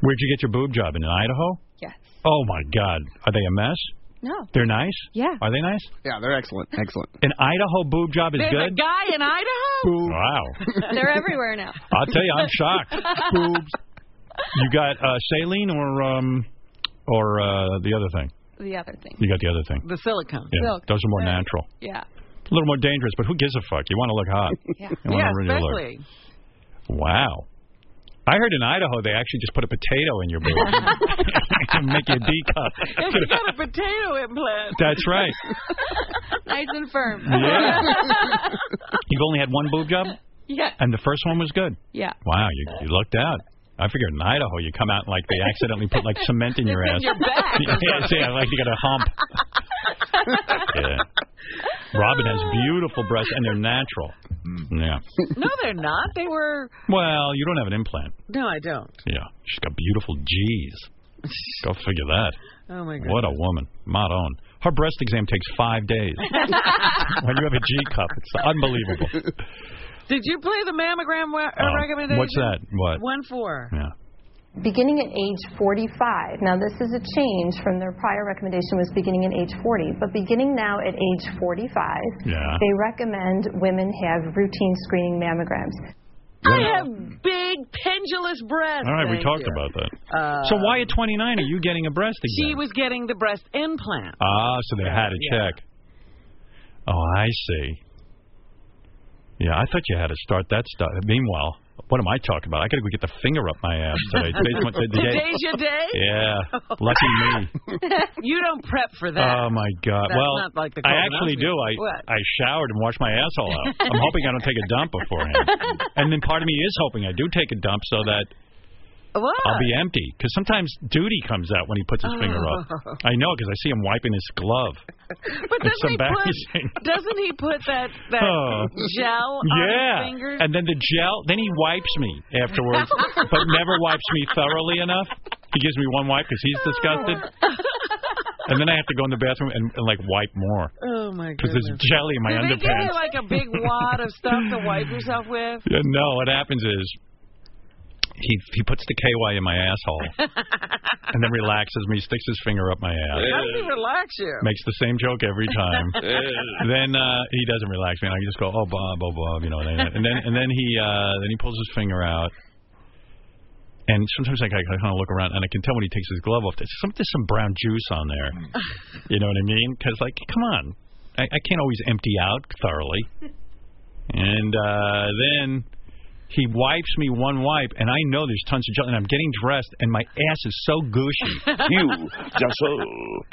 Where'd you get your boob job in Idaho? Yes. Oh my God, are they a mess? No. They're nice. Yeah. Are they nice? Yeah, they're excellent. Excellent. An Idaho boob job is There's a good. guy in Idaho. Wow. They're everywhere now. I'll tell you, I'm shocked. Boobs. You got uh, saline or um or uh, the other thing. The other thing. You got the other thing. The silicone. Yeah, Silk. those are more natural. Yeah. A little more dangerous, but who gives a fuck? You want to look hot. Yeah. You wanna really look. Wow. I heard in Idaho they actually just put a potato in your boob and make you a D cup. If you got a potato implant. That's right. nice and firm. Yeah. You've only had one boob job, yeah. and the first one was good. Yeah. Wow, you, you lucked out. I figured in Idaho you come out like they accidentally put like cement in your ass. in your back. yeah, yeah, like you got a hump. yeah. Robin has beautiful breasts and they're natural. Yeah. No, they're not. They were. Well, you don't have an implant. No, I don't. Yeah. She's got beautiful G's. Go figure that. Oh my god. What a woman. Mod on. Her breast exam takes five days. when you have a G cup, it's unbelievable. Did you play the mammogram wa- uh, Um, recommendation? what's that? What? One four. beginning at age 45. Now, this is a change from their prior recommendation was beginning at age 40, but beginning now at age 45, Yeah. they recommend women have routine screening mammograms. I have big pendulous breasts. All right, we thank talked you. about that. Uh, so why at 29 are you getting a breast exam? She was getting the breast implant. Ah, so they had a Yeah. check. Oh, I see. Yeah, I thought you had to start that stuff. Meanwhile, what am I talking about? I got to go get the finger up my ass today. Today's my- the day- Today's your day. Yeah, lucky me. you don't prep for that. Oh my God! That's well, not like the I colonoscopy. actually do. I What? I showered and washed my asshole out. I'm hoping I don't take a dump beforehand. and then part of me is hoping I do take a dump so that What? I'll be empty. Because sometimes duty comes out when he puts his finger up. I know because I see him wiping his glove. Ah. But it's doesn't he embarrassing. put? Doesn't he put that that Oh. gel on yeah. his fingers? And then the gel, then he wipes me afterwards, but never wipes me thoroughly enough. He gives me one wipe because he's disgusted. And then I have to go in the bathroom and, and like wipe more. Oh Oh my god. because there's jelly in my Did they give underpants. you like a big wad of stuff to wipe yourself with? Yeah, no, what happens is he he puts the KY in my asshole and then relaxes me, sticks his finger up my ass. How does he relax you? Makes the same joke every time. then uh, he doesn't relax me, and I just go, "Oh, Bob, oh, Bob," you know. And then and then, and then he uh, then he pulls his finger out, and sometimes I, I kind of look around, and I can tell when he takes his glove off. There's some there's some brown juice on there. You know what I mean? Because like, come on, I, I can't always empty out thoroughly. And uh, then he wipes me one wipe, and I know there's tons of gel, and I'm getting dressed, and my ass is so gushy. you, just so.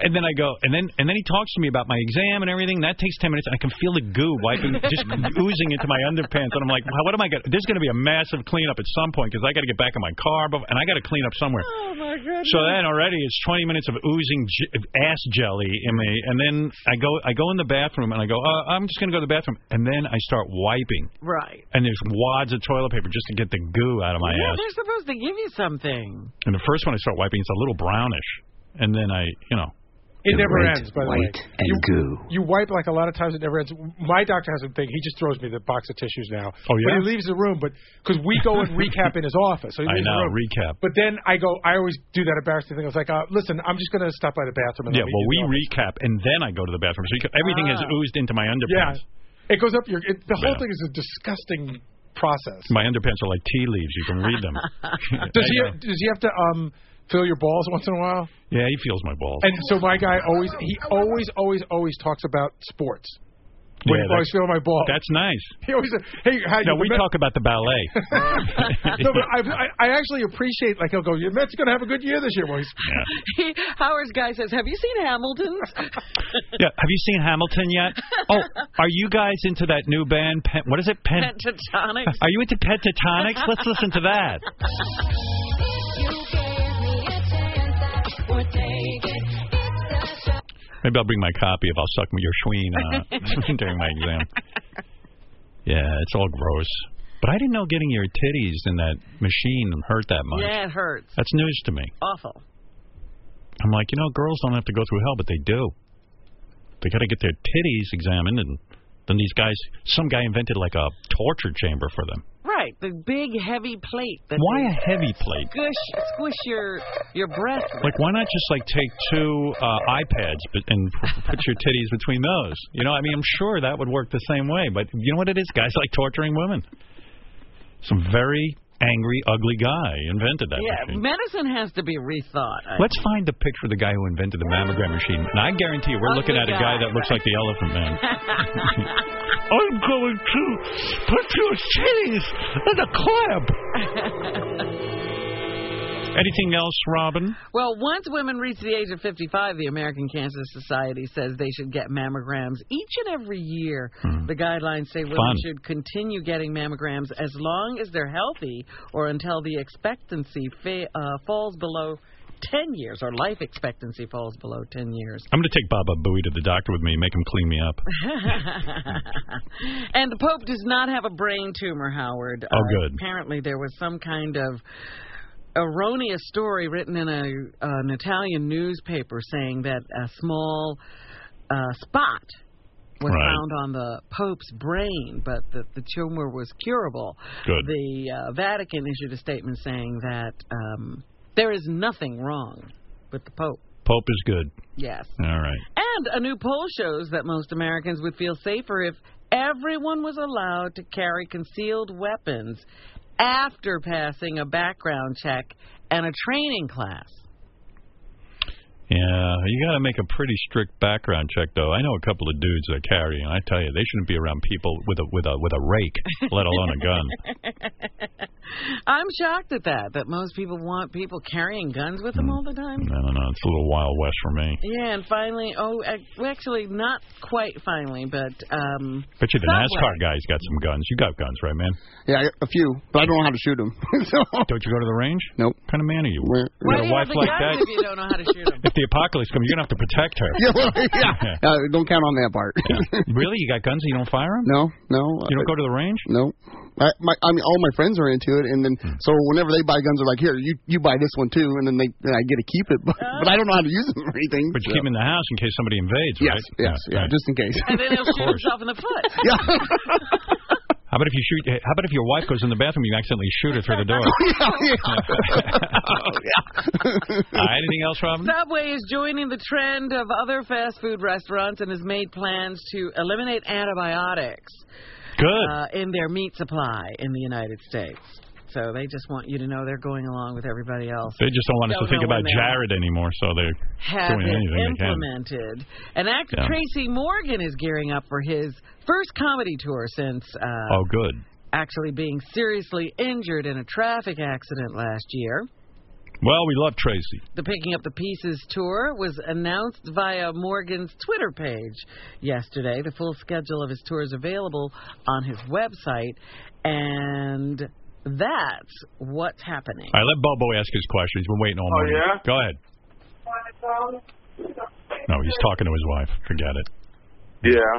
And then I go, and then and then he talks to me about my exam and everything. That takes ten minutes. And I can feel the goo wiping, just oozing into my underpants, and I'm like, "Well, what am I going? to There's going to be a massive cleanup at some point because I got to get back in my car, bef- and I got to clean up somewhere. Oh my goodness. So then already it's 20 minutes of oozing j- ass jelly in me, and then I go I go in the bathroom and I go uh, I'm just gonna go to the bathroom, and then I start wiping, Right. and there's wads of toilet paper just to get the goo out of my yeah, ass. they're supposed to give you something. And the first one I start wiping, it's a little brownish, and then I you know It never ends, by the way. and goo. You wipe like a lot of times it never ends. My doctor has a thing. He just throws me the box of tissues now. Oh, yeah? When he leaves the room, but because we go and recap in his office, so he I leaves know the room. recap. But then I go. I always do that embarrassing thing. I was like, uh, listen, I'm just going to stop by the bathroom. And Yeah, let me well do we the- recap, and then I go to the bathroom, so you can, everything has Ah. oozed into my underpants. Yeah, it goes up your. It, the whole Yeah. thing is a disgusting process. My underpants are like tea leaves; you can read them. Does he? Does he have to um fill your balls once in a while? yeah, he feels my balls. And so my guy always he always always always talks about sports. When Yeah, he's always that's- feeling my ball. That's nice. He always said, "Hey, how no, you we the Met- talk about the ballet. no, but I, I I actually appreciate like he'll go. Your Mets going to have a good year this year, boys. He, Howard's guy says, "Have you seen Hamilton's?" yeah. Have you seen Hamilton yet? Oh, are you guys into that new band? Pen, what is it? Pen. Pentatonics. Are you into Pentatonics? Let's listen to that. Maybe I'll bring my copy if I'll suck your schween uh, during my exam. Yeah, it's all gross. But I didn't know getting your titties in that machine hurt that much. Yeah, it hurts. That's news to me. Awful. I'm like, you know, girls don't have to go through hell, but they do. They got to get their titties examined, and then these guys, some guy invented like a torture chamber for them. Right, the big heavy plate. That Why a heavy plate? Squish, squish your your breath. Like, why not just like take two uh, iPads but- and p- put your titties between those? You know, I mean, I'm sure that would work the same way, but you know what it is? Guys like torturing women. Some very angry, ugly guy invented that. Yeah, medicine has to be rethought. I- Let's find the picture of the guy who invented the mammogram machine. And I guarantee you, we're Ugly looking at a guy guy. that looks like the Elephant Man. Oh, I'm going to put your titties in a club. Anything else, Robin? Well, once women reach the age of 55, the American Cancer Society says they should get mammograms each and every year. The guidelines say women Fun. should continue getting mammograms as long as they're healthy or until the expectancy fa- uh, falls below 10 years or life expectancy falls below 10 years. I'm going to take Baba Booey to the doctor with me, make him clean me up. and the Pope does not have a brain tumor, Howard. Oh, good. Apparently, there was some kind of erroneous story written in a an Italian newspaper saying that a small uh, spot was Right. found on the Pope's brain, but that the tumor was curable. Good. The uh, Vatican issued a statement saying that um, there is nothing wrong with the Pope. Pope is good. Yes. All right. And a new poll shows that most Americans would feel safer if everyone was allowed to carry concealed weapons after passing a background check and a training class. Yeah, you got to make a pretty strict background check, though. I know a couple of dudes that carry, and I tell you, they shouldn't be around people with a with a with a rake, let alone a gun. I'm shocked at that, that most people want people carrying guns with them Mm. all the time. I don't know. It's a little wild west for me. Yeah, and finally, oh, ac- well, actually, not quite finally, but um, Bet you the Subway. NASCAR guy's got some guns. You got guns, right, man? Yeah, I got a few, but I don't know how to shoot them. don't you go to the range? Nope. What kind of man are you? why got do a you wife have a like gun that? if you don't know how to shoot 'em? If the apocalypse comes, you're gonna have to protect her. Yeah, well, yeah. Uh, don't count on that part. Really? You got guns and you don't fire them? No, no. You don't go to the range? Hmm. No. I, my, I mean, all my friends are into it, and then so whenever they buy guns, they're like, "Here, you you buy this one too," and then they and I get to keep it, but, but I don't know how to use them or anything. But you keep 'em in the house in case somebody invades, Yes, right? yes, yeah, just in case. And then he'll shoot himself in the foot. Yeah. How about if you shoot? eh, How about if your wife goes in the bathroom, you accidentally shoot her through the door? Uh, anything else, Robin? Subway is joining the trend of other fast food restaurants and has made plans to eliminate antibiotics. Good. Uh, in their meat supply in the United States. So they just want you to know they're going along with everybody else. They just don't want us to think know about when they'll Jared anymore, so they're Have doing it anything they can. implemented. And actor Yeah. Tracy Morgan is gearing up for his first comedy tour since uh, Oh, good. actually being seriously injured in a traffic accident last year. Well, we love Tracy. The Picking Up the Pieces tour was announced via Morgan's Twitter page yesterday. The full schedule of his tour is available on his website, and that's what's happening. All right, let Bobo ask his question. He's been waiting all Oh, morning. yeah? Go ahead. No, he's talking to his wife. Forget it. Yeah.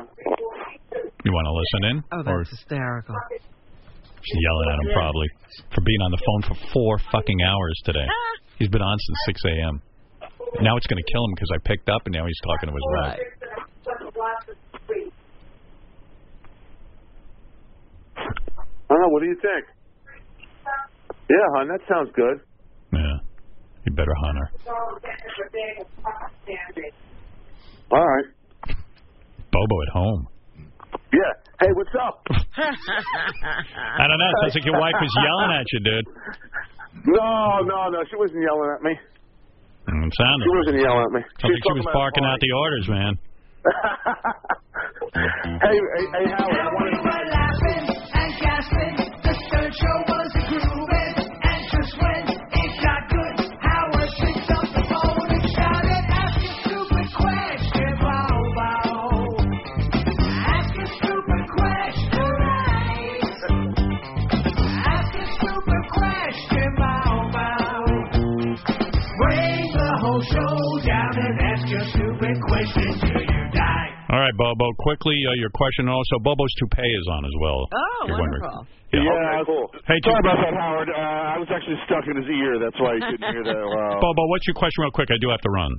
You want to listen in? Oh, or that's hysterical. she's yelling at him probably for being on the phone for four fucking hours today. Ah. He's been on since 6 a.m. Now it's going to kill him because I picked up and now he's talking to his wife. Oh, what do you think? Yeah, hon, that sounds good. Yeah. You better hunt her. All right. Bobo at home. Yeah. Hey, what's up? I don't know. It sounds like your wife was yelling at you, dude. No, no, no. She wasn't yelling at me. Mm, It sounded. She wasn't yelling at me. Sounds like she talking was about barking out the orders, man. Hey, hey, hey Howard. I wanna- Show down and ask your stupid questions till you die. All right, Bobo. Quickly, uh, your question. Also, Bobo's toupee is on as well. Oh, if you're wondering. wonderful. Yeah. okay, cool. Hey, sorry Jim. about that, Howard. Uh, I was actually stuck in his ear. That's why you couldn't hear that. Wow. Bobo, what's your question, real quick? I do have to run.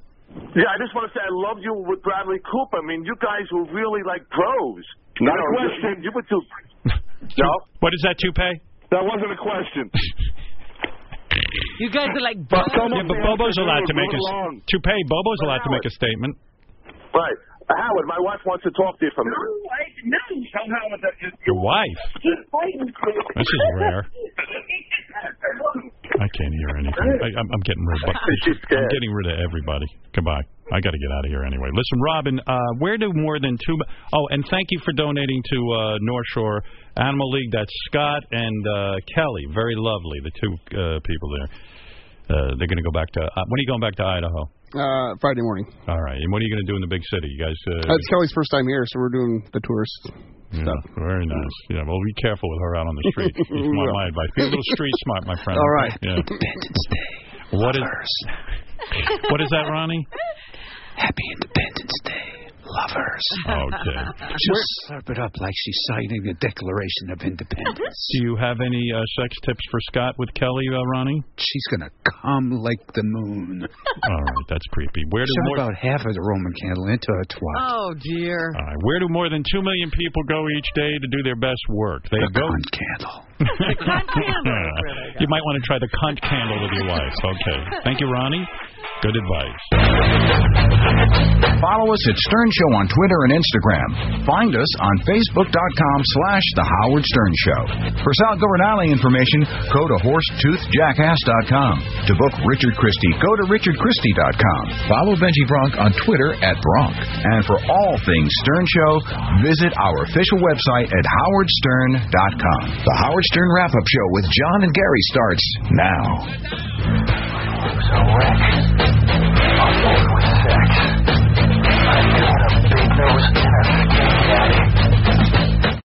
Yeah, I just want to say I loved you with Bradley Cooper. I mean, you guys were really like pros. You Not a know, question. You, you were too. no, What is that toupee? that wasn't a question. You guys are like yeah, but Bobo's allowed to make a Along. toupee. Bobo's allowed to make a statement. Right, Uh, Howard. My wife wants to talk to you for a minute. No, somehow with that. Your wife. He's fighting This is rare. I can't hear anything. I, I'm, I'm getting rid of. I'm getting rid of everybody. Goodbye. I got to get out of here anyway. Listen, Robin, uh, where do more than two? Oh, and thank you for donating to uh, North Shore Animal League. That's Scott and uh, Kelly. Very lovely, the two uh, people there. Uh, they're going to go back to. Uh, when are you going back to Idaho? Uh, Friday morning. All right. And what are you going to do in the big city? You guys. Uh, That's Kelly's first time here, so we're doing the tourist. yeah, very nice. Yeah. Well, be careful with her out on the street. It's my, my advice. Be a little street smart, my friend. All right. Yeah. What is? What is that, Ronnie? Happy Independence Day, lovers. Okay. Just slurp it up like she's signing the Declaration of Independence. Do you have any uh, sex tips for Scott with Kelly, uh, Ronnie? She's gonna come like the moon. All right, that's creepy. Where do Shove more? about half of the Roman candle into her twat. Oh dear. All right, where do more than two million people go each day to do their best work? They go cunt candle. you might want to try the cunt candle with your wife. Okay. Thank you, Ronnie. Good advice. Follow us at Stern Show on Twitter and Instagram. Find us on Facebook.com slash The Howard Stern Show. For Salvador and Alley information, go to HorsetoothJackass.com. To book Richard Christie, go to RichardChristie.com. Follow Benji Bronk on Twitter at Bronk. And for all things Stern Show, visit our official website at HowardStern.com. The Howard Stern Wrap-Up Show with John and Gary starts now. Wreck.